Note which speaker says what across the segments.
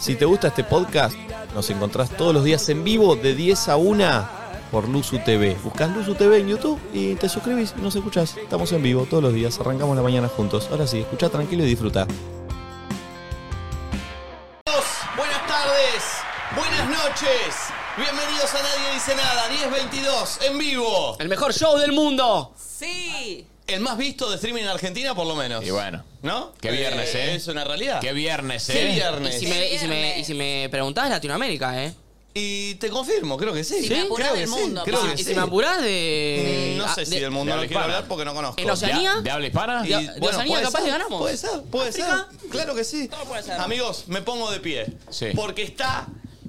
Speaker 1: Si te gusta este podcast, nos encontrás todos los días en vivo de 10 a 1 por Luzu TV. Buscás Luzu TV en YouTube y te suscribís y nos escuchás. Estamos en vivo todos los días, arrancamos la mañana juntos. Ahora sí, escucha tranquilo y disfruta.
Speaker 2: Buenas tardes, buenas noches, bienvenidos a Nadie Dice Nada, 1022, en vivo.
Speaker 3: El mejor show del mundo.
Speaker 4: Sí.
Speaker 2: El más visto de streaming en Argentina, por lo menos.
Speaker 5: Y bueno.
Speaker 2: ¿No?
Speaker 5: Qué viernes, ¿eh?
Speaker 2: Es una realidad.
Speaker 5: Qué viernes, ¿eh?
Speaker 2: Qué viernes.
Speaker 3: Y si, me, y, si me, y si me preguntás, Latinoamérica, ¿eh?
Speaker 2: Y te confirmo, creo que sí.
Speaker 4: Si me apurás
Speaker 2: creo que
Speaker 4: del
Speaker 2: sí,
Speaker 4: mundo,
Speaker 2: creo
Speaker 4: pa.
Speaker 2: que
Speaker 3: Ah, Y
Speaker 2: sí. Mm,
Speaker 3: si me apurás de.
Speaker 2: No
Speaker 3: ah,
Speaker 2: sé si
Speaker 3: de-
Speaker 2: del mundo
Speaker 5: de
Speaker 2: no
Speaker 5: habla
Speaker 2: quiero
Speaker 5: hispana.
Speaker 2: hablar porque no conozco.
Speaker 3: En los-
Speaker 5: ¿De,
Speaker 3: ¿Oceanía?
Speaker 5: de habla hispana?
Speaker 3: Y- de
Speaker 2: bueno,
Speaker 3: Oceanía
Speaker 2: puede
Speaker 3: capaz
Speaker 2: ser,
Speaker 3: que ganamos.
Speaker 2: Puede ser, puede
Speaker 3: ¿África?
Speaker 2: ser. Claro que sí.
Speaker 4: Todo puede ser.
Speaker 2: Amigos, me pongo de pie.
Speaker 5: Sí.
Speaker 2: Porque está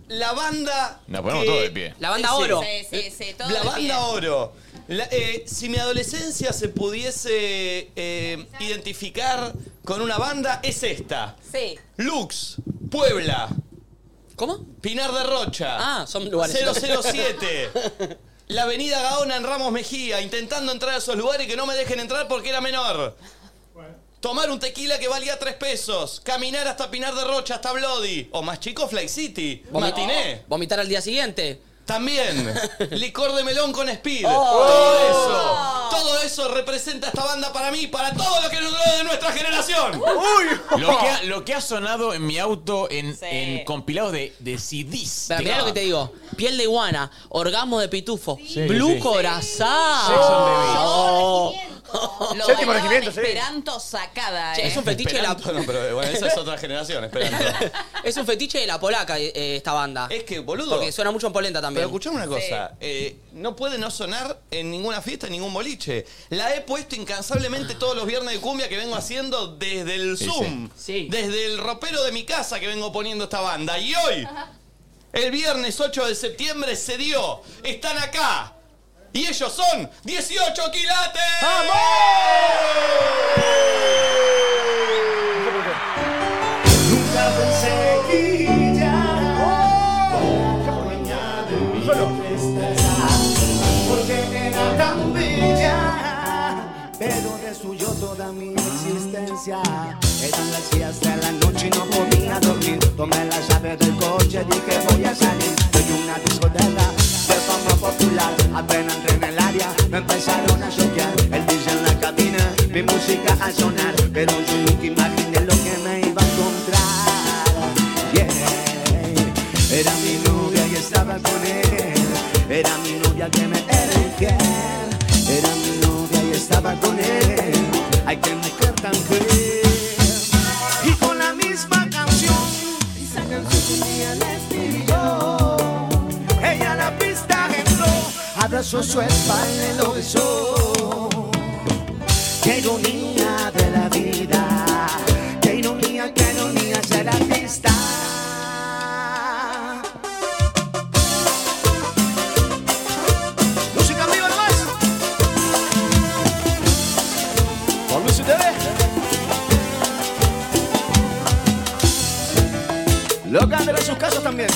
Speaker 2: la banda.
Speaker 5: Nos ponemos
Speaker 2: que-
Speaker 5: todos de pie.
Speaker 3: La banda
Speaker 2: Sí.
Speaker 3: Oro.
Speaker 4: Sí, sí, sí. Todo
Speaker 2: La
Speaker 4: de pie.
Speaker 2: banda oro. La- eh, si mi adolescencia se pudiese eh, identificar con una banda, es esta.
Speaker 4: Sí.
Speaker 2: Lux, Puebla,
Speaker 3: ¿Cómo?
Speaker 2: Pinar de Rocha.
Speaker 3: Ah, son lugares.
Speaker 2: 007. La avenida Gaona en Ramos Mejía, intentando entrar a esos lugares que no me dejen entrar porque era menor. Tomar un tequila que valía 3 pesos. Caminar hasta Pinar de Rocha, hasta Bloody. O más chico, Fly City.
Speaker 3: Vomi-
Speaker 2: Matiné.
Speaker 3: Vomitar al día siguiente.
Speaker 2: También, licor de melón con
Speaker 3: Oh.
Speaker 2: speed. Todo eso. Todo eso representa esta banda para mí, para todos los que nos de nuestra generación.
Speaker 5: Lo que, ha, lo que ha sonado en mi auto en,
Speaker 4: Sí.
Speaker 5: en compilados de, de CDs.
Speaker 3: Pero mirá
Speaker 5: Tipo,
Speaker 3: lo que te digo. Piel de iguana, orgasmo de pitufo,
Speaker 5: Sí,
Speaker 3: blue
Speaker 5: sí.
Speaker 3: corazal.
Speaker 5: Sexo
Speaker 4: Lo
Speaker 6: Séptimo
Speaker 4: daban
Speaker 6: regimiento, sí.
Speaker 4: Esperanto sacada,
Speaker 3: Che,
Speaker 4: eh.
Speaker 3: es un fetiche de la,
Speaker 2: Esperanto, no, pero bueno, esa es otra generación, esperando.
Speaker 3: es un fetiche de la polaca eh, esta banda.
Speaker 2: Es que, boludo.
Speaker 3: Porque suena mucho en polenta también.
Speaker 2: Pero escuchame una cosa, eh, no puede no sonar en ninguna fiesta, en ningún boliche. La he puesto incansablemente todos los viernes de cumbia que vengo haciendo desde el
Speaker 5: Sí,
Speaker 2: Zoom,
Speaker 3: sí. Sí.
Speaker 2: desde el ropero de mi casa que vengo poniendo esta banda. Y hoy, el viernes 8 de septiembre, se dio. Están acá. Y ellos son 18 quilates.
Speaker 7: Nunca pensé que
Speaker 2: Oh.
Speaker 7: ya la dueña de mi tristeza, porque era tan bella, pero destruyó toda mi existencia. Eran las 10 de la noche y no podía dormir. Tomé las llaves del coche, dije voy a salir. Soy una discoteca de fama popular. Apenas entré en el área, me empezaron a choquear. El DJ en la cabina, mi música a sonar. Pero yo nunca imaginé lo que me iba a encontrar. Yeah. Era mi novia y estaba con él. Era mi novia que me era infiel. Era mi novia y estaba con él. Ay, qué mujer tan fiel. Y con la misma canción. Esa canción que un día le escribí yo. Ella a la pista entró. Abrazó su espalda y lo besó. Qué ironía de la vida, qué ironía, qué ironía ser artista. Música en vivo nomás. Por Lucy TV. Los grandes en sus casas también.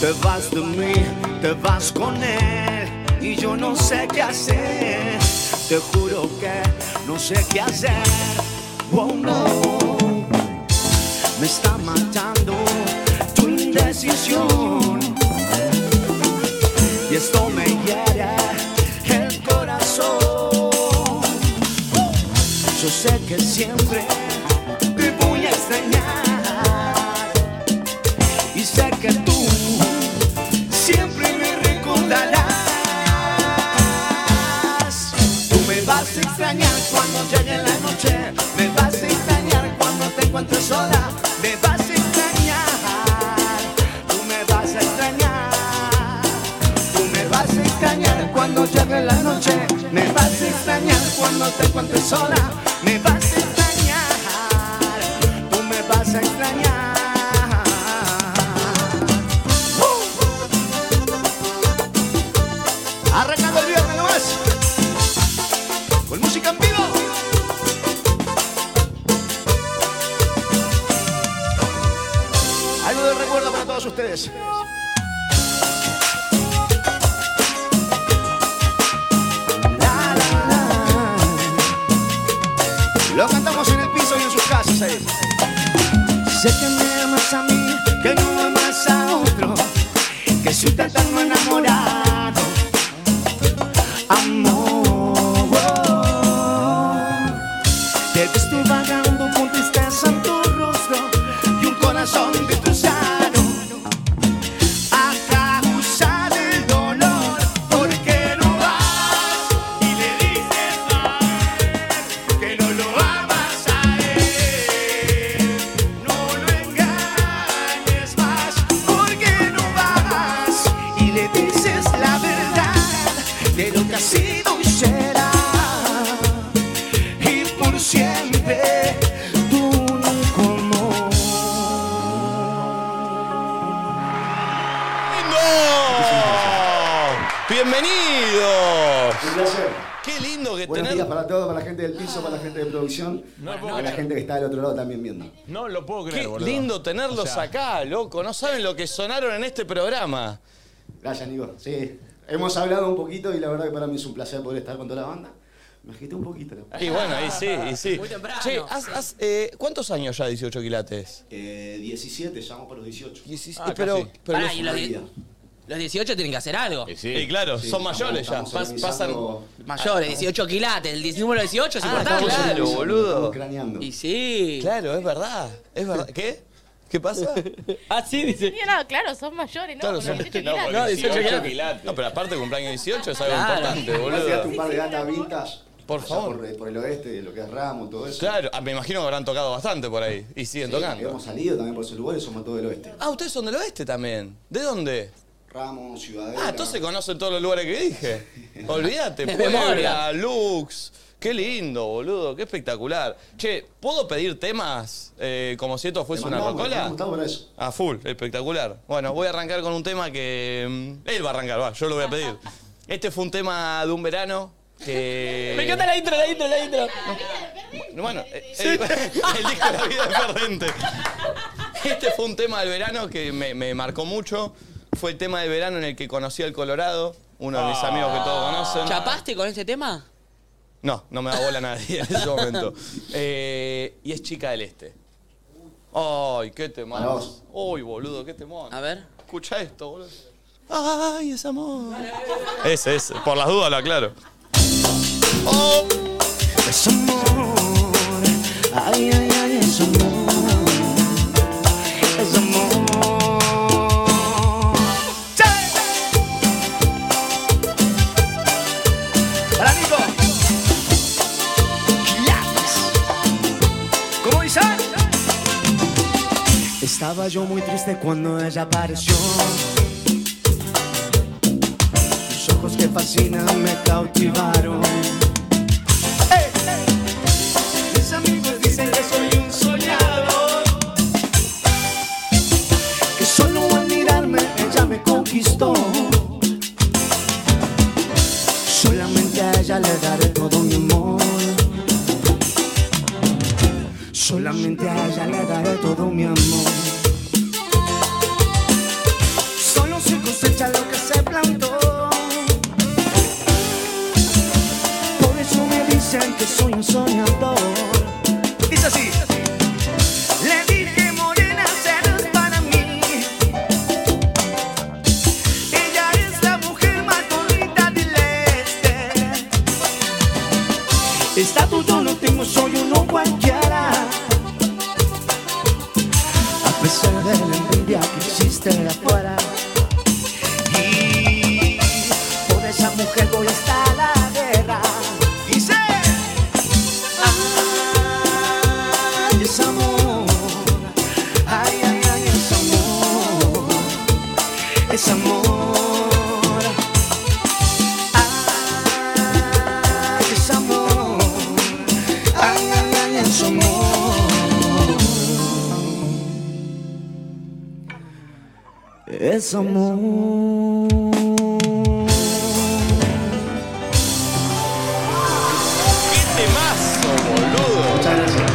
Speaker 7: Te vas de mí, te vas con él y yo no sé qué hacer. Te juro que no sé qué hacer. Oh no, me está matando tu indecisión y esto me hiere el corazón. Yo sé que siempre te voy a extrañar y sé que tú siempre me recordarás. Tú me vas a extrañar cuando llegue la noche, me vas a extrañar cuando te encuentres sola, me vas a extrañar, tú me vas a extrañar, tú me vas a extrañar cuando llegue la noche, me vas a extrañar cuando te encuentres sola, me vas a extrañar, tú me vas a extrañar. Uh. Arrancando el viernes nomás. Con música en vivo. Algo de recuerdo para todos ustedes. La, la, la. Lo cantamos estamos en el piso y en sus casas ahí. Sé que me amas a mí, que no amas a otro, que soy tan tan enamorado. Amor, te oh, ves tú vagando con tristeza en tu rostro y un corazón destrozado. A causa del dolor, porque no vas y le dices a él que no lo amas a él. No lo engañes más, porque no vas y le dices la verdad de lo que ha sido y será. Y por siempre tú como.
Speaker 2: ¡Lindo! ¡Bienvenidos! ¡Qué lindo que
Speaker 6: Buenos
Speaker 2: tener!
Speaker 6: días para todos, para la gente del piso, para la gente de producción, para la gente que está del otro lado también viendo.
Speaker 5: No lo puedo creer,
Speaker 2: Qué
Speaker 5: boludo.
Speaker 2: lindo tenerlos
Speaker 5: O sea,
Speaker 2: acá, loco. No saben lo que sonaron en este programa.
Speaker 6: Gracias, Nico. Sí, hemos hablado un poquito y la verdad que para mí es un placer poder estar con toda la banda. Me agité un poquito. la-
Speaker 2: Y bueno, y sí, y sí.
Speaker 3: Muy temprano.
Speaker 2: Che, haz- haz, eh, ¿cuántos años ya 18 quilates?
Speaker 6: Eh, 17, ya vamos por los 18.
Speaker 2: Y pero, pero
Speaker 3: Pará,
Speaker 2: los-
Speaker 3: y los, die-
Speaker 6: vida.
Speaker 3: los 18 tienen que hacer algo.
Speaker 5: y sí.
Speaker 2: y claro,
Speaker 6: Sí,
Speaker 2: son
Speaker 6: estamos-
Speaker 2: mayores ya.
Speaker 6: estamos
Speaker 2: Pas- pasan.
Speaker 6: organizando-
Speaker 3: Mayores, 18 quilates. El número 18 es
Speaker 2: Ah,
Speaker 3: importante.
Speaker 2: estamos Claro,
Speaker 6: estamos
Speaker 2: boludo.
Speaker 6: craneando.
Speaker 3: Y sí.
Speaker 2: Claro, es verdad. Es verdad. ¿Qué? ¿Qué pasa?
Speaker 3: Ah, sí, dice.
Speaker 8: Sí, no, claro, son mayores, ¿no?
Speaker 2: Claro,
Speaker 8: Con
Speaker 2: son-
Speaker 8: los 18
Speaker 2: no,
Speaker 8: quilates.
Speaker 2: porque-
Speaker 5: 18
Speaker 2: 18
Speaker 5: quilates.
Speaker 2: No, pero aparte cumpleaños 18 es algo
Speaker 3: Claro.
Speaker 2: importante,
Speaker 6: Además, llegaste
Speaker 2: boludo.
Speaker 6: un par de gatas vintage.
Speaker 2: Por
Speaker 6: allá
Speaker 2: favor.
Speaker 6: Por, por el oeste, lo que es Ramo, todo eso.
Speaker 2: Claro, ah, me imagino que habrán tocado bastante por ahí. Y siguen
Speaker 6: Sí,
Speaker 2: tocando.
Speaker 6: Hemos salido también por esos lugares, somos todos del oeste.
Speaker 2: Ah, ustedes son del oeste también. ¿De dónde?
Speaker 6: Ramo, Ciudadela.
Speaker 2: Ah, entonces conocen todos los lugares que dije. Olvídate,
Speaker 3: De
Speaker 2: Puebla,
Speaker 3: memoria.
Speaker 2: Lux. Qué lindo, boludo, qué espectacular. Che, ¿puedo pedir temas eh, como si esto
Speaker 6: Te
Speaker 2: fuese una
Speaker 6: mandamos, te
Speaker 2: rocola?
Speaker 6: mandamos todo por eso.
Speaker 2: A full, espectacular. Bueno, voy a arrancar con un tema que. mm, Él va a arrancar, va, yo lo voy a pedir. Este fue un tema de un verano que.
Speaker 3: Me encanta la intro, la intro, la intro.
Speaker 2: Bueno, eh, el, el disco La vida es perdente. Este fue un tema del verano que me, me marcó mucho. Fue el tema del verano en el que conocí al Colorado, uno de mis amigos que todos conocen.
Speaker 3: ¿Chapaste con este tema?
Speaker 2: No, no me da bola nadie en ese momento. Eh, y es chica del este. Ay, qué
Speaker 6: Para
Speaker 2: temón.
Speaker 6: vos.
Speaker 2: Uy, boludo, qué temón.
Speaker 3: A ver.
Speaker 2: Escucha esto, boludo. Ay, es amor. Ese, ese. Por las dudas lo aclaro. Oh.
Speaker 7: Es amor, ay, ay, ay, es amor, es amor. ¡Sí! Hola, Nico. Quilates. ¿Cómo dice? Estaba yo muy triste cuando ella apareció. Tus ojos que fascinan me cautivaron. Mis amigos dicen que soy un soñador. Que solo al mirarme ella me conquistó. Solamente a ella le daré todo mi amor. Solamente a ella le daré todo mi amor. Solo se cosecha lo que se plantó. Por eso me dicen que soy un soñador. Dice así. Le dije, morena, serás para mí. Ella es la mujer más bonita del este. Estatus yo no tengo, soy uno cualquiera. A pesar de la envidia que existe afuera. Y por esa mujer voy hasta la guerra. Dice: Ay, es amor. Ay, ay, ay, es amor. Es amor. Ay, es amor. Ay, ay, ay, es amor. Es amor.
Speaker 2: ¡Qué temazo, boludo!
Speaker 6: Muchas gracias.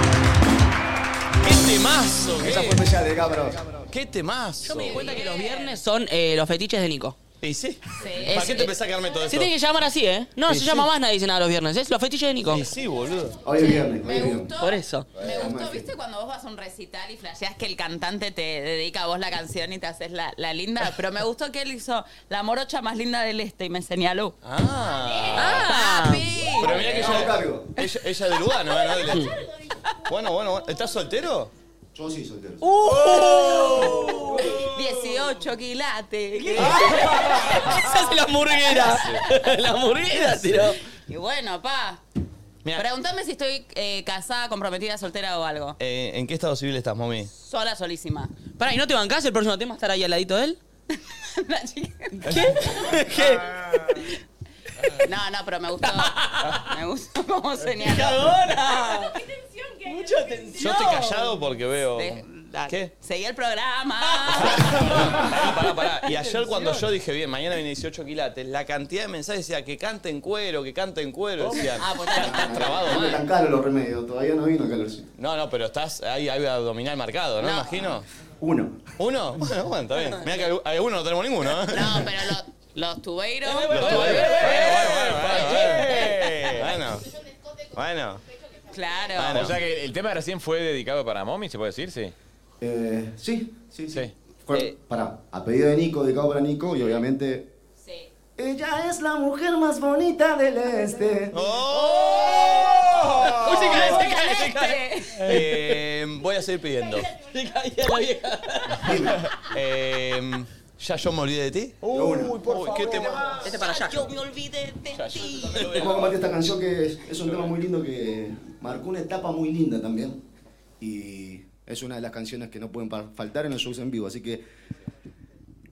Speaker 2: ¡Qué temazo!
Speaker 6: Esa
Speaker 2: ¿Qué,
Speaker 6: fue bella de cabros.
Speaker 2: qué temazo!
Speaker 3: Cuenta que los viernes son eh, los fetiches de Nico.
Speaker 2: ¿Y sí?
Speaker 4: Es-
Speaker 2: ¿Para qué te empezás a quedarme todo
Speaker 3: Se
Speaker 2: esto?
Speaker 3: tiene que llamar así, ¿eh? No,
Speaker 2: Sí,
Speaker 3: se
Speaker 2: sí.
Speaker 3: llama más nadie dice nada los viernes. Es los fetiches de Nico.
Speaker 2: Y sí, boludo.
Speaker 6: Hoy es viernes, hoy
Speaker 4: Me
Speaker 6: es viernes.
Speaker 4: gustó.
Speaker 3: Por eso.
Speaker 4: Me gustó, ¿viste cuando vos vas a un recital y flasheás que el cantante te dedica a vos la canción y te haces la, la linda? Pero me gustó que él hizo la morocha más linda del este y me señaló.
Speaker 2: Ah.
Speaker 4: ¡Ah! ¡Papi!
Speaker 2: Pero mirá que
Speaker 6: Vamos,
Speaker 2: ella,
Speaker 6: cargo.
Speaker 2: ella, ella es de Lugano, ¿eh? No es de la- Bueno, bueno, bueno. ¿Estás soltero?
Speaker 6: Yo sí soltero.
Speaker 4: ¡Uh!
Speaker 6: ¡Oh!
Speaker 4: 18 quilates.
Speaker 3: Se hace la hamburguera. la hamburguera, tiró.
Speaker 4: Y bueno, pa.
Speaker 2: Mirá.
Speaker 4: Pregúntame si estoy eh, casada, comprometida, soltera o algo.
Speaker 2: Eh, ¿En qué estado civil estás, mami?
Speaker 4: Sola, solísima.
Speaker 3: Pará, ¿y no te bancás el próximo tema? ¿Estar ahí al ladito de él?
Speaker 4: La chica-
Speaker 3: ¿Qué?
Speaker 4: No, no, pero me gustó. Me gustó cómo señaló.
Speaker 3: ¡Cagona! ¡Mucha
Speaker 2: Yo
Speaker 3: atención!
Speaker 2: estoy callado porque veo.
Speaker 4: De- dale.
Speaker 2: ¿Qué?
Speaker 4: Seguí el programa.
Speaker 2: Pará, pará, pará. Ah, Y ayer cuando yo dije, bien, mañana viene 18 quilates, la cantidad de mensajes decía que cante en cuero, que cante en cuero. Decían,
Speaker 4: Ah, pues dale.
Speaker 2: estás trabado
Speaker 6: Están
Speaker 2: mal.
Speaker 6: tan caros los remedios, todavía no vino el calorcito.
Speaker 2: No, no, pero estás ahí, ahí abdominal marcado, ¿no?
Speaker 4: No.
Speaker 2: Imagino.
Speaker 6: Uno.
Speaker 2: ¿Uno? Bueno, bueno, está bien. Mira que algu- alguno no tenemos ninguno, ¿eh?
Speaker 4: No, pero lo- los tuberos.
Speaker 2: Los tuve. Bueno, bueno, bueno, bueno, bueno. Bueno.
Speaker 4: Claro.
Speaker 2: Bueno.
Speaker 5: O sea que el tema recién fue dedicado para mommy, ¿se puede decir? Sí.
Speaker 6: Eh, sí, sí, sí.
Speaker 5: Sí.
Speaker 6: Fue,
Speaker 2: Eh.
Speaker 6: Pará, a pedido de Nico, dedicado para Nico, y obviamente.
Speaker 4: Sí.
Speaker 6: Ella es la mujer más bonita del este.
Speaker 2: ¡Oh!
Speaker 4: Este.
Speaker 2: Eh, voy a seguir pidiendo.
Speaker 3: Se caía la vieja.
Speaker 2: Eh, ¿Ya yo me olvidé de ti?
Speaker 4: Uh.
Speaker 6: Uy,
Speaker 2: Uy, qué tema.
Speaker 3: Este para allá.
Speaker 4: Yo me olvidé de ti.
Speaker 6: Vamos a compartir esta canción que es, es un tema muy lindo que marcó una etapa muy linda también. Y es una de las canciones que no pueden par- faltar en los shows en vivo. Así que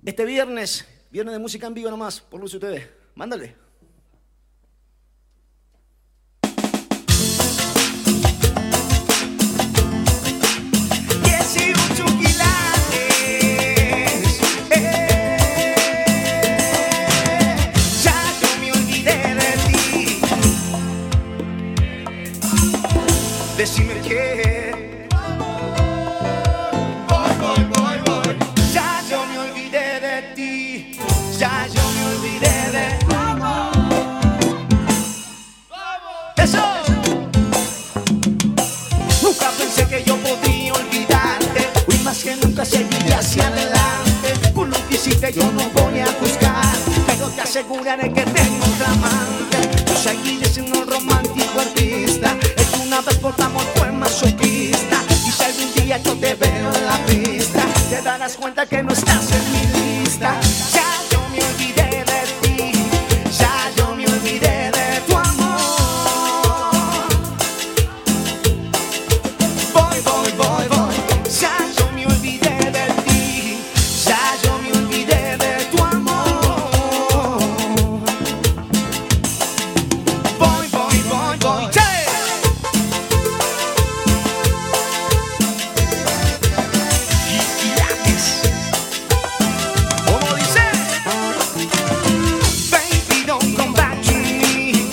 Speaker 6: este viernes, viernes de música en vivo nomás, por Luz TV. Mándale.
Speaker 7: Ya yo me olvidé de ti. Decime que voy, voy, voy, voy. Ya yo me olvidé de ti. Ya yo me olvidé de ti. Eso. Nunca pensé que yo podía olvidarte Y más que nunca seguiré hacia adelante Por lo que hiciste yo no voy a juzgar Pero te aseguraré que tengo otra amante Yo seguiré siendo un romántico artista Es que una vez por tu amor fue masoquista Y si algún día yo te veo en la pista Te darás cuenta que no estás en mi lista Ya yo me olvidé de ti Ya yo me olvidé de tu amor voy, voy, voy, voy. Ya yo me olvidé de ti, ya yo me olvidé de tu amor. Voy, voy, voy, voy. ¡Che! Quilates. ¿Cómo dice? Baby, don't come back to me.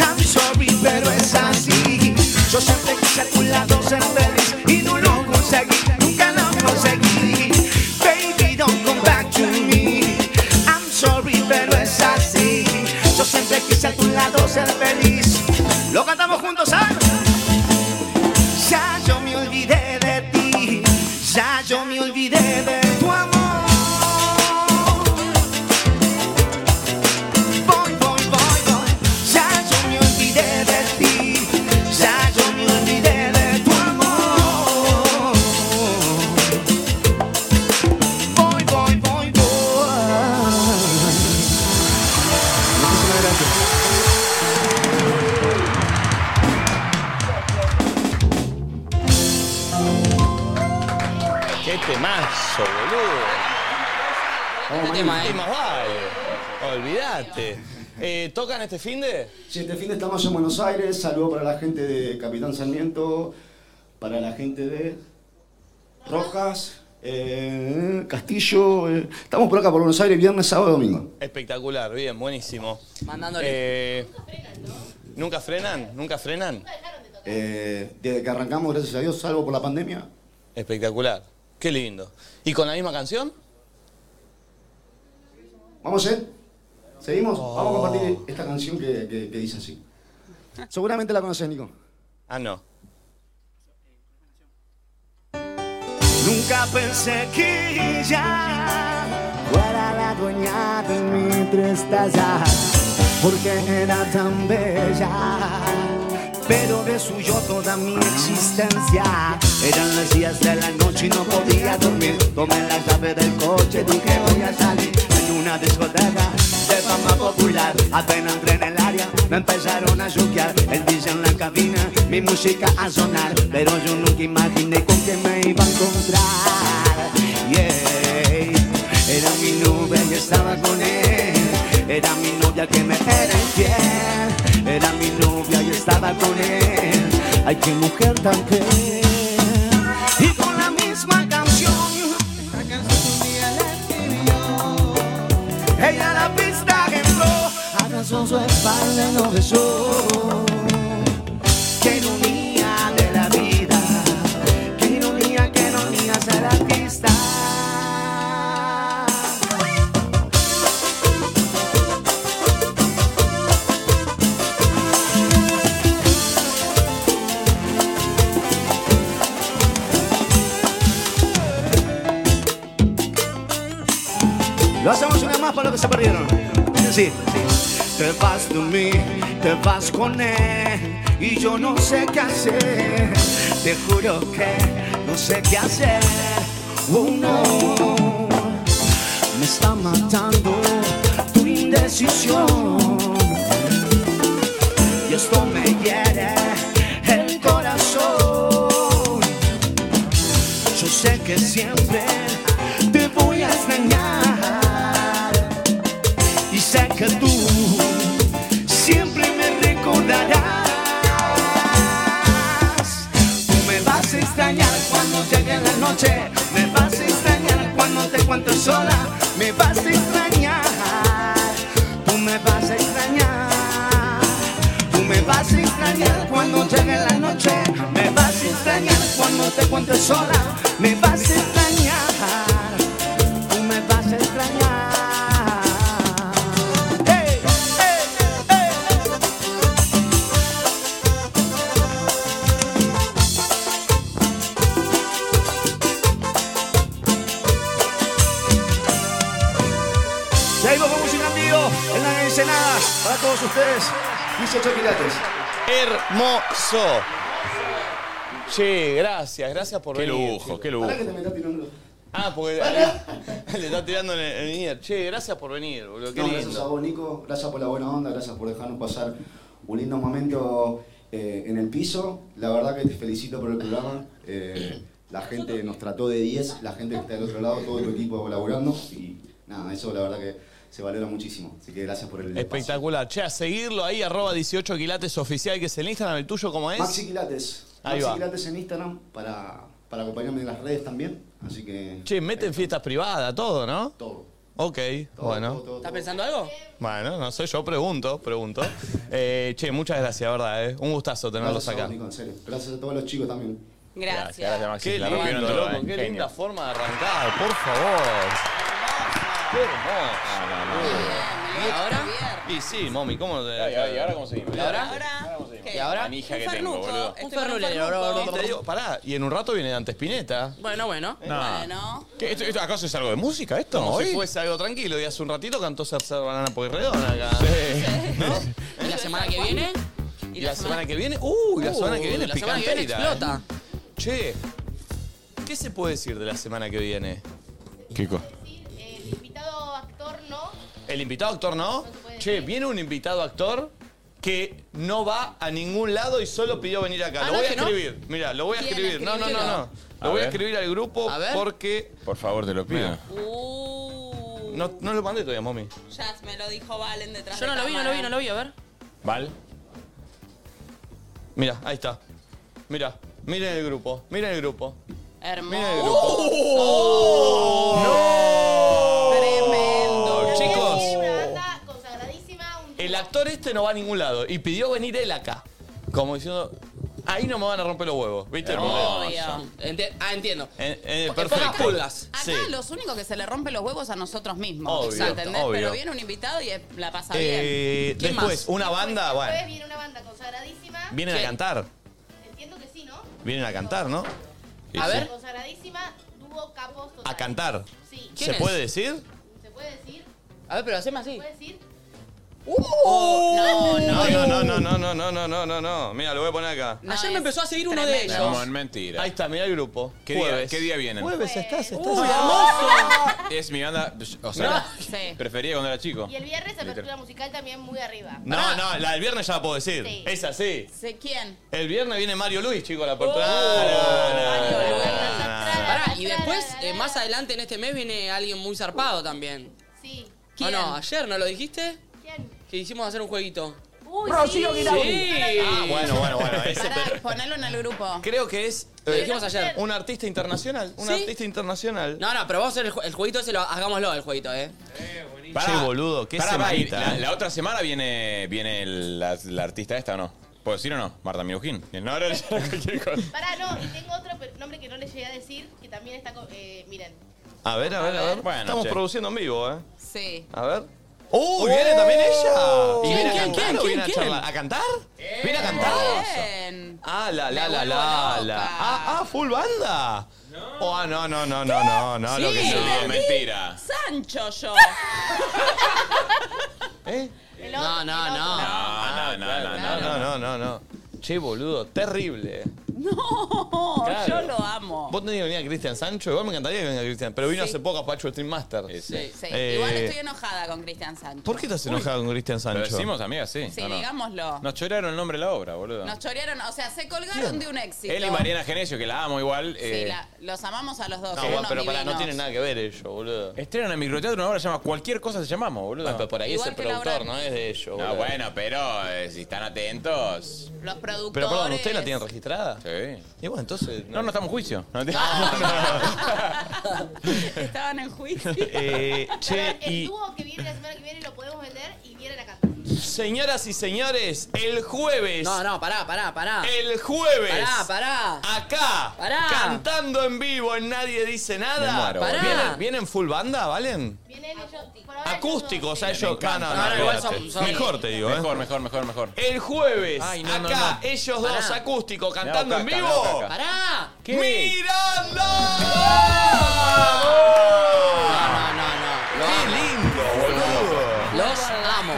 Speaker 7: I'm sorry, pero es así. Yo siempre quise a tu lado ser feliz y no lo conseguí, nunca lo conseguí. Baby, don't come back to me. I'm sorry, pero es así. Yo siempre quise a tu lado ser feliz. Lo cantamos juntos, ¿sabes? Ya yo me olvidé de ti. Ya yo me olvidé de tu amor. Voy, voy, voy, voy, ya yo me olvidé de ti, ya yo me olvidé de tu amor. Voy, voy, voy, voy.
Speaker 6: Muchísimas gracias.
Speaker 2: Qué temazo, boludo.
Speaker 3: Este tema,
Speaker 2: Y
Speaker 3: ¿eh?
Speaker 2: más vale. Olvídate. Eh, ¿Tocan este fin de?
Speaker 6: Si este fin de estamos en Buenos Aires, saludo para la gente de Capitán Sarmiento, para la gente de Rojas, eh, Castillo. eh. Estamos por acá, por Buenos Aires, viernes, sábado, domingo.
Speaker 2: Espectacular, bien, buenísimo.
Speaker 3: Mandándole.
Speaker 2: Eh, ¿Nunca frenan? ¿Nunca frenan?
Speaker 6: Eh, desde que arrancamos, gracias a Dios, salvo por la pandemia,
Speaker 2: Espectacular. Qué lindo. ¿Y con la misma canción?
Speaker 6: Vamos, ¿eh? ¿Seguimos?
Speaker 5: Oh.
Speaker 6: Vamos a compartir esta canción que, que- que dice así. Seguramente la conoces, Nico.
Speaker 2: Ah, no.
Speaker 7: Nunca pensé que ya fuera la dueña de mi tristeza, porque era tan bella. Pero de suyo toda mi existencia. Eran las 10 de la noche y no podía dormir. Tomé la llave del coche, dije voy a salir. Hay una discoteca de fama popular. Apenas entré en el área, me empezaron a yuquear. El DJ en la cabina, mi música a sonar. Pero yo nunca imaginé con quién me iba a encontrar. Yeah. Era mi nube y estaba con él. Era mi novia que me era infiel. Era mi novia y estaba con él. Ay, qué mujer tan bella. Y con la misma canción Ella a la pista entró, abrazó su espalda y lo besó. Qué ironía de la vida, qué ironía, qué ironía ser artista. Lo hacemos una más para los que se perdieron. Sí. Te vas de mí, te vas con él y yo no sé qué hacer. Te juro que no sé qué hacer. Oh no, me está matando tu indecisión y esto me hiere el corazón. Yo sé que siempre te voy a extrañar y sé que tú siempre me recordarás. Tú me vas a extrañar cuando llegue la noche, me vas a extrañar cuando te encuentre sola, me vas a extrañar, tú me vas a extrañar, tú me vas a extrañar cuando llegue la noche, me vas a extrañar cuando te encuentre sola, me vas a extrañar. Tú me vas a extrañar. Hey, hey, hey.
Speaker 6: Seguimos con música en vivo en las ensenadas para todos ustedes. 18 quilates.
Speaker 2: Hermoso. Che, gracias, gracias por
Speaker 5: Qué
Speaker 2: venir.
Speaker 5: lujo,
Speaker 2: chicos.
Speaker 5: qué
Speaker 6: ¿Para
Speaker 5: lujo.
Speaker 6: que te me está tirando?
Speaker 2: Ah, porque le, le está tirando en el en el nier. Che, gracias por venir, boludo. Qué
Speaker 6: No, gracias a
Speaker 2: lindo.
Speaker 6: vos, Nico. Gracias por la buena onda. Gracias por dejarnos pasar un lindo momento eh, en el piso. La verdad que te felicito por el programa. Eh, la gente nos trató de 10. La gente que está del otro lado, todo tu equipo colaborando. Y nada, eso la verdad que se valora muchísimo. Así que gracias por el espacio.
Speaker 2: Espectacular. Che, a seguirlo ahí, arroba 18 quilates oficial, que es el Instagram, el tuyo, ¿cómo es?
Speaker 6: Maxi Quilates.
Speaker 2: Ahí va.
Speaker 6: Maxi Quilates en Instagram para, para acompañarme en las redes también. Así que.
Speaker 2: Che, meten fiestas privadas, todo, ¿no?
Speaker 6: Todo.
Speaker 2: Ok,
Speaker 6: todo,
Speaker 2: bueno.
Speaker 6: todo, todo,
Speaker 3: ¿Estás
Speaker 6: todo.
Speaker 3: pensando algo?
Speaker 2: Bueno, no sé, yo pregunto, pregunto. Eh, che, muchas gracias, ¿verdad? eh? Un gustazo tenerlos
Speaker 6: Gracias a vos,
Speaker 2: acá.
Speaker 6: Nico, en serio. Gracias a todos los chicos también.
Speaker 4: Gracias.
Speaker 5: Maxi.
Speaker 2: Qué
Speaker 5: La
Speaker 2: lindo,
Speaker 5: rompieron toda,
Speaker 2: loco,
Speaker 5: eh.
Speaker 2: qué
Speaker 5: Genio.
Speaker 2: linda forma de arrancar, por favor. Qué hermoso.
Speaker 4: Bien, ahora?
Speaker 2: Y sí, mami, ¿cómo te.?
Speaker 5: Ay, ay, ¿Y ahora cómo seguimos?
Speaker 4: ¿Y ahora? ¿Y ahora?
Speaker 5: Manija que tengo, boludo.
Speaker 4: Un
Speaker 3: Un fernulo,
Speaker 4: fernulo.
Speaker 2: Te digo, pará, y en un rato viene Dante Spinetta.
Speaker 3: Bueno, Eh, bueno.
Speaker 4: Bueno.
Speaker 5: ¿Qué, esto, esto- ¿Acaso es algo de música esto?
Speaker 2: Como
Speaker 5: hoy?
Speaker 2: si fuese algo tranquilo, y hace un ratito cantó Cercer Banana Pueyrredón acá.
Speaker 3: ¿Y la semana que viene?
Speaker 2: Y la semana que viene. Uy, la semana que viene
Speaker 3: Uh,
Speaker 2: es
Speaker 3: la semana que
Speaker 2: picanteira.
Speaker 3: viene explota.
Speaker 2: ¿eh? Che, ¿qué se puede decir de la semana que viene?
Speaker 5: Kiko.
Speaker 8: El invitado actor no.
Speaker 2: El invitado actor no.
Speaker 8: se puede
Speaker 2: Che,
Speaker 8: decir.
Speaker 2: viene un invitado actor que no va a ningún lado y solo pidió venir acá.
Speaker 3: Ah,
Speaker 2: lo
Speaker 3: no,
Speaker 2: voy a
Speaker 3: que no.
Speaker 2: escribir. Mira, lo voy a
Speaker 4: Bien,
Speaker 2: escribir. No, no, no, no.
Speaker 3: escribilo.
Speaker 2: Lo
Speaker 5: A
Speaker 2: voy
Speaker 5: ver.
Speaker 2: a escribir al grupo
Speaker 3: A ver.
Speaker 2: porque
Speaker 5: Por favor, te lo pido.
Speaker 4: Uh,
Speaker 2: no, no lo mandé todavía, mami.
Speaker 4: Jazz me lo dijo Valen detrás
Speaker 3: Yo no
Speaker 4: de
Speaker 3: lo vi, no lo vi, no lo vi, a ver.
Speaker 5: ¿Val?
Speaker 2: Mira, ahí está. Mira, miren el grupo, miren el grupo. Miren el
Speaker 4: Hermoso.
Speaker 2: grupo.
Speaker 4: Tremendo.
Speaker 2: Oh, Chicos.
Speaker 8: Es una banda consagradísima. Un
Speaker 2: El actor este no va a ningún lado y pidió venir él acá. Como diciendo, Ahí no me van a romper los huevos, ¿viste? el problema?
Speaker 3: Obvio. Enti- ah, entiendo.
Speaker 2: Eh, eh,
Speaker 3: Porque
Speaker 2: perfecto.
Speaker 3: pocas pulgas.
Speaker 4: Acá
Speaker 2: Sí.
Speaker 4: los únicos que se le rompen los huevos a nosotros mismos.
Speaker 2: Obvio,
Speaker 4: ¿entendés?
Speaker 2: obvio.
Speaker 4: Pero viene un invitado y eh, la pasa
Speaker 2: Eh,
Speaker 4: bien. ¿Quién
Speaker 2: después,
Speaker 4: más?
Speaker 2: una banda,
Speaker 8: Después
Speaker 2: bueno.
Speaker 8: viene una banda consagradísima.
Speaker 2: Vienen a
Speaker 3: Sí.
Speaker 2: cantar,
Speaker 8: Entiendo que sí, ¿no?
Speaker 2: vienen a cantar, ¿no?
Speaker 3: A ver.
Speaker 8: Consagradísima, dúo capos. total.
Speaker 2: A cantar.
Speaker 8: Sí.
Speaker 3: ¿Quién
Speaker 2: ¿Se
Speaker 3: es?
Speaker 2: puede decir?
Speaker 8: ¿Se puede decir?
Speaker 3: A ver, pero haceme así. ¡Uh!
Speaker 8: ¿Se puede decir?
Speaker 3: no,
Speaker 2: No, no, no, no, no, no, no, no, no, no, no. Mira, lo voy a poner acá.
Speaker 4: No,
Speaker 3: Ayer
Speaker 4: es
Speaker 3: me empezó a seguir uno de
Speaker 4: tremendo.
Speaker 5: No,
Speaker 3: ellos.
Speaker 5: es mentira.
Speaker 2: Ahí está, mira el grupo.
Speaker 5: ¿Qué día,
Speaker 2: Jueves.
Speaker 5: ¿Qué día vienen?
Speaker 1: Jueves, estás, estás.
Speaker 5: Es mi banda. O sea,
Speaker 4: Sí.
Speaker 5: prefería cuando era chico.
Speaker 8: Y el viernes apertura musical también muy arriba.
Speaker 2: No, no, la del viernes ya la puedo decir.
Speaker 8: Sí.
Speaker 2: Es así.
Speaker 4: ¿Sé quién?
Speaker 2: El viernes viene Mario Luis, chicos, a la puerta.
Speaker 3: Oh. Mario Luis. Pará,
Speaker 8: Pará,
Speaker 3: y después, eh, más adelante en este mes, viene alguien muy zarpado también.
Speaker 8: Sí.
Speaker 3: ¿O no? ¿Ayer no lo dijiste?
Speaker 8: ¿Quién?
Speaker 3: Que hicimos hacer un jueguito.
Speaker 8: Uy,
Speaker 7: Rocío
Speaker 8: sí.
Speaker 7: Guirao.
Speaker 2: Ah, bueno, bueno, bueno. ese
Speaker 4: Pará,
Speaker 2: te-
Speaker 4: ponelo en el grupo.
Speaker 2: Creo que es
Speaker 3: Lo
Speaker 2: eh,
Speaker 3: dijimos ayer.
Speaker 2: un artista internacional. Un
Speaker 3: Sí.
Speaker 2: artista internacional.
Speaker 3: No, no, pero vamos a hacer el, ju- el jueguito ese, lo, hagámoslo el jueguito, ¿eh?
Speaker 5: Pará,
Speaker 1: Che, boludo, qué
Speaker 5: pará,
Speaker 1: semanita,
Speaker 5: va, y la,
Speaker 1: eh.
Speaker 5: la otra semana viene, viene el- la, la artista esta, ¿o no? ¿Puedo decir o no? Marta Mirujín. No, no, ya, cualquier cosa.
Speaker 8: Pará, no, y tengo otro pe- nombre que no les llegué a decir, que también está... co- Eh, miren.
Speaker 2: A ver, a ver, a ver.
Speaker 5: Bueno,
Speaker 2: Estamos
Speaker 5: che.
Speaker 2: produciendo en vivo, ¿eh?
Speaker 4: Sí.
Speaker 2: A ver. ¡Uh! viene también ella. ¿Y
Speaker 3: ¿Quién,
Speaker 2: viene a
Speaker 3: quién,
Speaker 2: cantar
Speaker 3: quién,
Speaker 2: o viene
Speaker 3: quién,
Speaker 2: a charlar? ¿A cantar? ¿Viene a cantar?
Speaker 4: Bien.
Speaker 2: Ah, la, la,
Speaker 4: Me
Speaker 2: la,
Speaker 4: vuelvo
Speaker 2: la,
Speaker 4: loca.
Speaker 2: la. Ah, ah, full banda. No. Oh, ah, no, no, no, no, no, no, lo que
Speaker 3: Sí.
Speaker 2: no.
Speaker 5: No, mentira.
Speaker 4: Sancho yo.
Speaker 2: ¿Eh?
Speaker 8: El
Speaker 3: No,
Speaker 8: otro,
Speaker 3: no,
Speaker 8: el
Speaker 3: no.
Speaker 5: No,
Speaker 8: otro.
Speaker 5: no, no, no,
Speaker 2: Ah, No,
Speaker 5: no.
Speaker 2: no, no, no, no. Che, boludo, terrible.
Speaker 4: No,
Speaker 2: Claro.
Speaker 4: yo lo amo.
Speaker 2: Vos tenés que venir a Cristian Sancho, igual me encantaría que venga Cristian, pero vino hace poco a Pacho Stream Master.
Speaker 5: Sí.
Speaker 4: Sí.
Speaker 2: Eh,
Speaker 4: Igual estoy enojada con Cristian Sancho.
Speaker 2: ¿Por qué estás enojado con Cristian
Speaker 5: Lo
Speaker 2: Sancho?
Speaker 5: decimos, amiga, sí.
Speaker 4: Sí,
Speaker 5: No, no.
Speaker 4: digámoslo.
Speaker 5: Nos choraron el nombre de la obra, boludo.
Speaker 4: Nos chorearon, o sea, se colgaron de un éxito.
Speaker 5: Él y Mariana Genesio, que la amo igual.
Speaker 4: Sí,
Speaker 5: eh,
Speaker 4: la- los amamos a los dos. eh,
Speaker 2: No,
Speaker 4: son
Speaker 2: bueno,
Speaker 4: unos
Speaker 2: pero para, no
Speaker 4: divinos.
Speaker 2: tiene nada que ver ellos, boludo.
Speaker 5: Estrenan en microteatro una obra que se llama Cualquier cosa se llamamos, boludo.
Speaker 2: Ah, pero por ahí
Speaker 4: Igual
Speaker 2: es el
Speaker 4: que la
Speaker 2: productor,
Speaker 4: obra-
Speaker 2: no es de ellos.
Speaker 5: No,
Speaker 2: boludo.
Speaker 5: bueno, pero eh, si están atentos.
Speaker 4: Los productores.
Speaker 2: Pero perdón, ¿ustedes la tienen registrada?
Speaker 5: Sí.
Speaker 2: Y bueno, entonces.
Speaker 5: No, no estamos en juicio. No,
Speaker 4: Estaban en juicio.
Speaker 2: Eh, che,
Speaker 8: Pará, El
Speaker 2: y
Speaker 8: dúo que viene la semana que viene lo podemos vender y vienen a cantar.
Speaker 2: señoras y señores, el jueves,
Speaker 3: No, no, pará, pará, pará.
Speaker 2: el jueves,
Speaker 3: Pará, pará.
Speaker 2: acá,
Speaker 3: Pará.
Speaker 2: cantando en vivo en Nadie Dice Nada.
Speaker 5: Me muero,
Speaker 3: Pará. boludo.
Speaker 2: ¿Vienen, vienen full banda, ¿valen?
Speaker 8: Vienen ellos... por ahora
Speaker 2: Acústico, o sea,
Speaker 8: ellos
Speaker 2: ellos
Speaker 5: encanta.
Speaker 2: Ah, no, no,
Speaker 3: Ahora igual
Speaker 2: olvídate.
Speaker 3: son- son-
Speaker 2: Mejor te digo, ¿eh?
Speaker 5: mejor, mejor, mejor, mejor.
Speaker 2: El jueves,
Speaker 5: Ay, no, no,
Speaker 2: acá,
Speaker 5: no.
Speaker 2: ellos
Speaker 3: Pará.
Speaker 2: dos acústico cantando en
Speaker 5: caca,
Speaker 2: vivo.
Speaker 5: me hago caca.
Speaker 3: Pará.
Speaker 5: ¿Qué?
Speaker 3: No,
Speaker 2: ¡Miranda!
Speaker 3: no, no, no.
Speaker 2: ¡Qué lindo, boludo!
Speaker 3: Los amo.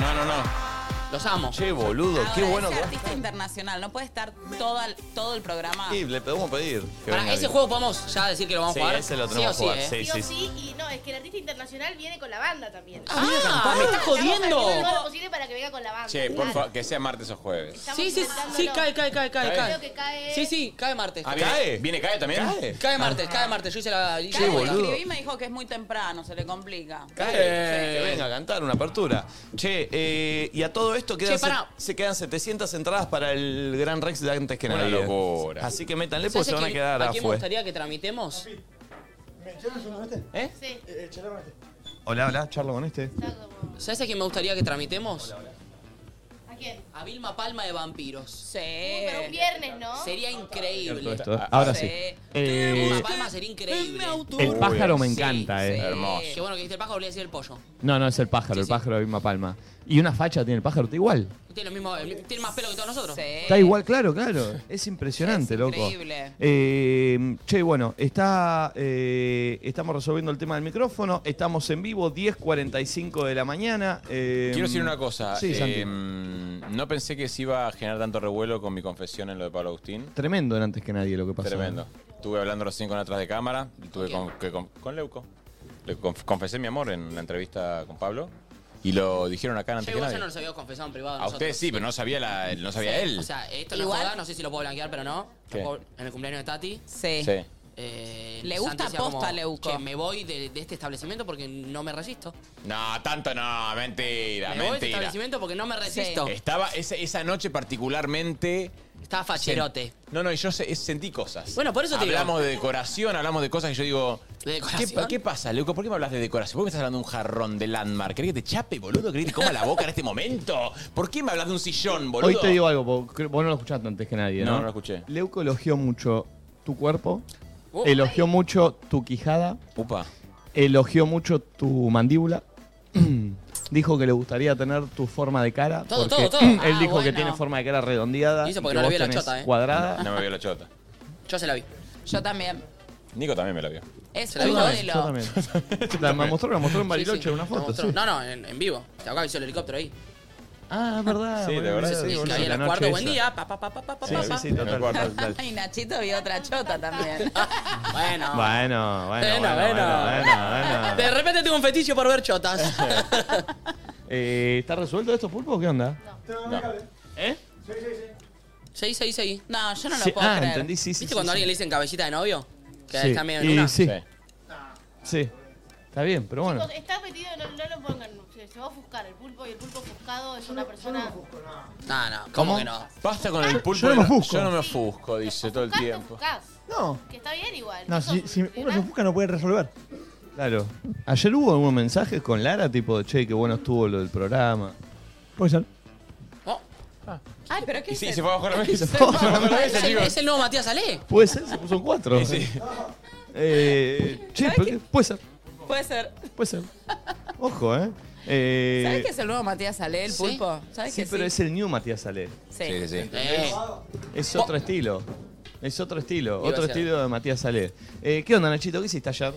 Speaker 5: No, no, no.
Speaker 3: Los amo.
Speaker 2: Che, boludo,
Speaker 4: Ahora,
Speaker 2: qué bueno
Speaker 4: ese
Speaker 2: que...
Speaker 4: artista internacional no puede estar toda, el- todo el programa.
Speaker 2: Sí, le podemos pedir. que
Speaker 3: Pará,
Speaker 2: venga
Speaker 3: ese
Speaker 2: bien.
Speaker 3: juego podemos ya decir que lo vamos
Speaker 2: Sí,
Speaker 3: a jugar.
Speaker 2: ese lo tenemos
Speaker 3: sí o
Speaker 2: que jugar,
Speaker 3: sí, ¿eh?
Speaker 2: sí,
Speaker 8: Sí o
Speaker 2: sí,
Speaker 8: sí, y no, es que el artista internacional viene con la banda también.
Speaker 3: Ah, me estás
Speaker 8: Estamos haciendo todo lo
Speaker 3: jodiendo.
Speaker 8: posible para que venga con la
Speaker 9: Ah,
Speaker 8: banda.
Speaker 5: Che, por
Speaker 8: Claro.
Speaker 5: favor, que sea martes o jueves.
Speaker 8: Estamos
Speaker 3: Sí, sí,
Speaker 8: intentándolo.
Speaker 3: sí, cae, cae, cae, cae,
Speaker 8: Creo
Speaker 3: cae.
Speaker 8: que cae. Ah.
Speaker 3: Sí, sí, cae martes.
Speaker 5: Ah, ¿viene,
Speaker 2: ¿Cae?
Speaker 5: ¿Viene Cae también?
Speaker 2: ¿Cae?
Speaker 3: Cae martes, cae martes. Yo hice la... hice
Speaker 4: Claro,
Speaker 3: la-
Speaker 4: lo
Speaker 2: boludo.
Speaker 4: escribí y me dijo que es muy temprano, se le complica.
Speaker 2: Que venga a cantar una apertura. Che, eh, y a todo esto quedan
Speaker 3: Che, pará.
Speaker 2: se, se quedan 700 entradas para el Gran Rex de antes que
Speaker 5: Una
Speaker 2: nadie.
Speaker 5: locura.
Speaker 2: Así que métanle
Speaker 3: ¿Sabes
Speaker 2: porque se van a
Speaker 3: que-
Speaker 2: quedar
Speaker 3: ¿A quién me
Speaker 2: afuera.
Speaker 3: gustaría que tramitemos?
Speaker 8: Eh,
Speaker 7: ¿Me charlas con este?
Speaker 8: Sí,
Speaker 7: Eh, charla con este.
Speaker 2: Hola, hola, charlo con este.
Speaker 8: está como-
Speaker 3: ¿Sabes a quién me gustaría que tramitemos?
Speaker 8: ¿A quién?
Speaker 3: A Vilma Palma de Vampiros.
Speaker 4: Sí.
Speaker 8: Uh, Pero un viernes, ¿no?
Speaker 3: Sería increíble.
Speaker 1: Ahora
Speaker 4: sí.
Speaker 1: sí.
Speaker 3: Vilma
Speaker 1: Eh,
Speaker 3: Palma sería increíble.
Speaker 1: el pájaro me
Speaker 4: Sí,
Speaker 1: encanta,
Speaker 4: sí.
Speaker 1: eh.
Speaker 5: Hermoso.
Speaker 3: Qué bueno que dijiste el pájaro, volví a decir el pollo.
Speaker 1: No, no es el pájaro, el pájaro de Vilma Palma. Y una facha tiene el pájaro, está igual.
Speaker 3: Tiene, lo mismo, el- tiene más pelo que todos nosotros.
Speaker 4: Sí.
Speaker 1: Está igual, claro, claro. Es impresionante,
Speaker 4: Es
Speaker 1: loco.
Speaker 4: increíble.
Speaker 1: Eh, che, bueno, está, eh, estamos resolviendo el tema del micrófono. Estamos en vivo, 10.45 de la mañana. eh,
Speaker 5: Quiero decir una cosa.
Speaker 1: Sí,
Speaker 5: eh,
Speaker 1: Santi.
Speaker 5: no pensé que se iba a generar tanto revuelo con mi confesión en lo de Pablo Agustín.
Speaker 1: Tremendo en antes que nadie lo que pasó.
Speaker 2: ¿eh?
Speaker 5: Tremendo. Estuve hablando recién con atrás de cámara. Estuve
Speaker 3: quién?
Speaker 5: con, que con- con Leuco. Le conf- confesé mi amor en la entrevista con Pablo. Y lo dijeron acá
Speaker 3: Yo
Speaker 5: antes que
Speaker 3: igual ya
Speaker 5: nadie.
Speaker 3: no los había confesado en privado.
Speaker 5: A ustedes sí, pero no sabía, la, no sabía él.
Speaker 3: O sea, esto no es
Speaker 4: Igual-
Speaker 3: joda, no sé si lo puedo blanquear, pero no.
Speaker 5: ¿Qué?
Speaker 3: Lo puedo- En el cumpleaños de Tati.
Speaker 4: Sí.
Speaker 5: sí.
Speaker 3: eh,
Speaker 4: Le
Speaker 3: Santi
Speaker 4: gusta
Speaker 3: decía
Speaker 4: posta,
Speaker 3: como,
Speaker 4: Leuco.
Speaker 3: "Che, me voy de, de este establecimiento porque no me resisto.
Speaker 5: No, tanto no, mentira,
Speaker 3: me voy de este
Speaker 5: mentira.
Speaker 3: establecimiento porque no me resisto.
Speaker 4: Sí.
Speaker 5: Estaba esa, esa noche particularmente
Speaker 3: Estaba facherote.
Speaker 5: No, no, y yo se- sentí cosas.
Speaker 3: Bueno, por eso te digo.
Speaker 5: Hablamos de decoración, hablamos de cosas que yo digo.
Speaker 3: ¿De
Speaker 5: ¿Qué,
Speaker 3: decoración?
Speaker 5: pa- qué pasa, Leuco? ¿Por qué me hablas de decoración? ¿Por qué me estás hablando de un jarrón de landmark? ¿Querés que te chape, boludo? ¿Querés que te coma la boca en este momento? ¿Por qué me hablas de un sillón, boludo?
Speaker 2: Hoy te digo algo, vos creo- vos no lo escuchaste antes que nadie, ¿no?
Speaker 5: No, no lo escuché.
Speaker 2: Leuco elogió mucho tu cuerpo,
Speaker 3: Oh.
Speaker 2: elogió mucho tu quijada,
Speaker 5: Upa.
Speaker 2: elogió mucho tu mandíbula. dijo que le gustaría tener tu forma de cara.
Speaker 3: Todo,
Speaker 2: porque
Speaker 3: todo, todo.
Speaker 2: Él
Speaker 4: Ah,
Speaker 2: dijo que
Speaker 4: bueno.
Speaker 2: tiene forma de cara redondeada.
Speaker 3: Y eso
Speaker 2: y
Speaker 3: porque no
Speaker 2: que
Speaker 3: le
Speaker 2: vos
Speaker 3: vio la
Speaker 2: tenés
Speaker 3: chota, ¿eh?
Speaker 2: Cuadrada.
Speaker 5: No me vio la chota.
Speaker 3: Yo se la vi.
Speaker 4: Yo también.
Speaker 5: Nico también me la vio.
Speaker 4: Es
Speaker 3: Se la
Speaker 4: un
Speaker 3: vi,
Speaker 2: Yo también, yo
Speaker 4: modelo.
Speaker 2: también. La, me mostró, la mostró en
Speaker 3: Sí,
Speaker 2: Bariloche
Speaker 3: sí,
Speaker 2: una
Speaker 3: me
Speaker 2: foto.
Speaker 3: mostró.
Speaker 2: sí.
Speaker 3: No, no, en, en vivo. Te acá hizo el helicóptero ahí.
Speaker 2: Ah, es verdad.
Speaker 5: Sí, de
Speaker 2: boludo,
Speaker 5: verdad,
Speaker 2: sí,
Speaker 5: sí,
Speaker 3: Y
Speaker 5: sí,
Speaker 2: boludo,
Speaker 3: caí en
Speaker 2: la
Speaker 3: el
Speaker 2: noche
Speaker 3: cuarto. Buen
Speaker 2: esa.
Speaker 3: día. Pa, pa, pa, pa, pa, pa,
Speaker 2: Sí,
Speaker 3: pa.
Speaker 2: sí, sí,
Speaker 5: En el
Speaker 2: total,
Speaker 5: cuarto.
Speaker 2: total.
Speaker 4: Y Nachito vio otra chota también.
Speaker 3: Bueno.
Speaker 2: Bueno, bueno, bueno,
Speaker 3: Bueno,
Speaker 2: bueno,
Speaker 3: bueno.
Speaker 2: bueno,
Speaker 3: De
Speaker 2: bueno.
Speaker 3: repente tengo un fetiche por ver chotas.
Speaker 2: Eh, ¿Está resuelto esto, Pulpo? ¿Qué onda? ¿Eh?
Speaker 3: seguí, seguí, seguí.
Speaker 4: No, yo no lo
Speaker 2: Sí,
Speaker 4: puedo
Speaker 2: ah,
Speaker 4: creer.
Speaker 2: entendí, sí, sí.
Speaker 3: ¿Viste
Speaker 2: sí,
Speaker 3: cuando a
Speaker 2: sí.
Speaker 3: alguien le dicen cabecita de novio? Que
Speaker 2: Sí.
Speaker 3: está medio en
Speaker 2: Y
Speaker 3: una.
Speaker 2: sí, sí. Está bien, pero bueno.
Speaker 9: Chicos, está metido, no, no lo pongan. Se, se va a ofuscar el pulpo y el pulpo ofuscado es una persona.
Speaker 3: No, no, ¿cómo,
Speaker 2: ¿Cómo?
Speaker 3: que no?
Speaker 5: Basta con el pulpo.
Speaker 2: Yo no me
Speaker 5: de la-
Speaker 2: ofusco.
Speaker 5: Yo no me ofusco, dice todo el
Speaker 9: Ofuscás, te
Speaker 5: tiempo.
Speaker 9: ofuscás,
Speaker 2: No,
Speaker 9: Que está bien igual.
Speaker 7: No,
Speaker 9: Eso,
Speaker 7: si, si uno se
Speaker 9: ¿verdad?
Speaker 7: busca no puede resolver.
Speaker 2: claro. Ayer hubo algunos mensajes con Lara, tipo, che, qué bueno estuvo lo del programa.
Speaker 7: Puede ser.
Speaker 3: Oh,
Speaker 4: Ay, pero ¿qué
Speaker 5: Y
Speaker 4: es
Speaker 5: sí,
Speaker 4: eso?
Speaker 5: se fue abajo de la mesa.
Speaker 2: Ah. Se fue abajo de la
Speaker 3: es, el, es el nuevo Matías Ale.
Speaker 2: Puede ser, se puso en cuatro.
Speaker 5: Sí, sí.
Speaker 2: Eh, che, pero que- puede ser,
Speaker 4: Puede ser.
Speaker 2: puede ser. Ojo, ¿eh? eh
Speaker 4: ¿Sabes que es el nuevo Matías Ale, el
Speaker 3: sí.
Speaker 4: pulpo? ¿Sabes
Speaker 2: Sí,
Speaker 4: que
Speaker 2: pero
Speaker 4: sí?
Speaker 2: es el new Matías Ale.
Speaker 5: Sí, sí, sí.
Speaker 3: Eh,
Speaker 2: Es otro estilo. Es otro estilo,
Speaker 3: Iba a
Speaker 2: otro
Speaker 3: ser.
Speaker 2: estilo de Matías Ale. Eh, ¿Qué onda, Nachito? ¿Qué hiciste ayer?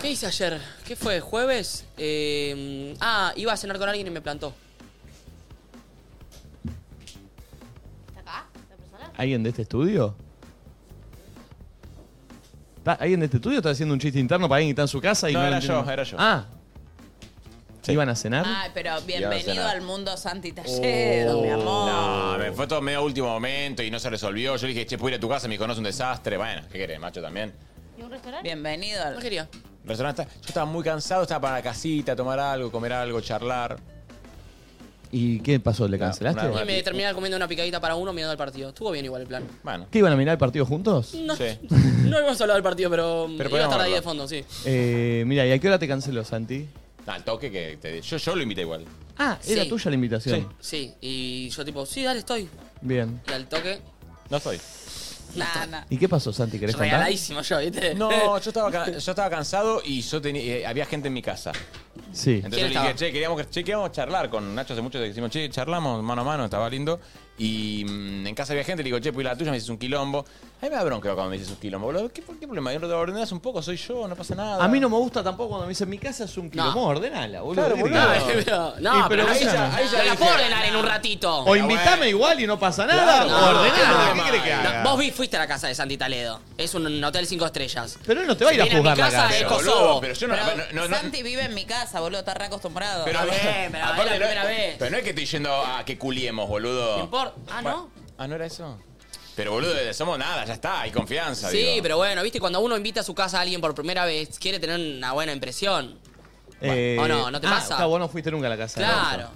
Speaker 3: ¿Qué hice ayer? ¿Qué fue? ¿Jueves? Eh, ah, iba a cenar con alguien y me plantó.
Speaker 9: ¿Está acá? ¿La persona?
Speaker 2: ¿Alguien de este estudio? ¿Está- ¿Alguien de este estudio está haciendo un chiste interno para alguien que está en su casa? Y
Speaker 5: No,
Speaker 2: no lo
Speaker 5: era
Speaker 2: entiende?
Speaker 5: yo, era yo.
Speaker 2: Ah. ¿Iban a cenar?
Speaker 4: Ay, pero bienvenido
Speaker 5: nada.
Speaker 4: al mundo Santi Tallero, mi amor.
Speaker 5: Oh, No, me fue todo medio a último momento y no se resolvió. Yo le dije, che, puedo ir a tu casa, me dijo, no es un desastre. Bueno, ¿qué querés, macho, también?
Speaker 9: ¿Y un restaurante?
Speaker 4: Bienvenido.
Speaker 3: No
Speaker 4: al-
Speaker 3: quería.
Speaker 5: El restaurante está- Yo estaba muy cansado, estaba para la casita, tomar algo, comer algo, charlar.
Speaker 2: ¿Y qué pasó? ¿Le
Speaker 5: No,
Speaker 2: cancelaste?
Speaker 5: una-
Speaker 3: Y me terminé comiendo una picadita para uno mirando el partido. Estuvo bien igual el plan.
Speaker 5: Bueno,
Speaker 2: ¿Qué iban a mirar el partido juntos?
Speaker 3: No,
Speaker 5: Sí.
Speaker 3: no hemos hablado del partido, pero,
Speaker 5: Pero
Speaker 3: iba a estar
Speaker 5: podemos
Speaker 3: ahí de
Speaker 5: hablar.
Speaker 3: fondo, sí.
Speaker 2: Eh, mira, ¿y a qué hora te canceló, Santi?
Speaker 5: Ah, al toque que te- yo, yo lo invité igual.
Speaker 2: Ah, era
Speaker 3: Sí.
Speaker 2: tuya la invitación.
Speaker 3: Sí, y yo tipo, sí, dale, estoy.
Speaker 2: Bien.
Speaker 3: Y al toque,
Speaker 5: No estoy.
Speaker 4: Nah, nah.
Speaker 2: ¿Y qué pasó, Santi? ¿Querés contar?
Speaker 3: regaladísimo yo,
Speaker 5: Ah,
Speaker 3: ¿viste?
Speaker 5: No, yo estaba, ca- yo estaba cansado y yo tenía, eh, había gente en mi casa.
Speaker 2: Sí.
Speaker 5: Entonces le
Speaker 3: ¿Quién
Speaker 5: dije,
Speaker 3: estaba?
Speaker 5: che, queríamos, que- che, queríamos charlar con Nacho hace mucho. que Decimos, che, charlamos mano a mano, estaba lindo. Y mm, en casa había gente, le digo, che, pues la tuya me dices un quilombo. A mí me da bronca cuando me dices un quilombo, boludo. ¿Qué, ¿Qué problema? Yo lo ordenás un poco, soy yo, no pasa nada.
Speaker 2: A mí no me gusta tampoco cuando me dicen mi casa es un quilombo, ordenala, boludo.
Speaker 5: Claro,
Speaker 2: ¿Qué
Speaker 5: boludo.
Speaker 2: te-
Speaker 3: No, pero, no,
Speaker 2: Y, pero
Speaker 3: pero,
Speaker 2: ahí ya-
Speaker 3: no
Speaker 5: ahí ya
Speaker 3: la
Speaker 5: dije-
Speaker 3: puedo ordenar en un ratito.
Speaker 2: O invítame igual y no pasa
Speaker 5: Claro,
Speaker 2: nada, o
Speaker 5: no,
Speaker 2: ordenala.
Speaker 5: no,
Speaker 2: ¿Qué querés que
Speaker 5: no.
Speaker 2: haga?
Speaker 3: No, vos vi- fuiste a la casa de Santi Taledo. Es un hotel cinco estrellas.
Speaker 2: Pero él no te va a ir a
Speaker 3: Viene a mi
Speaker 2: juzgar la
Speaker 3: casa,
Speaker 2: casa.
Speaker 3: eh,
Speaker 5: Pero,
Speaker 3: Kosovo.
Speaker 5: boludo, pero yo no.
Speaker 4: Pero
Speaker 5: no- no- no-
Speaker 4: Santi vive en mi casa, boludo, está re acostumbrado.
Speaker 5: pero,
Speaker 3: Está bien, pero es la
Speaker 5: no-
Speaker 3: primera vez.
Speaker 5: pero no es que estoy yendo a que culiemos, boludo.
Speaker 3: No importa. Ah, ¿no?
Speaker 5: Ah, no era eso. Pero boludo, somos nada, ya está, hay confianza.
Speaker 3: Sí,
Speaker 5: digo.
Speaker 3: pero bueno, viste, cuando uno invita a su casa a alguien por primera vez, quiere tener una buena impresión.
Speaker 2: Eh,
Speaker 3: o no, no te
Speaker 2: ah,
Speaker 3: pasa.
Speaker 2: claro, vos no fuiste nunca a la casa. de
Speaker 3: Claro.
Speaker 2: Alonso.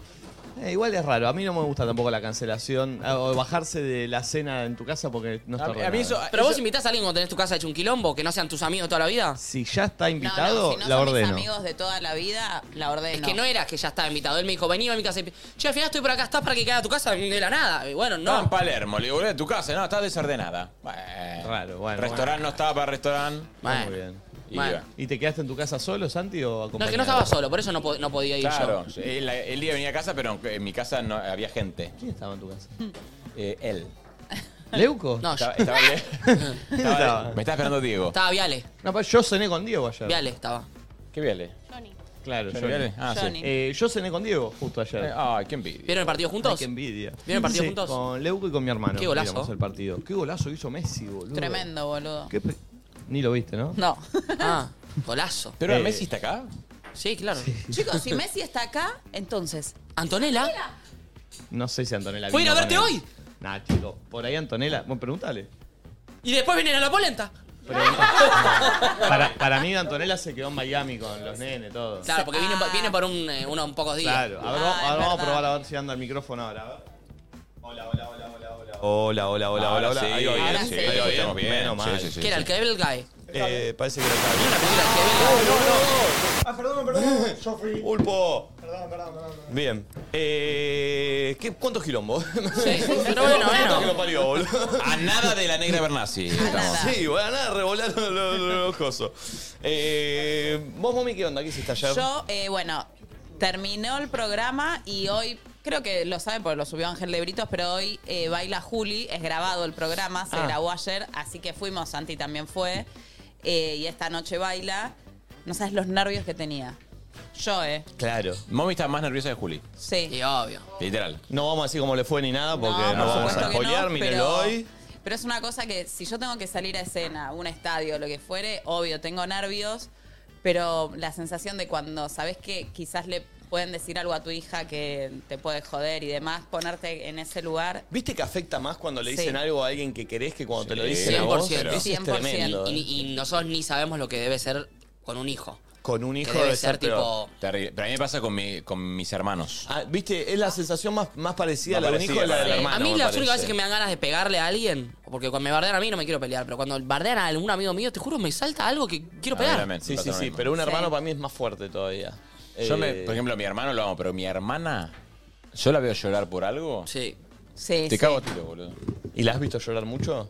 Speaker 2: Eh, igual es raro. A mí no me gusta tampoco la cancelación ah, o bajarse de la cena en tu casa porque no está
Speaker 5: A, a
Speaker 2: ordenada.
Speaker 5: mí eso.
Speaker 3: Pero
Speaker 5: eso-
Speaker 3: vos invitás a alguien cuando tenés tu casa hecho un quilombo, que no sean tus amigos toda la vida.
Speaker 2: Si ya está
Speaker 4: No, no,
Speaker 2: invitado,
Speaker 4: si no
Speaker 2: la
Speaker 4: son mis
Speaker 2: ordeno.
Speaker 4: amigos de toda la vida, la ordeno.
Speaker 3: Es que no era que ya estaba invitado. Él me dijo, vení a mi casa. Che, al final estoy por acá, ¿estás para que quede a tu casa? De la nada. Y bueno,
Speaker 5: Estaba en
Speaker 3: no.
Speaker 5: Palermo, le digo, boludo, tu casa, no, está desordenada. Bueno.
Speaker 2: Raro, bueno,
Speaker 5: Restaurante no estaba para restaurante.
Speaker 3: Bueno.
Speaker 2: Muy bien.
Speaker 5: Y
Speaker 3: Bueno.
Speaker 5: iba.
Speaker 2: ¿Y te quedaste en tu casa solo, Santi, o acompañado?
Speaker 3: No, es que no estaba solo, por eso no, po- no podía ir
Speaker 5: Claro,
Speaker 3: yo.
Speaker 5: él, él iba a venir a casa, pero en mi casa no había gente.
Speaker 2: ¿Quién estaba en tu casa?
Speaker 5: Eh, él.
Speaker 2: ¿Leuco?
Speaker 3: No, yo-
Speaker 5: Estaba, estaba bien. Estaba-
Speaker 2: estaba?
Speaker 5: Me estaba esperando Diego.
Speaker 3: estaba Viale.
Speaker 2: No, pero yo cené con Diego ayer.
Speaker 3: Viale estaba.
Speaker 5: ¿Qué viale?
Speaker 9: Johnny.
Speaker 2: Claro, yo.
Speaker 5: ¿Viale? Ah,
Speaker 4: Johnny.
Speaker 5: sí.
Speaker 2: Eh, yo cené con Diego justo ayer.
Speaker 5: Eh, Ay, qué envidia.
Speaker 3: ¿Vieron el partido
Speaker 2: Ay,
Speaker 3: juntos?
Speaker 2: qué envidia.
Speaker 3: ¿Vieron el partido juntos?
Speaker 2: Con Leuco y con mi hermano.
Speaker 3: Qué golazo.
Speaker 2: miramos el partido. Qué golazo hizo Messi, boludo.
Speaker 4: Tremendo, boludo.
Speaker 2: Qué pe- Ni lo viste, ¿no?
Speaker 4: No.
Speaker 3: Ah, golazo.
Speaker 5: ¿Pero
Speaker 2: Eh.
Speaker 5: Messi está acá?
Speaker 3: Sí, claro.
Speaker 4: Chicos, si Messi está acá, entonces.
Speaker 3: Antonella.
Speaker 2: No sé si Antonella
Speaker 3: Voy a ir a
Speaker 2: vino
Speaker 3: verte
Speaker 2: con él.
Speaker 3: hoy.
Speaker 2: Nah, chico, por ahí Antonella. Bueno, pregúntale.
Speaker 3: Y después vienen a la polenta.
Speaker 2: Para, para mí, Antonella se quedó en Miami con los nenes, todo.
Speaker 3: Claro, porque vienen, pa- vienen por un, eh, unos pocos días.
Speaker 2: Claro. A ver,
Speaker 4: Ah,
Speaker 2: vamos-
Speaker 4: es
Speaker 2: ahora vamos a
Speaker 4: verdad.
Speaker 2: probar a ver si anda el micrófono ahora. a ver. Hola, hola, hola, hola, hola. Hola, hola, hola,
Speaker 5: Ahora
Speaker 2: hola, hola.
Speaker 5: sí,
Speaker 2: Ahí va bien,
Speaker 5: ahora sí,
Speaker 2: ahí va bien.
Speaker 5: estamos bien.
Speaker 2: Menos mal.
Speaker 5: Sí, sí, sí.
Speaker 3: ¿Qué era? ¿El que ve el guy?
Speaker 2: Eh, parece que lo cabe.
Speaker 10: Ah, perdón, perdón. Yo fui.
Speaker 2: Pulpo.
Speaker 10: Perdón, perdón, perdón.
Speaker 2: Bien. Eh, ¿qué, ¿Cuántos quilombos?
Speaker 3: Sí. Pero bueno,
Speaker 2: ¿Cuántos que
Speaker 3: bueno.
Speaker 2: lo parió, boludo?
Speaker 5: A nada de la negra Bernasi. estamos.
Speaker 2: Sí, bueno, nada, revolaron los, los cosos. Eh, vos, mami, ¿qué onda? ¿Qué hiciste ayer?
Speaker 4: Yo, eh, bueno, terminó el programa y hoy, creo que lo saben porque lo subió Ángel de Britos, pero hoy eh, baila Juli, es grabado el programa, se
Speaker 3: Ah.
Speaker 4: grabó ayer, así que fuimos, Santi también fue, eh, y esta noche baila. No sabes los nervios que tenía. Yo, ¿eh?
Speaker 2: Claro.
Speaker 5: Mommy está más nerviosa que Juli.
Speaker 4: Sí.
Speaker 3: Y obvio.
Speaker 5: Literal.
Speaker 2: No vamos a decir cómo le fue ni nada porque no,
Speaker 4: por
Speaker 2: vamos
Speaker 4: supuesto
Speaker 2: a
Speaker 4: que no,
Speaker 2: spoilear, mírenlo hoy.
Speaker 4: Pero es una cosa que si yo tengo que salir a escena, a un estadio, lo que fuere, obvio, tengo nervios, pero la sensación de cuando sabes que quizás le pueden decir algo a tu hija que te puede joder y demás, ponerte en ese lugar.
Speaker 2: ¿Viste que afecta más cuando le
Speaker 4: Sí.
Speaker 2: dicen algo a alguien que querés que cuando te lo dicen a vos?
Speaker 3: 100%.
Speaker 2: Eso es
Speaker 4: 100%.
Speaker 2: tremendo.
Speaker 3: Y,
Speaker 2: ¿eh?
Speaker 3: y- y nosotros ni sabemos lo que debe ser con un hijo.
Speaker 2: Con un hijo
Speaker 3: que debe
Speaker 2: debe
Speaker 3: ser,
Speaker 2: peor.
Speaker 3: tipo.
Speaker 5: Terrible. Pero a mí me pasa con, mi- con mis hermanos.
Speaker 2: Ah, ¿Viste? Es la sensación más, más parecida
Speaker 5: Más
Speaker 2: a la de un hijo
Speaker 5: parecida,
Speaker 2: de la del
Speaker 5: sí.
Speaker 2: hermano.
Speaker 3: a mí
Speaker 2: me
Speaker 3: las
Speaker 2: parece.
Speaker 3: únicas veces que me dan ganas de pegarle a alguien, porque cuando me bardean a mí no me quiero pelear, pero cuando bardean a algún amigo mío, te juro, me salta algo que quiero
Speaker 5: A ver,
Speaker 3: pegar.
Speaker 5: a mí.
Speaker 2: Sí,
Speaker 5: Me
Speaker 2: sí,
Speaker 5: pasa lo
Speaker 2: sí.
Speaker 5: mismo.
Speaker 2: Pero un hermano
Speaker 4: Sí.
Speaker 2: para mí es más fuerte todavía.
Speaker 5: Yo me,
Speaker 2: Eh,
Speaker 5: por ejemplo, a mi hermano lo amo, pero mi hermana, yo la veo llorar por algo.
Speaker 3: Sí.
Speaker 4: Sí,
Speaker 5: Te
Speaker 4: sí.
Speaker 5: cago a tiro, boludo.
Speaker 2: ¿Y la has visto llorar mucho?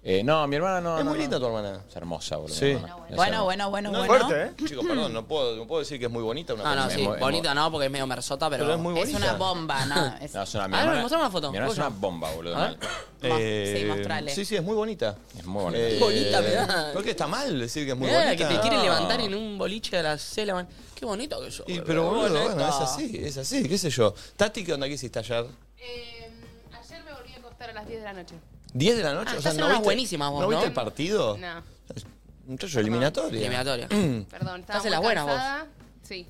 Speaker 5: Eh, no, mi hermana no.
Speaker 2: es
Speaker 5: no,
Speaker 2: muy
Speaker 5: no.
Speaker 2: linda tu hermana.
Speaker 5: Es hermosa, boludo.
Speaker 2: Sí.
Speaker 5: mi hermana. Es
Speaker 4: Bueno,
Speaker 5: hermosa.
Speaker 4: bueno, bueno, bueno.
Speaker 10: Fuerte, ¿eh?
Speaker 2: Chicos, perdón, no puedo, no puedo decir que es muy bonita una
Speaker 3: No, Ah, no,
Speaker 2: persona.
Speaker 3: sí.
Speaker 5: mo- es
Speaker 3: Bonita no, porque es medio merzota, pero.
Speaker 2: Pero es muy
Speaker 4: Es
Speaker 2: bonita.
Speaker 4: una bomba, ¿no? Es-
Speaker 5: No, es una, mi
Speaker 3: Ah, no,
Speaker 5: hermana-
Speaker 3: mostrame una foto.
Speaker 5: Mi hermana es
Speaker 3: Voy
Speaker 5: una
Speaker 3: yo.
Speaker 5: bomba, boludo.
Speaker 3: A ver.
Speaker 5: mal.
Speaker 4: Sí, mostrale.
Speaker 2: Eh, Sí, sí, es muy bonita.
Speaker 5: Es muy bonita.
Speaker 3: Bonita, mirá.
Speaker 2: Porque está mal decir que es muy
Speaker 3: Mirá,
Speaker 2: bonita.
Speaker 3: que te quieren
Speaker 5: Ah.
Speaker 3: levantar en un boliche de las seis de la man. Qué bonito que yo.
Speaker 2: Y, pero boludo, bueno, es así, es así, qué sé yo. Tati, ¿qué onda que hiciste ayer?
Speaker 8: Eh, ayer me volví a acostar a las 10 de la noche.
Speaker 2: ¿10 de la noche?
Speaker 3: Ah, estás en unas buenísimas vos,
Speaker 2: ¿No viste
Speaker 3: ¿no?
Speaker 2: el partido?
Speaker 8: No,
Speaker 2: Muchacho, eliminatoria.
Speaker 3: Eliminatoria.
Speaker 8: perdón,
Speaker 3: Estás en
Speaker 8: estaba muy
Speaker 3: las buenas, vos.
Speaker 8: cansada. Sí.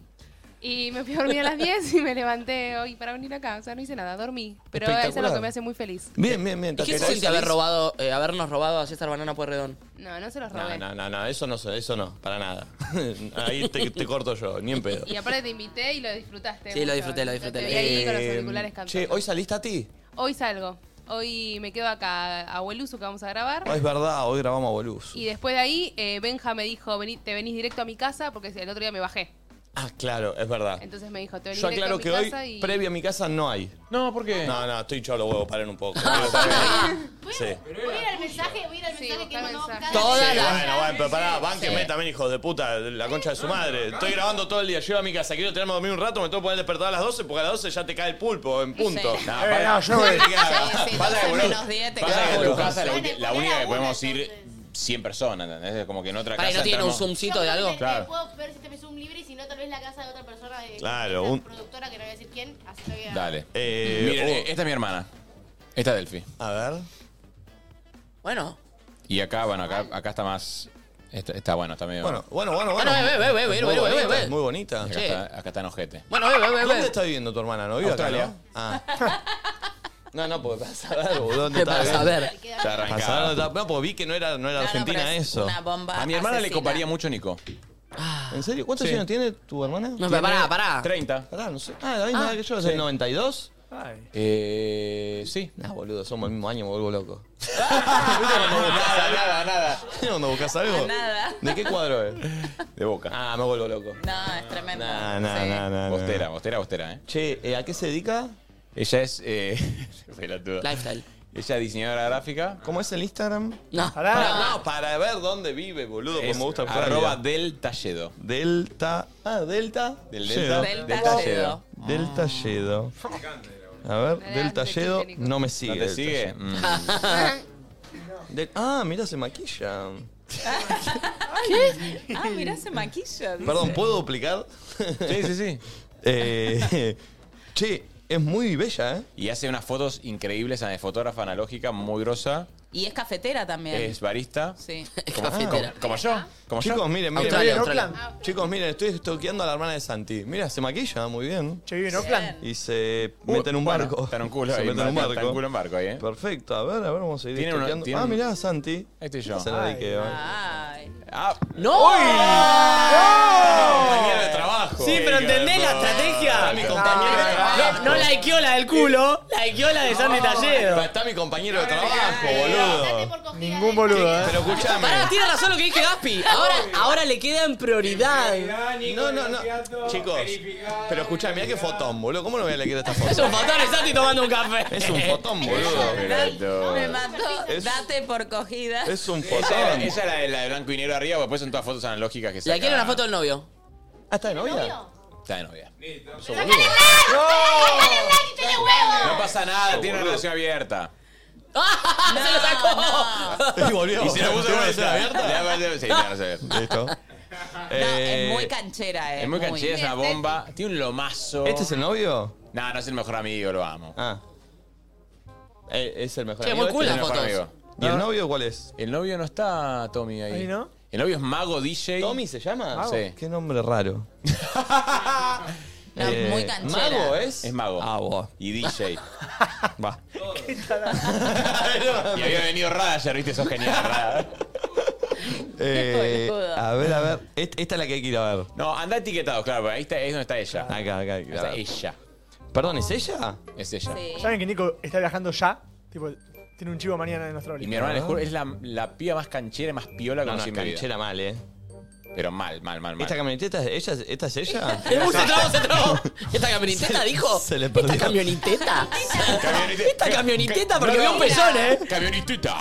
Speaker 8: Y me fui a dormir a las 10 y me levanté hoy para venir acá. O sea, no hice nada, dormí. Pero eso es lo
Speaker 2: Espectacular.
Speaker 8: que me hace muy feliz.
Speaker 2: Bien, bien, bien.
Speaker 3: ¿Y
Speaker 2: Tati,
Speaker 3: qué se
Speaker 2: ¿hoy
Speaker 3: siente haber
Speaker 2: salís?
Speaker 3: robado, eh, habernos robado a César Banana Puerredón?
Speaker 8: No, no se los
Speaker 2: No,
Speaker 8: robé.
Speaker 2: no, no, no, eso no, se- eso no, para nada. Ahí te, te corto yo, ni en pedo.
Speaker 8: Y aparte te invité y lo disfrutaste.
Speaker 3: Sí, lo
Speaker 8: mucho.
Speaker 3: disfruté, lo disfruté.
Speaker 8: Te vi ahí con los
Speaker 2: Eh,
Speaker 8: auriculares cantando.
Speaker 2: Che, ¿hoy saliste a ti?
Speaker 8: Hoy salgo. Hoy me quedo acá a Huelusu que vamos a grabar.
Speaker 2: es verdad, hoy grabamos a Bolus.
Speaker 8: Y después de ahí, eh, Benja me dijo, "Vení- te venís directo a mi casa porque el otro día me bajé.
Speaker 2: Ah, claro, es verdad.
Speaker 8: Entonces me dijo, te venís
Speaker 2: Yo aclaro
Speaker 8: directo a mi
Speaker 2: que hoy,
Speaker 8: casa y...
Speaker 2: previo a mi casa, no hay.
Speaker 5: No, ¿por qué?
Speaker 2: No, no, estoy cholo huevo, paren un poco. sí.
Speaker 9: Voy a ir al mensaje, voy a ir al
Speaker 8: Sí,
Speaker 9: mensaje que
Speaker 8: busca
Speaker 9: mandamos
Speaker 8: mensaje.
Speaker 9: cada
Speaker 3: Todas
Speaker 2: Sí,
Speaker 3: las-
Speaker 2: bueno, bueno, pero pará, bánqueme también, hijos de puta, la concha de su madre. Estoy grabando todo el día, llego a mi casa, quiero tenerme a dormir un rato, me tengo que poner el despertador a las 12, porque a las 12 ya te cae el pulpo, en punto.
Speaker 4: Sí.
Speaker 5: No,
Speaker 10: Eh,
Speaker 5: para-
Speaker 10: no, yo voy.
Speaker 2: Te caga.
Speaker 4: Sí, sí,
Speaker 2: Pasa que,
Speaker 4: 12
Speaker 2: boludo,
Speaker 4: menos 10 te
Speaker 2: pasa
Speaker 4: cagas
Speaker 5: Pasa
Speaker 2: que
Speaker 5: que
Speaker 2: tu
Speaker 5: en tu casa
Speaker 2: casa-
Speaker 5: la, ulti- la única que
Speaker 9: Una,
Speaker 5: podemos ir
Speaker 9: entonces.
Speaker 5: 100 personas, ¿entendés? Es como que en otra
Speaker 3: ¿Para
Speaker 5: casa.
Speaker 3: que no tiene un
Speaker 5: entramos-
Speaker 3: zoomcito de algo?
Speaker 5: Claro.
Speaker 9: Claro. Puedo ver si te ves un libre y si no, tal vez la casa de otra persona. De,
Speaker 2: Claro,
Speaker 9: una
Speaker 2: un-
Speaker 9: productora que no voy a decir quién. Así que voy a-
Speaker 5: Dale.
Speaker 2: Eh,
Speaker 5: Miren,
Speaker 2: oh.
Speaker 5: eh, esta es mi hermana. Esta es Delphi.
Speaker 2: A ver.
Speaker 3: Bueno.
Speaker 5: Y acá, bueno, acá, acá está más. Está, está bueno, está medio.
Speaker 2: Bueno, bueno, bueno, bueno.
Speaker 3: Bueno, ve, ve, ve, ve,
Speaker 2: Es
Speaker 3: ve,
Speaker 2: muy
Speaker 3: ve, ve,
Speaker 2: bonita,
Speaker 3: ve.
Speaker 2: es Muy bonita.
Speaker 5: acá,
Speaker 3: Sí.
Speaker 5: está, acá está en ojete.
Speaker 3: Bueno, ve, ve, ve,
Speaker 2: ¿Dónde
Speaker 3: ve.
Speaker 2: está viviendo tu hermana? ¿No vive acá?
Speaker 5: Australia.
Speaker 2: ¿no? Ah. No, no, porque para saber, boludo, dónde
Speaker 3: Te
Speaker 2: está.
Speaker 3: vas a ver.
Speaker 5: Está
Speaker 2: Para saber
Speaker 5: arrancada.
Speaker 2: dónde está. No, porque vi que no era, no era
Speaker 4: No, no,
Speaker 2: Argentina
Speaker 4: pero es
Speaker 2: eso.
Speaker 4: Una bomba
Speaker 5: A mi hermana le
Speaker 4: asesina.
Speaker 5: coparía mucho Nico.
Speaker 2: ¿En serio? ¿Cuántos
Speaker 5: Sí.
Speaker 2: años tiene tu hermana?
Speaker 3: No, pero pará, pará.
Speaker 5: 30.
Speaker 2: Pará, no sé. Ah, la misma edad que yo, ¿es el 92?
Speaker 10: Ay.
Speaker 5: Eh, sí.
Speaker 2: Nah, boludo, somos el mismo año, me vuelvo loco.
Speaker 5: nada, nada, nada.
Speaker 2: ¿Dónde buscas algo?
Speaker 4: Nada.
Speaker 2: ¿De qué cuadro es?
Speaker 5: De boca.
Speaker 2: Ah, me vuelvo loco.
Speaker 4: No, es tremendo.
Speaker 2: Nah, nah,
Speaker 4: Sí.
Speaker 2: nah, nah, nah.
Speaker 5: Bostera, bostera, bostera, ¿eh?
Speaker 2: Che, eh, ¿a qué se dedica?
Speaker 5: Ella es. Eh, pelotudo.
Speaker 3: Lifestyle.
Speaker 5: Ella es diseñadora gráfica.
Speaker 2: ¿Cómo es el Instagram?
Speaker 3: No.
Speaker 10: Pará.
Speaker 2: No, para ver dónde vive, boludo, porque
Speaker 5: Es
Speaker 2: me gusta Australia.
Speaker 5: arroba del talledo.
Speaker 2: Delta. Ah, Delta.
Speaker 5: Del Delta.
Speaker 2: Yedo.
Speaker 4: Del
Speaker 5: Del
Speaker 4: talledo.
Speaker 2: Delta Yedo. A ver,
Speaker 8: Me
Speaker 2: Delta
Speaker 8: das de
Speaker 2: Yedo
Speaker 8: técnico.
Speaker 2: no me
Speaker 5: ¿No
Speaker 2: sigue.
Speaker 5: te
Speaker 2: Delta
Speaker 5: sigue?
Speaker 2: Yedo.
Speaker 5: Mm.
Speaker 2: Del- ah, mira, se maquilla.
Speaker 4: Ah, mirá, se maquilla. dice.
Speaker 2: Perdón, ¿puedo duplicar?
Speaker 5: Sí, sí, sí.
Speaker 2: Eh, che, es muy bella, ¿eh?
Speaker 5: Y hace unas fotos increíbles, es fotógrafa analógica, muy grosa.
Speaker 4: Y es cafetera también.
Speaker 5: Es barista.
Speaker 4: Sí. Ah.
Speaker 3: Es cafetera.
Speaker 5: Como yo. Como yo.
Speaker 2: Chicos, miren, miren.
Speaker 3: Australia,
Speaker 2: miren.
Speaker 3: Australia.
Speaker 10: Ah,
Speaker 2: Chicos, miren, estoy estoqueando a la hermana de Santi. Mira, se maquilla muy bien.
Speaker 10: Che, vive en Oakland.
Speaker 2: Y se
Speaker 5: Uh,
Speaker 2: mete en un
Speaker 5: bueno,
Speaker 2: barco.
Speaker 5: está en un culo
Speaker 2: se
Speaker 5: ahí,
Speaker 2: mete en un
Speaker 5: está-
Speaker 2: barco.
Speaker 5: está en culo en barco ahí, ¿eh?
Speaker 2: Perfecto, a ver, a ver, vamos a seguir
Speaker 5: Tiene una-
Speaker 2: estoqueando.
Speaker 5: tiene
Speaker 2: Ah,
Speaker 5: un-
Speaker 2: mirá, Santi.
Speaker 5: Ahí estoy yo.
Speaker 2: Se la
Speaker 10: Ay.
Speaker 2: dediqué, ¿eh?
Speaker 4: Ay.
Speaker 5: Ah,
Speaker 3: ¡No!
Speaker 2: compañero de trabajo.
Speaker 3: Sí, pero ¿entendés la estrategia?
Speaker 7: Ah,
Speaker 2: compañero de trabajo.
Speaker 3: No, no likeó la del culo. La
Speaker 11: la Equiola de Sandy Talledo.
Speaker 2: Está mi compañero de trabajo, boludo.
Speaker 11: Ningún
Speaker 1: eh.
Speaker 11: boludo,
Speaker 2: Pero escuchame.
Speaker 11: Pará, tiene razón lo que dije Gaspi. Ahora, ahora le queda en prioridad.
Speaker 2: No, no, no. Chicos, pero escuchá, mirá qué fotón, boludo. ¿Cómo no voy a leer esta foto?
Speaker 11: Es un fotón, es Santi tomando un café.
Speaker 2: Es un fotón, boludo.
Speaker 4: Me mató. Date por cogida.
Speaker 2: Es un
Speaker 5: Esa,
Speaker 2: fotón.
Speaker 5: esa es la de, la de blanco y negro arriba, porque después son todas fotos analógicas que
Speaker 3: Y
Speaker 5: saca.
Speaker 3: aquí era una foto del novio.
Speaker 2: Ah, ¿está de novia?
Speaker 5: Está de novia.
Speaker 9: ¡Sacale el like! ¡Sacale el like y tenés huevo!
Speaker 5: No pasa nada, tiene una relación abierta.
Speaker 3: ¡Se lo sacó!
Speaker 2: Y volvió.
Speaker 5: Y se lo puso
Speaker 2: ¿Tiene
Speaker 5: con
Speaker 2: una
Speaker 5: el
Speaker 2: escena abierta?
Speaker 5: Sí, tiene una relación abierta.
Speaker 2: Listo.
Speaker 4: No,
Speaker 5: Eh,
Speaker 4: es muy canchera, eh.
Speaker 5: Es muy canchera, es una bomba. Tiene un lomazo.
Speaker 1: ¿Este es el novio?
Speaker 5: No, no es el mejor amigo, lo amo.
Speaker 1: Ah. Eh, Es el mejor
Speaker 3: Che,
Speaker 1: amigo.
Speaker 3: muy cool
Speaker 5: Es
Speaker 3: las
Speaker 5: el mejor
Speaker 3: fotos.
Speaker 5: amigo.
Speaker 1: ¿Y el novio cuál es?
Speaker 5: El novio no está Tommy ahí.
Speaker 11: Ahí no.
Speaker 5: El novio es Mago DJ.
Speaker 1: ¿Tommy se llama?
Speaker 5: Sí.
Speaker 1: Qué nombre raro. Eh,
Speaker 4: No, es muy canchera.
Speaker 1: ¿Mago es?
Speaker 5: Es Mago.
Speaker 1: Ah, vos.
Speaker 5: Y DJ.
Speaker 1: Va.
Speaker 5: y había venido Radayer, viste, sos genial, Rada.
Speaker 1: Eh,
Speaker 4: boludo.
Speaker 1: a ver, a ver. Est- Esta es la que hay que ir a ver.
Speaker 5: No, anda etiquetado, claro, porque ahí está, es donde está ella.
Speaker 1: Acá, acá,
Speaker 5: O sea,
Speaker 1: acá.
Speaker 5: ella.
Speaker 1: Perdón, ¿es ella?
Speaker 5: Es ella.
Speaker 11: Sí.
Speaker 4: Sí.
Speaker 11: que Nico está viajando ya? Tipo, tiene un chivo mañana en Australia.
Speaker 5: Y mi hermana, les juro, es la, la piba más canchera y más piola que
Speaker 1: No, no,
Speaker 5: conocí
Speaker 1: es
Speaker 5: en mi vida.
Speaker 1: canchera mal, ¿eh?
Speaker 5: Pero mal, mal, mal, mal.
Speaker 1: ¿Esta camioneta es ella? ¿Esta es ella?
Speaker 3: Uh, se trabó, se trabó. ¿Esta camioneteta dijo?
Speaker 1: Se le
Speaker 3: ¿Esta
Speaker 1: perdió.
Speaker 3: camioneteta?
Speaker 5: Camionete-
Speaker 3: Esta camioneteta
Speaker 5: No,
Speaker 3: porque
Speaker 5: no.
Speaker 3: vio un pezón, ¿eh?
Speaker 5: Camionetita.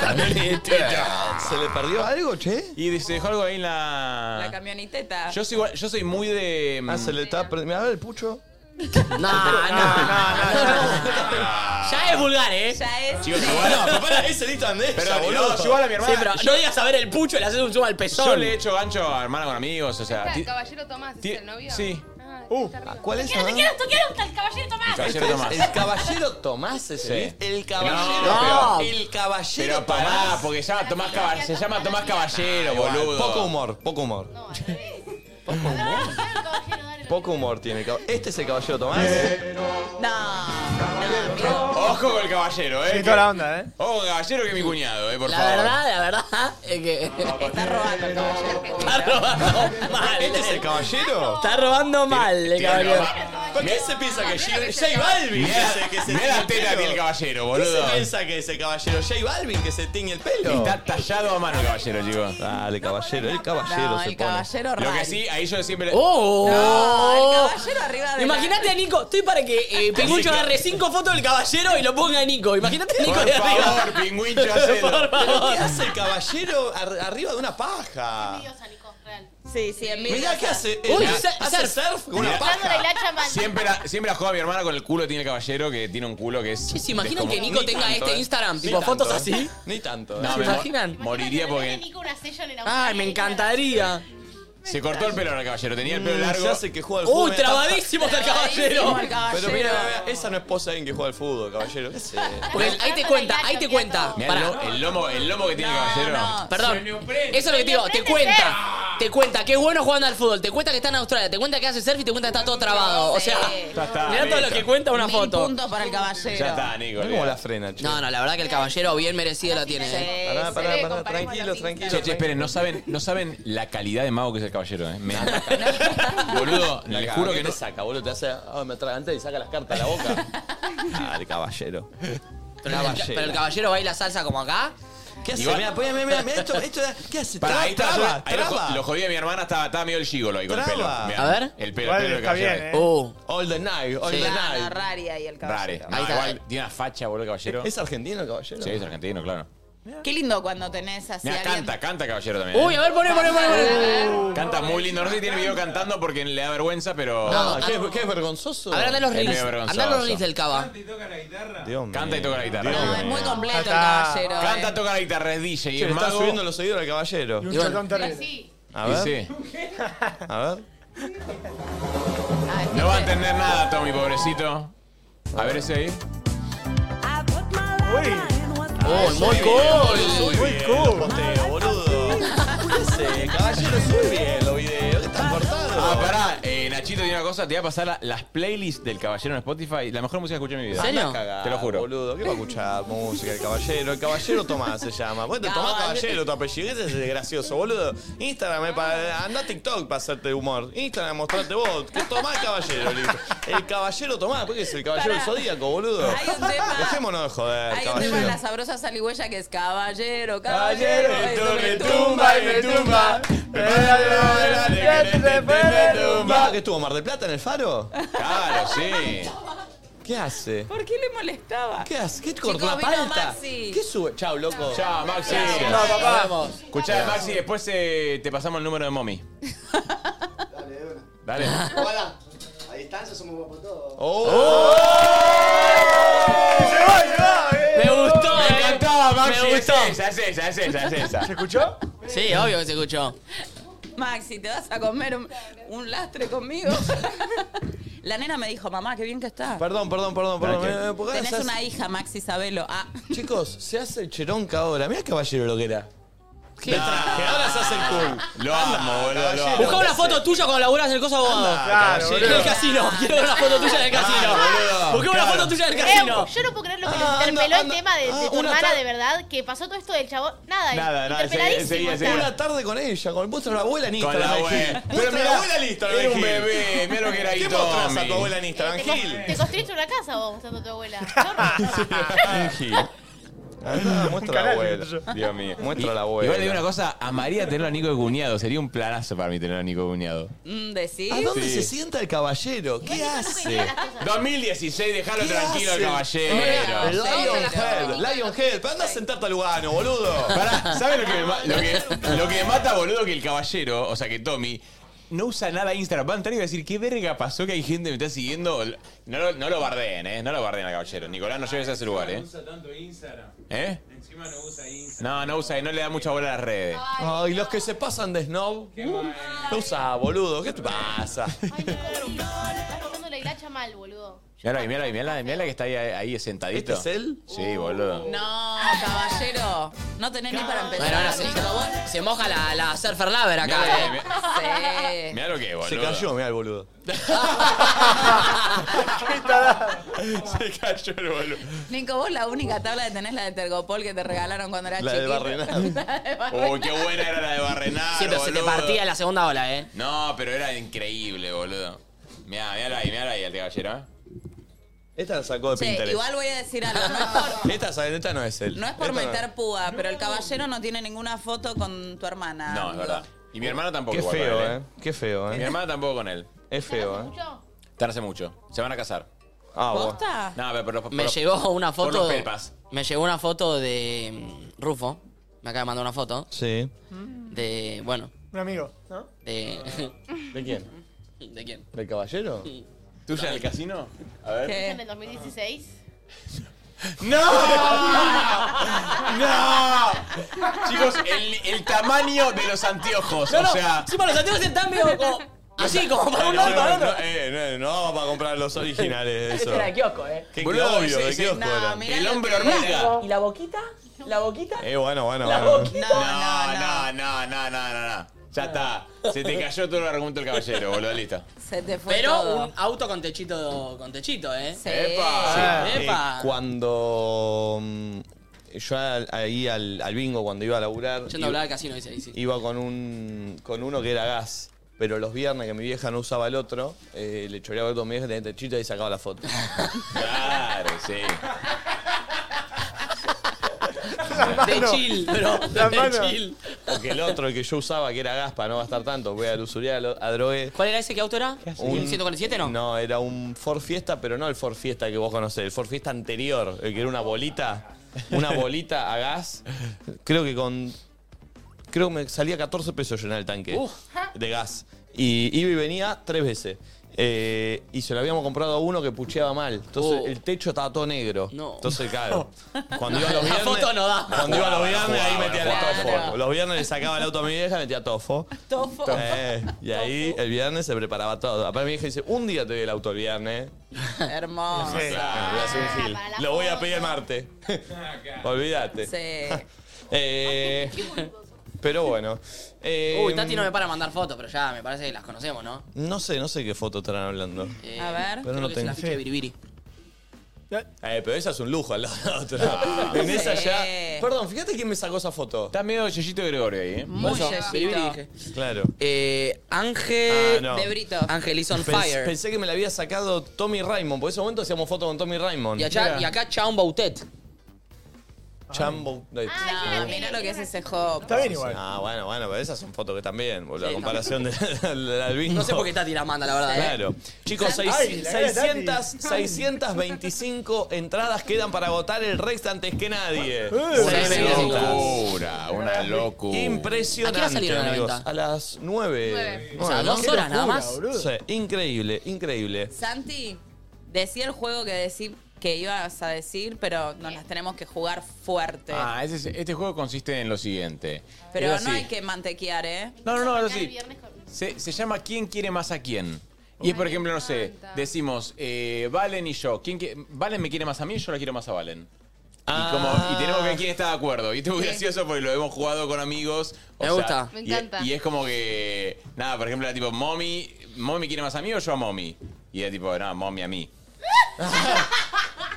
Speaker 5: Camionetita.
Speaker 1: ¿Se le perdió algo, che?
Speaker 5: Este, Y dice, dejó algo ahí en
Speaker 4: La
Speaker 5: la.
Speaker 4: camioneteta.
Speaker 5: Yo soy, igual- yo soy muy de. mm,
Speaker 1: Ah, se le está perdiendo. Mirá, el pucho.
Speaker 3: No,
Speaker 4: Ah.
Speaker 3: no, no. Ya es vulgar, ¿eh?
Speaker 4: Ya es.
Speaker 5: Chicos,
Speaker 2: No,
Speaker 5: igual.
Speaker 2: papá, esa lista andesa,
Speaker 5: Pero
Speaker 2: boludo.
Speaker 5: no, yo igual a mi
Speaker 3: Sí, pero
Speaker 5: hermana.
Speaker 3: no digas saber el pucho, le haces un zoom al
Speaker 5: yo,
Speaker 3: pezón.
Speaker 5: le he hecho gancho a hermana con amigos, o sea.
Speaker 8: Está
Speaker 5: ti-
Speaker 8: el caballero Tomás, ¿es
Speaker 5: ti-
Speaker 8: el novio?
Speaker 5: Sí.
Speaker 8: Ah,
Speaker 11: Uh,
Speaker 8: está arriba.
Speaker 1: ¿Cuál es? ah?
Speaker 9: ¡Quiero, te quiero, te quiero hasta el caballero Tomás!
Speaker 5: Caballero Tomás.
Speaker 1: El caballero Tomás es
Speaker 2: ¿eh?
Speaker 5: Sí.
Speaker 1: El
Speaker 5: caballero-
Speaker 3: No.
Speaker 1: el caballero
Speaker 5: Pero pará, porque se llama Tomás Caballero. Se llama Tomás Caballero, boludo.
Speaker 1: Poco humor, poco humor.
Speaker 9: No, al revés. No, quiero el caballero, dale.
Speaker 1: Poco humor tiene. el cab- Este es el caballero Tomás. Este
Speaker 4: No, no, amigo.
Speaker 5: Ojo con el caballero, eh.
Speaker 11: Sí, toda la onda, ¿eh?
Speaker 5: Ojo con el caballero que es mi cuñado, eh, por
Speaker 3: La
Speaker 5: favor.
Speaker 3: verdad, la verdad es que está
Speaker 4: Está robando el caballero.
Speaker 3: robando mal.
Speaker 1: Este es el caballero.
Speaker 3: Está robando mal, el caballero.
Speaker 2: ¿Por qué se piensa que J J Balvin? que se- que se
Speaker 5: Mira
Speaker 2: tiñe
Speaker 5: la tela
Speaker 2: el pelo?
Speaker 5: tiene el caballero,
Speaker 2: ¿Qué se
Speaker 5: boludo.
Speaker 2: piensa que es el caballero? J Balvin que se tiñe el pelo.
Speaker 5: Está tallado a mano el caballero, chicos.
Speaker 1: Dale, caballero, el caballero
Speaker 4: No,
Speaker 1: se
Speaker 4: el
Speaker 1: pone.
Speaker 4: caballero
Speaker 5: Lo que
Speaker 4: raro.
Speaker 5: sí, ahí yo siempre.
Speaker 7: Oh.
Speaker 4: No,
Speaker 3: ¡Oh!
Speaker 4: el caballero arriba de la-
Speaker 3: Imagínate a Nico, estoy para que eh, Pingucho agarre cinco fotos del caballero y lo ponga a Nico. Imagínate a
Speaker 5: Por
Speaker 3: Nico de arriba.
Speaker 5: favor, pingüincho, hacelo.
Speaker 2: ¿Pero qué hace el caballero ar- arriba de una paja?
Speaker 9: Envidiosa, Nico, real.
Speaker 4: Sí, sí, envidiosa.
Speaker 2: Mirá, ¿qué hace?
Speaker 3: Uy,
Speaker 2: Eh,
Speaker 3: se-
Speaker 2: hace
Speaker 3: surf.
Speaker 2: surf con una
Speaker 9: Dándole
Speaker 2: paja.
Speaker 9: el hacha mal.
Speaker 5: Siempre la, siempre la juega mi hermana con el culo que tiene el caballero, que tiene un culo que es.
Speaker 3: Che, ¿se imaginan
Speaker 5: es como-
Speaker 3: que Nico tenga
Speaker 5: tanto,
Speaker 3: este
Speaker 5: eh.
Speaker 3: Instagram?
Speaker 5: Ni
Speaker 3: tipo,
Speaker 5: tanto,
Speaker 3: fotos
Speaker 5: eh.
Speaker 3: así.
Speaker 2: Ni tanto.
Speaker 5: No,
Speaker 3: ¿Se
Speaker 5: me
Speaker 3: imaginan?
Speaker 5: mo- moriría porque
Speaker 9: Nico una session en
Speaker 3: Ay, Ah, me encantaría.
Speaker 5: se cortó el pelo ahora el caballero. Tenía el
Speaker 1: Mm,
Speaker 5: pelo
Speaker 2: Se
Speaker 5: largo.
Speaker 2: hace que juega al fútbol.
Speaker 3: ¡Uh, trabadísimo está el caballero!
Speaker 4: Como el
Speaker 2: Pero
Speaker 4: caballero.
Speaker 2: mira, mira, esa no es esposa de alguien que juega al fútbol, caballero. ¿Qué sé?
Speaker 3: Porque ahí te cuenta, ahí te cuenta.
Speaker 5: Mirá el,
Speaker 3: Pará.
Speaker 5: lo- el lomo, el lomo que tiene el
Speaker 4: No,
Speaker 5: caballero.
Speaker 4: no.
Speaker 3: Perdón. Eso es lo que te digo. Te
Speaker 9: Sorprendete.
Speaker 3: cuenta. Te cuenta que es bueno jugando al fútbol. Te cuenta que está en Australia. Te cuenta que hace surf y te cuenta que está todo trabado. O
Speaker 4: Sí.
Speaker 3: sea,
Speaker 5: Ya está,
Speaker 3: mirá todo lo
Speaker 5: listo.
Speaker 3: que cuenta una
Speaker 4: Mil
Speaker 3: foto.
Speaker 4: puntos para el caballero.
Speaker 5: Ya está, Nico.
Speaker 1: Mirá cómo la
Speaker 5: olvidate.
Speaker 1: frena, che.
Speaker 3: No, no, la verdad que el caballero bien merecido lo tiene. ¿eh?
Speaker 4: Sí,
Speaker 1: Pará,
Speaker 4: sí.
Speaker 1: pará,
Speaker 8: Sí,
Speaker 1: pará,
Speaker 8: comparemos
Speaker 1: tranquilo,
Speaker 8: las
Speaker 1: tranquilo.
Speaker 5: Che, che, esperen, no saben, no saben la calidad de mago que es el caballero, eh. Me- Boludo, les juro que no.
Speaker 1: saca, boludo. Te hace. ah, me atraganté y saca las cartas a la boca. Dale, caballero.
Speaker 3: Pero el, pero el caballero baila salsa como acá.
Speaker 1: ¿Qué hace?
Speaker 5: Igual-
Speaker 1: Mirá, pues, mirá, mirá, mirá, esto, esto, ¿qué hace?
Speaker 5: Para, ahí está,
Speaker 1: traba,
Speaker 5: ahí lo jo-
Speaker 1: traba.
Speaker 5: Lo, jodí de mi hermana, estaba, estaba medio el gigolo ahí con el
Speaker 1: Traba. Oh.
Speaker 5: pelo. Mirá,
Speaker 3: A ver.
Speaker 5: El pelo, el
Speaker 11: Igual
Speaker 5: pelo del
Speaker 11: está bien,
Speaker 5: caballero.
Speaker 11: eh.
Speaker 3: Uh.
Speaker 1: All the night, all
Speaker 3: Sí.
Speaker 1: the
Speaker 4: Ah, no,
Speaker 1: night.
Speaker 4: Rari ahí el
Speaker 5: Rare.
Speaker 4: caballero.
Speaker 5: No,
Speaker 3: Ahí está.
Speaker 5: igual tiene una facha, boludo, el caballero.
Speaker 1: ¿Es argentino el caballero?
Speaker 5: Sí, es argentino, claro.
Speaker 4: Qué lindo cuando tenés así
Speaker 5: Mira,
Speaker 4: alguien-
Speaker 5: canta, canta caballero también.
Speaker 3: Uy,
Speaker 5: eh.
Speaker 3: a ver, poné, poné, poné. poné.
Speaker 5: Canta muy lindo. No sé si tiene video cantando porque le da vergüenza, pero.
Speaker 1: Ah, ¿qué, es- qué es vergonzoso?
Speaker 3: A ver, anda los
Speaker 5: Es medio
Speaker 3: reels. Anda
Speaker 5: vergonzoso.
Speaker 3: los reels del cava.
Speaker 1: Dios mío.
Speaker 5: Canta y toca la guitarra.
Speaker 4: No, es
Speaker 5: Dios mío.
Speaker 4: muy completo el
Speaker 11: Acá.
Speaker 4: caballero. eh.
Speaker 5: Canta, toca la guitarra, es DJ. Y
Speaker 1: Che,
Speaker 5: el
Speaker 1: le está
Speaker 5: mago.
Speaker 1: subiendo los seguidores al caballero.
Speaker 11: Y un
Speaker 3: Y bueno.
Speaker 11: chotón terrible.
Speaker 9: Sí.
Speaker 1: A
Speaker 5: Y
Speaker 1: ver,
Speaker 5: sí.
Speaker 1: a ver.
Speaker 4: Ah, sí,
Speaker 5: No va a
Speaker 4: sí.
Speaker 5: entender nada, Tommy, pobrecito. A ver ese ahí.
Speaker 11: Uy,
Speaker 5: Oh,
Speaker 7: Oh,
Speaker 3: Uy, muy
Speaker 2: Sube
Speaker 3: cool.
Speaker 2: bien
Speaker 11: muy
Speaker 2: los
Speaker 11: cool.
Speaker 2: posteos, boludo. ¿Qué sé? Caballero, sube bien los videos. ¿Qué están cortados?
Speaker 5: Ah, pará. Eh, Nachito, tiene una cosa, te voy a pasar la- las playlists del Caballero en Spotify. La mejor música que escuché en mi vida.
Speaker 2: ¿En serio? Anda a
Speaker 5: Te lo juro.
Speaker 2: Boludo, ¿qué va a escuchar música el caballero? El caballero Tomás se llama. Vos te tomás
Speaker 5: Caballero.
Speaker 2: caballero tu apellido, ese es desgracioso, boludo. Instagram es para. Anda a TikTok para hacerte humor. Instagram mostrarte vos. Que tomás caballero, listo. El caballero Tomás, ¿por qué es el caballero
Speaker 4: Pará.
Speaker 2: zodíaco, boludo?
Speaker 4: Hay un tema-
Speaker 2: Dejémonos de joder,
Speaker 4: Hay un
Speaker 2: caballero.
Speaker 4: tema en la sabrosa saligüeya que es caballero, caballero.
Speaker 2: Caballero,
Speaker 4: esto
Speaker 2: me tumba y me tumba. ¿Qué estuvo? ¿Mar del Plata en el faro? Claro, sí. ¿Qué hace?
Speaker 4: ¿Por qué le molestaba?
Speaker 2: ¿Qué hace? ¿Qué
Speaker 4: Chicos,
Speaker 2: corta una
Speaker 4: vino
Speaker 2: palta?
Speaker 4: Maxi.
Speaker 2: ¿Qué sube? Chao, loco.
Speaker 5: Chao, Maxi.
Speaker 2: No, papá.
Speaker 5: Escuchá, Maxi, después eh, te pasamos el número de mommy. Dale, Oh. Dale.
Speaker 6: Hola. A distancia somos guapos todos.
Speaker 2: Oh.
Speaker 3: Me gustó, me
Speaker 5: encantó,
Speaker 3: Maxi, Me gustó.
Speaker 5: Esa, es esa, es esa, es esa. ¿Se
Speaker 6: escuchó?
Speaker 3: Sí, obvio que se escuchó.
Speaker 4: Maxi, ¿te vas a comer un, un lastre conmigo? la nena me dijo, mamá, qué bien que está.
Speaker 2: Perdón, perdón, perdón, perdón.
Speaker 5: Ok.
Speaker 2: Eh, eh, porque
Speaker 4: Tenés
Speaker 2: se hace-
Speaker 4: una hija, Maxi Sabelo. Ah,
Speaker 2: Chicos, se hace el cheronca ahora. Mirá caballero lo que era.
Speaker 3: ¿Qué
Speaker 2: Que ahora se hace el cool.
Speaker 5: Lo amo, boludo. Lo amo.
Speaker 3: Buscá una foto tuya cuando laburás en el coso abogado.
Speaker 2: Claro,
Speaker 3: En
Speaker 2: boludo.
Speaker 3: el casino. Quiero ver una foto tuya del casino.
Speaker 2: boludo.
Speaker 3: Busqué una
Speaker 2: Claro.
Speaker 3: foto tuya del
Speaker 9: Eh,
Speaker 3: casino.
Speaker 9: yo no puedo creer lo que
Speaker 2: Ah,
Speaker 9: nos
Speaker 2: anda,
Speaker 9: interpeló
Speaker 2: anda.
Speaker 9: el tema de, de
Speaker 2: Ah,
Speaker 9: tu
Speaker 2: una
Speaker 9: hermana,
Speaker 2: ta-
Speaker 9: de verdad, que pasó todo esto del chabón. Nada,
Speaker 5: Nada, nada,
Speaker 9: interpeladísimo
Speaker 5: seguí, seguí,
Speaker 9: está.
Speaker 5: seguí.
Speaker 2: Una tarde con ella, con muestra a la abuela en
Speaker 5: Con
Speaker 2: Instagram.
Speaker 5: la
Speaker 2: Gil.
Speaker 5: abuela.
Speaker 2: Muestra a la abuela en Instagram.
Speaker 5: Era un
Speaker 2: Gil.
Speaker 5: bebé. Mira lo que era ahí,
Speaker 2: ¿Qué mostrás a tu
Speaker 5: Tommy.
Speaker 2: abuela en Instagram,
Speaker 9: Te, cos-
Speaker 2: Gil?
Speaker 9: te construiste una casa vos mostrando a tu abuela. Chorro.
Speaker 5: Gil.
Speaker 2: Andá, Muestra a la abuela.
Speaker 5: Dios mío.
Speaker 2: Muestra a la
Speaker 5: Igual le digo una
Speaker 2: abuela.
Speaker 5: cosa, amaría tenerlo a Nico de cuñado. Sería un planazo para mí tener a Nico de cuñado.
Speaker 4: mm, decís.
Speaker 2: ¿A dónde
Speaker 5: Sí.
Speaker 2: se sienta el caballero? ¿Qué hace?
Speaker 5: 2016, dejalo
Speaker 2: ¿Qué
Speaker 5: tranquilo al
Speaker 2: hace?
Speaker 5: caballero.
Speaker 2: Lionhead, Lionhead, pero anda a sentarte a Lugano, boludo.
Speaker 5: Pará, ¿sabes lo que, me, ma- lo, que, lo que me mata, boludo? Que el caballero, o sea, que Tommy, no usa nada Instagram. Va a entrar y va a decir, ¿qué verga pasó que hay gente que me está siguiendo? No, lo- no lo bardeen, ¿eh? No lo bardeen al caballero. Nicolás, no lleves a ese lugar, ¿eh?
Speaker 12: usa tanto Instagram.
Speaker 5: ¿Eh?
Speaker 12: Encima no usa Instagram.
Speaker 5: No, no usa, no le da mucha bola a las redes.
Speaker 2: Ay, los que se pasan de snob. No usá, boludo, ¿qué te pasa?
Speaker 9: Ay, no, Nico, estás cortando la hilacha mal, boludo.
Speaker 5: Mira, mira, mira, mira que está ahí, ahí sentadito.
Speaker 2: ¿Este es él?
Speaker 5: Sí, boludo.
Speaker 4: No, caballero. No tenés ni para empezar.
Speaker 3: Bueno, ahora se, se moja la, la surfer lover acá, eh.
Speaker 5: Mira
Speaker 4: Sí.
Speaker 5: lo que es, boludo.
Speaker 2: Se cayó, mirá el boludo.
Speaker 5: Se cayó el boludo.
Speaker 4: Nico, vos la única tabla que tenés la de Tergopol que te regalaron cuando eras
Speaker 2: La de
Speaker 4: chiquito.
Speaker 2: Barrenal.
Speaker 4: La de Barrenal.
Speaker 5: Uy, Oh, qué buena era la de Barrenal.
Speaker 3: Sí, pero se te
Speaker 5: boludo.
Speaker 3: partía la segunda ola, eh.
Speaker 5: No, pero era increíble, boludo. Mirá, mirá ahí, mirá ahí al caballero, ¿eh?
Speaker 2: Esta la sacó de
Speaker 4: Che,
Speaker 2: Pinterest.
Speaker 4: igual voy a decir algo. No es por,
Speaker 2: Esta, esta no es él.
Speaker 4: no es por
Speaker 2: Esta
Speaker 4: meter púa, pero el caballero no tiene ninguna foto con tu hermana.
Speaker 5: No, es
Speaker 4: amigo.
Speaker 5: verdad. Y mi hermano tampoco.
Speaker 2: Qué
Speaker 5: igual con
Speaker 2: feo,
Speaker 5: él,
Speaker 2: eh. Qué feo,
Speaker 5: Mi
Speaker 2: eh.
Speaker 5: hermana tampoco con él.
Speaker 2: Es feo, eh.
Speaker 9: Mucho.
Speaker 5: Están hace mucho. Se van a casar.
Speaker 2: Ah, bueno.
Speaker 4: ¿Posta?
Speaker 5: No, pero por los- por
Speaker 3: Me
Speaker 5: los-
Speaker 3: llegó una
Speaker 5: por
Speaker 3: foto.
Speaker 5: los pelpas.
Speaker 3: Me llegó una foto de mm, Rufo. Me acaba de mandar una foto.
Speaker 2: Sí.
Speaker 3: De. Bueno.
Speaker 12: Un amigo, ¿no?
Speaker 3: De.
Speaker 2: ¿De quién?
Speaker 3: ¿De quién?
Speaker 2: ¿Del caballero?
Speaker 5: ¿Tuya en el casino? A ver.
Speaker 4: ¿Qué?
Speaker 9: En el 2016.
Speaker 5: ¡No! Chicos, el, el tamaño de los anteojos.
Speaker 3: No, no,
Speaker 5: o sea.
Speaker 3: encima los antiguos están medio como. Así, como para un lado y para
Speaker 2: No,
Speaker 3: otro.
Speaker 2: no, eh, no, no vamos para comprar los originales de eso.
Speaker 11: Este era de kiosco, ¿eh?
Speaker 2: Qué
Speaker 5: Boludo,
Speaker 2: obvio,
Speaker 5: ese-
Speaker 2: ¿de
Speaker 5: ese-
Speaker 2: qué os
Speaker 4: No,
Speaker 2: cobran?
Speaker 4: mirá
Speaker 5: el
Speaker 4: lo
Speaker 5: hombre
Speaker 4: que-
Speaker 5: hormiga.
Speaker 11: ¿Y la boquita? ¿La boquita?
Speaker 2: Eh, bueno, bueno,
Speaker 11: La
Speaker 2: bueno.
Speaker 11: boquita.
Speaker 4: No,
Speaker 5: No,
Speaker 4: no,
Speaker 5: no, no, no, no, no, no. Ya está. Se te cayó todo el argumento del caballero, boludo. Listo.
Speaker 4: Se te fue
Speaker 3: Pero
Speaker 4: todo.
Speaker 3: un auto con techito, con techito, eh.
Speaker 4: Sí.
Speaker 5: ¡Epa!
Speaker 2: Eh,
Speaker 3: Ah, Epa.
Speaker 2: cuando mm, yo al- ahí al, al bingo, cuando iba a laburar,
Speaker 3: Yendo a hablar al casino, dice ahí, sí.
Speaker 2: iba con un con uno que era gas. Pero los viernes que mi vieja no usaba el otro, eh, le choreaba con mi vieja, tenía techita y sacaba la foto.
Speaker 5: Claro, sí.
Speaker 3: De chill, bro. De chill.
Speaker 2: Porque el otro que yo usaba, que era gas para no gastar tanto, voy a lusurear a, a drogué.
Speaker 3: ¿Cuál era ese? ¿Qué auto era? ¿Un
Speaker 2: Un-
Speaker 3: 147 no?
Speaker 2: No, era un Ford Fiesta, pero no el Ford Fiesta que vos conocés, el Ford Fiesta anterior, el que era una bolita, una bolita a gas. Creo que con. Creo que me salía 14 pesos llenar el tanque de gas. Y iba y venía tres veces. Eh, y se lo habíamos comprado a uno que pucheaba mal. Entonces
Speaker 3: Oh.
Speaker 2: el techo estaba todo negro.
Speaker 3: No.
Speaker 2: Entonces, claro. Cuando iba
Speaker 3: La
Speaker 2: los viernes.
Speaker 3: foto no da.
Speaker 2: Cuando iba los viernes, ahí metía el
Speaker 4: Claro.
Speaker 2: tofo. Los viernes le sacaba el auto a mi vieja, metía tofo.
Speaker 4: Tofo.
Speaker 2: Eh, y ahí el viernes se preparaba todo. Aparte mi hija dice, un día te doy el auto el viernes.
Speaker 4: Hermoso.
Speaker 2: Ah, voy a hacer un gil.
Speaker 9: para la
Speaker 2: Lo voy a
Speaker 9: foto.
Speaker 2: pedir el martes. Olvídate.
Speaker 4: Sí.
Speaker 2: Eh, Pero bueno. eh,
Speaker 3: Uy, Tati no me para mandar fotos, pero ya me parece que las conocemos, ¿no?
Speaker 2: No sé, no sé qué foto estarán hablando.
Speaker 3: Eh,
Speaker 2: A ver. Pero
Speaker 3: creo
Speaker 2: no
Speaker 3: que es
Speaker 2: tengo.
Speaker 3: la ficha de Biribiri.
Speaker 2: Eh, pero esa es un lujo al lado de la otra. en esa ya. Perdón, fíjate quién me sacó esa foto.
Speaker 5: Está medio Yeyito Gregorio ahí, ¿eh?
Speaker 3: Muy
Speaker 5: Por eso-
Speaker 3: Yeyito. Biribiri dije.
Speaker 2: Claro.
Speaker 3: Eh, Ángel
Speaker 2: Ah, no.
Speaker 3: de Brito. Ángel is on
Speaker 2: Pens-
Speaker 3: fire.
Speaker 2: Pensé que me la había sacado Tommy Raymond, por ese momento hacíamos fotos con Tommy Raymond.
Speaker 3: Y acá,
Speaker 2: Mira.
Speaker 3: y acá Chaun Bautet.
Speaker 2: Chambo.
Speaker 4: No, mira lo que es ese hop.
Speaker 2: Ah, bueno, bueno, pero esas son fotos que también, boludo. La comparación de- del albino.
Speaker 3: No sé por qué Tati la manda, la verdad. ¿eh?
Speaker 2: Claro. Chicos, seis-
Speaker 3: Ay, la cara de
Speaker 2: 600,
Speaker 3: Tati.
Speaker 2: 625 entradas quedan para agotar el Rex antes que
Speaker 3: Eh,
Speaker 2: nadie.
Speaker 5: Una
Speaker 3: Uh.
Speaker 2: 600.
Speaker 5: locura, una locura.
Speaker 2: Impresionante,
Speaker 3: ¿A qué hora salieron a la
Speaker 2: amigos.
Speaker 3: venta?
Speaker 2: A las 9.
Speaker 3: Nueve. O sea, dos horas nada más.
Speaker 2: increíble, increíble.
Speaker 4: Santi, decía el juego que decí, que ibas a decir, pero nos las tenemos que jugar fuerte.
Speaker 5: Ah, ese es- este juego consiste en lo siguiente.
Speaker 4: pero
Speaker 5: Es
Speaker 4: no
Speaker 5: así.
Speaker 4: hay que mantequear, ¿eh?
Speaker 5: No, no, no, es así. Se, se llama ¿Quién quiere más a quién? Y es, por ejemplo, no sé, decimos, eh, Valen y yo. ¿Quién qui- ¿Valen me quiere más a mí yo la quiero más a Valen?
Speaker 3: Ah.
Speaker 5: Y, como, y tenemos que ver quién está de acuerdo. Y esto es muy gracioso porque lo hemos jugado con amigos. o
Speaker 3: Me
Speaker 5: sea,
Speaker 3: gusta.
Speaker 8: Me
Speaker 5: y-
Speaker 8: encanta.
Speaker 5: Y, es como que, nada, por ejemplo, era tipo, mommy, ¿mommy quiere más a mí o yo a mommy? Y era tipo, no, mommy a mí.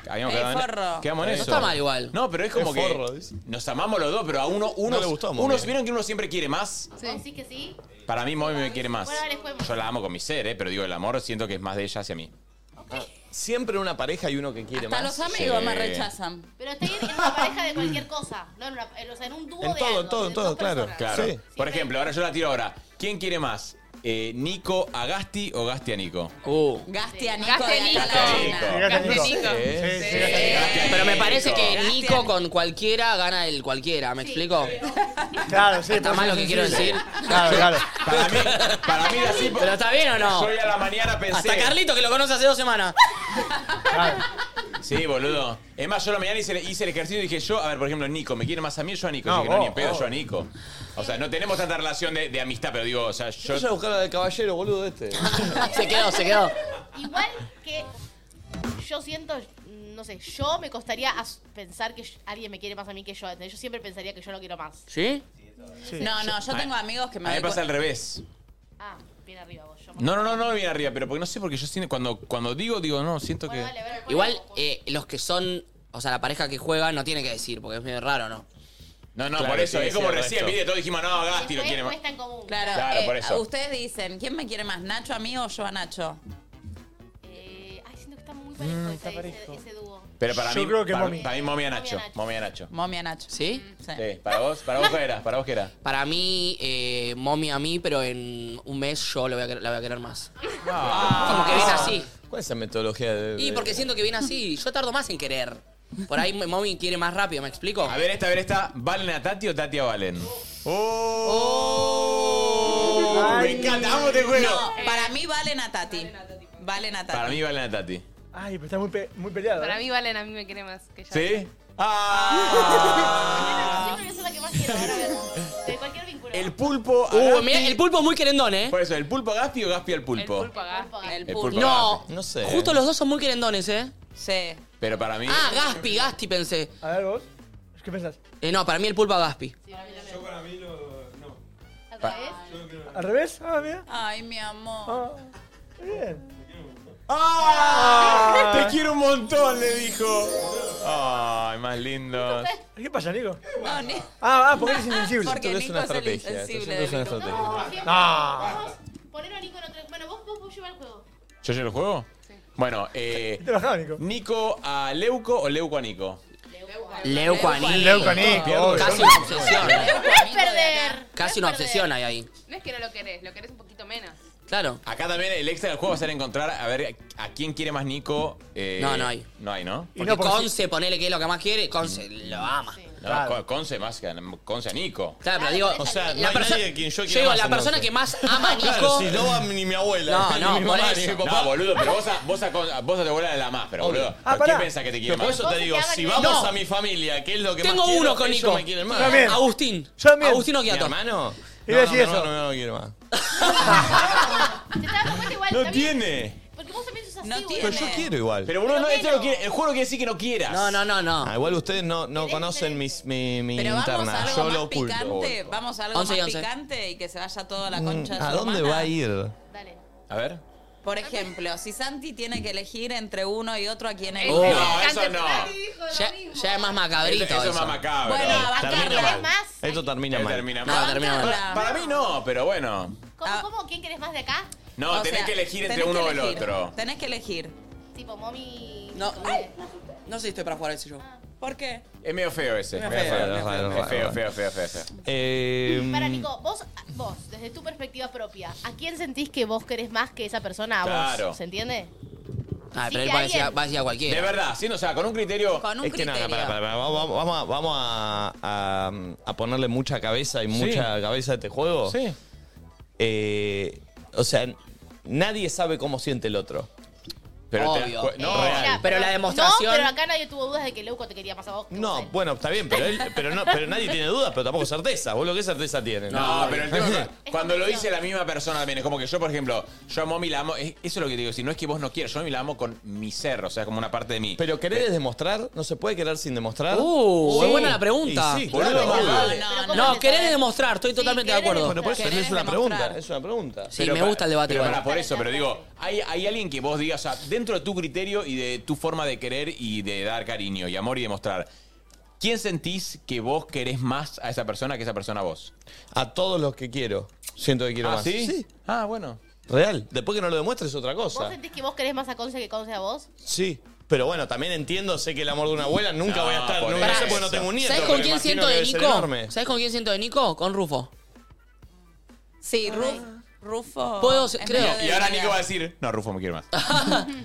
Speaker 5: Habíamos
Speaker 3: Ey,
Speaker 5: quedado en-
Speaker 3: forro.
Speaker 5: quedamos en
Speaker 3: No
Speaker 5: eso.
Speaker 3: está mal igual.
Speaker 5: No, pero es
Speaker 3: Es
Speaker 5: como que
Speaker 3: forro,
Speaker 5: nos amamos los dos, pero a uno, uno,
Speaker 2: le gustó a Mommy.
Speaker 5: unos vieron que uno siempre quiere más.
Speaker 9: ¿Vos sí que sí?
Speaker 5: Para mí, Momi me quiere más.
Speaker 9: Bueno, dale, juguemos.
Speaker 5: Ah, Yo la amo con mi ser, ¿eh? pero digo, el amor siento que es más de ella hacia mí.
Speaker 2: Ah, Siempre en una pareja hay uno que quiere
Speaker 4: Hasta los amigos
Speaker 5: eh,
Speaker 4: me rechazan.
Speaker 9: Pero estoy en una pareja de cualquier cosa. No, en una, en, o sea, en un dúo
Speaker 5: En
Speaker 9: de
Speaker 5: todo,
Speaker 9: algo,
Speaker 5: en todo,
Speaker 9: de
Speaker 5: en todo,
Speaker 9: dos
Speaker 5: claro.
Speaker 9: personas.
Speaker 5: Claro.
Speaker 2: Sí.
Speaker 5: Por ejemplo, ahora yo la tiro ahora. ¿Quién quiere más? Eh, ¿Nico a Gasti o Gasti a Nico?
Speaker 3: Uh.
Speaker 4: Gaste a Nico.
Speaker 8: Gaste
Speaker 4: de la
Speaker 8: Nico.
Speaker 4: cadena.
Speaker 8: Gaste Nico.
Speaker 5: Sí, sí.
Speaker 3: Pero me parece que Nico con cualquiera gana el cualquiera, ¿me explico?
Speaker 13: Claro, sí.
Speaker 3: ¿Está
Speaker 13: por
Speaker 3: mal
Speaker 13: eso
Speaker 3: lo que
Speaker 13: es
Speaker 3: quiero
Speaker 13: sensible.
Speaker 3: decir?
Speaker 13: Claro, claro.
Speaker 5: Para mí, para mí era así. por-
Speaker 3: ¿Pero está bien o no?
Speaker 5: Yo hoy a la mañana pensé.
Speaker 3: Hasta Carlito, que lo conoce hace dos semanas.
Speaker 5: Sí, boludo. Es más, yo a la mañana hice, hice el ejercicio y dije yo, a ver, por ejemplo, Nico, ¿me quiere más a mí o yo a Nico?
Speaker 2: No,
Speaker 5: dije, no,
Speaker 2: vos,
Speaker 5: ni en pedo,
Speaker 2: vos.
Speaker 5: yo a Nico. O sea, no tenemos tanta relación de, de amistad, pero digo, o sea, yo...
Speaker 2: Yo ya buscaba la del caballero, boludo, este.
Speaker 3: Se quedó, se quedó.
Speaker 9: Igual que yo siento, no sé, yo me costaría as- pensar que yo- alguien me quiere más a mí que yo. ¿entendés? Yo siempre pensaría que yo lo quiero más.
Speaker 3: ¿Sí?
Speaker 4: No, no, yo tengo amigos que me
Speaker 5: A mí
Speaker 4: doy
Speaker 5: me pasa al
Speaker 4: cuenta-
Speaker 5: revés.
Speaker 9: Ah, bien arriba vos. Yo
Speaker 5: No, no, no, no bien arriba, pero porque no sé, porque yo siento- cuando, cuando digo, digo, no, siento que.
Speaker 3: Igual, eh, los que son, o sea, la pareja que juega no tiene que decir, porque es medio raro, ¿no?
Speaker 5: No, no,
Speaker 2: Claro,
Speaker 5: por eso,
Speaker 2: sí,
Speaker 5: es como
Speaker 2: sí, el
Speaker 5: recién,
Speaker 2: resto.
Speaker 5: viste, todos dijimos, no, Gasti lo quiere más.
Speaker 9: Está en común.
Speaker 4: Claro,
Speaker 5: Claro,
Speaker 4: eh,
Speaker 5: por eso.
Speaker 4: ustedes dicen, ¿quién me quiere más, Nacho a mí o yo a Nacho?
Speaker 9: Eh, ay, siento que está muy
Speaker 13: Mm,
Speaker 9: parejo, ese, ese- ese dúo.
Speaker 5: Pero para
Speaker 13: Yo
Speaker 5: mí,
Speaker 13: creo que
Speaker 5: para,
Speaker 13: Momi.
Speaker 5: para mí, Momi a Nacho. Momi a Nacho.
Speaker 4: Momia a Nacho.
Speaker 3: ¿Sí?
Speaker 5: Sí, para vos, para vos, ¿qué era? Para vos, ¿qué era?
Speaker 3: Para mí, eh, mommy a mí, pero en un mes yo lo voy a querer- la voy a querer más. Como que viene así.
Speaker 2: ¿Cuál es esa metodología de.?
Speaker 3: Y
Speaker 2: de-
Speaker 3: porque siento que viene así. Yo tardo más en querer. Por ahí mommy quiere más rápido, ¿me explico?
Speaker 5: A ver este esta, a ver esta. ¿Valen a Tati o Tati a Valen? me encanta, amo este juego.
Speaker 4: No, para mí valen a Tati. Valen a Tati.
Speaker 5: Para mí, Valen a Tati.
Speaker 13: Ay, pero está muy, pe- muy peleado.
Speaker 8: Para
Speaker 13: ¿eh?
Speaker 8: mí Valen a mí me quiere más que yo.
Speaker 5: ¿Sí? ¡Ah!
Speaker 7: Ah.
Speaker 8: Ah.
Speaker 9: Siento que yo soy la que más quiero, ahora vemos. De cualquier vínculo.
Speaker 5: El pulpo. a
Speaker 3: Uh,
Speaker 5: Gaspi.
Speaker 3: mirá, el pulpo es muy querendón, ¿eh?
Speaker 5: Por eso, ¿el pulpo a Gaspi o Gaspi al pulpo?
Speaker 4: El
Speaker 5: El Eh, pulpo.
Speaker 4: pulpo.
Speaker 3: No,
Speaker 2: No sé.
Speaker 3: justo los dos son muy querendones, ¿eh?
Speaker 4: Sí.
Speaker 5: Pero para mí.
Speaker 3: Ah, Gaspi, Gaspi pensé.
Speaker 13: A ver, vos. ¿Qué pensás?
Speaker 3: Eh, no, para mí el pulpo a Gaspi.
Speaker 12: Yo para mí lo. No.
Speaker 9: ¿Al
Speaker 13: ¿Al revés?
Speaker 9: revés?
Speaker 13: Ah, mira.
Speaker 4: Ay, mi amor.
Speaker 13: Ah, muy bien.
Speaker 5: ¡Ah! Te quiero un montón, le dijo. Ay, más lindo.
Speaker 13: ¿Qué pasa, Nico?
Speaker 4: No,
Speaker 9: eh.
Speaker 4: ni-
Speaker 13: Ah, ah, porque eres insensible.
Speaker 4: porque
Speaker 2: Esto es
Speaker 4: Nico
Speaker 2: una
Speaker 4: es el
Speaker 2: estrategia. esto
Speaker 4: insensible.
Speaker 2: es una
Speaker 4: del grupo.
Speaker 2: estrategia.
Speaker 9: Siempre. Vamos, poner a Nico en otro. Bueno, vos, vos, vos lleva el juego.
Speaker 5: ¿Yo llevo el juego? Bueno, eh.
Speaker 13: Te bajaba, Nico.
Speaker 5: ¿Nico a Leuco o Leuco a Nico?
Speaker 3: Leucuaní.
Speaker 13: Leucanico, obvio.
Speaker 3: Casi una obsesión. ¿eh?
Speaker 9: No es perder.
Speaker 3: Casi una obsesión hay ahí.
Speaker 8: No es que no lo querés, lo querés un poquito menos.
Speaker 3: Claro.
Speaker 5: Acá también el extra del juego va a ser encontrar a ver a quién quiere más Nico. eh,
Speaker 3: No, no hay.
Speaker 5: No hay, ¿no?
Speaker 13: Y
Speaker 3: Porque
Speaker 13: no, porque
Speaker 3: Conce, ponele que es lo que más quiere, Conce lo ama.
Speaker 5: No, con- Conce más que a- Conce a Nico.
Speaker 3: Claro, pero digo,
Speaker 9: O sea,
Speaker 2: no hay nadie a quien yo quiera
Speaker 3: digo,
Speaker 2: más,
Speaker 3: la persona
Speaker 2: entonces.
Speaker 3: que más ama a Nico.
Speaker 2: Claro, si no va ni mi abuela.
Speaker 3: No,
Speaker 2: ni
Speaker 3: no,
Speaker 2: mi
Speaker 3: por
Speaker 2: mamá,
Speaker 3: eso.
Speaker 2: ni mi papá.
Speaker 5: No, boludo, pero vos a, vos a, con- vos a tu abuela la más, pero boludo.
Speaker 13: Ah,
Speaker 5: ¿Quién
Speaker 13: pará.
Speaker 5: pensás que te quiere
Speaker 2: Pero por
Speaker 5: más?
Speaker 2: eso te digo, si vamos
Speaker 3: No.
Speaker 2: a mi familia, que es lo que
Speaker 3: Tengo
Speaker 2: más quiero,
Speaker 3: uno con
Speaker 2: ellos
Speaker 3: Nico.
Speaker 2: me quieren más.
Speaker 13: Yo también.
Speaker 3: Agustín.
Speaker 13: Yo también.
Speaker 3: Agustín
Speaker 2: ¿Mi
Speaker 3: Oquiato.
Speaker 2: hermano?
Speaker 13: Iba a
Speaker 2: no,
Speaker 13: decir
Speaker 2: no, No,
Speaker 13: eso.
Speaker 2: no, no, no quiero más.
Speaker 9: Te estaba dando cuenta igual.
Speaker 5: No
Speaker 9: también-
Speaker 5: tiene.
Speaker 9: Porque vos también sos así,
Speaker 4: No
Speaker 9: boludo.
Speaker 4: tiene.
Speaker 2: Pero yo quiero igual.
Speaker 5: Pero boludo, no, esto no quiere, el juego quiere decir que no quieras.
Speaker 3: No, no, no, no.
Speaker 2: Ah, igual ustedes no, no conocen mis, mi, mi
Speaker 4: Pero vamos
Speaker 2: interna.
Speaker 4: a algo
Speaker 2: Yo
Speaker 4: más
Speaker 2: lo oculto.
Speaker 4: picante, vamos a algo
Speaker 2: Once y
Speaker 4: más
Speaker 2: once.
Speaker 4: picante y que se vaya toda la
Speaker 2: Mm,
Speaker 4: concha de su
Speaker 2: ¿A dónde
Speaker 4: hermana.
Speaker 2: va a ir?
Speaker 9: Dale.
Speaker 5: A ver.
Speaker 4: Por ejemplo, si Santi tiene que elegir entre uno y otro a quién es.
Speaker 5: Oh. No, eso no.
Speaker 3: Ya, ya es más macabrito.
Speaker 5: Eso- eso es más macabro.
Speaker 4: Bueno, a
Speaker 5: Termina
Speaker 4: bancarla.
Speaker 5: mal.
Speaker 9: Más,
Speaker 2: Esto termina
Speaker 5: Esto
Speaker 2: mal.
Speaker 5: termina
Speaker 3: No,
Speaker 5: mal.
Speaker 3: termina mal.
Speaker 5: Para, para mí no, pero bueno.
Speaker 9: ¿cómo, cómo? ¿Quién querés más de acá?
Speaker 5: No,
Speaker 4: Ah. O
Speaker 5: tenés
Speaker 4: sea,
Speaker 5: que elegir entre
Speaker 4: tenés que
Speaker 5: uno o el
Speaker 4: elegir.
Speaker 5: otro.
Speaker 4: Tenés que elegir.
Speaker 9: Tipo, mommy.
Speaker 3: No, ay, no sé si estoy para jugar ese yo.
Speaker 4: ¿Por qué?
Speaker 5: Es medio feo ese.
Speaker 3: Es
Speaker 5: Es
Speaker 3: feo,
Speaker 5: feo,
Speaker 2: es feo,
Speaker 5: es feo,
Speaker 2: es
Speaker 5: feo, feo, feo, feo.
Speaker 2: Eh,
Speaker 5: Em.
Speaker 9: Para Nico, vos, vos, desde tu perspectiva propia, ¿a quién sentís que vos querés más que esa persona a vos?
Speaker 5: Claro.
Speaker 9: ¿Se entiende?
Speaker 3: Ah,
Speaker 9: Sí,
Speaker 3: pero él
Speaker 9: que
Speaker 3: va a, decir,
Speaker 9: alguien-
Speaker 3: va a decir a cualquiera.
Speaker 5: De verdad, sí, no, o sea, con un criterio.
Speaker 4: Con un
Speaker 2: es que nada,
Speaker 4: criterio.
Speaker 2: para, para, para, vamos, vamos a, vamos a, a- a ponerle mucha cabeza y mucha cabeza a este juego.
Speaker 5: Sí.
Speaker 2: Eh, o sea, n- nadie sabe cómo siente el otro.
Speaker 5: Pero te-
Speaker 3: Obvio.
Speaker 5: cu- no,
Speaker 9: Eh,
Speaker 5: real.
Speaker 9: mira,
Speaker 3: Pero la demostración-
Speaker 9: No, pero acá nadie tuvo dudas de que Leuco te quería más a vos. que vos a
Speaker 2: No,
Speaker 9: él.
Speaker 2: bueno, está bien, pero, él, pero, no, pero nadie tiene dudas, pero tampoco certeza. ¿Vos lo que certeza tiene?
Speaker 5: No, pero el tema es que cuando lo dice la misma persona también, es como que yo, por ejemplo, yo a Mommy la amo, es- eso es lo que te digo, si no es que vos no quieras, yo a Mommy la amo con mi ser, o sea, como una parte de mí.
Speaker 2: Pero querés demostrar, no se puede querer sin demostrar.
Speaker 3: Uh,
Speaker 2: Sí.
Speaker 3: es buena la pregunta.
Speaker 2: Y sí,
Speaker 5: Boludo,
Speaker 2: claro,
Speaker 5: más
Speaker 2: obvio.
Speaker 5: vale.
Speaker 9: Pero ¿cómo
Speaker 3: No,
Speaker 9: lo
Speaker 3: querés
Speaker 9: sabés?
Speaker 3: demostrar, estoy totalmente de
Speaker 9: querés
Speaker 3: acuerdo.
Speaker 2: Bueno, por eso
Speaker 4: Querés
Speaker 2: es una
Speaker 4: demostrar.
Speaker 2: pregunta, es una pregunta.
Speaker 3: Sí, me gusta el debate
Speaker 5: Pero
Speaker 3: igual.
Speaker 5: pará, por eso, pero digo, hay, hay alguien que vos digas, o sea, dentro de tu criterio y de tu forma de querer y de dar cariño y amor y demostrar, ¿quién sentís que vos querés más a esa persona que esa persona a vos?
Speaker 2: A todos los que quiero, siento que quiero
Speaker 5: ¿Ah,
Speaker 2: más.
Speaker 5: sí? Ah, bueno.
Speaker 2: real. Después que no lo demuestres es otra
Speaker 9: ¿Vos
Speaker 2: cosa.
Speaker 9: sentís que vos querés más a Conce que Conce a vos?
Speaker 2: Sí. Pero bueno, también entiendo, sé que el amor de una abuela nunca
Speaker 5: No,
Speaker 2: voy a estar.
Speaker 5: por
Speaker 2: No, no sé
Speaker 5: eso.
Speaker 2: porque no tengo un nieto.
Speaker 3: ¿Sabes
Speaker 2: pero
Speaker 3: con quién
Speaker 2: imagino
Speaker 3: siento
Speaker 2: que
Speaker 3: de
Speaker 2: debe ser
Speaker 3: Nico?
Speaker 2: enorme.
Speaker 3: ¿Sabes con quién siento de Nico? Con Rufo.
Speaker 4: Sí, Ruf- Rufo. em,
Speaker 3: Puedo-
Speaker 4: es
Speaker 3: creo.
Speaker 4: medio de
Speaker 5: Y ahora
Speaker 4: manera.
Speaker 5: Nico va a decir, no, Rufo, me quiero más.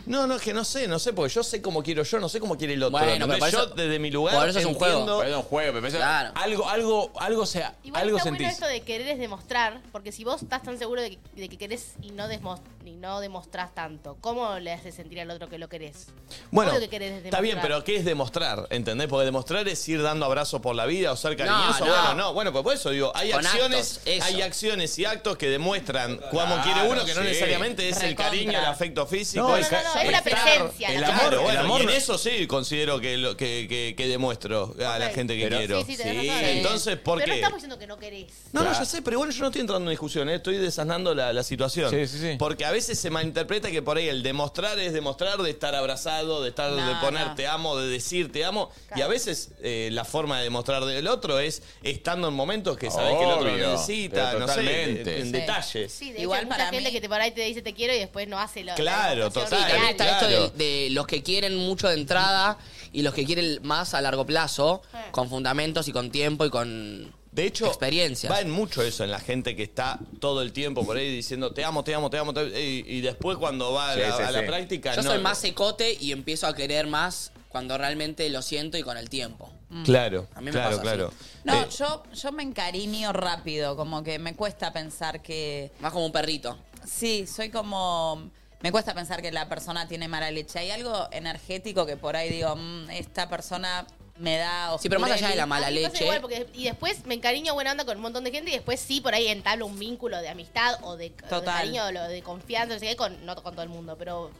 Speaker 2: No, no, es que no sé, no sé, porque yo sé cómo quiero yo, no sé cómo quiere el otro.
Speaker 3: Bueno,
Speaker 2: ¿entendés?
Speaker 3: pero por
Speaker 2: yo
Speaker 3: eso-
Speaker 2: desde mi lugar.
Speaker 3: por eso es un juego.
Speaker 2: entiendo-
Speaker 5: Pero es un juego, pero pensá-
Speaker 3: Claro.
Speaker 5: algo, algo, algo, sea,
Speaker 9: Igual
Speaker 5: algo
Speaker 9: está
Speaker 5: sentís.
Speaker 9: bueno esto de querer es demostrar, porque si vos estás tan seguro de que, de que querés y no, desmos- y no demostrás tanto, ¿cómo le haces sentir al otro que lo querés?
Speaker 2: Bueno,
Speaker 9: Obvio que querés
Speaker 2: está bien,
Speaker 9: demostrar.
Speaker 2: pero ¿qué es demostrar? ¿Entendés? Porque demostrar es ir dando abrazos por la vida o ser cariñoso.
Speaker 3: no.
Speaker 2: Bueno, no, bueno, pues por eso digo, hay
Speaker 3: Con
Speaker 2: acciones,
Speaker 3: actos, eso.
Speaker 2: hay acciones y actos que demuestran cómo
Speaker 10: Ah,
Speaker 5: Claro,
Speaker 2: quiere uno, que no
Speaker 5: sí.
Speaker 2: necesariamente es el
Speaker 4: Recontra.
Speaker 2: cariño, el afecto físico.
Speaker 5: No,
Speaker 2: el
Speaker 5: no,
Speaker 2: ca-
Speaker 5: no, no, es
Speaker 9: la
Speaker 2: estar-
Speaker 9: presencia,
Speaker 2: El
Speaker 9: la
Speaker 2: amor,
Speaker 5: presencia.
Speaker 2: bueno,
Speaker 5: El amor
Speaker 2: y en
Speaker 5: no-
Speaker 2: eso sí considero que, lo- que, que- que demuestro a la
Speaker 9: Ok.
Speaker 2: gente que
Speaker 5: Pero-
Speaker 2: quiero.
Speaker 9: Sí, sí, tenés
Speaker 5: Sí.
Speaker 9: razón. eh.
Speaker 2: Entonces, ¿por
Speaker 9: Pero no
Speaker 2: qué?
Speaker 9: estamos diciendo que no querés.
Speaker 2: No, no,
Speaker 5: Claro.
Speaker 2: ya sé, pero igual yo no estoy entrando en discusión, ¿eh? estoy desasnando la, la situación.
Speaker 5: Sí, sí, sí.
Speaker 2: Porque a veces se malinterpreta que por ahí el demostrar es demostrar de estar abrazado, de estar de
Speaker 4: No,
Speaker 2: poner
Speaker 4: no.
Speaker 2: te amo, de decir te amo. Y a veces eh, la forma de demostrar del otro es estando en momentos que sabés que el otro
Speaker 5: Obvio,
Speaker 2: lo necesita,
Speaker 5: pero
Speaker 2: no sé, en,
Speaker 5: totalmente.
Speaker 2: en
Speaker 5: Sí.
Speaker 2: detalles.
Speaker 9: Sí, de
Speaker 4: Igual
Speaker 9: hecho, hay mucha
Speaker 4: para
Speaker 9: gente
Speaker 4: mí-
Speaker 9: que te por ahí te dice te quiero y después no hace lo la
Speaker 2: Claro,
Speaker 9: demostración
Speaker 2: total.
Speaker 9: real.
Speaker 3: También está
Speaker 2: claro.
Speaker 3: esto de, de los que quieren mucho de entrada y los que quieren más a largo plazo,
Speaker 9: Sí.
Speaker 3: con fundamentos y con tiempo y con
Speaker 2: De hecho,
Speaker 3: experiencias.
Speaker 2: va en mucho eso en la gente que está todo el tiempo por ahí diciendo te amo, te amo, te amo, te amo", y, y después cuando va a
Speaker 5: Sí,
Speaker 2: la,
Speaker 5: sí,
Speaker 2: a la
Speaker 5: sí.
Speaker 2: práctica...
Speaker 3: Yo
Speaker 2: no-
Speaker 3: soy más secote y empiezo a querer más cuando realmente lo siento y con el tiempo.
Speaker 2: Claro,
Speaker 3: A mí me
Speaker 2: claro,
Speaker 3: pasa así.
Speaker 2: claro.
Speaker 4: No,
Speaker 2: Eh,
Speaker 4: yo, yo me encariño rápido, como que me cuesta pensar que.
Speaker 3: Más como un perrito.
Speaker 4: Sí, soy como. Me cuesta pensar que la persona tiene mala leche. Hay algo energético que por ahí digo, "Mm, esta persona me da.
Speaker 3: Sí, pero más allá de la
Speaker 4: oscureli".
Speaker 3: mala
Speaker 9: A mí me pasa
Speaker 3: leche.
Speaker 9: igual, porque- y después me encariño buena onda con un montón de gente y después sí, por ahí entablo un vínculo de amistad o de, o de
Speaker 4: Total.
Speaker 9: cariño o lo- de confianza, no sé qué, con, no con todo el mundo, pero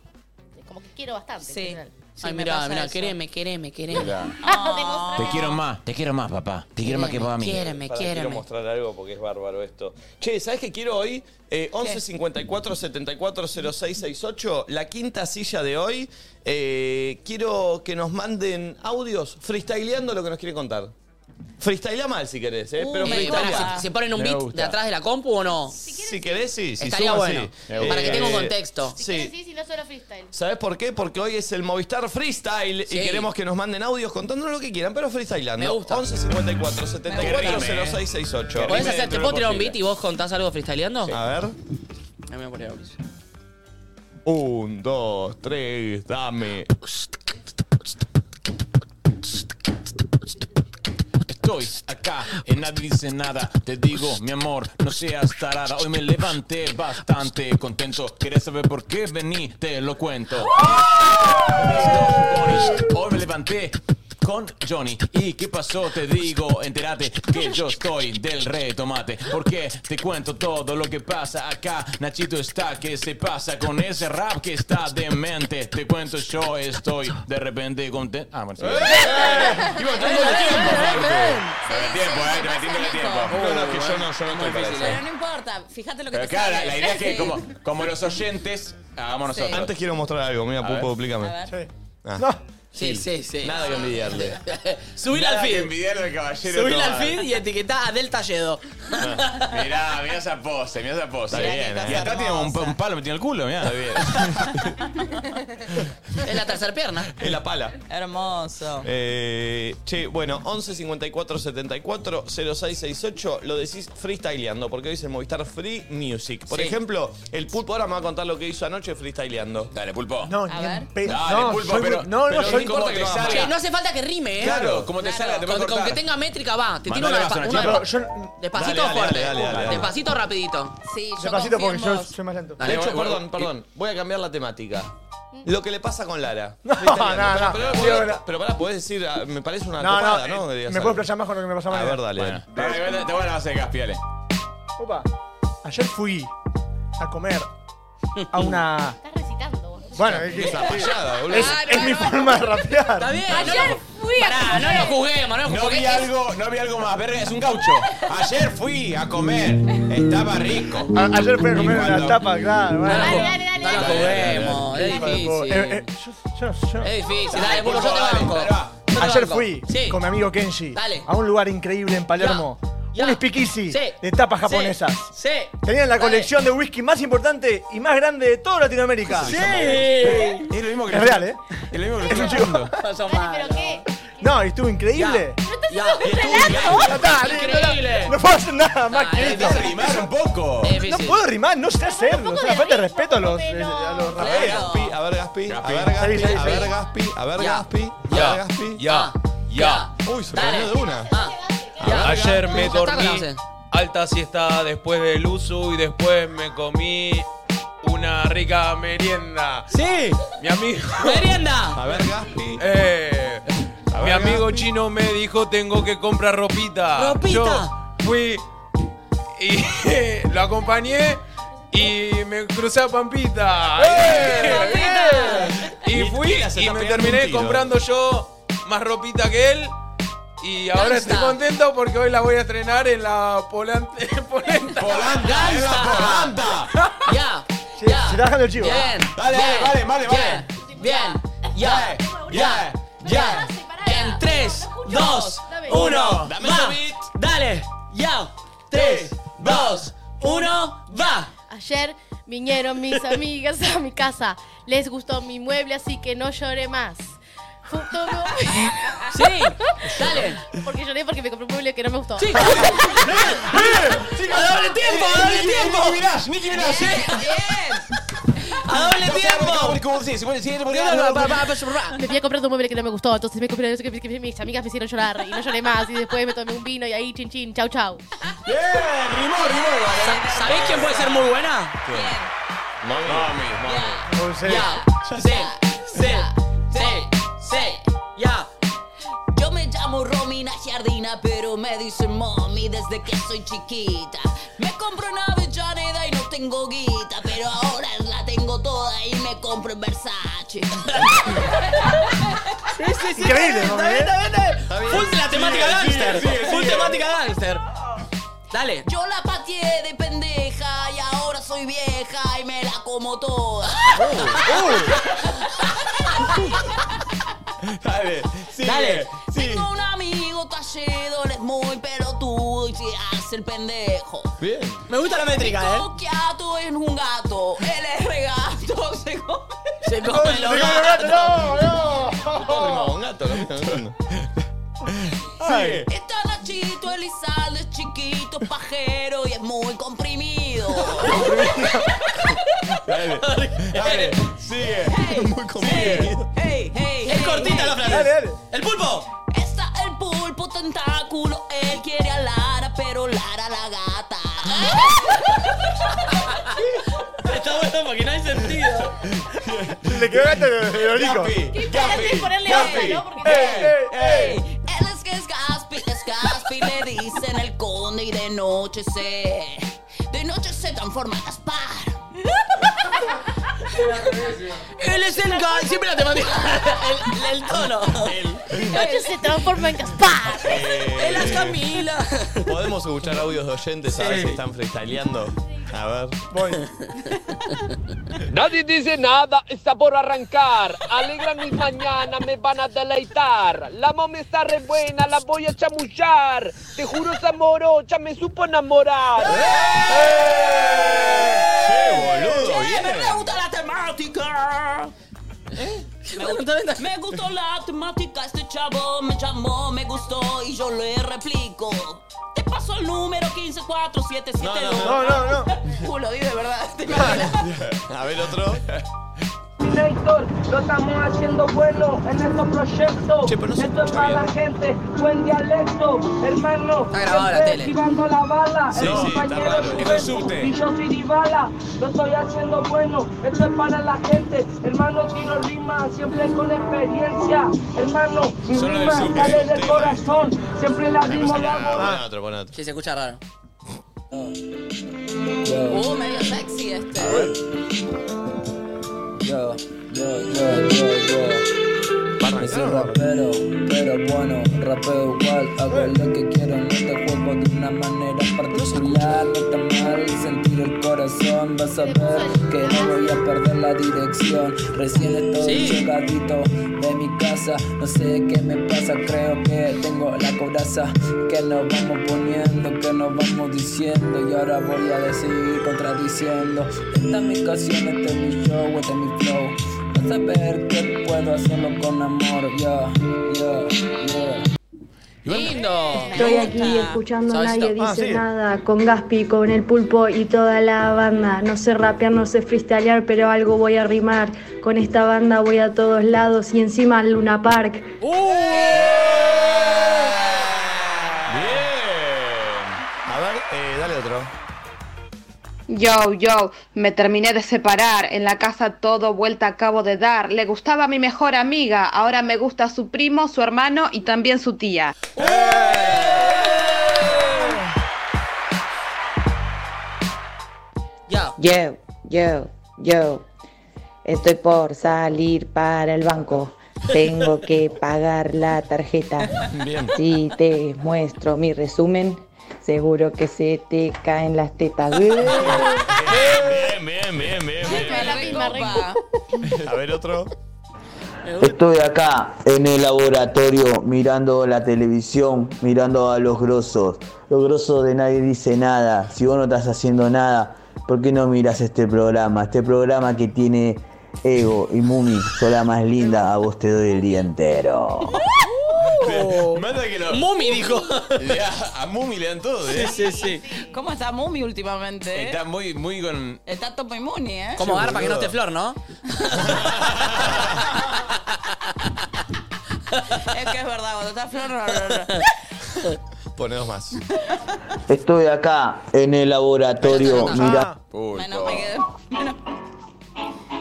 Speaker 9: como que quiero bastante. en
Speaker 4: Sí.
Speaker 9: general.
Speaker 4: sí
Speaker 3: Ay,
Speaker 4: me
Speaker 3: mirá,
Speaker 4: pasa
Speaker 3: mirá,
Speaker 4: eso.
Speaker 3: quereme, quereme, quereme.
Speaker 9: Demostrar
Speaker 5: Te quiero más, te quiero más, papá. Te quiero más que vos a mí.
Speaker 3: Quiereme,
Speaker 2: Pará, quiero
Speaker 3: quiereme.
Speaker 2: mostrar algo porque es bárbaro esto. Che, ¿sabes qué quiero hoy? Eh, 11 54 74 06 68, la quinta silla de hoy. Eh, quiero que nos manden audios freestyleando lo que nos quiere contar. Freestylea mal si querés, ¿eh? pero
Speaker 3: Eh, pará,
Speaker 2: freestylea.
Speaker 3: ¿se, se ponen un
Speaker 5: Me
Speaker 3: beat
Speaker 5: gusta.
Speaker 3: de atrás de la compu o no?
Speaker 2: Si querés, sí. Si
Speaker 3: Estaría
Speaker 2: suma,
Speaker 3: bueno.
Speaker 2: sí.
Speaker 5: Me gusta.
Speaker 3: Para que
Speaker 2: Eh,
Speaker 3: tenga un contexto.
Speaker 9: Si
Speaker 2: sí.
Speaker 9: quieres, sí, si no solo freestyle.
Speaker 2: ¿Sabes por qué? Porque hoy es el Movistar Freestyle
Speaker 3: Sí.
Speaker 2: y queremos que nos manden audios contándonos lo que quieran, pero freestylando.
Speaker 3: Me gusta.
Speaker 2: 11 54 74
Speaker 5: rime, eh.
Speaker 2: 06 68.
Speaker 5: Que
Speaker 3: ¿Podés
Speaker 5: rime
Speaker 3: hacer,
Speaker 5: dentro
Speaker 3: ¿Te
Speaker 5: de
Speaker 3: puedo
Speaker 5: lo
Speaker 3: tirar un
Speaker 5: posible.
Speaker 3: beat y vos contás algo freestyleando?
Speaker 2: A ver.
Speaker 3: Ahí me voy a poner audios.
Speaker 2: Un, dos, tres, dame.
Speaker 5: Estoy acá, en nadie dice nada. Te digo, mi amor, no seas tarada. Hoy me levanté bastante contento. ¿Quieres saber por qué vení? Te lo cuento. Hoy me levanté con Johnny. ¿Y qué pasó? Te digo, entérate que yo estoy del rey tomate. Porque te cuento todo lo que pasa acá. Nachito está que se pasa con ese rap que está demente. Te cuento, yo estoy de repente contento. Ah, bueno, sí. Dame tiempo, eh, te metí el tiempo.
Speaker 14: No, no, que yo no, yo no estoy para eso.
Speaker 3: Pero no importa, fíjate lo que
Speaker 5: Pero
Speaker 3: te
Speaker 5: claro,
Speaker 3: sale.
Speaker 5: la idea es
Speaker 3: Sí.
Speaker 5: que como, como los oyentes, hagamos
Speaker 3: Sí.
Speaker 5: nosotros.
Speaker 2: Antes quiero mostrar algo, mira,
Speaker 5: A
Speaker 2: Pupo,
Speaker 5: ver.
Speaker 2: duplícame.
Speaker 3: A ver.
Speaker 2: Ah.
Speaker 7: Sí, sí, sí.
Speaker 2: Nada que envidiarle.
Speaker 7: Subir
Speaker 5: Nada
Speaker 7: al
Speaker 5: que
Speaker 7: feed.
Speaker 5: envidiarle al caballero
Speaker 7: Subir al
Speaker 5: Tobar. Ah.
Speaker 7: feed y etiquetá a Del Talledo.
Speaker 5: Mirá, mirá esa pose, mirá esa pose.
Speaker 7: Mirá
Speaker 5: bien,
Speaker 7: que
Speaker 2: eh.
Speaker 5: Y
Speaker 7: cosa
Speaker 5: atrás tiene un, un palo metido en el culo, mirá. bien.
Speaker 7: Es la tercera pierna.
Speaker 2: Es la pala.
Speaker 3: Hermoso.
Speaker 2: Eh, che, bueno, 11 54 74 0668 lo decís freestyleando, porque hoy es el Movistar Free Music. Por
Speaker 5: Sí.
Speaker 2: ejemplo, el Pulpo ahora me va a contar lo que hizo anoche freestyleando.
Speaker 5: Dale, Pulpo.
Speaker 4: No,
Speaker 2: A
Speaker 4: ni
Speaker 2: ver.
Speaker 4: en pedo.
Speaker 2: Dale,
Speaker 4: no,
Speaker 2: Pulpo,
Speaker 4: soy
Speaker 2: pero-
Speaker 4: muy- no,
Speaker 2: pero
Speaker 4: no,
Speaker 2: no
Speaker 4: soy
Speaker 2: importa que lo hagas.
Speaker 7: Che, no hace falta que rime, ¿eh?
Speaker 5: Claro, como te salga, te vas a
Speaker 7: con, con
Speaker 5: cortar.
Speaker 7: que tenga métrica va. Te tiro
Speaker 5: Mandale
Speaker 7: una,
Speaker 5: vas a una
Speaker 7: una-
Speaker 5: chapa.
Speaker 7: Despacito
Speaker 2: Dale, dale,
Speaker 7: fuerte.
Speaker 2: dale, dale, dale.
Speaker 7: Despacito rapidito.
Speaker 3: Sí,
Speaker 4: Despacito porque yo soy más lento.
Speaker 2: De hecho,
Speaker 4: Dale, bueno,
Speaker 2: perdón, perdón. Voy a cambiar la temática.
Speaker 7: Mm.
Speaker 2: Lo que le pasa con Lara.
Speaker 4: No,
Speaker 2: Freestyleando.
Speaker 4: no, no.
Speaker 2: Pero,
Speaker 4: Digo,
Speaker 2: pero, pero pará, podés decir, ah, me parece una
Speaker 4: No,
Speaker 2: copada,
Speaker 4: no,
Speaker 2: ¿no?
Speaker 4: eh,
Speaker 2: Debería
Speaker 4: me
Speaker 2: ser.
Speaker 4: puedo explayar más con lo que me pasó
Speaker 2: A
Speaker 4: mañana.
Speaker 2: ver, dale. dale.
Speaker 5: Dale, dale, Te voy a la base de gas, piale.
Speaker 4: Opa, ayer fui a comer a una.
Speaker 9: Estás recitando, eh. vos.
Speaker 4: Bueno, es, que-
Speaker 2: Es una payada, boludo.
Speaker 4: es- es mi forma de rapear.
Speaker 7: Está bien.
Speaker 9: Ayer fui a
Speaker 7: Pará, no
Speaker 9: comer.
Speaker 7: lo juzguemos, no lo
Speaker 5: No
Speaker 7: juzguemos,
Speaker 5: vi
Speaker 7: porque es-
Speaker 5: algo, no vi algo más verga, es un gaucho. Ayer fui a comer, estaba rico.
Speaker 4: A- ayer fui a comer una tapa, claro. bueno.
Speaker 9: Dale, dale, dale.
Speaker 7: No lo
Speaker 9: dale.
Speaker 7: juguemos, es
Speaker 4: Hijo de
Speaker 7: difícil.
Speaker 4: puta. Eh, eh, yo- yo- yo-
Speaker 7: Es difícil, dale, Pulpo, yo
Speaker 5: Pulpo,
Speaker 7: te
Speaker 5: dale,
Speaker 7: banco.
Speaker 5: dale, va.
Speaker 7: Yo te
Speaker 4: Ayer
Speaker 7: banco.
Speaker 4: fui
Speaker 7: Sí.
Speaker 4: con mi amigo Kenji
Speaker 7: Dale.
Speaker 4: a un lugar increíble en Palermo.
Speaker 7: Ya,
Speaker 4: Un
Speaker 7: ya.
Speaker 4: speakeasy
Speaker 7: Sí.
Speaker 4: de tapas
Speaker 7: Sí.
Speaker 4: japonesas.
Speaker 7: Sí.
Speaker 4: Tenían la
Speaker 7: Dale.
Speaker 4: colección de whisky más importante y más grande de toda Latinoamérica.
Speaker 7: Sí.
Speaker 5: Es lo mismo que
Speaker 4: Es real, ¿eh?
Speaker 5: Es lo mismo que le estoy diciendo.
Speaker 7: Sos
Speaker 9: Dale,
Speaker 7: malo.
Speaker 9: pero qué.
Speaker 4: No, y estuvo increíble.
Speaker 7: Ya.
Speaker 4: Ya está, listo, ya-
Speaker 7: Increíble.
Speaker 4: No puedo hacer nada más que
Speaker 5: Tenés
Speaker 4: esto.
Speaker 5: que Ah, rimar un poco.
Speaker 7: Es
Speaker 4: No
Speaker 7: difícil.
Speaker 4: puedo rimar, no sé hacerlo.
Speaker 9: poco
Speaker 4: Es una
Speaker 9: de
Speaker 4: falta de
Speaker 9: ritmo,
Speaker 4: respeto a los, eh,
Speaker 9: pero-
Speaker 4: a los
Speaker 2: A
Speaker 4: raperos.
Speaker 2: ver,
Speaker 7: Claro.
Speaker 2: Gaspi, a ver, Gaspi,
Speaker 5: Gaspi.
Speaker 2: a ver, Gaspi,
Speaker 4: Sí, sí,
Speaker 2: a
Speaker 4: sí.
Speaker 2: ver, Gaspi, a ver,
Speaker 7: Ya.
Speaker 2: Gaspi, a ver,
Speaker 15: Ya,
Speaker 2: Gaspi.
Speaker 15: ya, ya.
Speaker 2: Uy, se
Speaker 7: Dale.
Speaker 2: prendió de una.
Speaker 7: Ah, ya.
Speaker 15: Ayer
Speaker 7: Ya
Speaker 15: me
Speaker 7: está,
Speaker 15: dormí
Speaker 7: conoce.
Speaker 15: alta siesta después del uso y después me comí una rica merienda.
Speaker 7: Sí.
Speaker 15: Mi amigo,
Speaker 7: Merienda.
Speaker 2: A ver, Gaspi.
Speaker 15: eh,
Speaker 2: A
Speaker 15: mi
Speaker 2: ver,
Speaker 15: amigo
Speaker 2: Gaspi.
Speaker 15: chino me dijo tengo que comprar ropita.
Speaker 7: Ropita.
Speaker 15: Yo fui y lo acompañé y me crucé a Pampita.
Speaker 7: ¡Eh!
Speaker 15: Y
Speaker 2: Ni
Speaker 15: fui
Speaker 2: siquiera se
Speaker 15: y
Speaker 2: está
Speaker 15: me
Speaker 2: pegando un
Speaker 15: terminé
Speaker 2: tiro.
Speaker 15: comprando yo más ropita que él. Y ahora
Speaker 7: Gangsta.
Speaker 15: estoy contento porque hoy la voy a estrenar en la polante- polenta.
Speaker 5: ¡Polanta! ¡Es la polanta!
Speaker 7: Ya.
Speaker 4: Se-
Speaker 7: Ya.
Speaker 4: se está bajando el chivo.
Speaker 7: Bien.
Speaker 5: Dale,
Speaker 7: bien,
Speaker 5: dale, vale, vale,
Speaker 7: Bien. Bien. Ya. Ya. Ya. En 3, 2, 1.
Speaker 5: Dame
Speaker 7: Va.
Speaker 5: ese beat.
Speaker 7: Dale. Ya. 3, 2, 1. Va.
Speaker 9: Ayer vinieron mis amigas a mi casa. Les gustó mi mueble, así que no lloré más. Junto con-
Speaker 7: Sí. Dale.
Speaker 9: Porque lloré porque me compré un mueble que no me gustó.
Speaker 7: Sí. A doble Ah, tiempo, a doble tiempo.
Speaker 5: Nicki Minaj, Nicki Minaj.
Speaker 7: Sí. A doble tiempo.
Speaker 9: Me fui a comprar un mueble que no me gustó, entonces me compré que que mis amigas me hicieron llorar y no lloré más. Y después me tomé un vino y ahí chin chin, chau chau.
Speaker 5: Bien, rimó, rimó.
Speaker 7: ¿Sabéis quién puede ser muy buena?
Speaker 5: Mami, mami.
Speaker 4: O sea,
Speaker 7: Ya, sí, sí, sí, sí, ya.
Speaker 11: Yo me llamo Romina Jardina, pero me dicen mommy desde que soy chiquita. Me compro una Avellaneda y no tengo guita, pero ahora la tengo toda y me compro en Versace.
Speaker 4: Increíble, ¿no?
Speaker 11: ¿eh?
Speaker 7: Está bien, está bien, está bien. Full la temática
Speaker 5: sigue, sigue,
Speaker 7: gangster.
Speaker 5: sigue.
Speaker 7: Full temática gangster. Dale.
Speaker 11: Yo la pateé de pendeja y ahora soy vieja y me la como toda.
Speaker 7: Oh,
Speaker 5: Dale, sigue,
Speaker 7: Dale.
Speaker 5: sigue.
Speaker 11: Tengo un amigo talledo, él es muy pelotudo y se hace el pendejo.
Speaker 2: Bien.
Speaker 7: Me gusta la métrica, eh.
Speaker 11: Coquiato es un gato, él es regato, se come.
Speaker 7: Se come los
Speaker 4: No, no,
Speaker 7: gatos.
Speaker 4: no,
Speaker 2: Todo rimaba con gato, lo mismo.
Speaker 5: Sigue.
Speaker 11: Está Nachito Elizalde, es chiquito, es pajero y es muy comprimido.
Speaker 5: Dale, dale, sigue.
Speaker 2: Muy complicado.
Speaker 11: Hey, hey,
Speaker 7: Es cortita la
Speaker 4: Dale,
Speaker 7: frase.
Speaker 4: dale.
Speaker 7: El pulpo.
Speaker 11: Está el pulpo tentáculo, él quiere a Lara, pero Lara la gata.
Speaker 7: Está bueno porque no hay sentido.
Speaker 16: Le quedó gato de de Orico.
Speaker 17: Antes de ponerle onda, ¿no? Porque
Speaker 11: Él es Pues que es Gaspi, es Gaspi, le dicen el conde y de noche se. De noche se transforma en Gaspar.
Speaker 9: Él es el gas, siempre la temática. El, el tono.
Speaker 17: noche se transforma en Gaspar.
Speaker 7: Eh,
Speaker 9: Él es Camila.
Speaker 2: ¿Podemos escuchar audios de oyentes a ver si están freestyleando? A ver.
Speaker 7: Nadie dice nada, está por arrancar. Alegran mis mañanas, me van a deleitar. La mami está re buena, la voy a chamullar. Te juro, esa morocha me supo enamorar.
Speaker 2: boludo,
Speaker 11: Che, me gusta la temática.
Speaker 3: ¿Eh?
Speaker 11: Me, gu- me gustó la temática, este chavo me llamó, me gustó y yo le replico. Te paso el número 15477.
Speaker 2: No, no, no,
Speaker 11: Culo, di de verdad, te imaginas.
Speaker 2: A ver otro.
Speaker 3: Néstor, lo estamos haciendo bueno en
Speaker 7: este
Speaker 3: estos proyectos. Esto es para la gente, buen dialecto, hermano. Está
Speaker 9: grabado la tele.
Speaker 3: Esquivando la bala, el
Speaker 9: Sí, sí, está
Speaker 3: compañero
Speaker 9: raro.
Speaker 3: Rubén,
Speaker 9: Es un subte.
Speaker 3: Y yo soy Dybala, lo estoy haciendo bueno. Esto es para la gente, hermano. Tiro rima, siempre con experiencia, hermano. Mi
Speaker 2: Solo del
Speaker 3: rima
Speaker 2: subte.
Speaker 3: sale del corazón, siempre la rima la hago.
Speaker 2: Pon otro, pon otro.
Speaker 9: Sí, se escucha raro.
Speaker 18: Uh, medio sexy este.
Speaker 19: Yo, yo, yo, yo, yo. Yo soy rapero, pero bueno, rapeo igual. Hago lo que quiero en este juego de una manera particular. No está mal sentir el corazón. Vas a ver que no voy a perder la dirección. Recién estoy llegadito de mi casa. No sé qué me pasa, creo que tengo la coraza. Que nos vamos poniendo, que nos vamos diciendo. Y ahora voy a decir contradiciendo. Esta es mi canción, este es mi show, este es mi flow. Vas a ver que puedo hacerlo con amor. Yo, yo, yo.
Speaker 9: Lindo.
Speaker 20: Estoy aquí escuchando Nadie
Speaker 9: Suavecito.
Speaker 20: Dice
Speaker 9: Ah, sí.
Speaker 20: Nada con Gaspi, con el pulpo y toda la banda. No sé rapear, no sé freestylear, pero algo voy a rimar. Con esta banda voy a todos lados y encima al Luna Park.
Speaker 2: A ver, eh, dale otro.
Speaker 21: Yo, yo, me terminé de separar, en la casa todo vuelta acabo de dar. Le gustaba a mi mejor amiga, ahora me gusta su primo, su hermano y también su tía.
Speaker 4: Yo, yo, yo. Estoy por salir para el banco. Tengo que pagar la tarjeta.
Speaker 22: Bien.
Speaker 4: Si te muestro mi resumen, seguro que se te caen las tetas.
Speaker 2: Bien, bien, bien, bien. bien. A ver otro.
Speaker 23: Estoy acá en el laboratorio mirando la televisión, mirando a los grosos. Los grosos de nadie dice nada. Si vos no estás haciendo nada, ¿por qué no miras este programa? Este programa que tiene Ego y Mumi, soy la más linda, a vos te doy el día entero.
Speaker 2: Manda que lo.
Speaker 9: Oh. Mumi dijo.
Speaker 24: Le- a Mumi le dan todo, ¿eh?
Speaker 9: Sí, sí,
Speaker 18: ¿Cómo está Mumi últimamente? eh?
Speaker 24: Está muy, muy con.
Speaker 18: Está top y Muni, ¿eh?
Speaker 9: Como
Speaker 24: Sí,
Speaker 9: garpa que no
Speaker 24: boludo.
Speaker 9: esté flor, ¿no?
Speaker 18: Es que es verdad, cuando está flor, no, no, no.
Speaker 2: Ponemos más.
Speaker 23: Estoy acá en el laboratorio mirando.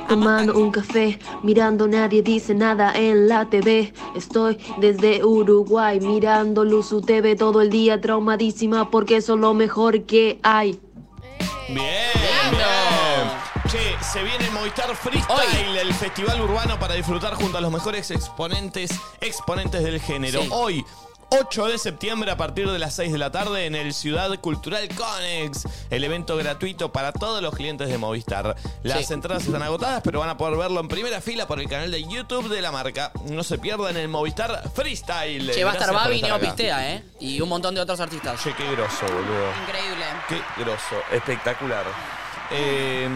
Speaker 20: Tomando un café, mirando nadie dice nada en la TV. Estoy desde Uruguay mirando Luzu TV todo el día traumadísima porque son lo mejor que hay.
Speaker 2: Bien, bien. Che, se viene el Movistar Freestyle, el festival urbano para disfrutar junto a los mejores exponentes, exponentes del género.
Speaker 5: Sí.
Speaker 2: Hoy. 8 de septiembre a partir de las 6 de la tarde en el Ciudad Cultural Conex, el evento gratuito para todos los clientes de Movistar. Las entradas están agotadas, pero van a poder verlo en primera fila por el canal de YouTube de la marca. No se pierdan el Movistar Freestyle.
Speaker 9: Che, va a
Speaker 2: Gracias
Speaker 9: estar
Speaker 2: por
Speaker 9: Babi, Neo
Speaker 2: acá.
Speaker 9: Pistea, ¿eh? Y un montón de otros artistas.
Speaker 2: Che, qué groso, boludo.
Speaker 18: Increíble.
Speaker 2: Qué groso. Espectacular. Eh,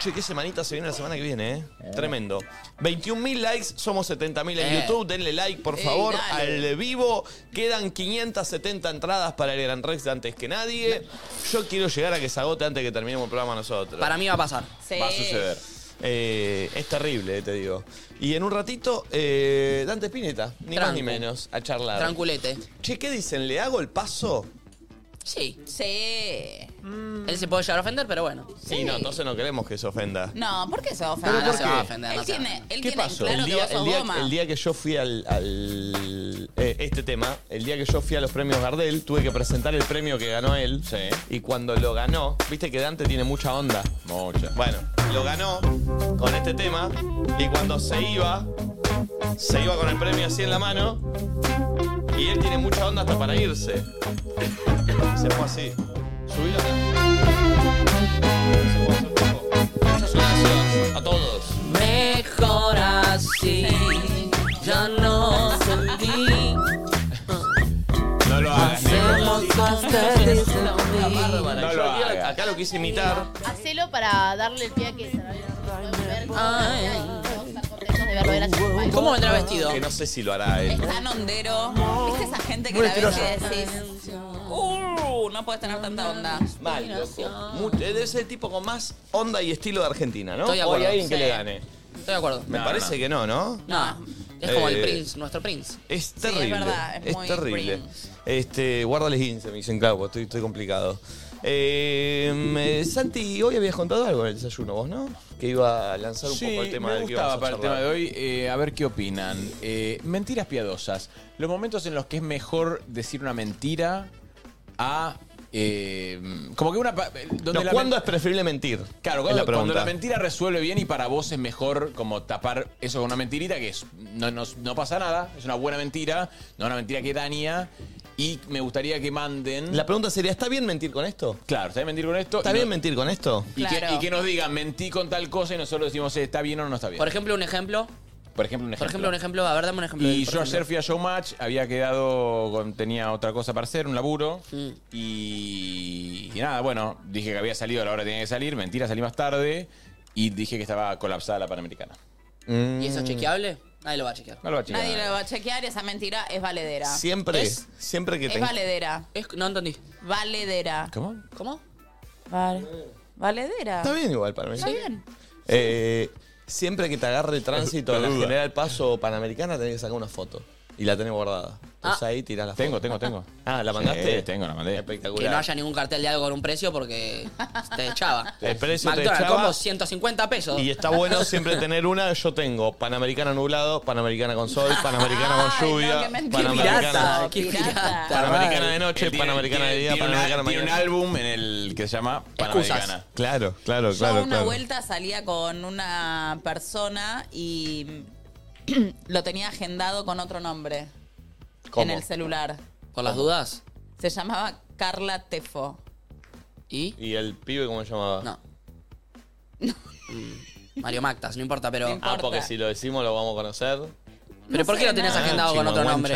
Speaker 2: che, qué semanita se viene la semana que viene, ¿eh? Tremendo. 21.000 likes, somos 70.000 en
Speaker 5: Eh.
Speaker 2: YouTube. Denle like, por
Speaker 5: Ey,
Speaker 2: favor,
Speaker 5: dale.
Speaker 2: al vivo. Quedan 570 entradas para el Gran Rex de antes que nadie. Yo quiero llegar a que se agote antes que terminemos el programa nosotros.
Speaker 9: Para mí va a pasar. Sí.
Speaker 2: Va a suceder. Eh, es terrible, eh, te digo. Y en un ratito, eh, Dante Spinetta, ni más
Speaker 9: Tranqui.
Speaker 2: ni menos, a charlar.
Speaker 9: Tranculete.
Speaker 2: Che, ¿qué dicen? ¿Le hago el paso?
Speaker 3: Sí. Mm.
Speaker 4: Sí.
Speaker 3: Él se puede llegar a ofender, pero bueno.
Speaker 2: Sí, no, entonces no queremos que se ofenda.
Speaker 4: No, ¿por qué se va a
Speaker 3: No,
Speaker 4: ofender?
Speaker 3: no se va a ofender,
Speaker 4: Él
Speaker 3: no se va a
Speaker 4: tiene, él
Speaker 2: ¿Qué
Speaker 4: tiene
Speaker 2: pasó?
Speaker 4: claro
Speaker 2: el, día,
Speaker 4: que vos
Speaker 2: el,
Speaker 4: sos
Speaker 2: día,
Speaker 4: goma.
Speaker 2: el día que yo fui al. al- eh, este tema, el día que yo fui a los premios Gardel, tuve que presentar el premio que ganó él. Y cuando lo ganó, viste que Dante tiene mucha onda. Mucha. Bueno, lo ganó con este tema. Y cuando se iba, se iba con el premio así en la mano. Y él tiene mucha onda hasta para irse. se fue así. Subilo acá. A todos.
Speaker 3: Mejor así. Ya no soy ti.
Speaker 2: No lo hagas,
Speaker 3: Hacemos pasteles de mí.
Speaker 2: No lo hagas. Acá lo quise imitar.
Speaker 9: Hacelo para darle el pie a que se vaya a volver con contentos de verlo ver a su papá.
Speaker 3: ¿Cómo vendrá vestido?
Speaker 2: Que no sé si lo hará él.
Speaker 4: Es tan hondero. ¿Viste esa gente que
Speaker 2: Muy
Speaker 4: la ves que
Speaker 2: estiloso.
Speaker 4: decís? Uh, no puedes tener tanta onda.
Speaker 2: Mal, loco. Mu- Debe ser el tipo con más onda y estilo de Argentina, ¿no?
Speaker 3: Estoy de
Speaker 2: O hay
Speaker 3: acuerdo.
Speaker 2: alguien que
Speaker 3: Sí.
Speaker 2: le gane.
Speaker 3: Estoy de acuerdo.
Speaker 2: Me
Speaker 3: No,
Speaker 2: parece
Speaker 3: no.
Speaker 2: que no, ¿no?
Speaker 3: No. Es como
Speaker 2: Eh,
Speaker 3: el Prince, nuestro Prince.
Speaker 2: Es terrible.
Speaker 3: verdad, es muy
Speaker 2: terrible. Este, guárdales 15, me dicen, claro, estoy, estoy complicado. Eh, mm, Santi, hoy habías contado algo en el desayuno, vos, ¿no? Que iba a lanzar un
Speaker 5: Sí,
Speaker 2: poco el tema
Speaker 5: me
Speaker 2: del que
Speaker 5: gustaba
Speaker 2: íbamos a
Speaker 5: para el tema
Speaker 2: charlar.
Speaker 5: de hoy. eh, a ver qué opinan. Eh, mentiras piadosas. Los momentos en los que es mejor decir una mentira a. eh, como que una. pa- eh, Donde
Speaker 2: No,
Speaker 5: la
Speaker 2: ¿Cuándo
Speaker 5: men-
Speaker 2: es preferible mentir?
Speaker 5: Claro, cuando,
Speaker 2: Es la
Speaker 5: cuando
Speaker 2: pregunta.
Speaker 5: la mentira resuelve bien y para vos es mejor como tapar eso con una mentirita que es, no, no- no pasa nada, es una buena mentira, no una mentira que daña y me gustaría que manden...
Speaker 2: La pregunta sería, ¿está bien mentir con esto?
Speaker 5: Claro, ¿está bien mentir con esto?
Speaker 2: ¿Está
Speaker 5: Y no-
Speaker 2: bien mentir con esto?
Speaker 5: Y, que,
Speaker 3: Claro.
Speaker 5: y que nos digan, mentí con tal cosa y nosotros decimos, eh, ¿está bien o no está bien?
Speaker 3: Por ejemplo, un ejemplo.
Speaker 5: Por ejemplo, un
Speaker 3: Por ejemplo, un ejemplo. A ver, dame un ejemplo.
Speaker 5: Y
Speaker 3: Por
Speaker 5: yo
Speaker 3: ejemplo.
Speaker 5: ayer fui a Showmatch, había quedado, con- tenía otra cosa para hacer, un laburo. Y, y nada, bueno, dije que había salido a la hora que tenía que salir, mentira, salí más tarde. Y dije que estaba colapsada la Panamericana.
Speaker 3: ¿Y eso es chequeable? Nadie lo va a chequear.
Speaker 5: No lo va a chequear.
Speaker 4: Mm. Nadie lo va a chequear, esa mentira es valedera.
Speaker 2: Siempre,
Speaker 4: Es,
Speaker 2: siempre que
Speaker 4: es
Speaker 2: te...
Speaker 4: valedera.
Speaker 3: no entendí.
Speaker 4: Valedera.
Speaker 5: ¿Cómo?
Speaker 3: ¿Cómo?
Speaker 4: Valedera.
Speaker 2: Está bien igual para mí.
Speaker 4: Está bien.
Speaker 2: Eh, siempre que te agarre el tránsito a la
Speaker 5: Peluda.
Speaker 2: General Paso Panamericana tenés que sacar una foto. Y la tenés guardada. Entonces
Speaker 3: Ah.
Speaker 2: ahí tirás la foto.
Speaker 5: Tengo, tengo, tengo.
Speaker 2: Ah, ¿la mandaste?
Speaker 5: Sí, tengo, la mandé.
Speaker 2: Espectacular.
Speaker 3: Que no haya ningún cartel de algo con un precio porque te echaba.
Speaker 2: El precio te
Speaker 3: McDonald's,
Speaker 2: echaba.
Speaker 3: combo 150 pesos.
Speaker 2: Y está bueno siempre tener una. Yo tengo Panamericana nublado, Panamericana con sol, Panamericana con lluvia, Panamericana,
Speaker 3: Qué pirata.
Speaker 2: Panamericana de noche,
Speaker 5: Él tiene-
Speaker 2: Panamericana de
Speaker 5: tiene-
Speaker 2: día,
Speaker 5: tiene una-
Speaker 2: Panamericana de
Speaker 5: Tiene un
Speaker 2: mañana.
Speaker 5: álbum en el que se llama Panamericana.
Speaker 2: Claro, claro,
Speaker 4: Yo una vuelta salía con una persona y lo tenía agendado con otro nombre
Speaker 3: ¿Cómo?
Speaker 4: en el celular.
Speaker 3: ¿Por las dudas?
Speaker 4: Se llamaba Carla Tefo.
Speaker 3: ¿Y?
Speaker 2: ¿Y el pibe cómo se llamaba?
Speaker 3: No. Mario Mactas, no importa, pero.
Speaker 2: Ah, porque si lo decimos lo vamos a conocer.
Speaker 3: Pero ¿por qué lo tenías agendado con otro nombre?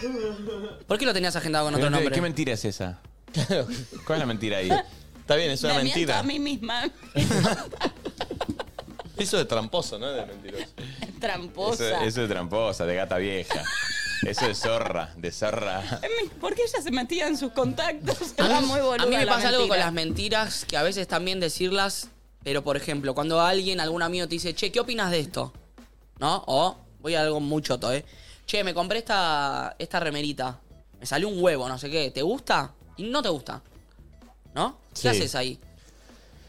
Speaker 2: Chimanguancha.
Speaker 3: ¿Por qué lo tenías agendado con otro
Speaker 5: ¿Qué- ¿Qué
Speaker 3: nombre?
Speaker 5: mentira es esa? ¿Cuál es la mentira ahí?
Speaker 2: Está bien, es una
Speaker 4: Me miento
Speaker 2: mentira.
Speaker 4: a mí misma.
Speaker 2: Eso de tramposo, ¿no? De mentiroso.
Speaker 5: Eso,
Speaker 4: Tramposa.
Speaker 5: eso es tramposa, de gata vieja. Eso es zorra, de zorra.
Speaker 4: ¿Por qué ella se metía en sus contactos? Era muy boluda
Speaker 3: A mí me
Speaker 4: la
Speaker 3: pasa algo
Speaker 4: mentira.
Speaker 3: con las mentiras que a veces también decirlas, pero por ejemplo, cuando alguien, algún amigo te dice, che, ¿qué opinas de esto? ¿No? O, voy a algo muy choto, ¿eh? Che, me compré esta, esta remerita. Me salió un huevo, no sé qué. ¿Te gusta? Y no te gusta. ¿No? ¿Qué
Speaker 5: Sí.
Speaker 3: haces ahí?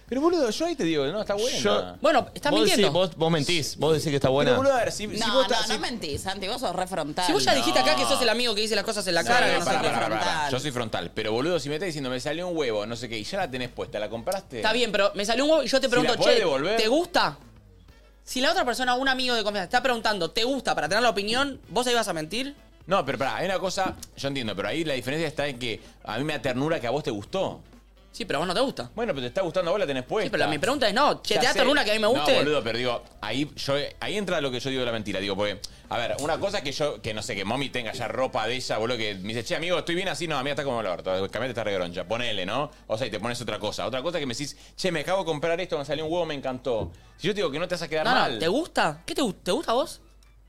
Speaker 5: Pero boludo, yo ahí te digo, no, está buena.
Speaker 2: Yo-
Speaker 3: Bueno, estás
Speaker 2: vos
Speaker 3: mintiendo.
Speaker 2: decís- vos, vos mentís, vos decís que está buena.
Speaker 5: Pero, boludo, a ver, si,
Speaker 4: No,
Speaker 5: si vos
Speaker 4: no,
Speaker 5: estás-
Speaker 4: no mentís, Santi, vos sos refrontal.
Speaker 3: Si vos ya dijiste acá que
Speaker 5: No.
Speaker 3: sos el amigo que dice las cosas en la
Speaker 5: No,
Speaker 3: cara,
Speaker 5: no,
Speaker 3: que no
Speaker 5: pará,
Speaker 3: sé qué.
Speaker 5: pará, pará, pará. Yo soy frontal. Pero boludo, si me estás diciendo, me salió un huevo, no sé qué, y ya la tenés puesta, ¿la compraste?
Speaker 3: Está bien, pero me salió un huevo y yo te
Speaker 5: Si
Speaker 3: pregunto,
Speaker 5: la podés
Speaker 3: che,
Speaker 5: devolver".
Speaker 3: ¿te gusta? Si la otra persona, un amigo de confianza, está preguntando, ¿te gusta para tener la opinión? ¿Vos ahí vas a mentir?
Speaker 5: No, pero pará, hay una cosa, yo entiendo, pero ahí la diferencia está en que a mí me da ternura que a vos te gustó.
Speaker 3: Sí, pero a vos no te gusta.
Speaker 5: Bueno, pero te está gustando a vos, la tenés puesta.
Speaker 3: Sí, pero la- mi pregunta es no, che,
Speaker 5: Ya
Speaker 3: ¿te da
Speaker 5: sé.
Speaker 3: ternura que a mí me guste?
Speaker 5: No, boludo, pero digo, ahí, yo, ahí entra lo que yo digo de la mentira. Digo, porque, a ver, una cosa es que yo, que no sé, que mommy tenga ya ropa de ella, boludo, que me dice, che, amigo, estoy bien así, no, a mí está como el orto, cambiate esta regroncha, ponele, ¿no? O sea, y te pones otra cosa. Otra cosa es que me decís, che, me acabo de comprar esto, me salió un huevo, me encantó. Si yo te digo que no te vas a quedar
Speaker 3: No,
Speaker 5: mal.
Speaker 3: no, ¿te gusta? ¿Qué te, gu- te gusta a vos?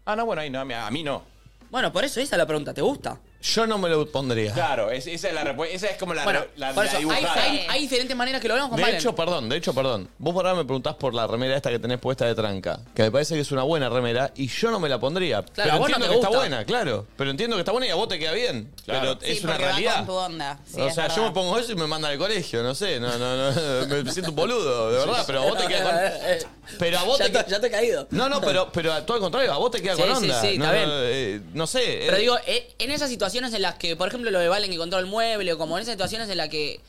Speaker 5: Ah, no, bueno, ahí no, a mí, a mí no.
Speaker 3: Bueno, por eso esa es la pregunta, ¿te gusta?
Speaker 2: Yo no me lo pondría.
Speaker 5: Claro, es- esa es la respuesta. Esa es como la,
Speaker 2: Bueno,
Speaker 5: la-
Speaker 3: Por
Speaker 5: la
Speaker 3: eso, hay,
Speaker 5: dibujada.
Speaker 3: hay- hay diferentes maneras que lo veamos con
Speaker 2: De
Speaker 3: Valen.
Speaker 2: hecho, perdón, de hecho, perdón. Vos por ahora me preguntás por la remera esta que tenés puesta de tranca. Que me parece que es una buena remera y yo no me la pondría. pero
Speaker 3: a vos no
Speaker 2: entiendo
Speaker 3: te
Speaker 2: que está
Speaker 3: gusta.
Speaker 2: buena, claro. Pero entiendo que está buena y a vos te queda bien. Pero es
Speaker 4: Sí,
Speaker 2: una
Speaker 4: porque va
Speaker 2: realidad.
Speaker 4: con tu onda. Sí,
Speaker 2: o
Speaker 4: es
Speaker 2: sea,
Speaker 4: verdad.
Speaker 2: yo me pongo eso y me mandan al colegio, no sé, no, no, no, me siento un boludo, de verdad, pero a vos te queda con... Pero a vos
Speaker 3: Eh, ya
Speaker 2: te
Speaker 3: te, ya te he caído.
Speaker 2: No, no, pero, pero a- todo al contrario, a vos te queda
Speaker 3: Sí,
Speaker 2: con
Speaker 3: sí,
Speaker 2: onda.
Speaker 3: sí,
Speaker 2: no,
Speaker 3: está bien.
Speaker 2: no, eh, no sé.
Speaker 3: Pero
Speaker 2: eh,
Speaker 3: digo, eh, en esas situaciones en las que, por ejemplo, lo de Valen que encontró el mueble, o como en esas situaciones en las que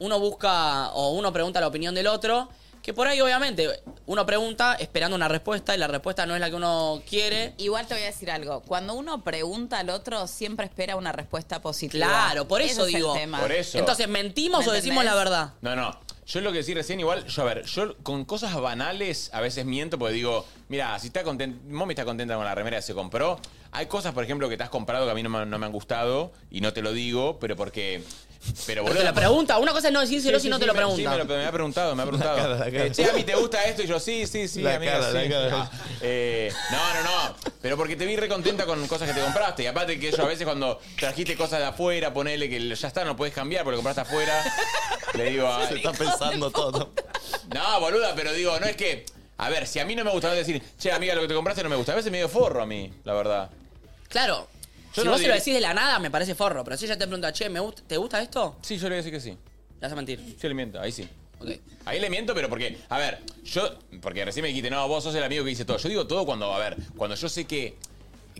Speaker 3: uno busca o uno pregunta la opinión del otro, que por ahí obviamente uno pregunta esperando una respuesta y la respuesta no es la que uno quiere.
Speaker 4: Igual te voy a decir algo. Cuando uno pregunta al otro, siempre espera una respuesta positiva.
Speaker 3: Claro, por
Speaker 4: Ese
Speaker 3: eso
Speaker 4: es el
Speaker 3: digo.
Speaker 4: tema.
Speaker 5: Por eso.
Speaker 3: Entonces, ¿mentimos
Speaker 4: ¿Me
Speaker 3: o decimos la
Speaker 4: entendés?
Speaker 3: verdad?
Speaker 5: No, no. Yo lo que decía recién, igual, yo a ver, yo con cosas banales a veces miento porque digo, mira, si está contenta, mommy está contenta con la remera que se compró. Hay cosas, por ejemplo, que te has comprado que a mí no me, no me han gustado y no te lo digo, pero porque. Pero
Speaker 3: Pero
Speaker 5: boludo.
Speaker 3: te la pregunta. Una cosa es no decírselo
Speaker 5: Sí,
Speaker 3: si
Speaker 5: sí,
Speaker 3: no
Speaker 5: sí,
Speaker 3: te lo
Speaker 5: me- Sí, me,
Speaker 3: pregunta.
Speaker 5: lo- me ha preguntado, me ha preguntado.
Speaker 2: cara, la cara.
Speaker 5: Eh, che, a mí te gusta esto y yo, sí, sí, sí,
Speaker 2: La
Speaker 5: amiga,
Speaker 2: cara, la
Speaker 5: sí. Ah,
Speaker 2: cara.
Speaker 5: eh, no, no, no. Pero porque te vi recontenta con cosas que te compraste. Y aparte que yo a veces cuando trajiste cosas de afuera, ponele que ya está, no puedes cambiar porque lo compraste afuera. Le digo, ah,
Speaker 2: se está pensando todo.
Speaker 5: no, boluda, pero digo, no es que. A ver, si a mí no me gusta, no decir, che, amiga, lo que te compraste no me gusta. A veces me dio forro a mí, la verdad.
Speaker 3: Claro.
Speaker 5: Yo
Speaker 3: si
Speaker 5: no
Speaker 3: vos se lo
Speaker 5: diría-
Speaker 3: decís de la nada, me parece forro. Pero si ella te pregunta, che, ¿me gust- ¿te gusta esto?
Speaker 5: Sí, yo le voy a decir que sí.
Speaker 3: Le vas a mentir.
Speaker 5: Yo le miento, ahí sí.
Speaker 3: Ok.
Speaker 5: Ahí le miento, pero porque, a ver, yo, porque recién me dijiste, no, vos sos el amigo que dice todo. Yo digo todo cuando, a ver, cuando yo sé que.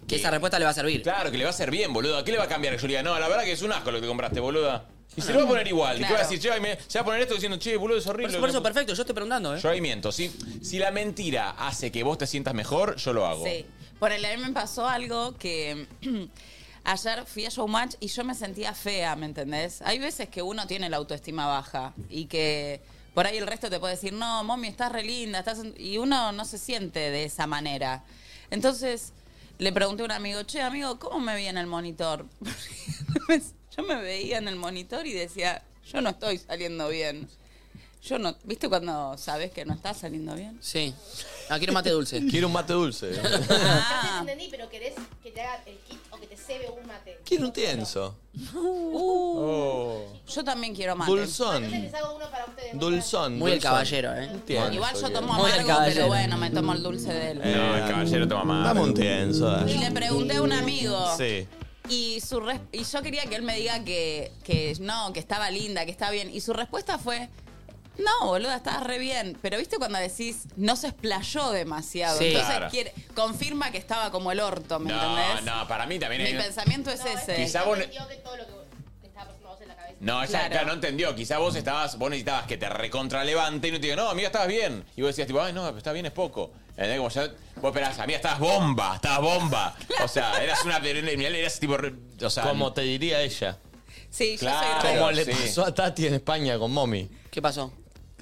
Speaker 3: Que esa respuesta le va a servir.
Speaker 5: Claro, que le va a servir bien, boludo. ¿A qué le va a cambiar? Yo le diga, no, la verdad que es un asco lo que compraste, boluda. Y se lo va a poner igual. Y te va a
Speaker 3: Claro.
Speaker 5: decir, che, ay, me- se va a poner esto diciendo, che, boludo, es
Speaker 3: Por
Speaker 5: horrible.
Speaker 3: eso, por eso, perfecto, yo estoy preguntando, ¿eh?
Speaker 5: yo ahí miento. Si, si la mentira hace que vos te sientas mejor, yo lo hago.
Speaker 4: Sí. Por el a mí me pasó algo que ayer fui a Showmatch y yo me sentía fea, ¿me entendés? Hay veces que uno tiene la autoestima baja y que por ahí el resto te puede decir, no, mami, estás re linda, estás... en-". y uno no se siente de esa manera. Entonces le pregunté a un amigo, che, amigo, ¿cómo me vi en el monitor? yo me veía en el monitor y decía, yo no estoy saliendo bien. Yo no, ¿viste cuando sabes que no estás saliendo bien?
Speaker 3: Sí. No, quiero mate dulce.
Speaker 2: Quiero un mate dulce.
Speaker 3: Ah.
Speaker 9: Ya te entendí, pero querés que te haga el kit o que te cebe un mate.
Speaker 2: Quiero un tienso.
Speaker 3: Uh.
Speaker 4: Yo también quiero mate.
Speaker 2: Dulzón.
Speaker 9: Entonces les hago uno para ustedes.
Speaker 2: Dulzón.
Speaker 3: Muy el
Speaker 2: dulzón.
Speaker 3: caballero, ¿eh?
Speaker 2: Un tienso,
Speaker 4: Igual yo
Speaker 2: bien. Eh,
Speaker 4: tomo
Speaker 3: Muy al
Speaker 4: amargo,
Speaker 3: caballero.
Speaker 4: pero bueno, me tomo el dulce de él.
Speaker 5: Eh, No, el caballero toma más.
Speaker 2: Dame un tienso.
Speaker 4: Y le pregunté a un amigo.
Speaker 2: Sí.
Speaker 4: Y, su res- y yo quería que él me diga que, que no, que estaba linda, que estaba bien. Y su respuesta fue, no, boluda, estabas re bien. Pero viste cuando decís, no se explayó demasiado.
Speaker 5: Sí.
Speaker 4: Entonces
Speaker 5: Claro.
Speaker 4: quiere- confirma que estaba como el orto, ¿me
Speaker 5: No,
Speaker 4: entendés?
Speaker 5: no, para mí también
Speaker 4: Mi
Speaker 5: es.
Speaker 4: pensamiento es ese.
Speaker 5: Quizá vos. No, ella
Speaker 4: Claro.
Speaker 5: claro, no entendió. Quizá vos estabas, vos necesitabas que te recontra levante y no te diga, no, amiga, estabas bien. Y vos decías, tipo, ay, no, pero está bien, es poco. ¿Entendés? Como ya, vos esperás, amiga, estabas bomba, estabas bomba. O sea, eras una. Eras tipo. re- O sea,
Speaker 2: Como te diría ella.
Speaker 4: Sí,
Speaker 5: Claro,
Speaker 4: yo soy re...
Speaker 2: Ah, Como le
Speaker 5: sí.
Speaker 2: pasó a Tati en España con Mommy.
Speaker 3: ¿Qué pasó?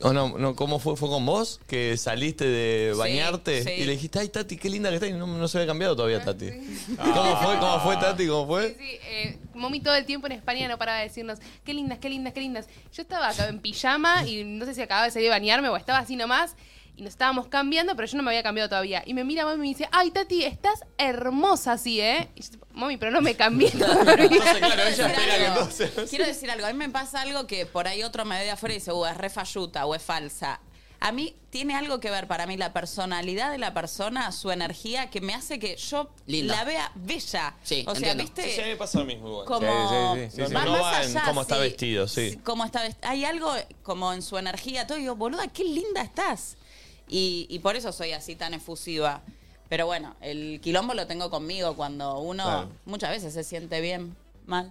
Speaker 2: ¿O Oh, no, no, ¿Cómo fue? ¿Fue con vos? Que saliste de
Speaker 4: Sí,
Speaker 2: bañarte
Speaker 4: sí.
Speaker 2: y le dijiste, ay Tati, qué linda que estás. Y no, no se había cambiado todavía Tati. ¿Cómo fue? ¿Cómo fue Tati? ¿Cómo fue?
Speaker 8: Sí, eh, Momi todo el tiempo en España no paraba de decirnos, qué lindas, qué lindas, qué lindas. Yo estaba acá en pijama y no sé si acababa de salir a bañarme o estaba así nomás y nos estábamos cambiando, pero yo no me había cambiado todavía. Y me mira mami y me dice, ay Tati, estás hermosa así, ¿eh? Y yo tipo, mami, pero no me cambié
Speaker 4: Ah.
Speaker 8: todavía".
Speaker 5: claro, ella espera que
Speaker 4: algo.
Speaker 5: entonces.
Speaker 4: Quiero decir algo, a mí me pasa algo que por ahí otro me ve de afuera y dice, "Uh, es re falluta o es falsa. A mí tiene algo que ver para mí la personalidad de la persona, su energía, que me hace que yo
Speaker 3: Linda.
Speaker 4: la vea bella.
Speaker 3: Sí,
Speaker 4: o sea,
Speaker 3: entiendo.
Speaker 4: ¿viste?
Speaker 2: Sí, sí, a mí me pasa lo mismo igual.
Speaker 4: Como-
Speaker 2: Sí, sí, sí, sí, sí.
Speaker 4: va
Speaker 2: No
Speaker 4: más
Speaker 2: va en
Speaker 4: allá,
Speaker 2: cómo está
Speaker 4: sí.
Speaker 2: vestido, sí.
Speaker 4: Como está vest- Hay algo como en su energía, todo. Y digo, boluda, qué linda estás. Y, y por eso soy así tan efusiva. Pero bueno, el quilombo lo tengo conmigo cuando uno
Speaker 2: Claro.
Speaker 4: muchas veces se siente bien, mal.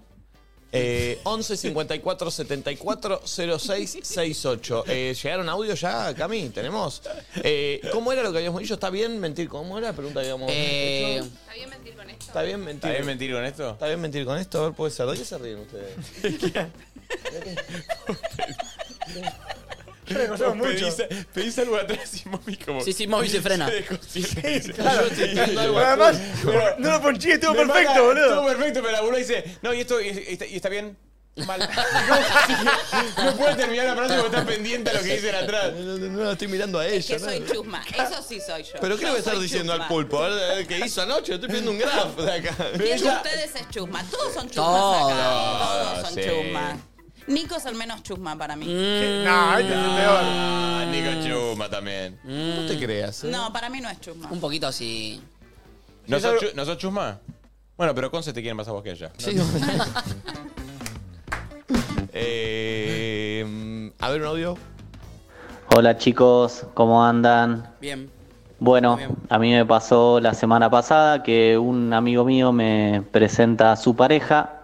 Speaker 2: Eh, 11 54 74 06 68. Eh, ¿Llegaron audio ya, Cami? ¿Tenemos? Eh, ¿Cómo era lo que habíamos dicho? ¿Está bien mentir? ¿Cómo era la pregunta que habíamos
Speaker 3: Eh,
Speaker 2: hecho? ¿Está bien mentir
Speaker 5: ¿Está
Speaker 2: con
Speaker 5: bien
Speaker 2: esto?
Speaker 5: mentir con esto?
Speaker 2: ¿Está bien mentir con esto? A ver, puede ser. ¿De qué se ríen ustedes?
Speaker 5: Vos pedís, pedís algo atrás y Moby como.
Speaker 3: Sí, sí, Moby se frena.
Speaker 5: claro,
Speaker 13: además, no lo ponché, estuvo perfecto, boludo.
Speaker 5: Estuvo perfecto, pero la boluda dice, no, y esto y, y está, y está bien. No puede terminar la frase porque está pendiente a lo que dicen atrás.
Speaker 2: No, no, no, estoy mirando a ella.
Speaker 4: Es que
Speaker 2: ¿no?
Speaker 4: soy chusma, eso sí soy yo.
Speaker 2: Pero ¿qué
Speaker 4: Yo
Speaker 2: le voy a estar
Speaker 4: soy
Speaker 2: diciendo
Speaker 4: chusma.
Speaker 2: al pulpo? A ver, a ver, ¿Qué hizo anoche? Estoy viendo un graph de acá.
Speaker 4: ¿Quién de ustedes es chusma? Todos son chusmas acá.
Speaker 3: Ah,
Speaker 4: Todos son chusmas. Nico es el menos chusma para mí.
Speaker 3: Mm.
Speaker 5: No, este es el peor. Ah, Nico Chuma también.
Speaker 3: Mm.
Speaker 2: No te creas.
Speaker 5: eh.
Speaker 4: No, para mí no es chusma.
Speaker 3: Un poquito así.
Speaker 5: ¿No sos, chu- no sos chusma? Bueno, pero Conce te quieren más a vos que a ella. Sí.
Speaker 2: Eh, a ver un audio.
Speaker 25: Hola chicos, ¿cómo andan?
Speaker 3: Bien.
Speaker 25: Bueno, a mí me pasó la semana pasada que un amigo mío me presenta a su pareja.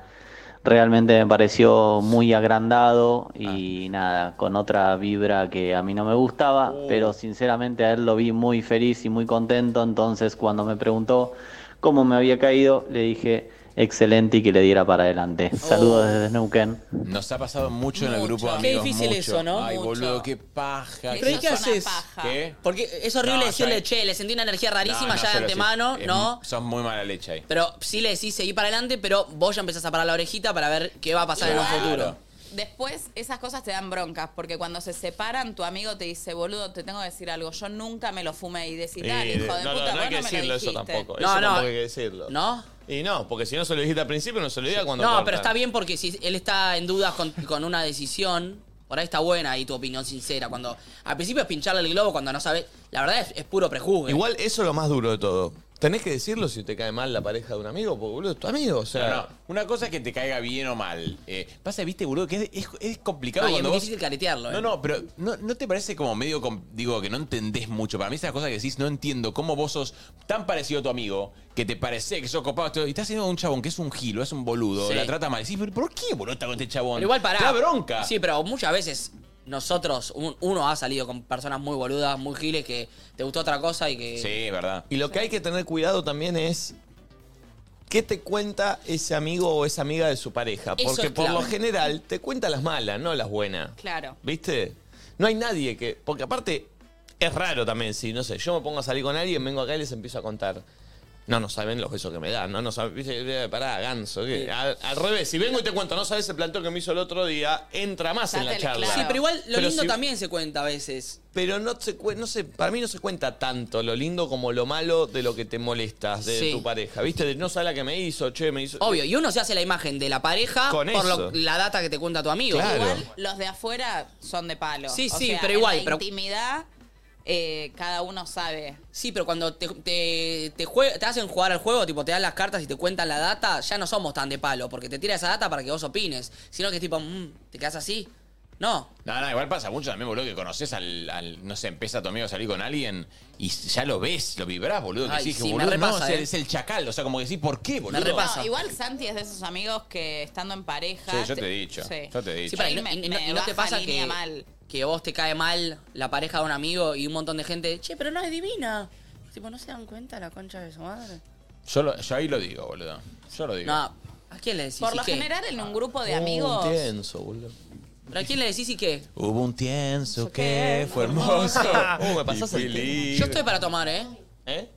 Speaker 25: Realmente me pareció muy agrandado
Speaker 3: Ah.
Speaker 25: y nada, con otra vibra que a mí no me gustaba,
Speaker 3: Oh.
Speaker 25: pero sinceramente a él lo vi muy feliz y muy contento, entonces cuando me preguntó cómo me había caído, le dije excelente y que le diera para adelante.
Speaker 3: Oh.
Speaker 25: Saludos desde Neuquén.
Speaker 5: Nos ha pasado mucho, en el grupo de
Speaker 3: Qué
Speaker 5: amigos.
Speaker 3: difícil
Speaker 5: mucho.
Speaker 3: eso, ¿no?
Speaker 5: Ay,
Speaker 3: Mucho.
Speaker 5: boludo, qué paja.
Speaker 3: Pero ¿y qué haces?
Speaker 5: ¿Qué?
Speaker 3: Porque Eh, es horrible
Speaker 5: No,
Speaker 3: decirle,
Speaker 5: ya-
Speaker 3: che, le sentí una energía rarísima
Speaker 5: No, no,
Speaker 3: ya de
Speaker 5: solo
Speaker 3: antemano,
Speaker 5: sí. Es-
Speaker 3: ¿no?
Speaker 5: Sos muy mala leche ahí.
Speaker 3: Pero sí le decís seguí para adelante, pero vos ya empezás a parar la orejita para ver qué va a pasar en un
Speaker 4: Igual,
Speaker 3: futuro.
Speaker 4: Después esas cosas te dan broncas, porque cuando se separan, tu amigo te dice, boludo, te tengo que decir algo, yo nunca me lo fumé y decís, dale,
Speaker 2: Eh,
Speaker 4: hijo de
Speaker 2: no, no,
Speaker 4: puta, vos
Speaker 2: no hay que
Speaker 4: no me lo
Speaker 2: decirlo eso
Speaker 4: dijiste".
Speaker 2: tampoco.
Speaker 3: No, no.
Speaker 2: eso tampoco hay que decirlo.
Speaker 3: ¿No?
Speaker 2: Y no, porque si no se lo dijiste al principio, no se lo diga cuando
Speaker 3: No,
Speaker 2: cortan.
Speaker 3: pero está bien porque si él está en dudas con, con una decisión, por ahí está buena ahí tu opinión sincera. Cuando al principio es pincharle el globo cuando no sabes. La verdad es, es puro prejuzgue.
Speaker 2: Igual eso es lo más duro de todo. Tenés que decirlo si te cae mal la pareja de un amigo, porque boludo es tu amigo, o sea.
Speaker 5: No, no. Una cosa es que te caiga bien o mal. Eh, pasa, viste, boludo, que es, es- es complicado
Speaker 3: No, y es
Speaker 5: cuando
Speaker 3: muy
Speaker 5: vos...
Speaker 3: difícil caretearlo. eh.
Speaker 5: No, no, pero ¿no, no te parece como medio, com- digo, que no entendés mucho? Para mí esas cosas que decís, no entiendo cómo vos sos tan parecido a tu amigo, que te parece que sos copado, todo, y estás haciendo un chabón que es un gilo, es un boludo,
Speaker 3: Sí.
Speaker 5: la trata mal. Decís, ¿pero por qué, boludo, está con este chabón?
Speaker 3: Pero igual para.
Speaker 5: Te da bronca.
Speaker 3: Sí, pero muchas veces nosotros, un- uno ha salido con personas muy boludas, muy giles, que te gustó otra cosa y que.
Speaker 5: verdad.
Speaker 2: Eh, Y lo que hay que tener cuidado también es qué te cuenta ese amigo o esa amiga de su pareja.
Speaker 4: Eso
Speaker 2: Porque
Speaker 4: es
Speaker 2: por
Speaker 4: clave.
Speaker 2: lo general te cuenta las malas, no las buenas.
Speaker 4: Claro.
Speaker 2: ¿Viste? No hay nadie que. Porque aparte, es raro también si, no sé, yo me pongo a salir con alguien, vengo acá y les empiezo a contar. No, no saben los besos que me dan, no, no saben. viste, eh, Pará, ganso. ¿qué? Al, al revés, si vengo y te cuento, no sabes el planteo que me hizo el otro día, entra más en la charla.
Speaker 3: Sí, pero igual lo
Speaker 2: Pero
Speaker 3: lindo
Speaker 2: si-
Speaker 3: también se cuenta a veces.
Speaker 2: pero no se cue- no sé, para mí no se cuenta tanto lo lindo como lo malo de lo que te molestas de
Speaker 3: Sí.
Speaker 2: tu pareja. ¿Viste? De no sabe la que me hizo, che, me hizo.
Speaker 3: Obvio, y uno se hace la imagen de la pareja
Speaker 2: Con
Speaker 3: por lo-
Speaker 2: eso.
Speaker 3: la data que te cuenta tu amigo.
Speaker 2: Claro.
Speaker 4: Igual los de afuera son de palo.
Speaker 3: Sí,
Speaker 4: O
Speaker 3: sí,
Speaker 4: sea,
Speaker 3: pero
Speaker 4: en
Speaker 3: igual,
Speaker 4: La
Speaker 3: pero-
Speaker 4: intimidad, eh, cada uno sabe.
Speaker 3: Sí, pero cuando te, te, te, jue- te hacen jugar al juego, tipo te dan las cartas y te cuentan la data, ya no somos tan de palo, porque te tira esa data para que vos opines. Sino que es tipo, mm, te quedas así. No.
Speaker 5: No, no, igual pasa mucho también, boludo, que conoces al, al- No sé, empieza tu amigo a salir con alguien y ya lo ves, lo vibrás, boludo. Que
Speaker 3: Ay,
Speaker 5: sí, que
Speaker 3: sí, me
Speaker 5: boludo, no,
Speaker 3: repasa,
Speaker 5: o sea,
Speaker 3: eh.
Speaker 5: es el chacal. O sea, como que sí, ¿por qué, boludo?
Speaker 4: No, igual Santi es de esos amigos que estando en pareja.
Speaker 5: Sí, yo te he dicho, yo te he dicho.
Speaker 3: Sí, para, y,
Speaker 4: Él
Speaker 3: no,
Speaker 4: me-
Speaker 3: y no-
Speaker 4: me
Speaker 3: y no te
Speaker 4: baja
Speaker 3: pasa
Speaker 4: línea
Speaker 3: que,
Speaker 4: mal.
Speaker 3: que vos te cae mal la pareja de un amigo y un montón de gente, che, pero no es divina. Tipo, ¿no se dan cuenta la concha de su madre?
Speaker 5: Yo, lo- yo ahí lo digo, boludo. Yo lo digo.
Speaker 3: No, Uh, ¿a quién le decís
Speaker 4: Por
Speaker 3: y
Speaker 4: lo
Speaker 3: qué?
Speaker 4: general en un grupo de
Speaker 5: Oh,
Speaker 4: amigos.
Speaker 2: Tenso, boludo.
Speaker 3: ¿Pero a quién le decís y qué?
Speaker 5: Hubo un tienso que fue hermoso.
Speaker 2: Oh, me pasás
Speaker 5: y fui
Speaker 2: el tema.
Speaker 5: libre.
Speaker 3: Yo estoy para tomar, ¿eh?
Speaker 2: ¿Eh?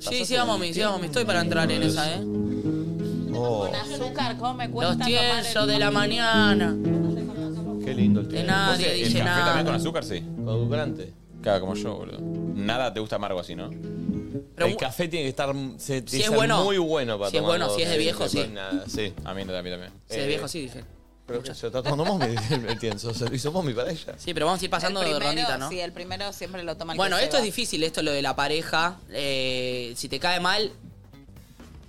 Speaker 3: Sí, sí, vamos, mi, sí, vamos, mi. Estoy para entrar en esa, ¿eh?
Speaker 2: Oh.
Speaker 4: Con azúcar, ¿cómo me cuesta
Speaker 3: Los
Speaker 4: tomar
Speaker 3: tiesos
Speaker 4: el-
Speaker 3: de la mañana.
Speaker 2: Qué lindo el tiempo.
Speaker 3: De nadie
Speaker 5: ¿Vos el-
Speaker 3: dice
Speaker 5: ¿El café
Speaker 3: nada.
Speaker 5: también con azúcar, sí?
Speaker 2: Edulcorante.
Speaker 5: Claro, como yo, boludo. Nada te gusta amargo así, ¿no?
Speaker 2: el café tiene que estar se- tiene que
Speaker 5: es
Speaker 2: ser
Speaker 5: bueno.
Speaker 2: muy bueno para
Speaker 5: Si es
Speaker 2: tomarlo.
Speaker 5: bueno, si es de viejo, sí.
Speaker 2: Nada, sí.
Speaker 5: A mí, no, a mí también.
Speaker 3: Si es de viejo, sí, dije.
Speaker 2: Eh, Pero que se lo está tomando mommy el, el tienso. Se lo hizo mommy para ella.
Speaker 3: Sí, pero vamos a ir pasando
Speaker 4: el
Speaker 3: de
Speaker 4: primero,
Speaker 3: rondita, ¿no?
Speaker 4: Sí, el primero siempre lo toma el
Speaker 3: Bueno,
Speaker 4: que se
Speaker 3: esto es
Speaker 4: va.
Speaker 3: difícil, esto lo de la pareja. Eh, si te cae mal,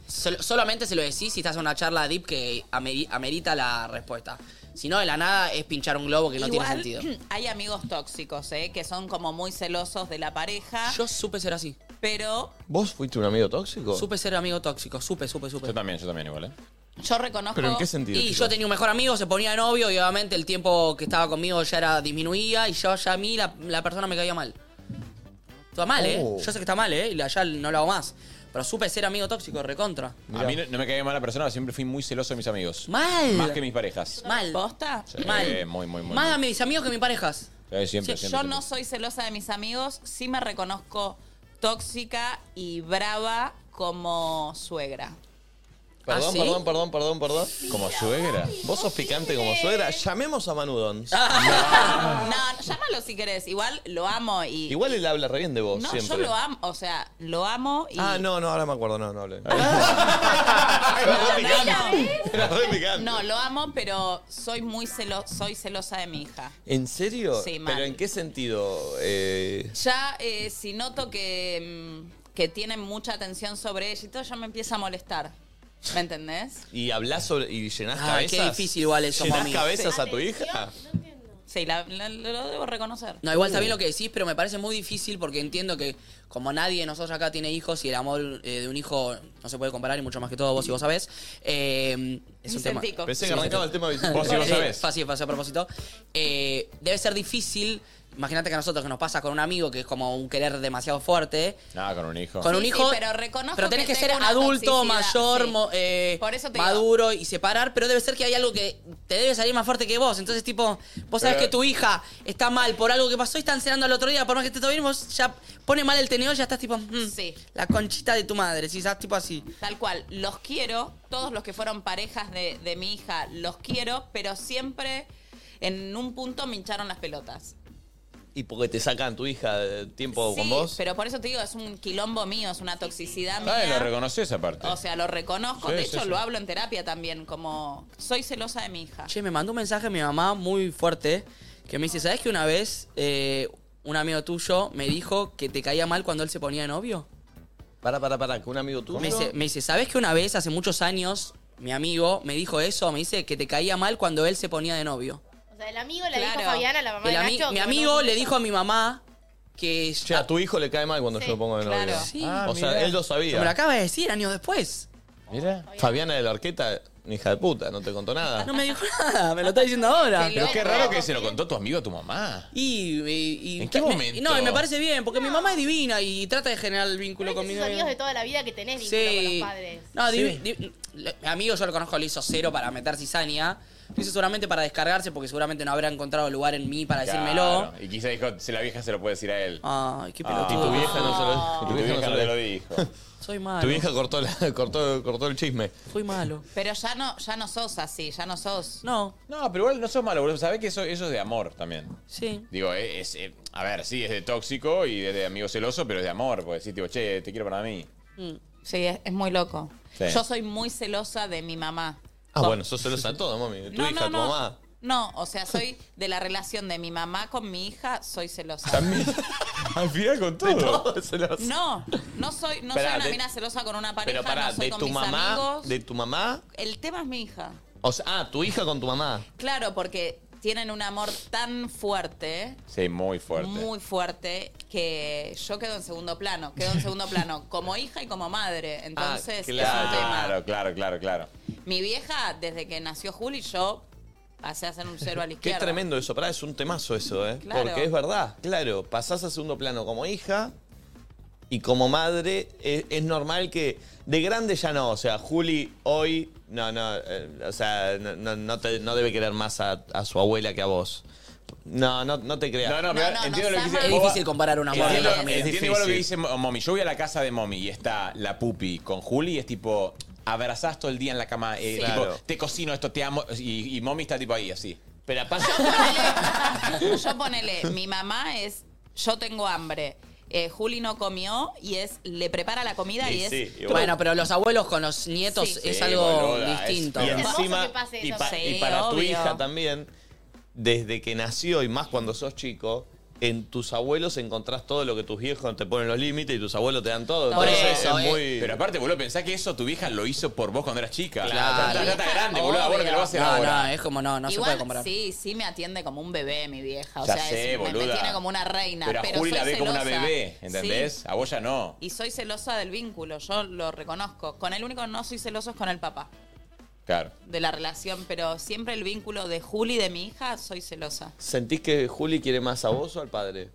Speaker 3: sol- solamente se lo decís si estás en una charla deep que ameri- amerita la respuesta. Si no, de la nada es pinchar un globo que no
Speaker 4: Igual,
Speaker 3: tiene sentido.
Speaker 4: Hay amigos tóxicos, ¿eh? Que son como muy celosos de la pareja.
Speaker 3: Yo supe ser así.
Speaker 4: Pero
Speaker 2: ¿Vos fuiste un amigo tóxico?
Speaker 3: Supe ser amigo tóxico, supe, supe, supe. Yo
Speaker 5: también, yo también igual, ¿eh?
Speaker 4: yo reconozco.
Speaker 2: ¿Pero en qué sentido,
Speaker 3: Y
Speaker 2: chicos?
Speaker 3: yo tenía un mejor amigo, se ponía de novio y obviamente el tiempo que estaba conmigo ya era disminuía y yo ya a mí la, la persona me caía mal. Está mal, ¿eh?
Speaker 5: Oh.
Speaker 3: Yo sé que está mal, ¿eh? Y la- ya no lo hago más. Pero supe ser amigo tóxico, recontra.
Speaker 5: A mí no, no me caía mal la persona, siempre fui muy celoso de mis amigos.
Speaker 3: Mal.
Speaker 5: Más que mis parejas.
Speaker 3: Mal.
Speaker 4: ¿Posta?
Speaker 5: Sí,
Speaker 3: Mal.
Speaker 5: Muy, muy, muy.
Speaker 3: Más a mis amigos que a mis parejas.
Speaker 5: Sí, siempre, siempre,
Speaker 4: yo
Speaker 5: siempre.
Speaker 4: no soy celosa de mis amigos, sí me reconozco tóxica y brava como suegra.
Speaker 2: Perdón,
Speaker 26: ¿Ah, sí?
Speaker 2: perdón, perdón, perdón, perdón.
Speaker 5: Como suegra.
Speaker 2: ¿Vos sos picante como suegra? Llamemos a Manudon.
Speaker 4: No, no, llámalo si querés. Igual lo amo y.
Speaker 2: Igual él habla re bien de vos
Speaker 4: no,
Speaker 2: siempre.
Speaker 4: yo lo amo. O sea, lo amo y.
Speaker 2: Ah, no, no, ahora me acuerdo, no, no hablé. Era re picante.
Speaker 4: No, lo amo, pero soy muy celo soy celosa de mi hija.
Speaker 2: ¿En serio?
Speaker 4: Sí, mal.
Speaker 2: ¿Pero en qué sentido? Eh,
Speaker 4: Ya eh, si noto que, mm, que tienen mucha atención sobre ella y todo, ya me empieza a molestar. ¿Me entendés?
Speaker 2: ¿Y hablás sobre, y llenás
Speaker 3: Ah,
Speaker 2: cabezas?
Speaker 3: qué difícil igual eso,
Speaker 2: ¿Llenás
Speaker 3: mami.
Speaker 2: cabezas a tu hija?
Speaker 4: Sí, la- la- lo debo reconocer.
Speaker 3: No, igual está bien lo que decís, pero me parece muy difícil porque entiendo que como nadie de nosotros acá tiene hijos y el amor eh, de un hijo no se puede comparar y mucho más que todo vos y vos sabés, eh, es un tema...
Speaker 4: Vicentico.
Speaker 2: Pensé que arrancaba el tema de Vicentico.
Speaker 3: Vos
Speaker 2: Vos y vos sabés.
Speaker 3: Fácil, fácil a propósito. Eh, debe ser difícil, imagínate que a nosotros que nos pasa con un amigo que es como un querer demasiado fuerte,
Speaker 5: Nada, con un hijo.
Speaker 3: con un
Speaker 4: Sí,
Speaker 3: hijo.
Speaker 4: sí, pero reconozco
Speaker 3: pero tenés que,
Speaker 4: que
Speaker 3: ser
Speaker 4: tengo una
Speaker 3: adulto,
Speaker 4: toxicidad,
Speaker 3: mayor,
Speaker 4: sí.
Speaker 3: mo- eh,
Speaker 4: Por eso te digo.
Speaker 3: maduro y separar, pero debe ser que hay algo que te debe salir más fuerte que vos. Entonces, tipo, vos sabés
Speaker 5: Eh.
Speaker 4: Pero-
Speaker 3: que tu hija está mal por algo que pasó y están cenando al otro día, por más que esté todo bien, vos ya pone mal el tenedor, ya estás tipo, mm, la conchita de tu madre, si estás tipo así.
Speaker 4: Tal cual, los quiero, todos los que fueron parejas de, de mi hija, los quiero, pero siempre en un punto me hincharon las pelotas.
Speaker 2: ¿Y porque te sacan tu hija de tiempo
Speaker 4: Sí,
Speaker 2: con vos?
Speaker 4: pero por eso te digo, es un quilombo mío, es una toxicidad
Speaker 5: Ah, lo
Speaker 4: mía.
Speaker 5: reconoció esa parte.
Speaker 4: o sea, lo reconozco,
Speaker 3: Sí,
Speaker 4: de
Speaker 3: sí,
Speaker 4: hecho
Speaker 3: sí.
Speaker 4: lo hablo en terapia también, como soy celosa de mi hija.
Speaker 3: Che, me mandó un mensaje mi mamá muy fuerte que me dice, ¿sabés que una vez eh, un amigo tuyo me dijo que te caía mal cuando él se ponía de novio?
Speaker 2: Para, para, para, que un amigo tuyo.
Speaker 3: Me dice, me dice, ¿sabés que una vez, hace muchos años, mi amigo me dijo eso? Me dice que te caía mal cuando él se ponía de novio.
Speaker 9: O sea, el amigo le dijo
Speaker 4: Claro.
Speaker 9: a Fabiana, la mamá
Speaker 3: El
Speaker 9: de
Speaker 3: ami-
Speaker 9: Nacho.
Speaker 3: mi
Speaker 9: que
Speaker 3: amigo
Speaker 9: no-
Speaker 3: le dijo a mi mamá que...
Speaker 2: Che, a tu hijo le cae mal cuando yo lo pongo de novio.
Speaker 3: claro.
Speaker 9: Ah,
Speaker 3: Sí.
Speaker 2: o sea,
Speaker 3: mirá.
Speaker 2: él lo
Speaker 3: Pero Me lo
Speaker 2: sabía.
Speaker 3: acaba de decir años después.
Speaker 2: Mira. Fabiana de la Arqueta, ni hija de puta, no te contó nada.
Speaker 3: No me dijo nada, me lo está diciendo ahora.
Speaker 5: Pero qué raro que se lo contó tu amigo a tu mamá.
Speaker 3: Y, y- y-
Speaker 5: ¿En qué
Speaker 3: me-
Speaker 5: momento?
Speaker 3: no, y me parece bien, porque mi mamá es divina y trata de generar el vínculo con mi
Speaker 9: Esos amigos
Speaker 3: novio.
Speaker 9: de toda la vida que tenés vínculo con
Speaker 3: Sí.
Speaker 9: los padres.
Speaker 3: No,
Speaker 9: Sí.
Speaker 3: divi- divi- le- mi amigo yo lo conozco, lo hizo cero para meter cizaña. Lo hizo seguramente para descargarse, porque seguramente no habrá encontrado lugar en mí para decírmelo.
Speaker 5: Claro, Y quizá dijo, si la vieja se lo puede decir a él. Ah.
Speaker 3: Ay, qué
Speaker 5: pelotón.
Speaker 2: pelotudo. Y tu vieja no se lo-
Speaker 5: tu vieja no te lo dijo.
Speaker 3: Soy malo.
Speaker 2: Tu vieja cortó, la- cortó, cortó el chisme.
Speaker 3: Fui malo.
Speaker 4: Pero ya no, ya no sos así, ya no sos.
Speaker 3: No.
Speaker 5: No, pero igual no sos malo, boludo. Sabés que eso, eso es de amor también.
Speaker 3: Sí.
Speaker 5: Digo, eh, es, eh, a ver, sí, es de tóxico y de, de amigo celoso, pero es de amor. Porque decís, tipo, che, te quiero para mí.
Speaker 4: Mm. Sí, es, es muy loco.
Speaker 5: Sí.
Speaker 4: Yo soy muy celosa de mi mamá.
Speaker 2: Ah, bueno, sos celosa a todo, mami. Tu
Speaker 4: No,
Speaker 2: hija,
Speaker 4: no,
Speaker 2: tu
Speaker 4: no.
Speaker 2: mamá.
Speaker 4: No, o sea, soy de la relación de mi mamá con mi hija, soy celosa.
Speaker 5: Al final con todo.
Speaker 2: celosa.
Speaker 4: No, no soy, no
Speaker 2: Pará,
Speaker 4: soy una
Speaker 2: de-
Speaker 4: mina celosa con una pareja,
Speaker 2: Pero pará,
Speaker 4: no soy
Speaker 2: de
Speaker 4: con
Speaker 2: tu
Speaker 4: mis
Speaker 2: mamá,
Speaker 4: amigos.
Speaker 2: de tu mamá,
Speaker 4: El tema es mi hija.
Speaker 2: o sea, ah, tu hija con tu mamá.
Speaker 4: Claro, porque tienen un amor tan fuerte,
Speaker 5: Sí, muy fuerte.
Speaker 4: muy fuerte, que yo quedo en segundo plano. Quedo en segundo plano como hija y como
Speaker 2: Ah,
Speaker 4: madre.
Speaker 5: Ah,
Speaker 4: Entonces, es un tema.
Speaker 5: claro, claro, claro, claro.
Speaker 4: Mi vieja, desde que nació Juli, yo pasé a ser un cero a la
Speaker 2: Qué
Speaker 4: izquierda.
Speaker 2: tremendo eso, pará, es un temazo eso, ¿eh?
Speaker 4: Claro.
Speaker 2: Porque es verdad, claro, pasás a segundo plano como hija y como madre, es, es normal que de grande ya no, o sea, Juli hoy, no, no, eh, o sea, no, no- no te- no debe querer más a, a su abuela que a vos. No, no, no te creas.
Speaker 5: No, no, pero entiendo lo que dice.
Speaker 3: Es difícil comparar un amor de
Speaker 5: Entiendo,
Speaker 3: una familia.
Speaker 5: entiendo igual lo que dice Mo- Momi. Yo voy a la casa de Momi y está la pupi con Juli y es tipo, abrazás todo el día en la cama. eh,
Speaker 2: Sí.
Speaker 5: tipo,
Speaker 2: Claro.
Speaker 5: te cocino esto, te amo. Y, y Momi está tipo ahí, así.
Speaker 2: Pero aparte.
Speaker 4: Yo ponele, mi mamá es, yo tengo hambre. eh, Juli no comió y es, le prepara la comida y,
Speaker 3: Y
Speaker 4: es...
Speaker 3: sí, y bueno. Bueno, pero los abuelos con los nietos es Sí, algo boluda, es- distinto.
Speaker 2: Y
Speaker 4: Es hermoso
Speaker 2: encima,
Speaker 4: que pase
Speaker 2: y,
Speaker 4: eso.
Speaker 2: pa-
Speaker 4: Sí,
Speaker 2: y para tu
Speaker 4: obvio.
Speaker 2: hija también, desde que nació y más cuando sos chico, en tus abuelos encontrás todo lo que tus viejos te ponen los límites y tus abuelos te dan todo.
Speaker 5: Por
Speaker 2: Entonces,
Speaker 5: eso,
Speaker 2: es
Speaker 5: eh.
Speaker 2: muy-
Speaker 5: Pero aparte, boludo, pensá que eso tu vieja lo hizo por vos cuando eras chica.
Speaker 2: Claro.
Speaker 5: Ya está- ya está grande, boludo. Ahora te lo va a hacer
Speaker 3: no,
Speaker 5: ahora.
Speaker 3: No, es como no, no
Speaker 4: Igual,
Speaker 3: se puede comparar.
Speaker 4: sí, sí me atiende como un bebé mi vieja. O
Speaker 5: Ya
Speaker 4: sea, es-
Speaker 5: sé,
Speaker 4: me- me,
Speaker 5: boluda.
Speaker 4: tiene como una reina.
Speaker 5: Pero
Speaker 4: Pero,
Speaker 5: a Juli la
Speaker 4: soy
Speaker 5: ve como una
Speaker 4: celosa.
Speaker 5: bebé, ¿entendés?
Speaker 4: Sí,
Speaker 5: A vos ya no.
Speaker 4: Y soy celosa del vínculo, yo lo reconozco. Con el único que no soy celoso es con el papá
Speaker 5: Claro.
Speaker 4: de la relación, pero siempre el vínculo de Juli y de mi hija soy celosa.
Speaker 2: ¿Sentís que Juli quiere más a vos o al padre?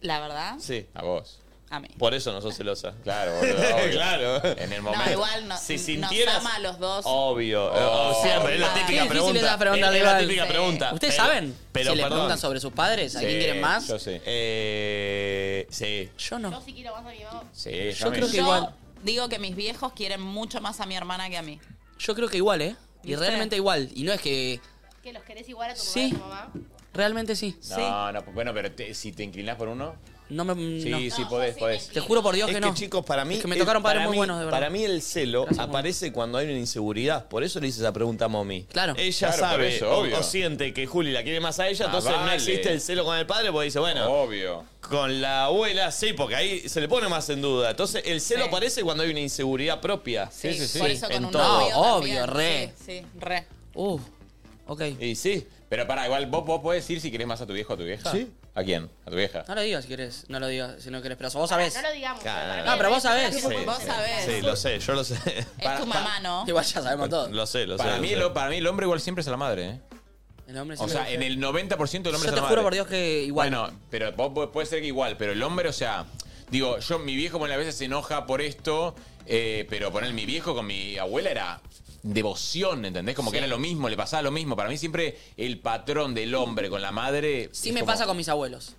Speaker 4: La verdad,
Speaker 2: Sí.
Speaker 5: A vos.
Speaker 4: a mí.
Speaker 2: Por eso no sos celosa.
Speaker 5: Claro,
Speaker 2: claro.
Speaker 5: En el
Speaker 4: No, igual no,
Speaker 2: Si
Speaker 4: nos
Speaker 2: sintieras-
Speaker 4: ama a los dos.
Speaker 2: Obvio. Oh, siempre, es la
Speaker 4: Qué
Speaker 2: típica
Speaker 4: difícil
Speaker 2: pregunta.
Speaker 4: esa pregunta,
Speaker 2: es, es la
Speaker 4: Leval.
Speaker 2: típica
Speaker 4: Sí.
Speaker 2: pregunta.
Speaker 3: ¿Ustedes
Speaker 2: Pero-
Speaker 3: saben
Speaker 2: Pero
Speaker 3: si les
Speaker 2: perdón.
Speaker 3: preguntan sobre sus padres? ¿A quién
Speaker 2: Sí,
Speaker 3: quieren más?
Speaker 5: Yo sí.
Speaker 2: Eh, sí.
Speaker 3: Yo no.
Speaker 9: Yo sí quiero más a mi mamá.
Speaker 5: Sí,
Speaker 3: Yo creo que igual.
Speaker 4: Digo que mis viejos quieren mucho más a mi hermana que a mí.
Speaker 3: Yo creo que igual, ¿eh? Y
Speaker 4: ¿Viste?
Speaker 3: realmente igual. Y no es que.
Speaker 9: Que los querés igual a tu
Speaker 3: Sí.
Speaker 9: papá y tu mamá.
Speaker 3: Realmente sí.
Speaker 5: No, no, bueno, pero te- si te inclinás por uno.
Speaker 3: No me.
Speaker 5: Sí,
Speaker 3: no.
Speaker 5: sí,
Speaker 3: No,
Speaker 5: podés,
Speaker 3: yo sí
Speaker 5: podés.
Speaker 3: me Te juro por Dios
Speaker 2: es
Speaker 3: que no.
Speaker 2: chicos, para mí.
Speaker 3: Es que me
Speaker 2: el-
Speaker 3: tocaron padres
Speaker 2: para
Speaker 3: muy
Speaker 2: mí-
Speaker 3: buenos, de verdad.
Speaker 2: Para mí, el celo aparece cuando hay una inseguridad. Por eso le hice esa pregunta a mommy.
Speaker 3: Claro.
Speaker 2: Ella
Speaker 5: Claro, por
Speaker 2: sabe
Speaker 5: eso,
Speaker 2: o-
Speaker 5: obvio.
Speaker 2: o, siente que Juli la quiere más a ella,
Speaker 5: Ah,
Speaker 2: entonces no
Speaker 5: vale.
Speaker 2: existe el celo con el padre, porque dice, bueno.
Speaker 5: Obvio.
Speaker 2: Con la abuela, sí, porque ahí se le pone más en duda. Entonces, el celo aparece cuando hay una inseguridad propia.
Speaker 4: Sí, sí, sí. Por eso con
Speaker 2: En
Speaker 4: un
Speaker 2: todo.
Speaker 4: novio No, también, obvio, re. Sí, re.
Speaker 3: Uh, ok.
Speaker 5: Y sí. Pero para, igual vos, vos podés ir si querés más a tu viejo o a tu vieja.
Speaker 3: Sí.
Speaker 5: ¿A quién? A tu vieja.
Speaker 2: Ah.
Speaker 3: No lo digas si querés. No lo digas si no querés. Pero vos sabés.
Speaker 9: No lo digamos.
Speaker 3: No, pero vos sabés.
Speaker 4: Vos sabés.
Speaker 2: Sí, lo sé, yo lo sé.
Speaker 4: Es tu mamá, ¿no?
Speaker 3: Igual ya sabemos todo.
Speaker 2: Lo sé, lo sé.
Speaker 5: Para,
Speaker 2: lo
Speaker 5: mí,
Speaker 2: sé.
Speaker 5: lo- para mí el hombre igual siempre es a la madre, ¿eh?
Speaker 3: El hombre
Speaker 5: O
Speaker 3: siempre
Speaker 5: sea,
Speaker 3: dice-
Speaker 5: en el 90% del hombre
Speaker 3: Yo
Speaker 5: es
Speaker 3: te
Speaker 5: a la
Speaker 3: juro
Speaker 5: madre.
Speaker 3: por Dios que igual.
Speaker 5: Bueno, pero vos- vos- puede ser que igual, pero el hombre, o sea, digo, yo, mi viejo, bueno, a veces se enoja por esto, eh, pero poner mi viejo con mi abuela era devoción, ¿entendés? Como que era lo mismo, le pasaba lo mismo. Para mí siempre el patrón del hombre con la madre...
Speaker 3: Sí me pasa con mis abuelos.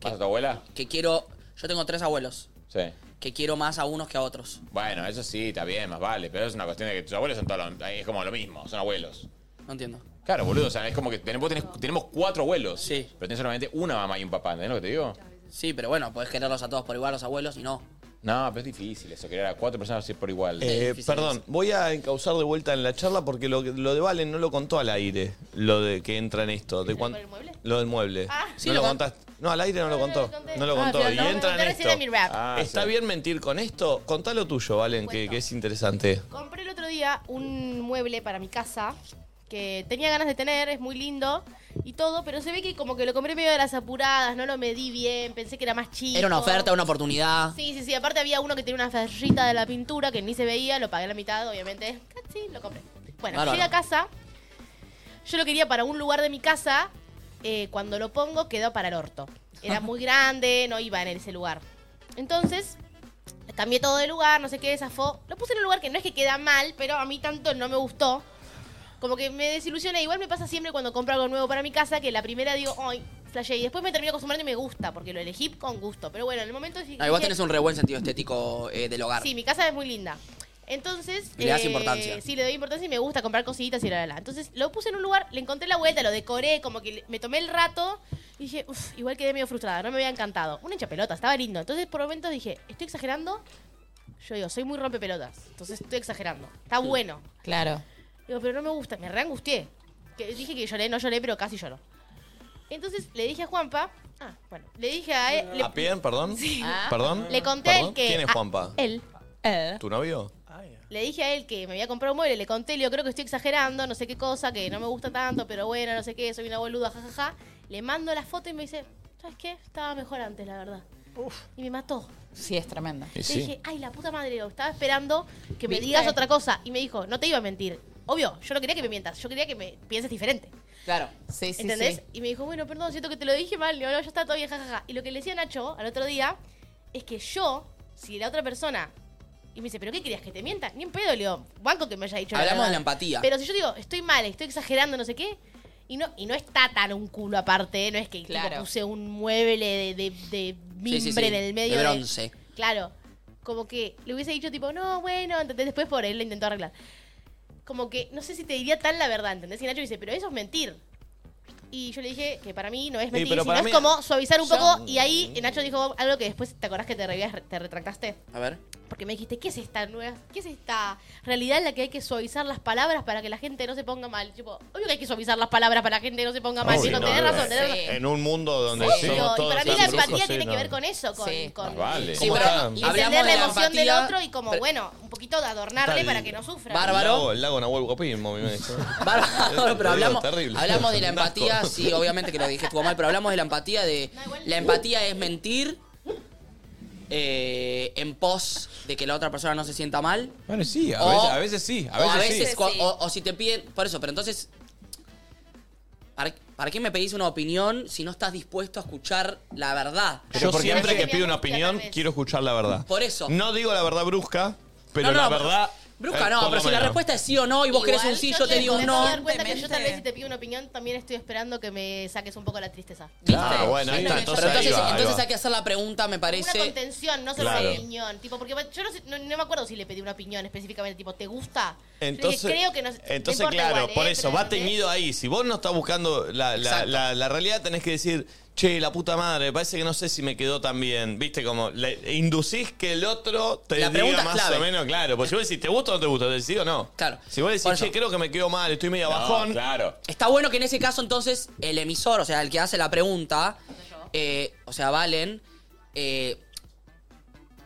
Speaker 5: ¿Pasa tu abuela?
Speaker 3: Que quiero. Yo tengo tres abuelos.
Speaker 5: Sí.
Speaker 3: Que quiero más a unos que a otros.
Speaker 5: Bueno, eso sí, está bien, más vale, pero es una cuestión de que tus abuelos son todos lo- es como lo mismo, son abuelos.
Speaker 3: No entiendo.
Speaker 5: Claro, boludo, o sea, es como que tenemos, vos tenés- tenemos cuatro abuelos, sí. pero tenés solamente una mamá y un papá, ¿entendés lo que te digo?
Speaker 3: Sí, pero bueno, podés quererlos a todos por igual, los abuelos, y no.
Speaker 5: No, pero es difícil eso, querer a cuatro personas así por igual.
Speaker 2: Eh, perdón, voy a encauzar de vuelta en la charla porque lo, lo de Valen no lo contó al aire, lo de que entra en esto. De cuan- Lo del mueble.
Speaker 9: Ah, Sí,
Speaker 2: no
Speaker 9: lo
Speaker 2: lo
Speaker 9: con-
Speaker 2: contaste. No, al aire no lo contó. No lo
Speaker 9: Ah,
Speaker 2: contó.
Speaker 9: pero
Speaker 2: y
Speaker 9: no, no,
Speaker 2: entra
Speaker 9: no,
Speaker 2: en
Speaker 9: recién
Speaker 2: esto.
Speaker 9: en mi rap. Ah,
Speaker 2: ¿Está bien mentir con esto? Contá lo tuyo, Valen, que, que es interesante.
Speaker 9: Compré el otro día un mueble para mi casa que tenía ganas de tener, es muy lindo y todo, pero se ve que como que lo compré medio de las apuradas, no lo medí bien, pensé que era más chico.
Speaker 3: Era una oferta, una oportunidad.
Speaker 9: Sí, sí, sí, aparte había uno que tenía una ferrita de la pintura que ni se veía, lo pagué la mitad, obviamente. Ah, Sí, lo compré. Bueno,
Speaker 3: Bárbaro.
Speaker 9: llegué a casa, yo lo quería para un lugar de mi casa, eh, cuando lo pongo quedó para el orto. Era muy grande, no iba en ese lugar. Entonces, cambié todo de lugar, no sé qué, zafó. Lo puse en un lugar que no es que queda mal, pero a mí tanto no me gustó. Como que me desilusioné. Igual me pasa siempre cuando compro algo nuevo para mi casa, que la primera digo, ay, flashé. Y después me termino acostumbrando y me gusta, porque lo elegí con gusto. Pero bueno, en el momento... dije-
Speaker 3: No, y vos Ah, tenés un re buen sentido estético eh, del hogar.
Speaker 9: Sí, mi casa es muy linda. Entonces.
Speaker 3: Y
Speaker 9: eh,
Speaker 3: le das importancia.
Speaker 9: Sí, le doy importancia y me gusta comprar cositas y la, la, la. Entonces lo puse en un lugar, le encontré la vuelta, lo decoré, como que le- me tomé el rato y dije, uff, igual quedé medio frustrada, no me había encantado. Una hinchapelota, estaba lindo. Entonces por momentos dije, estoy exagerando. Yo digo, soy muy rompepelotas, entonces estoy exagerando. Está bueno.
Speaker 4: Claro.
Speaker 9: Digo, pero no me gusta, me reangustié. Que dije que lloré, no lloré, pero casi lloro. Entonces le dije a Juanpa, ah, bueno, le dije a él. le-
Speaker 2: ¿A pie? ¿Perdón?
Speaker 9: Sí.
Speaker 2: ¿Perdón?
Speaker 9: Le conté a él
Speaker 2: ¿Perdón?
Speaker 9: que.
Speaker 2: ¿Quién es
Speaker 9: a-
Speaker 2: Juanpa?
Speaker 9: Él. eh, Él.
Speaker 2: ¿Tu novio?
Speaker 9: Le dije a él que me había comprado un mueble, le conté, le digo, creo que estoy exagerando, no sé qué cosa, que no me gusta tanto, pero bueno, no sé qué, soy una boluda, jajaja. Le mando la foto y me dice, ¿sabes qué? Estaba mejor antes, la verdad. Y me mató.
Speaker 4: Sí, es tremenda.
Speaker 9: Le dije, ay, la puta madre, digo, estaba esperando que me digas
Speaker 4: ¿Viste?
Speaker 9: otra cosa. Y me dijo, no te iba a mentir. Obvio, yo no quería que me mientas, yo quería que me pienses diferente.
Speaker 4: Claro. Sí, sí,
Speaker 9: ¿Entendés?
Speaker 4: sí.
Speaker 9: Y me dijo, bueno, perdón, siento que te lo dije mal, no, no, ya está todo bien, jajaja. Y lo que le decía Nacho al otro día es que yo, si la otra persona. Y me dice, ¿pero qué querías que te mienta? Ni en pedo, le digo, banco que me haya dicho
Speaker 3: Hablamos de
Speaker 9: verdad.
Speaker 3: la empatía.
Speaker 9: Pero si yo digo, estoy mal, estoy exagerando, no sé qué. Y no, y no está tan un culo aparte, ¿eh? no es que tipo,
Speaker 4: Claro.
Speaker 9: puse un mueble de, de, de mimbre
Speaker 3: Sí, sí, sí.
Speaker 9: en el medio.
Speaker 3: De bronce.
Speaker 9: Claro. Como que le hubiese dicho, tipo, no, bueno, ¿entendés? Después por él le intentó arreglar. Como que no sé si te diría tan la verdad, ¿entendés? Y Nacho dice, pero eso es mentir. Y yo le dije que para mí no es
Speaker 2: Sí,
Speaker 9: mentir,
Speaker 2: pero
Speaker 9: sino
Speaker 2: para
Speaker 9: es
Speaker 2: mí-
Speaker 9: como suavizar un
Speaker 2: Yo-
Speaker 9: poco. Y ahí Nacho dijo algo que después, ¿te acordás que te, re- te retractaste?
Speaker 3: A ver.
Speaker 9: Porque me dijiste, ¿qué es esta nueva, qué es esta realidad en la que hay que suavizar las palabras para que la gente no se ponga mal? Tipo, obvio que hay que suavizar las palabras para que la gente no se ponga mal.
Speaker 2: Obvio,
Speaker 9: Chicos,
Speaker 2: no,
Speaker 9: tenés
Speaker 2: no,
Speaker 9: razón,
Speaker 2: no.
Speaker 9: tenés razón.
Speaker 2: En un mundo donde
Speaker 9: Obvio,
Speaker 2: somos
Speaker 9: y
Speaker 2: todos
Speaker 9: para mí
Speaker 2: tan
Speaker 9: la
Speaker 2: bruscos,
Speaker 9: empatía
Speaker 2: sí,
Speaker 9: tiene
Speaker 2: no.
Speaker 9: que ver con eso, con, con
Speaker 5: Más vale.
Speaker 2: Sí, ¿Cómo pero- están?
Speaker 9: y
Speaker 2: Hablamos
Speaker 9: entender la
Speaker 3: de la
Speaker 9: emoción del
Speaker 3: empatía,
Speaker 9: otro y como, bueno, un poquito de adornarle
Speaker 2: Tal-
Speaker 9: para que no sufra.
Speaker 2: El lago, el lago Nahuel Copín, mami, me dice.
Speaker 3: Bárbaro, pero
Speaker 2: Terrible,
Speaker 3: hablamos,
Speaker 2: terrible.
Speaker 3: hablamos de la
Speaker 2: Un asco.
Speaker 3: empatía, sí, obviamente que lo dije estuvo mal, pero hablamos de la empatía de. La empatía es mentir eh, en pos de que la otra persona no se sienta mal.
Speaker 5: Bueno, sí, a,
Speaker 3: O-
Speaker 5: veces, a veces sí. A
Speaker 3: o
Speaker 5: veces,
Speaker 3: a
Speaker 5: sí.
Speaker 3: veces, cua- o, o si te piden. Por eso, pero entonces. ¿para, para qué me pedís una opinión si no estás dispuesto a escuchar la verdad?
Speaker 2: Yo siempre que pido una opinión, quiero escuchar la verdad.
Speaker 3: Por eso.
Speaker 2: No digo la verdad brusca, pero
Speaker 3: No, no,
Speaker 2: la
Speaker 3: pero-
Speaker 2: verdad eh,
Speaker 3: Brusca, no, pero si la respuesta es sí o no y vos querés un sí, yo te digo un no.
Speaker 9: Me doy cuenta que yo tal vez si te pido una opinión, también estoy esperando que me saques un poco la tristeza.
Speaker 2: Ah, bueno, ahí está. Entonces,
Speaker 3: Pero entonces,
Speaker 2: ahí va, ahí
Speaker 3: entonces
Speaker 2: va.
Speaker 3: hay que hacer la pregunta, me
Speaker 9: Una
Speaker 3: parece.
Speaker 9: contención, no solo
Speaker 2: Claro.
Speaker 9: una opinión. Tipo, porque yo no, sé- no- no me acuerdo si le pedí una opinión específicamente, tipo, ¿te gusta? Yo le dije,
Speaker 2: Entonces,
Speaker 9: creo que no. no
Speaker 2: entonces
Speaker 9: importa
Speaker 2: claro,
Speaker 9: igual, ¿eh?
Speaker 2: por eso,
Speaker 9: Pero-
Speaker 2: va teñido ahí. Si vos no estás buscando la, la- la- la realidad, tenés que decir, che, la puta madre, me parece que no sé si me quedó tan bien. Viste, como le- inducís que el otro te
Speaker 3: La pregunta
Speaker 2: diga
Speaker 3: es
Speaker 2: más
Speaker 3: clave.
Speaker 2: o menos, claro.
Speaker 1: pues
Speaker 2: Porque si vos decís, ¿te gusta o no te gusta? Te decís sí o no.
Speaker 3: Claro.
Speaker 2: Si vos decís, che, creo que me quedó mal, estoy
Speaker 3: No,
Speaker 2: medio bajón. Claro.
Speaker 3: Está bueno que en ese caso entonces el emisor, o sea, el que hace la pregunta, eh, o sea, Valen, eh,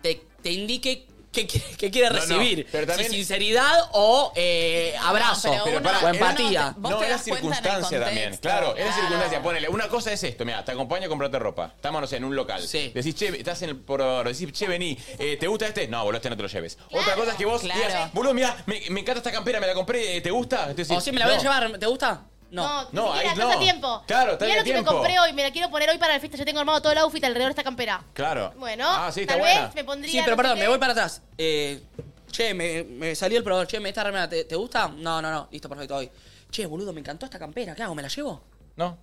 Speaker 3: te, te indique qué quiere, qué quiere
Speaker 5: No, no,
Speaker 3: recibir.
Speaker 5: pero también-
Speaker 3: si sinceridad o eh, abrazo
Speaker 5: No, pero
Speaker 3: o
Speaker 5: pará,
Speaker 3: empatía.
Speaker 5: No, era circunstancia también. Claro, era circunstancia. Ponele, una cosa es esto, mira, te acompaño a comprarte ropa. Estamos, no sé, en un local. Decís, che, estás en el proveedor. Decís, che, vení, eh, ¿te gusta este? No, boludo, este no te lo lleves. Otra cosa es que vos
Speaker 3: claro.
Speaker 5: digas, boludo, mira, me, me encanta esta campera, me la compré, eh, ¿te gusta? Entonces
Speaker 3: O
Speaker 5: decís,
Speaker 3: sí, me la voy a
Speaker 5: no.
Speaker 3: llevar, ¿te gusta? No.
Speaker 5: No,
Speaker 9: Mira,
Speaker 5: ahí
Speaker 9: estás
Speaker 5: no.
Speaker 9: a tiempo.
Speaker 5: Claro, estás
Speaker 9: Mira
Speaker 5: a
Speaker 9: lo que me
Speaker 5: tiempo.
Speaker 9: compré hoy, me la quiero poner hoy para la fiesta. Yo tengo armado todo el outfit alrededor de esta campera.
Speaker 5: Claro.
Speaker 9: Bueno,
Speaker 3: Ah, sí, está
Speaker 9: tal
Speaker 3: buena.
Speaker 9: vez me pondría.
Speaker 3: Sí, pero
Speaker 9: no sé
Speaker 3: perdón,
Speaker 9: qué.
Speaker 3: me voy para atrás. Eh, che, me, me salió el proveedor. Che, me esta remera, ¿te, te gusta? No, no, no. Listo, perfecto, hoy. Che, boludo, me encantó esta campera. ¿Qué hago? ¿Me la llevo?
Speaker 5: No.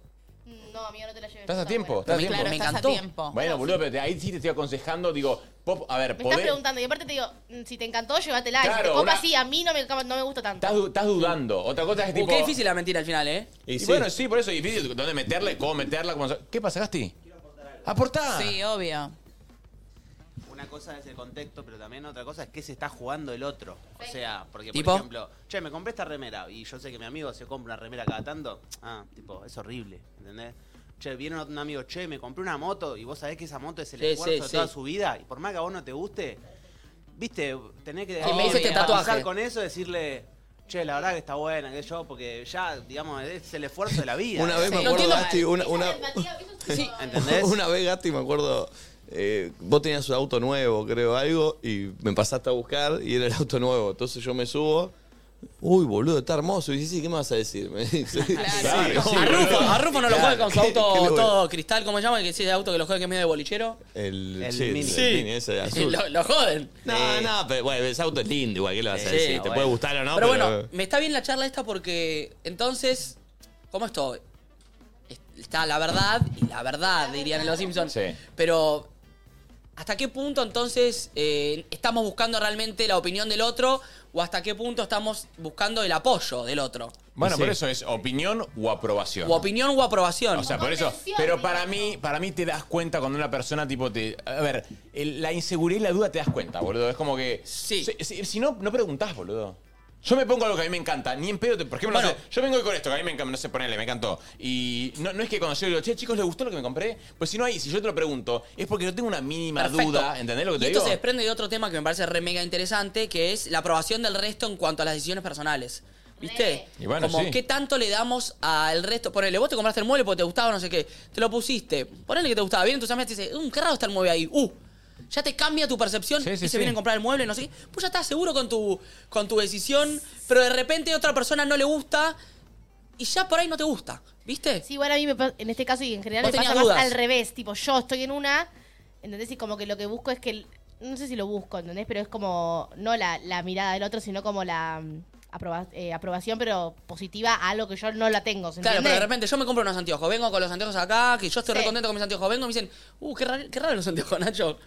Speaker 9: No, amigo, no te la lleves.
Speaker 5: Estás a tiempo,
Speaker 3: Pero
Speaker 5: estás a
Speaker 3: me-
Speaker 5: tiempo.
Speaker 3: claro, Me estás a encantó. tiempo.
Speaker 5: Bueno, boludo, pero ahí sí te estoy aconsejando, digo, pop, a ver,
Speaker 9: Me estás
Speaker 5: poder.
Speaker 9: preguntando y aparte te digo, mm, si te encantó, llévatela. y si
Speaker 5: Claro,
Speaker 9: te copa,
Speaker 5: una-
Speaker 9: sí, a mí no me, no me gusta tanto.
Speaker 5: Estás, du- estás dudando. Otra cosa es
Speaker 3: Uh,
Speaker 5: tipo.
Speaker 3: qué difícil la mentira al final, ¿eh?
Speaker 5: Y, bueno, sí, por eso es difícil. ¿Dónde meterla? ¿Cómo meterla? cómo sa- ¿Qué pasa, Gasti? Aportá.
Speaker 4: Sí, obvio.
Speaker 7: Una cosa es el contexto, pero también otra cosa es qué se está jugando el otro. O sea, porque por
Speaker 3: ¿Tipo?
Speaker 7: ejemplo, che, me compré esta remera y yo sé que mi amigo se compra una remera cada tanto. Ah, tipo, es horrible, ¿entendés? Che, viene un amigo, che, me compré una moto y vos sabés que esa moto es el
Speaker 3: Sí,
Speaker 7: esfuerzo
Speaker 3: sí,
Speaker 7: de
Speaker 3: sí.
Speaker 7: toda su vida y por más que a vos no te guste, viste, tenés que
Speaker 3: Sí, me hice este
Speaker 7: empatizar
Speaker 3: tatuaje.
Speaker 7: con eso y decirle, che, la verdad que está buena, que yo, porque ya, digamos, es el esfuerzo de la vida.
Speaker 1: Una vez me
Speaker 7: Sí.
Speaker 1: acuerdo, Gasti, una, una-
Speaker 7: ¿Entendés?
Speaker 1: una vez Gasti me acuerdo, eh, vos tenías un auto nuevo, creo, algo, y me pasaste a buscar y era el auto nuevo. Entonces yo me subo. Uy, boludo, está hermoso. Y dice, sí, ¿qué me vas a decir? Me dice,
Speaker 3: Claro.
Speaker 1: sí,
Speaker 3: a,
Speaker 1: boludo.
Speaker 3: Rufo, a Rufo no lo juega
Speaker 1: Claro,
Speaker 3: con su
Speaker 1: ¿qué-
Speaker 3: auto
Speaker 1: qué le voy a-
Speaker 3: todo cristal, ¿cómo se llama? El que sí, el auto que lo juega que es medio de bolichero.
Speaker 1: El,
Speaker 3: El
Speaker 1: sí, el
Speaker 3: mini.
Speaker 1: mini ese azul. Eh,
Speaker 3: Lo, lo joden.
Speaker 1: No, no, pero bueno, ese auto es lindo, igual, ¿qué le vas a
Speaker 3: Sí.
Speaker 1: decir? Te
Speaker 3: Ah, bueno.
Speaker 1: puede gustar o no,
Speaker 3: pero, bueno,
Speaker 2: Eh.
Speaker 3: me está bien la charla esta porque entonces, ¿cómo es todo? Es- Está la verdad y la verdad, dirían en los Simpsons. Pero, ¿hasta qué punto entonces eh, estamos buscando realmente la opinión del otro o hasta qué punto estamos buscando el apoyo del otro?
Speaker 5: Bueno,
Speaker 3: Sí.
Speaker 5: por eso es opinión o aprobación.
Speaker 3: O opinión o aprobación.
Speaker 5: O sea, por eso. Pero para mí, para mí te das cuenta cuando una persona tipo te. A ver, el- la inseguridad y la duda te das cuenta, boludo. Es como que. Sí. Si, si- si no, no preguntás, boludo. Yo me pongo algo que a mí me encanta, ni en pedo, te- por ejemplo, no
Speaker 3: Bueno.
Speaker 5: sé, yo vengo hoy con esto, que a mí me encanta, no sé, ponerle, me encantó. Y no, no es que cuando yo digo, che, chicos, ¿les gustó lo que me compré? Pues si no hay, si yo te lo pregunto, es porque yo tengo una mínima
Speaker 3: Perfecto.
Speaker 5: duda, ¿entendés lo que
Speaker 3: Y
Speaker 5: te
Speaker 3: esto
Speaker 5: digo?
Speaker 3: se desprende de otro tema que me parece re mega interesante, que es la aprobación del resto en cuanto a las decisiones personales. ¿Viste?
Speaker 5: Y bueno,
Speaker 3: Como,
Speaker 5: sí.
Speaker 3: ¿qué tanto le damos al resto? Ponele, vos te compraste el mueble porque te gustaba, no sé qué. Te lo pusiste. Ponele que te gustaba. Vienen tus amigas y te dicen, "Mm, qué raro está el mueble ahí. Uh, ya te cambia tu percepción y se
Speaker 5: sí.
Speaker 3: vienen a comprar el mueble, no sé qué. Pues ya estás seguro con tu, con tu decisión, pero de repente a otra persona no le gusta y ya por ahí no te gusta. ¿Viste?
Speaker 9: Sí, igual a mí me pa- en este caso y en general
Speaker 3: Vos
Speaker 9: me pasa
Speaker 3: tenías
Speaker 9: más
Speaker 3: dudas.
Speaker 9: al revés. Tipo, yo estoy en una, ¿entendés? Y como que lo que busco es que. el- no sé si lo busco, ¿entendés? Pero es como. No la, la mirada del otro, sino como la mm, aproba- eh, aprobación, pero positiva a algo que yo no la tengo. ¿se
Speaker 3: Claro, pero de
Speaker 9: entiende?
Speaker 3: repente yo me compro unos anteojos, vengo con los anteojos acá, que yo estoy re contento con mis anteojos, vengo y me dicen, uh, qué raro, qué raro los anteojos, Nacho.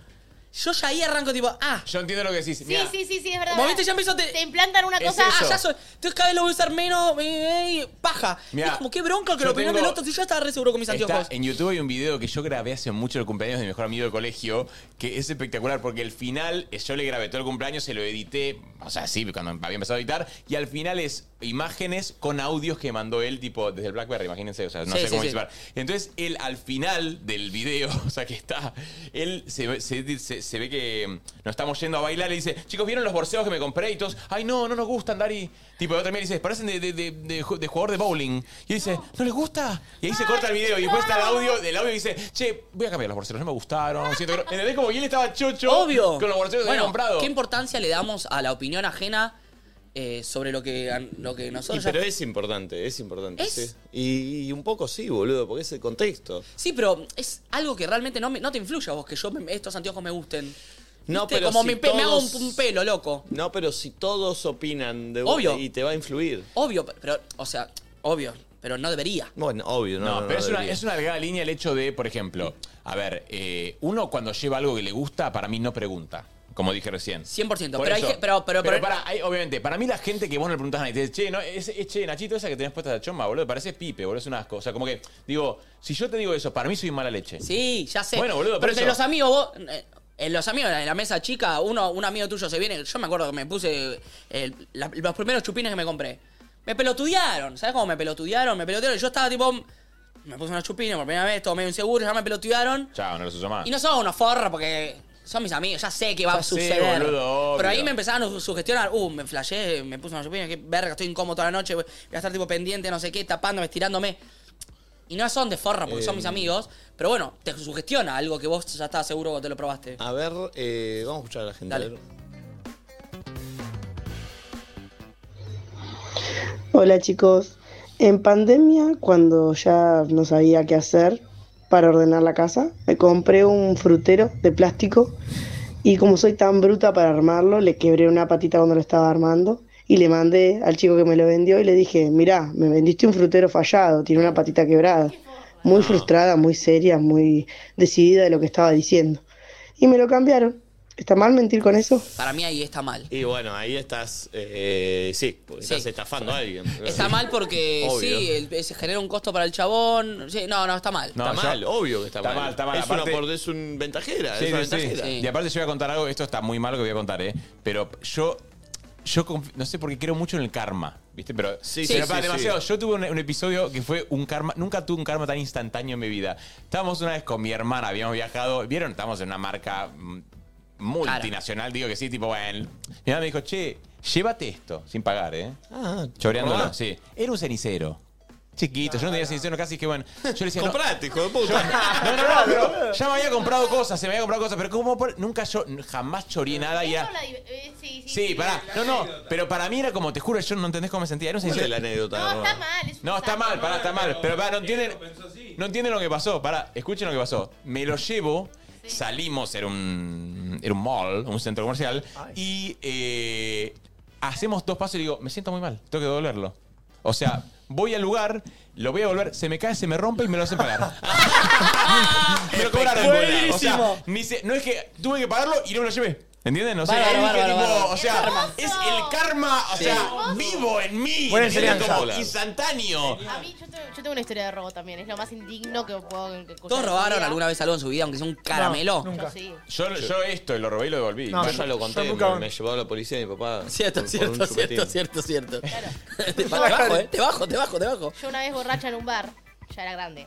Speaker 3: Yo ya ahí arranco tipo, ah.
Speaker 5: Yo entiendo lo que decís.
Speaker 9: Sí, sí, sí, sí, es verdad.
Speaker 3: Como viste, ya empiezo a te,
Speaker 9: implantan una
Speaker 3: es
Speaker 9: cosa.
Speaker 3: Ah, ya soy. Entonces cada vez lo voy a usar menos, eh, eh, paja.
Speaker 5: Mirá,
Speaker 3: es como qué bronca que
Speaker 5: yo
Speaker 3: la opinión
Speaker 5: tengo-
Speaker 3: del otro, si yo estaba re seguro con mis
Speaker 5: Está
Speaker 3: anteojos.
Speaker 5: en YouTube hay un video que yo grabé hace mucho el cumpleaños de mi mejor amigo de colegio, que es espectacular porque el final, eh, yo le grabé todo el cumpleaños, se lo edité, o sea, sí, cuando había empezado a editar, y al final es imágenes con audios que mandó él, tipo, desde el BlackBerry, imagínense, o sea, no
Speaker 3: Sí,
Speaker 5: sé
Speaker 3: sí,
Speaker 5: cómo
Speaker 3: sí.
Speaker 5: disipar. Entonces, él al final del video, o sea, que está, él se, ve- se- se- se ve que mm, nos estamos yendo a bailar y dice, chicos, ¿vieron los borseos que me compré? Y todos, ay, no, no nos gustan, Dari. Tipo, otra vez dice, parecen de, de- de- de ju- de jugador de bowling. Y él dice, ¿no les gusta? Y ahí se corta el video y después está el audio, del audio y dice, che, voy a cambiar los borseos, no me gustaron. Siento que no-". ¿Entendés? Como que él estaba chocho
Speaker 3: Obvio.
Speaker 5: con los borseos que había
Speaker 3: bueno,
Speaker 5: comprado.
Speaker 3: ¿Qué importancia le damos a la opinión ajena eh, sobre lo que, lo que
Speaker 1: Y,
Speaker 3: nosotros ya-
Speaker 1: pero es importante, es importante.
Speaker 3: ¿Es?
Speaker 1: sí. Y, y un poco sí, boludo, porque es el contexto.
Speaker 3: Sí, pero es algo que realmente no, me- no te influye a vos, que yo me- estos anteojos me gusten.
Speaker 2: No,
Speaker 3: ¿Viste?
Speaker 2: pero
Speaker 3: Como
Speaker 2: si
Speaker 3: mi pe- me hago un-
Speaker 2: todos-
Speaker 3: un pelo, loco.
Speaker 2: No, pero si todos opinan de
Speaker 3: Obvio.
Speaker 2: vos y te va a influir.
Speaker 3: Obvio, pero, o sea, obvio, pero no debería.
Speaker 2: Bueno, obvio, no.
Speaker 5: No,
Speaker 2: no,
Speaker 5: pero
Speaker 2: no
Speaker 5: es, una,
Speaker 2: debería.
Speaker 5: es una delgada línea el hecho de, por ejemplo, a ver, eh, uno cuando lleva algo que le gusta, para mí no pregunta. Como dije recién.
Speaker 3: 100%,
Speaker 5: Por
Speaker 3: pero hay
Speaker 5: eso.
Speaker 3: que- pero- pero- pero-
Speaker 5: para, hay- obviamente, para mí la gente que vos no le preguntás a nadie, te dice, che, no, es, es- che, Nachito, esa que tenés puesta de chomba, boludo, parece pipe, boludo, es un asco. O sea, como que, digo, si yo te digo eso, para mí soy mala leche.
Speaker 3: Sí, ya sé.
Speaker 5: Bueno, boludo, por
Speaker 3: pero entre
Speaker 5: eso.
Speaker 3: los amigos, vos. eh, En los amigos, en la mesa chica, uno, un amigo tuyo se viene. Yo me acuerdo que me puse eh, la- los primeros chupines que me compré. Me pelotudearon, ¿sabes cómo me pelotudearon? Me pelotudearon. Yo estaba tipo. Me puse unos chupines por primera vez, todo medio inseguro, ya me pelotudearon.
Speaker 5: Chao, no los uso más.
Speaker 3: Y no son unos forros porque son mis amigos, ya sé que va
Speaker 5: Ah. Ya
Speaker 3: a
Speaker 5: sé,
Speaker 3: suceder.
Speaker 5: boludo, obvio.
Speaker 3: pero ahí me empezaban a su- sugestionar, uh, me flashé, me puse una chupina, que verga, estoy incómodo toda la noche, voy a estar tipo pendiente, no sé qué, tapándome, estirándome. Y no son de forra porque son
Speaker 2: Eh,
Speaker 3: mis amigos, pero bueno, te sugestiona algo que vos ya estás seguro que te lo probaste.
Speaker 2: A ver, eh, vamos a escuchar a la gente.
Speaker 3: Dale.
Speaker 2: a ver.
Speaker 6: Hola chicos, en pandemia cuando ya no sabía qué hacer para ordenar la casa, me compré un frutero de plástico y como soy tan bruta para armarlo, le quebré una patita cuando lo estaba armando y le mandé al chico que me lo vendió y le dije, mirá, me vendiste un frutero fallado, tiene una patita quebrada. Muy frustrada, muy seria, muy decidida de lo que estaba diciendo. Y me lo cambiaron. ¿Está mal mentir con eso?
Speaker 3: Para mí ahí está mal.
Speaker 2: Y bueno, ahí estás. eh, sí, porque estás estafando a alguien.
Speaker 3: Está mal porque
Speaker 2: Obvio.
Speaker 3: sí, el- se genera un costo para el chabón. Sí, no, no, está mal.
Speaker 5: No,
Speaker 2: está
Speaker 5: yo-
Speaker 2: mal, obvio que está,
Speaker 5: Está mal, está mal,
Speaker 2: Es,
Speaker 5: aparte-
Speaker 2: una, por- es un ventajera,
Speaker 5: Sí,
Speaker 2: Ah, es una
Speaker 5: sí, sí.
Speaker 2: ventajera.
Speaker 5: Y aparte yo voy a contar algo, esto está muy mal lo que voy a contar, ¿eh? Pero yo, yo conf- no sé por qué creo mucho en el karma, ¿viste? Pero
Speaker 2: Sí,
Speaker 5: pero
Speaker 2: sí,
Speaker 5: para
Speaker 2: sí,
Speaker 5: demasiado.
Speaker 2: sí.
Speaker 5: Yo tuve un, un episodio que fue un karma, nunca tuve un karma tan instantáneo en mi vida. Estábamos una vez con mi hermana, habíamos viajado, vieron, estábamos en una marca mm, multinacional, digo que sí, tipo, bueno. Mi hermana me dijo, che, llévate esto, sin pagar, ¿eh?
Speaker 2: Ah,
Speaker 5: Choreándolo,
Speaker 2: ¿robá?
Speaker 5: sí. Era un cenicero. Chiquito, yo no tenía cenicero casi que bueno. Yo le decía, no,
Speaker 2: Comprate, hijo de puta.
Speaker 5: no, no, no, pero ya me había comprado cosas, se me había comprado cosas, pero como por- nunca yo jamás choreé nada y
Speaker 9: Eso
Speaker 5: era.
Speaker 9: la di- eh, sí, sí,
Speaker 5: Sí,
Speaker 9: sí.
Speaker 5: pará. No, no, pero para mí era como, te juro, yo no entendés cómo me sentía. Era un
Speaker 2: ¿Cuál es la
Speaker 9: No,
Speaker 3: Ah.
Speaker 5: anécdota?
Speaker 9: está mal. es un
Speaker 5: No, está
Speaker 9: saco.
Speaker 5: mal, pará, está mal. Pero pará, no entienden, no entienden lo que pasó. Pará, escuchen lo que pasó. Me lo llevo, salimos, era un, era un mall, un centro comercial, y eh, hacemos dos pasos y digo, me siento muy mal, tengo que devolverlo. O sea, voy al lugar, lo voy a devolver, se me cae, se me rompe y me lo hacen pagar.
Speaker 3: Ah,
Speaker 5: me lo cobraron.
Speaker 2: Buenísimo.
Speaker 5: O sea, ni se- no es que tuve que pagarlo y no me lo llevé. ¿Entienden? O sea,
Speaker 2: Bárbaro,
Speaker 5: ahí dije,
Speaker 2: bárbaro,
Speaker 5: tipo,
Speaker 2: bárbaro.
Speaker 5: o sea, es el karma, o
Speaker 2: Sí.
Speaker 5: sea, vivo en mí.
Speaker 2: Buena
Speaker 5: ¿entienden?
Speaker 2: enseñanza.
Speaker 5: Como instantáneo.
Speaker 9: A mí, yo tengo, yo tengo una historia de robo también. Es lo más indigno que puedo escuchar.
Speaker 3: ¿Todos robaron alguna vez algo en su vida, aunque sea un caramelo?
Speaker 9: Yo sí.
Speaker 5: Yo, yo esto, lo robé y lo devolví.
Speaker 3: No,
Speaker 2: yo ya lo conté,
Speaker 3: yo
Speaker 2: me,
Speaker 3: nunca-
Speaker 2: me llevó la policía y mi papá.
Speaker 3: Cierto,
Speaker 2: por- por
Speaker 3: cierto,
Speaker 2: un chupetín.
Speaker 3: cierto, cierto, cierto. te, ba- te bajo, eh. Te bajo, te bajo, te bajo.
Speaker 9: Yo una vez borracha en un bar, ya era grande.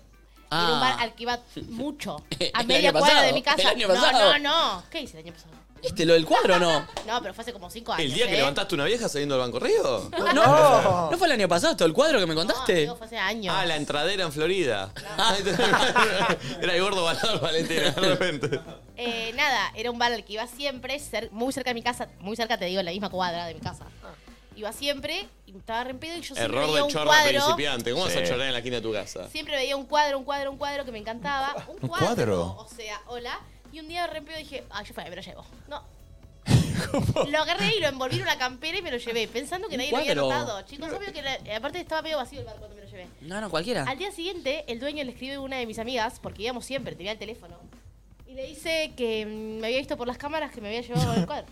Speaker 3: Ah.
Speaker 9: Era un bar al que iba mucho. A
Speaker 3: El
Speaker 9: media
Speaker 3: año
Speaker 9: cuadra
Speaker 3: pasado,
Speaker 9: de mi casa.
Speaker 3: el año pasado.
Speaker 9: no, no, no. ¿Qué hice el año pasado?
Speaker 3: ¿Viste lo del cuadro o no?
Speaker 9: No, pero fue hace como cinco años.
Speaker 2: ¿El día que
Speaker 9: ¿eh?
Speaker 2: levantaste una vieja saliendo del Banco Río?
Speaker 3: No, no. ¿No fue el año pasado todo el cuadro que me contaste?
Speaker 9: Digo, fue hace años.
Speaker 2: Ah, la entradera en Florida. Era el gordo valor Valentina, de repente.
Speaker 9: Eh, nada, era un bar al que iba siempre, cer- muy cerca de mi casa. Muy cerca, te digo, en la misma cuadra de mi casa. Iba siempre y me estaba re en pedo y yo siempre
Speaker 2: Error
Speaker 9: veía
Speaker 2: de
Speaker 9: un
Speaker 2: chorro
Speaker 9: cuadro.
Speaker 2: principiante. ¿Cómo vas a
Speaker 5: Sí.
Speaker 2: chorar en la esquina de tu casa?
Speaker 9: Siempre veía un cuadro, un cuadro, un cuadro que me encantaba. Un, cuadro.
Speaker 5: cuadro?
Speaker 9: O sea, hola. Y un día de repente dije, ah, yo fue, me lo llevo. No. Lo agarré y lo envolví en una campera y me lo llevé, pensando que
Speaker 3: Un
Speaker 9: nadie lo había
Speaker 3: cuadro.
Speaker 9: notado. Chicos, obvio que la- aparte estaba medio vacío el bar cuando me lo llevé.
Speaker 3: No, no, cualquiera.
Speaker 9: Al día siguiente, el dueño le escribe a una de mis amigas, porque íbamos siempre, tenía el teléfono. Y le dice que mm, me había visto por las cámaras que me había llevado el cuadro.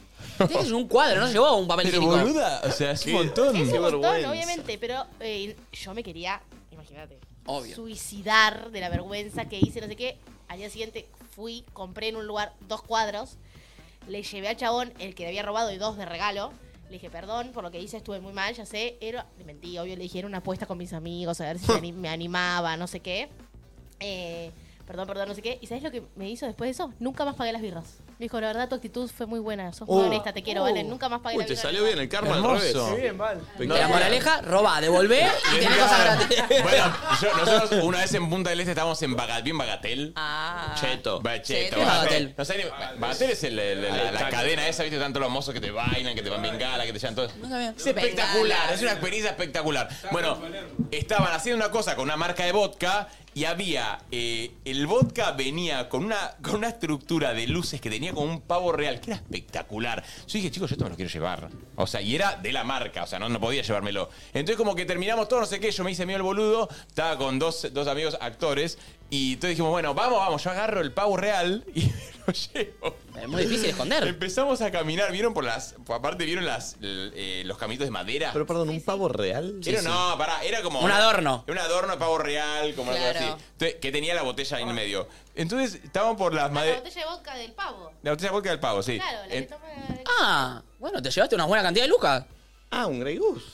Speaker 3: Tienes un cuadro, no se llevó un papel
Speaker 5: Pero
Speaker 3: higiénico.
Speaker 5: boluda, o sea, es un montón.
Speaker 9: Es un montón, obviamente, pero eh, yo me quería, imagínate,
Speaker 3: Obvio.
Speaker 9: suicidar de la vergüenza que hice, no sé qué. Al día siguiente fui, compré en un lugar dos cuadros, le llevé al chabón el que le había robado y dos de regalo. Le dije, perdón, por lo que hice estuve muy mal, ya sé. Era, le mentí, obvio, le dije, era una apuesta con mis amigos, a ver si me ani- me animaba, no sé qué. Eh, perdón, perdón, no sé qué. ¿Y sabes lo que me hizo después de eso? Nunca más pagué las birras. Me dijo, la verdad, tu actitud fue muy buena, sos muy
Speaker 3: Uh.
Speaker 2: Oh.
Speaker 9: honesta, te quiero,
Speaker 2: Oh.
Speaker 9: ¿vale? Nunca más pagué
Speaker 2: Uy,
Speaker 9: las
Speaker 2: te
Speaker 9: birras.
Speaker 2: salió bien el karma al
Speaker 5: Hermoso.
Speaker 2: revés.
Speaker 5: Qué bien,
Speaker 2: mal.
Speaker 3: La moraleja, roba, devolvé y tenés cosas gratis.
Speaker 5: Bueno, yo- nosotros una vez en Punta del Este estábamos en Bagat, bien Bagatel. Ah. Cheto.
Speaker 3: Cheto.
Speaker 5: Bacheto.
Speaker 3: ¿Qué es
Speaker 5: Bagatel. No sé ni- Bagatel es el- el- la, la
Speaker 2: Ahí está.
Speaker 5: cadena esa, viste, tanto los mozos que te bailan, que te van bengala, que te llevan todo. Es
Speaker 3: Bengala.
Speaker 5: espectacular, es una experiencia espectacular. Bueno, estaban haciendo una cosa con una marca de vodka Y había. eh, el vodka venía con una, con una estructura de luces que tenía como un pavo real, que era espectacular. Yo dije, chicos, yo esto me lo quiero llevar. O sea, y era de la marca, o sea, no, no podía llevármelo. Entonces, como que terminamos todo, no sé qué, yo me hice mío el boludo, estaba con dos, dos amigos actores, y entonces dijimos, bueno, vamos, vamos, yo agarro el pavo real y lo llevo.
Speaker 3: Es muy difícil esconder.
Speaker 5: Empezamos a caminar, ¿vieron por las. por- Aparte, ¿vieron las, l- eh, los caminitos de madera?
Speaker 1: Pero perdón, ¿un pavo real?
Speaker 5: Era, No, pará, era como.
Speaker 1: Un adorno.
Speaker 5: Un adorno de pavo real, como algo
Speaker 9: Claro.
Speaker 5: así. Entonces, que tenía la botella ahí en medio. Entonces, estaban por las
Speaker 9: La
Speaker 5: maderas.
Speaker 9: botella de vodka del pavo.
Speaker 5: La botella de vodka del pavo, sí.
Speaker 9: Claro, la
Speaker 5: En-
Speaker 9: que toma.
Speaker 3: Ah, bueno, te llevaste una buena cantidad de lucas.
Speaker 1: Ah, un Grey Goose.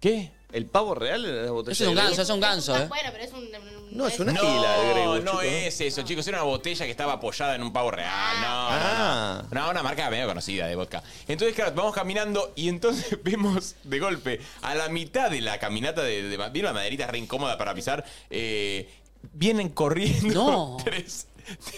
Speaker 5: ¿Qué?
Speaker 1: ¿El pavo real en las botellas
Speaker 3: Eso es un
Speaker 1: de Grey
Speaker 3: ganso, eso es un ganso, eh.
Speaker 9: Bueno, pero es un. un-
Speaker 1: No, es una
Speaker 5: no,
Speaker 1: gila de Grey Goose,
Speaker 5: no
Speaker 1: chico,
Speaker 5: es eso, chicos. Era una botella que estaba apoyada en un pavo real. No,
Speaker 1: Ah.
Speaker 5: no, no. No, una marca medio conocida de vodka. Entonces, claro, vamos caminando y entonces vemos de golpe a la mitad de la caminata de. de, ¿Vieron la maderita re incómoda para pisar? Eh, vienen corriendo tres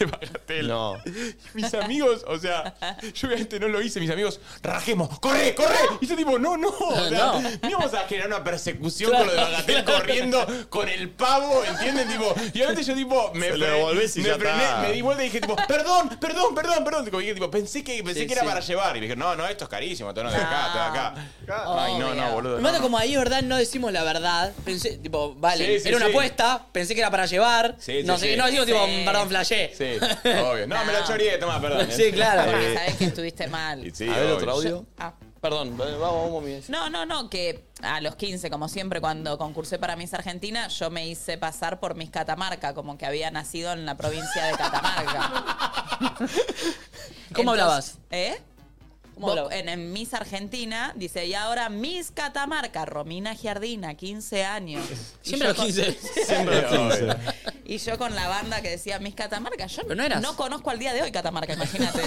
Speaker 5: de Bagatelle.
Speaker 1: No.
Speaker 5: Mis amigos, o sea, yo obviamente no lo hice, mis amigos, rajemos, corre, corre. Y yo tipo, no, no. O sea,
Speaker 1: No.
Speaker 5: no íbamos a generar una persecución
Speaker 1: Claro.
Speaker 5: con lo de Bagatelle corriendo con el pavo, ¿entienden? Tipo, y obviamente yo tipo, me,
Speaker 1: Se lo
Speaker 5: fre-
Speaker 1: devolvés y
Speaker 5: me
Speaker 1: ya está.
Speaker 5: me di vuelta y dije tipo, perdón, perdón, perdón, perdón. Tipo, dije, tipo, pensé que, pensé
Speaker 1: Sí,
Speaker 5: que era
Speaker 1: sí.
Speaker 5: para llevar. Y me dijeron, no, no, esto es carísimo, esto no, de acá, esto de acá. Ay, no, no, boludo.
Speaker 3: Me
Speaker 5: no,
Speaker 3: mata
Speaker 5: no.
Speaker 3: como ahí, ¿verdad? No decimos la verdad. Pensé, tipo, vale,
Speaker 5: Sí, sí,
Speaker 3: era una
Speaker 5: sí.
Speaker 3: apuesta, pensé que era para llevar.
Speaker 5: Sí, sí,
Speaker 3: no sé,
Speaker 5: sí.
Speaker 3: qué, no decimos, tipo,
Speaker 5: Sí.
Speaker 3: perdón, flashé.
Speaker 5: Sí, obvio. No, me la choré, toma, perdón.
Speaker 3: Sí, claro.
Speaker 5: Eh,
Speaker 4: Sabes que estuviste mal.
Speaker 5: sí, A ver, obvio. otro audio.
Speaker 4: Yo- ah.
Speaker 1: Perdón, vamos, vamos, mi
Speaker 4: No, no, no, que a los 15, como siempre, cuando concursé para Miss Argentina, yo me hice pasar por Miss Catamarca, como que había nacido en la provincia de Catamarca.
Speaker 3: ¿Cómo
Speaker 4: Entonces-
Speaker 3: hablabas?
Speaker 4: ¿Eh? Vos- en, en Miss Argentina dice, y ahora Miss Catamarca, Romina Giardina, 15 años. Y
Speaker 3: Siempre
Speaker 4: yo
Speaker 3: a los 15.
Speaker 4: con-
Speaker 3: Siempre a los 15.
Speaker 4: y yo con la banda que decía Miss Catamarca, yo
Speaker 3: Pero no eras.
Speaker 4: conozco al día de hoy Catamarca, imagínate.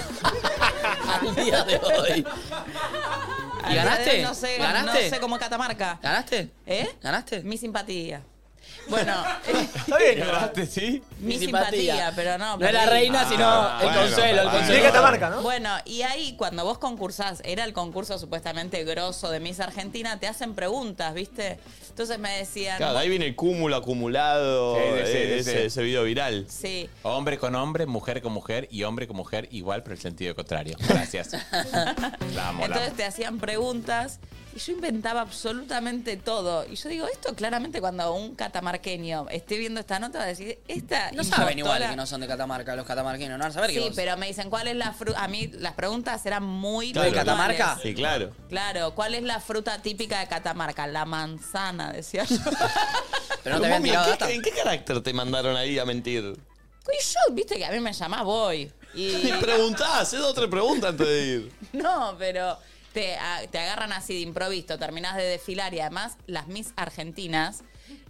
Speaker 3: al día de hoy.
Speaker 4: Al
Speaker 3: ¿Y
Speaker 4: día de
Speaker 3: ganaste?
Speaker 4: hoy No sé,
Speaker 3: ¿Ganaste?
Speaker 4: no sé cómo Catamarca.
Speaker 3: ¿Ganaste?
Speaker 4: ¿Eh?
Speaker 3: ¿Ganaste?
Speaker 4: Mi simpatía. Bueno,
Speaker 13: Está
Speaker 5: bien, ¿Ganaste, sí?
Speaker 4: mi simpatía, pero no.
Speaker 3: No es la
Speaker 4: perdí.
Speaker 3: reina, sino
Speaker 5: Ah,
Speaker 3: el
Speaker 5: bueno,
Speaker 3: consuelo. El
Speaker 5: bueno.
Speaker 3: consuelo.
Speaker 5: Tiene Catamarca,
Speaker 4: Bueno, y ahí cuando vos concursás, era el concurso supuestamente grosso de Miss Argentina, te hacen preguntas, ¿viste? Entonces me decían.
Speaker 1: Claro, ahí viene el cúmulo acumulado
Speaker 5: Sí, sí, sí,
Speaker 1: eh,
Speaker 5: sí,
Speaker 1: de
Speaker 5: sí.
Speaker 1: ese, ese video viral.
Speaker 4: Sí.
Speaker 5: Hombre con hombre, mujer con mujer y hombre con mujer igual, pero el sentido contrario. Gracias. Vamos,
Speaker 4: Entonces te hacían preguntas y yo inventaba absolutamente todo. Y yo digo, esto claramente cuando un catamarqueño esté viendo esta nota va a decir, esta.
Speaker 3: No saben igual
Speaker 4: impostora-
Speaker 3: que no son de Catamarca, los catamarquinos. No van a saber que
Speaker 4: Sí,
Speaker 3: vos-
Speaker 4: pero me dicen, ¿cuál es la fruta? A mí las preguntas eran muy.
Speaker 3: Claro. ¿De
Speaker 4: puntuales.
Speaker 3: Catamarca?
Speaker 1: Sí, claro.
Speaker 4: Claro, ¿cuál es la fruta típica de Catamarca? La manzana, decía yo.
Speaker 3: Pero no te habían
Speaker 1: mami,
Speaker 3: tirado
Speaker 1: ¿qué-
Speaker 3: data.
Speaker 1: ¿En qué carácter te mandaron ahí a mentir?
Speaker 4: Y yo, viste que a mí me llamás voy. Y
Speaker 1: Ni preguntás, es otra pregunta antes de ir.
Speaker 4: no, pero te, a- te agarran así de improviso, terminás de desfilar y además las Miss Argentinas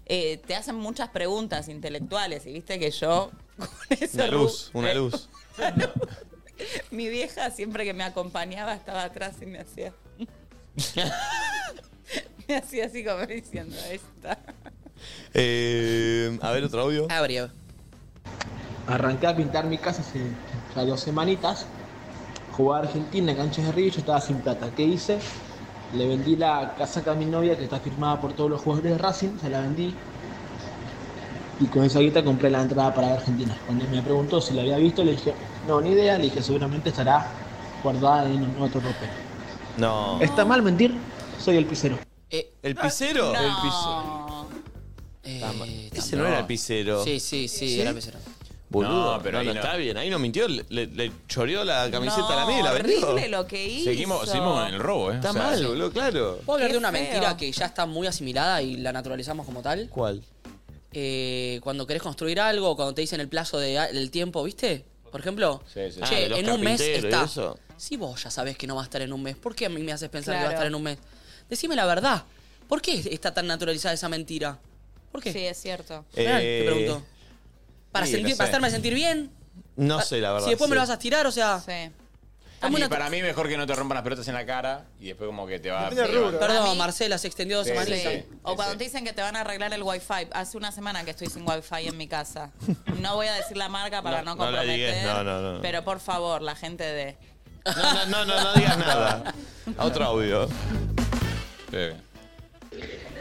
Speaker 4: eh, te hacen muchas preguntas intelectuales y viste que yo,
Speaker 1: Una luz, una luz.
Speaker 4: mi vieja siempre que me acompañaba estaba atrás y me hacía... me hacía así como diciendo, "Ahí está.
Speaker 1: Eh, a ver otro audio.
Speaker 3: Abrió.
Speaker 12: Arranqué a pintar mi casa hace ya dos semanitas. Jugaba Argentina en canchas de río y yo estaba sin plata. ¿Qué hice? Le vendí la casaca a mi novia que está firmada por todos los jugadores de Racing, se la vendí. Y con esa guita compré la entrada para Argentina. Cuando me preguntó si la había visto, le dije, no, ni idea. Le dije, seguramente estará guardada en otro ropero.
Speaker 1: No.
Speaker 12: ¿Está mal mentir? Soy el pisero.
Speaker 1: ¿El pisero?
Speaker 12: No.
Speaker 1: El Ese no era el pisero.
Speaker 3: eh, Sí, sí, sí,
Speaker 1: ¿Sí?
Speaker 3: era el pisero.
Speaker 1: Boludo,
Speaker 5: No, pero
Speaker 1: pero no,
Speaker 5: ahí
Speaker 1: no
Speaker 5: no.
Speaker 1: está bien. Ahí no mintió, le, le choreó la camiseta
Speaker 4: No,
Speaker 1: a la mía y la vendió.
Speaker 4: horrible lo que hizo.
Speaker 5: Seguimos- seguimos en el robo, ¿eh?
Speaker 1: Está
Speaker 5: O sea,
Speaker 1: mal,
Speaker 5: sí.
Speaker 1: boludo, claro.
Speaker 3: ¿Puedo hablar
Speaker 4: Qué
Speaker 3: de una
Speaker 4: feo.
Speaker 3: mentira que ya está muy asimilada y la naturalizamos como tal?
Speaker 1: ¿Cuál?
Speaker 3: Eh, cuando querés construir algo, cuando te dicen el plazo de a- del tiempo, ¿viste? Por ejemplo,
Speaker 1: sí. Ah,
Speaker 3: che,
Speaker 1: de los
Speaker 3: en un mes
Speaker 1: carpinteros y
Speaker 3: está.
Speaker 1: eso.
Speaker 3: Si vos ya sabés que no va a estar en un mes, ¿por qué a mí me haces pensar que va a
Speaker 4: Claro.
Speaker 3: estar en un mes? Decime la verdad. ¿Por qué está tan naturalizada esa mentira? ¿Por qué?
Speaker 4: Sí, es cierto.
Speaker 3: Real, te
Speaker 1: Eh,
Speaker 3: pregunto. Para,
Speaker 1: sí,
Speaker 3: sentir,
Speaker 1: no
Speaker 3: para
Speaker 1: sé.
Speaker 3: hacerme sentir bien.
Speaker 1: No sé, la verdad.
Speaker 3: si después me
Speaker 1: sí.
Speaker 3: lo vas a tirar, o sea.
Speaker 5: Y para mí mejor que no te rompan las pelotas en la cara y después como que te va
Speaker 3: Depende del
Speaker 5: te va-
Speaker 3: rubro. Perdón, Marcela, se extendió dos
Speaker 5: Sí,
Speaker 3: semanas.
Speaker 5: sí, sí.
Speaker 4: O cuando te dicen que te van a arreglar el wifi. Hace una semana que estoy sin wifi en mi casa. No voy a decir la marca para no,
Speaker 1: No, no la
Speaker 4: comprometer.
Speaker 1: digas, no, no, no.
Speaker 4: Pero por favor, la gente de...
Speaker 1: No, no, no, no digas nada. A otro audio.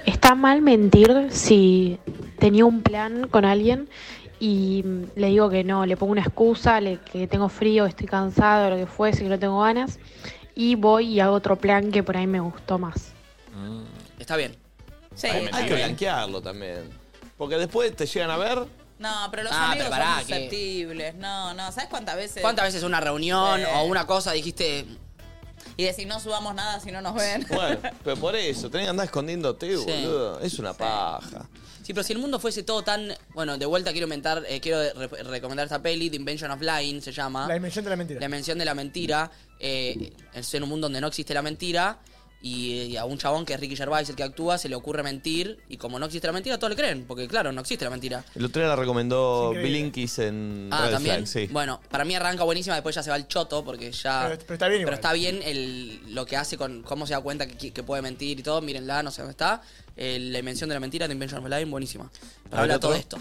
Speaker 27: ¿Está mal mentir si
Speaker 28: tenía un plan con alguien y mm, le digo que no, le pongo una excusa, le- que tengo frío, estoy cansado, lo que fuese, que no tengo ganas, y voy y hago otro plan que por ahí me gustó más.
Speaker 3: Mm. Está bien.
Speaker 4: Sí.
Speaker 2: Hay,
Speaker 4: Está
Speaker 2: que
Speaker 4: bien.
Speaker 2: blanquearlo también. Porque después te llegan a ver.
Speaker 4: No, pero los
Speaker 3: Ah,
Speaker 4: amigos
Speaker 3: pero pará,
Speaker 4: son
Speaker 3: que-
Speaker 4: susceptibles. No, no. ¿Sabes cuántas veces?
Speaker 3: ¿Cuántas veces una reunión
Speaker 4: Sí.
Speaker 3: o una cosa dijiste,
Speaker 4: Y decir, no subamos nada si no nos ven.
Speaker 2: Bueno, pero por eso, tenés que andar escondiéndote,
Speaker 3: Sí.
Speaker 2: boludo. Es una paja.
Speaker 3: Sí, pero si el mundo fuese todo tan. Bueno, de vuelta quiero inventar, eh, quiero re- recomendar esta peli, The Invention of Lying se llama.
Speaker 27: La dimensión de la mentira.
Speaker 3: La invención de la mentira. eh, es en un mundo donde no existe la mentira. Y, eh, a un chabón que es Ricky Gervais, el que actúa, se le ocurre mentir. Y como no existe la mentira, todos le creen. Porque claro, no existe la mentira.
Speaker 2: El otro día la recomendó
Speaker 3: Es increíble.
Speaker 2: Bilinkis en
Speaker 3: Ah,
Speaker 2: Mm, Red
Speaker 3: también.
Speaker 2: Flag, sí.
Speaker 3: Bueno, para mí arranca buenísima, después ya se va el choto porque ya.
Speaker 27: Pero- pero está bien
Speaker 3: Pero
Speaker 27: igual.
Speaker 3: está bien el, lo que hace con cómo se da cuenta que, que puede mentir y todo. Mírenla, no sé dónde está. Eh, la invención de la mentira de Invention of Lying, buenísima.
Speaker 2: ver,
Speaker 3: Habla todo
Speaker 2: otro.
Speaker 3: esto.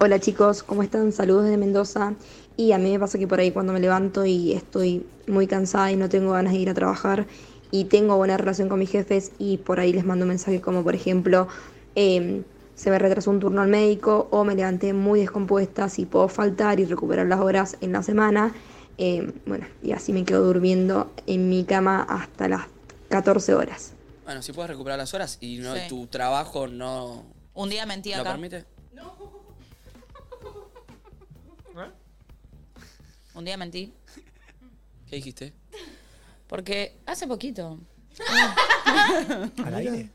Speaker 20: Hola chicos, ¿cómo están? Saludos desde Mendoza. Y a mí me pasa que por ahí cuando me levanto y estoy muy cansada y no tengo ganas de ir a trabajar y tengo buena relación con mis jefes y por ahí les mando mensajes como por ejemplo, em, se me retrasó un turno al médico o me levanté muy descompuesta si puedo faltar y recuperar las horas en la semana. Em, bueno, y así me quedo durmiendo en mi cama hasta las 14 horas.
Speaker 3: Bueno, si puedes recuperar las horas y no,
Speaker 4: Sí.
Speaker 3: tu trabajo no.
Speaker 4: Un día mentí
Speaker 3: ¿Lo
Speaker 4: acá.
Speaker 3: permite?
Speaker 4: Un día mentí.
Speaker 3: ¿Qué dijiste?
Speaker 4: Porque hace poquito.
Speaker 2: ¿Al aire?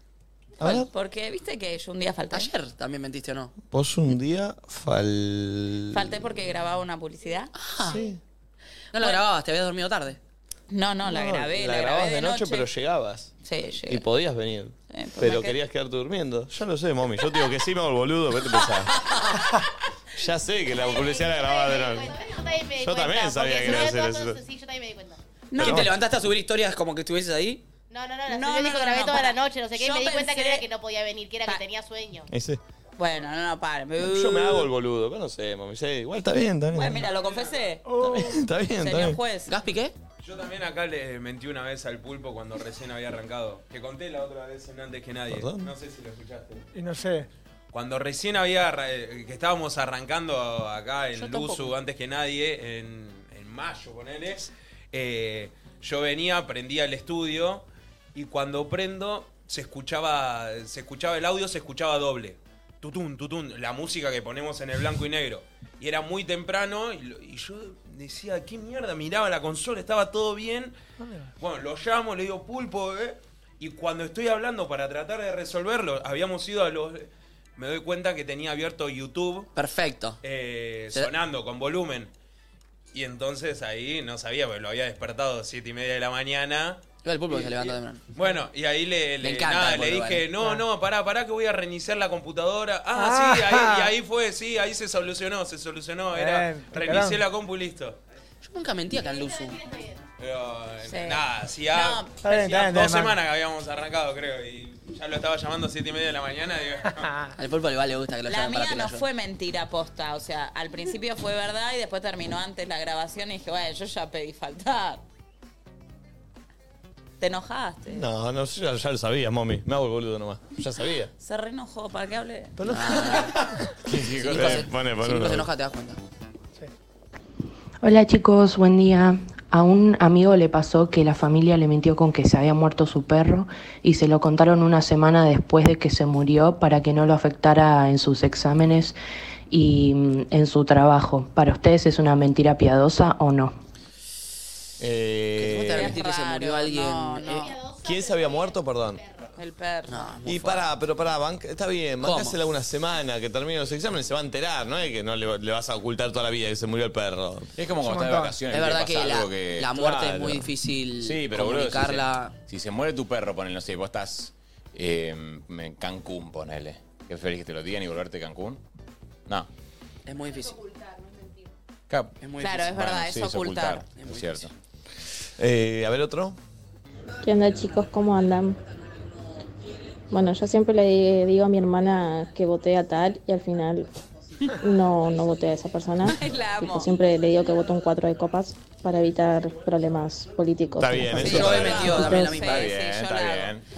Speaker 4: Porque viste que yo un día falté.
Speaker 3: Ayer también mentiste o no.
Speaker 2: Vos un día fal...
Speaker 4: Falté porque grababa una publicidad.
Speaker 2: Sí.
Speaker 3: Ah. No la grababas, te habías dormido tarde.
Speaker 4: No, no, la
Speaker 2: No,
Speaker 4: grabé, la, grabé
Speaker 2: grababas
Speaker 4: de noche.
Speaker 2: pero llegabas.
Speaker 4: Sí,
Speaker 2: Y
Speaker 4: llegué.
Speaker 2: podías venir.
Speaker 4: pues
Speaker 2: pero
Speaker 4: me quedé-
Speaker 2: querías quedarte durmiendo. Ya lo sé, mami. Yo te digo que sí, me hago el boludo. Vete a pensar. ya sé que la publicidad la grababa de noche.
Speaker 9: Yo también me di
Speaker 2: Yo
Speaker 9: cuenta,
Speaker 2: también sabía
Speaker 9: porque
Speaker 2: que iba a decir
Speaker 9: sobre todo
Speaker 2: eso.
Speaker 9: entonces, Sí, yo también me di cuenta.
Speaker 2: No.
Speaker 3: ¿Qué te levantaste a subir historias como que estuvieses ahí?
Speaker 9: No, no, no, la
Speaker 4: No,
Speaker 9: señora
Speaker 4: no,
Speaker 9: dijo
Speaker 4: no,
Speaker 9: grabé
Speaker 4: no,
Speaker 9: toda
Speaker 4: para.
Speaker 9: la noche, no sé qué,
Speaker 4: Yo
Speaker 9: me di cuenta que no
Speaker 4: pensé-
Speaker 9: era que no podía venir, que era que tenía sueño.
Speaker 4: Bueno, no, no, paren.
Speaker 2: Yo me hago el boludo. Pero no sé, mami. Sí, igual está bien, está bien.
Speaker 4: Bueno, mira, lo confesé.
Speaker 2: Oh. Está bien, está
Speaker 4: Señor
Speaker 2: bien.
Speaker 4: juez.
Speaker 3: ¿Gaspi qué?
Speaker 15: Yo también acá le mentí una vez al pulpo cuando recién había arrancado. Que conté la otra vez en antes que nadie.
Speaker 27: ¿Perdón?
Speaker 15: No sé si lo escuchaste.
Speaker 27: Y no sé.
Speaker 15: Cuando recién había arra- eh, que estábamos arrancando acá
Speaker 27: Yo
Speaker 15: en
Speaker 27: tampoco.
Speaker 15: Luzu antes que nadie, en, en
Speaker 5: Ah,
Speaker 15: mayo ponele, eh, yo venía, prendía el estudio y cuando prendo se escuchaba, se escuchaba el audio, se escuchaba doble. Tutún, tutún, la música que ponemos en el blanco y negro. Y era muy temprano y, lo- y yo decía, ¿qué mierda? Miraba la consola, estaba todo bien. Bueno, lo llamo, le digo pulpo, ¿eh? Y cuando estoy hablando para tratar de resolverlo, habíamos ido a los. Me doy cuenta que tenía abierto YouTube.
Speaker 3: Perfecto.
Speaker 15: eh,
Speaker 3: Se-
Speaker 15: sonando con volumen. Y entonces ahí no sabía, porque lo había despertado siete y media de la mañana.
Speaker 3: Igual el pulpo
Speaker 15: Y-
Speaker 3: que se levanta
Speaker 15: y-
Speaker 3: temprano.
Speaker 15: Bueno, y ahí le, le-
Speaker 3: encanta
Speaker 15: nada,
Speaker 3: el
Speaker 15: le
Speaker 3: boludo,
Speaker 15: dije,
Speaker 3: eh.
Speaker 15: no, no, pará, pará que voy a reiniciar la computadora. Ah, sí,
Speaker 3: Ah.
Speaker 15: ahí, y ahí fue, sí, ahí se solucionó, se solucionó. Era,
Speaker 3: Bien, Eh, te
Speaker 15: reinicié
Speaker 3: cagaron.
Speaker 15: la compu y listo.
Speaker 3: Yo nunca mentí acá en Luzu.
Speaker 15: Pero, eh,
Speaker 3: Sí.
Speaker 15: nada, hacía,
Speaker 3: No,
Speaker 15: hacía
Speaker 3: está bien, está bien, está
Speaker 15: dos
Speaker 3: bien,
Speaker 15: semanas que habíamos arrancado, creo, y ya lo estaba llamando a siete y media de la mañana. Digo,
Speaker 3: Al pulpo le va, le gusta que lo
Speaker 4: La
Speaker 3: llamen para
Speaker 4: mía no
Speaker 3: pilar.
Speaker 4: fue mentira posta, o sea, al principio fue verdad y después terminó antes la grabación y dije, bueno, yo ya pedí faltar. ¿Te enojaste?
Speaker 2: No, no, yo ya, ya lo sabía, mami. Me hago el boludo nomás. Ya sabía.
Speaker 4: Se reenojó, ¿para qué hablé? Ah,
Speaker 2: Sí,
Speaker 3: Nico
Speaker 2: eh,
Speaker 3: se-
Speaker 2: pone,
Speaker 3: si
Speaker 2: pone
Speaker 3: Nico
Speaker 2: uno.
Speaker 3: se enoja, te das cuenta.
Speaker 28: Hola chicos, buen día. A un amigo le pasó que la familia le mintió con que se había muerto su perro y se lo contaron una semana después de que se murió para que no lo afectara en sus exámenes y mm, en su trabajo. ¿Para ustedes es una mentira piadosa o no?
Speaker 2: Eh,
Speaker 3: te vas a mentir que se murió alguien? Eh,
Speaker 2: ¿Quién se había muerto? Perdón.
Speaker 4: El perro.
Speaker 2: Y pará, pero pará, banca- está bien,
Speaker 3: ¿Cómo?
Speaker 2: bancásela una semana que termine los exámenes, se va a enterar, ¿no? Es que no le, le vas a ocultar toda la vida que se murió el perro.
Speaker 5: Es como cuando estás de vacaciones.
Speaker 3: Es
Speaker 5: y te
Speaker 3: verdad
Speaker 5: pasa
Speaker 3: que la-
Speaker 5: algo que-
Speaker 3: la muerte es muy difícil
Speaker 5: Sí, pero boludo, si se-
Speaker 3: comunicarla.
Speaker 5: si, se, muere tu perro, ponele, no sé, vos estás eh, en Cancún, ponele. Qué feliz que te lo digan y volverte a Cancún. No.
Speaker 3: Es muy difícil.
Speaker 5: Claro,
Speaker 3: muy
Speaker 4: Claro, difícil. es verdad, es ocultar. Es
Speaker 5: Es cierto.
Speaker 2: Eh, a ver otro.
Speaker 29: ¿Qué onda chicos? ¿Cómo andan? Bueno, yo siempre le digo a mi hermana que voté a tal y al final
Speaker 9: No, no voté a esa persona.
Speaker 4: La
Speaker 9: Tipo, siempre le digo que voto un cuatro de copas para evitar problemas políticos.
Speaker 20: Está bien,
Speaker 9: Sí,
Speaker 20: eso está
Speaker 9: yo he
Speaker 20: bien.
Speaker 9: metido también la
Speaker 4: Sí,
Speaker 9: misma.
Speaker 4: sí,
Speaker 9: Está bien,
Speaker 4: yo
Speaker 9: está
Speaker 4: la hago.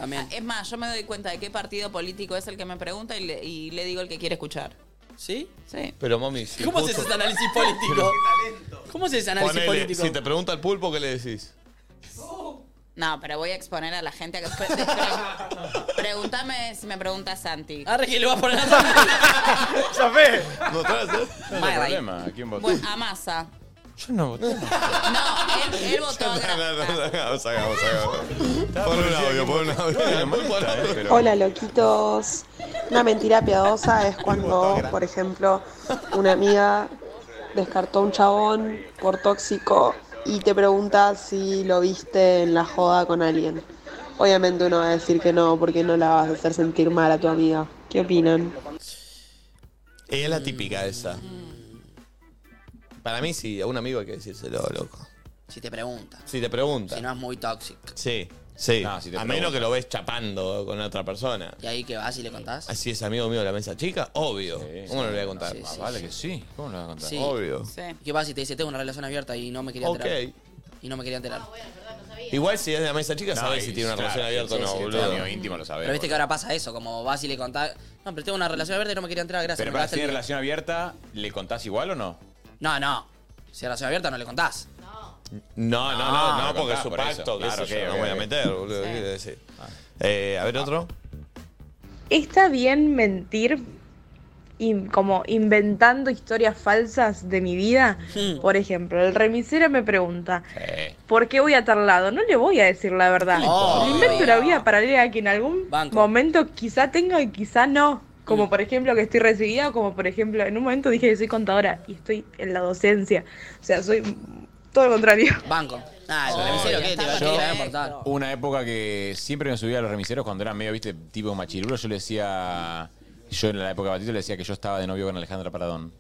Speaker 9: bien.
Speaker 4: Ah, Es más, yo me doy cuenta de qué partido político es el que me pregunta y le, y le digo el que quiere escuchar.
Speaker 3: ¿Sí?
Speaker 4: Sí.
Speaker 2: Pero, mami, si
Speaker 3: ¿Cómo
Speaker 2: el
Speaker 3: haces
Speaker 2: pulpo-
Speaker 3: ese análisis político? ¿Cómo haces ese análisis
Speaker 2: Ponele,
Speaker 3: político?
Speaker 2: Si te pregunta el pulpo, ¿qué le decís?
Speaker 4: No, pero voy a exponer a la gente a que... pre- pre- Pregúntame si me pregunta Santi.
Speaker 3: Arre que le vas a poner a Santi.
Speaker 5: ¡Ya fe! No traes,
Speaker 2: eh?
Speaker 4: Bye, bye.
Speaker 5: problema. ¿a ¿Quién votó?
Speaker 4: Bueno, a Massa.
Speaker 5: Yo no voté.
Speaker 4: Él, él votó a Gra-
Speaker 2: Vamos, hagamos, hagamos. Pon un audio, pon un audio. eh, Pon un audio.
Speaker 13: Hola loquitos. Una mentira piadosa es cuando, por ejemplo, una amiga descartó a un chabón por tóxico y te pregunta si lo viste en la joda con alguien. Obviamente uno va a decir que no, porque no la vas a hacer sentir mal a tu amiga. ¿Qué opinan?
Speaker 2: Es la típica esa. Para mí sí, a un amigo hay que decírselo, loco.
Speaker 3: Si te pregunta.
Speaker 2: Si te pregunta.
Speaker 3: Si no es muy tóxico.
Speaker 2: Sí, sí.
Speaker 5: No, si te
Speaker 2: a
Speaker 5: pregunta.
Speaker 2: menos que lo ves chapando con otra persona.
Speaker 3: Y ahí que vas y le contás.
Speaker 2: Así es amigo mío de la mesa chica, obvio. ¿Cómo no le voy a contar?
Speaker 3: Sí,
Speaker 2: Más
Speaker 3: sí,
Speaker 2: vale
Speaker 3: sí.
Speaker 2: que sí. ¿Cómo no le voy a contar?
Speaker 3: Sí.
Speaker 2: Obvio.
Speaker 3: ¿Y ¿Qué pasa si te dice, tengo una relación abierta y no me quería
Speaker 2: Ok.
Speaker 3: enterar? Y no me quería enterar.
Speaker 2: Igual si es de la mesa chica,
Speaker 5: No,
Speaker 2: sabes
Speaker 5: y
Speaker 2: si tiene una
Speaker 5: claro,
Speaker 2: relación abierta o
Speaker 5: sí,
Speaker 2: no,
Speaker 5: sí, todo
Speaker 2: boludo.
Speaker 5: amigo íntimo lo sabe,
Speaker 3: Pero viste que ahora pasa eso, como vas y le contás, no, pero tengo una relación abierta y no me quería enterar, gracias.
Speaker 5: Pero
Speaker 3: me
Speaker 5: para
Speaker 3: cagaste
Speaker 5: si
Speaker 3: el
Speaker 5: tiene
Speaker 3: día".
Speaker 5: relación abierta, ¿le contás igual o no?
Speaker 3: No, no. Si hay relación abierta no le contás.
Speaker 2: No, no,
Speaker 5: Ah,
Speaker 2: no, no,
Speaker 5: lo
Speaker 2: porque
Speaker 5: contás
Speaker 2: es su
Speaker 5: por eso,
Speaker 2: pacto, qué
Speaker 5: claro,
Speaker 2: sé
Speaker 5: ok,
Speaker 2: yo, no
Speaker 5: ok,
Speaker 2: voy a
Speaker 5: ok.
Speaker 2: meter, boludo.
Speaker 5: Sí. Ah.
Speaker 2: ¿qué decir? Eh, a ver otro.
Speaker 21: ¿Está bien mentir in- como inventando historias falsas de mi vida?
Speaker 3: Hmm.
Speaker 21: Por ejemplo, el remisero me pregunta, ¿por qué voy a tal lado? No le voy a decir la verdad.
Speaker 3: No,
Speaker 21: Me invento
Speaker 3: obvio.
Speaker 21: una vida paralela que en algún momento quizá tenga y quizá no.
Speaker 3: Hmm.
Speaker 21: Como por ejemplo que estoy recibida o como por ejemplo en un momento dije que soy contadora y estoy en la docencia. O sea, soy todo lo contrario.
Speaker 3: Banco. Ah, el
Speaker 7: Oh,
Speaker 3: remisero, ¿qué? Te iba a-
Speaker 5: Yo-
Speaker 3: ¿qué le va a importar?
Speaker 5: Una época que siempre me subía a los remiseros cuando eran medio, viste, tipo machirulo, yo le decía. Yo en la época de Batito le decía que yo estaba de novio con Alejandra Paradón.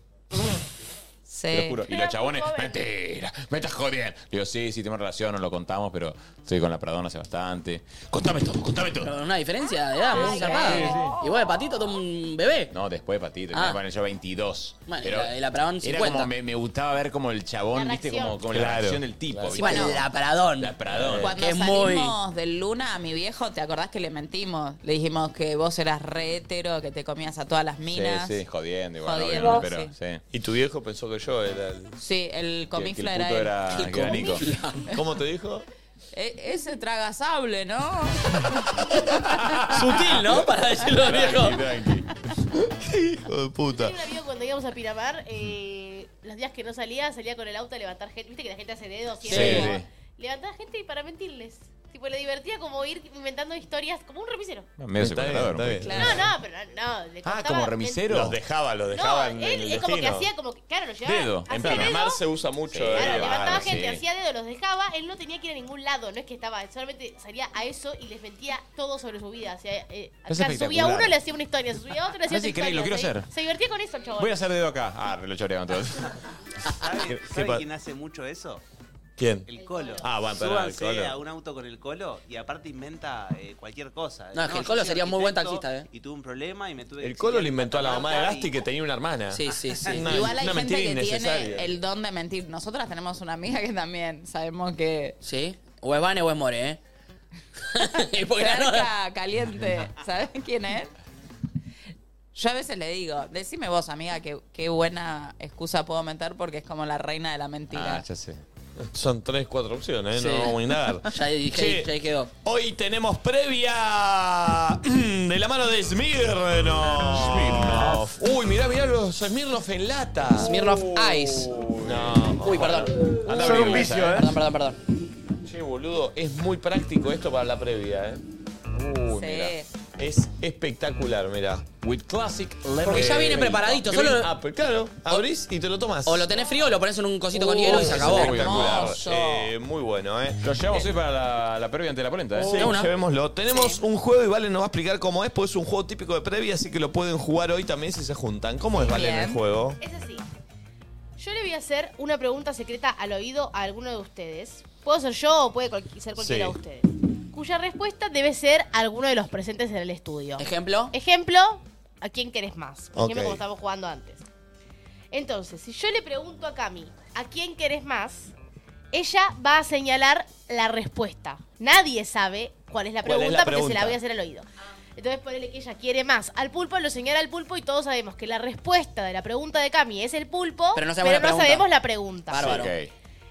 Speaker 4: Sí.
Speaker 5: Te lo juro. Y los chabones, mentira, me estás jodiendo. Le digo, sí, sí, tenemos relación, nos lo contamos, pero estoy con la Paradón hace bastante. Contame todo, contame todo.
Speaker 3: Pero una diferencia de edad, muy
Speaker 5: Sí,
Speaker 3: zarpada.
Speaker 5: Ah, sí,
Speaker 3: Igual de patito, todo un bebé.
Speaker 5: No, después de Patito.
Speaker 3: Ah.
Speaker 5: Bueno, yo 22.
Speaker 3: Bueno,
Speaker 5: pero
Speaker 3: y la- y la Paradón
Speaker 5: Era
Speaker 3: 50.
Speaker 5: como, me, me gustaba ver como el chabón,
Speaker 3: La
Speaker 5: viste,
Speaker 3: reacción.
Speaker 5: como, como la
Speaker 2: Claro.
Speaker 5: reacción del tipo.
Speaker 3: Claro.
Speaker 5: ¿viste?
Speaker 3: Encima la Eh, Paradón.
Speaker 5: La Paradón.
Speaker 4: Cuando
Speaker 5: Eh, Que es muy-
Speaker 4: salimos del Luna a mi viejo, ¿te acordás que le mentimos? Le dijimos que vos eras re hetero, que te comías a todas las
Speaker 5: Sí,
Speaker 4: minas.
Speaker 5: sí, jodiendo, igual, obvio,
Speaker 4: Jodiendo,
Speaker 5: ¿no? pero
Speaker 4: sí.
Speaker 5: sí.
Speaker 2: Y tu viejo pensó que yo era el.
Speaker 4: Sí, el comifla era él.
Speaker 5: era- que era Nico.
Speaker 2: ¿Cómo te dijo?
Speaker 4: E- ese tragasable, ¿no?
Speaker 3: Sutil, ¿no? Para decirlo viejo.
Speaker 5: Ah,
Speaker 2: Hijo de puta.
Speaker 9: Un amigo cuando íbamos a Pinamar, eh, los días que no salía, salía con el auto a levantar gente. Viste que la gente hace dedos y
Speaker 5: Sí,
Speaker 9: eso.
Speaker 5: sí.
Speaker 9: Levantaba gente para mentirles. Tipo, le divertía como ir inventando historias, como un remisero.
Speaker 5: Medio separador.
Speaker 9: No, no, pero no, no, le
Speaker 5: Ah,
Speaker 9: contaba-
Speaker 5: como remisero.
Speaker 2: Los dejaba, los dejaba
Speaker 9: No,
Speaker 2: en
Speaker 9: él
Speaker 2: el
Speaker 9: es como que
Speaker 2: destino.
Speaker 9: hacía como que, claro, lo llevaba.
Speaker 2: Dedo. En
Speaker 9: hacía
Speaker 2: Pinamar
Speaker 9: dedo,
Speaker 2: se usa mucho.
Speaker 9: claro,
Speaker 2: eh,
Speaker 9: levantaba
Speaker 2: barro,
Speaker 9: gente,
Speaker 2: sí.
Speaker 9: hacía dedo, los dejaba, él no tenía que ir a ningún lado, no es que estaba, solamente salía a eso y les mentía todo sobre su vida. O sea, eh,
Speaker 5: Es
Speaker 9: acá subía
Speaker 5: espectacular.
Speaker 9: uno le hacía una historia, subía otro le hacía
Speaker 5: Ah, sí,
Speaker 9: otra
Speaker 5: creí,
Speaker 9: historia.
Speaker 5: lo quiero
Speaker 9: se,
Speaker 5: hacer.
Speaker 9: se divertía con eso el chabón.
Speaker 5: Voy a hacer dedo acá. Ah, lo choreaban todos.
Speaker 12: ¿Sabe-
Speaker 5: ¿Qué pa-
Speaker 12: ¿Sabe quién hace mucho eso?
Speaker 2: ¿Quién?
Speaker 12: El colo.
Speaker 2: Ah, bueno, pero el
Speaker 12: Súbanse
Speaker 2: colo.
Speaker 12: a un auto con el colo y aparte inventa eh, cualquier cosa.
Speaker 3: No, es que el
Speaker 12: yo
Speaker 3: Colo
Speaker 12: soy
Speaker 3: sería muy buen
Speaker 12: arquitecto
Speaker 3: taxista, ¿eh?
Speaker 12: Y tuve un problema y me tuve que
Speaker 2: El colo
Speaker 12: exiliar
Speaker 2: lo inventó a la mamá de
Speaker 12: Catamarca
Speaker 2: Gasti que tenía una hermana.
Speaker 3: Sí, sí, sí.
Speaker 2: Una,
Speaker 4: Igual hay gente
Speaker 2: una mentira
Speaker 4: que
Speaker 2: innecesaria.
Speaker 4: tiene el don de mentir. Nosotras tenemos una amiga que también sabemos que
Speaker 3: Sí. O es Vane o es More, ¿eh? Y porque la no-
Speaker 4: Cerca, caliente. ¿Sabes quién es? Yo a veces le digo, decime vos, amiga, que- qué buena excusa puedo meter porque es como la reina de la mentira.
Speaker 2: Ah, ya sé. Son tres, cuatro opciones, ¿eh? no vamos a indagar.
Speaker 3: Ya, ahí- ya ahí-
Speaker 2: Che,
Speaker 3: ya ahí quedó.
Speaker 2: hoy tenemos previa de la mano de Smirnoff. Uy, mirá, mirá los Smirnoff en lata. Oh.
Speaker 3: Smirnoff Ice.
Speaker 2: No.
Speaker 3: Uy, perdón.
Speaker 2: Anda a abrir
Speaker 3: un
Speaker 2: esa,
Speaker 3: vicio,
Speaker 2: eh.
Speaker 3: Perdón, perdón, perdón.
Speaker 2: Che, boludo, es muy práctico esto para la previa, ¿eh? Uy,
Speaker 3: Sí.
Speaker 2: mirá. Es espectacular, mirá. With classic lemon.
Speaker 3: Porque ya viene preparadito,
Speaker 2: Green
Speaker 3: solo-
Speaker 2: apple, claro, abrís y te lo tomas.
Speaker 3: O lo tenés frío o lo pones en un cosito con hielo y se
Speaker 2: es
Speaker 3: acabó.
Speaker 2: Espectacular.
Speaker 3: Hermoso.
Speaker 2: Eh, muy bueno, ¿eh?
Speaker 5: Lo llevamos hoy para la, la previa ante la polenta, ¿eh?
Speaker 2: Sí, llevémoslo. Tenemos un juego y Valen nos va a explicar cómo es, porque es un juego típico de previa, así que lo pueden jugar hoy también si se juntan. ¿Cómo es Valen
Speaker 9: Bien.
Speaker 2: el juego?
Speaker 9: Es así. Yo le voy a hacer una pregunta secreta al oído a alguno de ustedes. Puedo ser yo o puede cual- ser cualquiera
Speaker 2: Sí.
Speaker 9: de ustedes. Cuya respuesta debe ser alguno de los presentes en el estudio.
Speaker 3: Ejemplo.
Speaker 9: Ejemplo, ¿a quién querés más?
Speaker 3: Ok.
Speaker 9: Por ejemplo, como estábamos jugando antes. Entonces, si yo le pregunto a Cami, ¿a quién querés más? Ella va a señalar la respuesta. Nadie sabe cuál es la
Speaker 10: ¿Cuál es
Speaker 9: pregunta,
Speaker 10: la
Speaker 9: porque se
Speaker 10: pregunta?
Speaker 9: la voy a hacer al oído. Entonces ponele que ella quiere más al pulpo, lo señala al pulpo y todos sabemos que la respuesta de la pregunta de Cami es el pulpo,
Speaker 3: Pero no sabemos la pregunta.
Speaker 9: sabemos la pregunta.
Speaker 3: Bárbaro.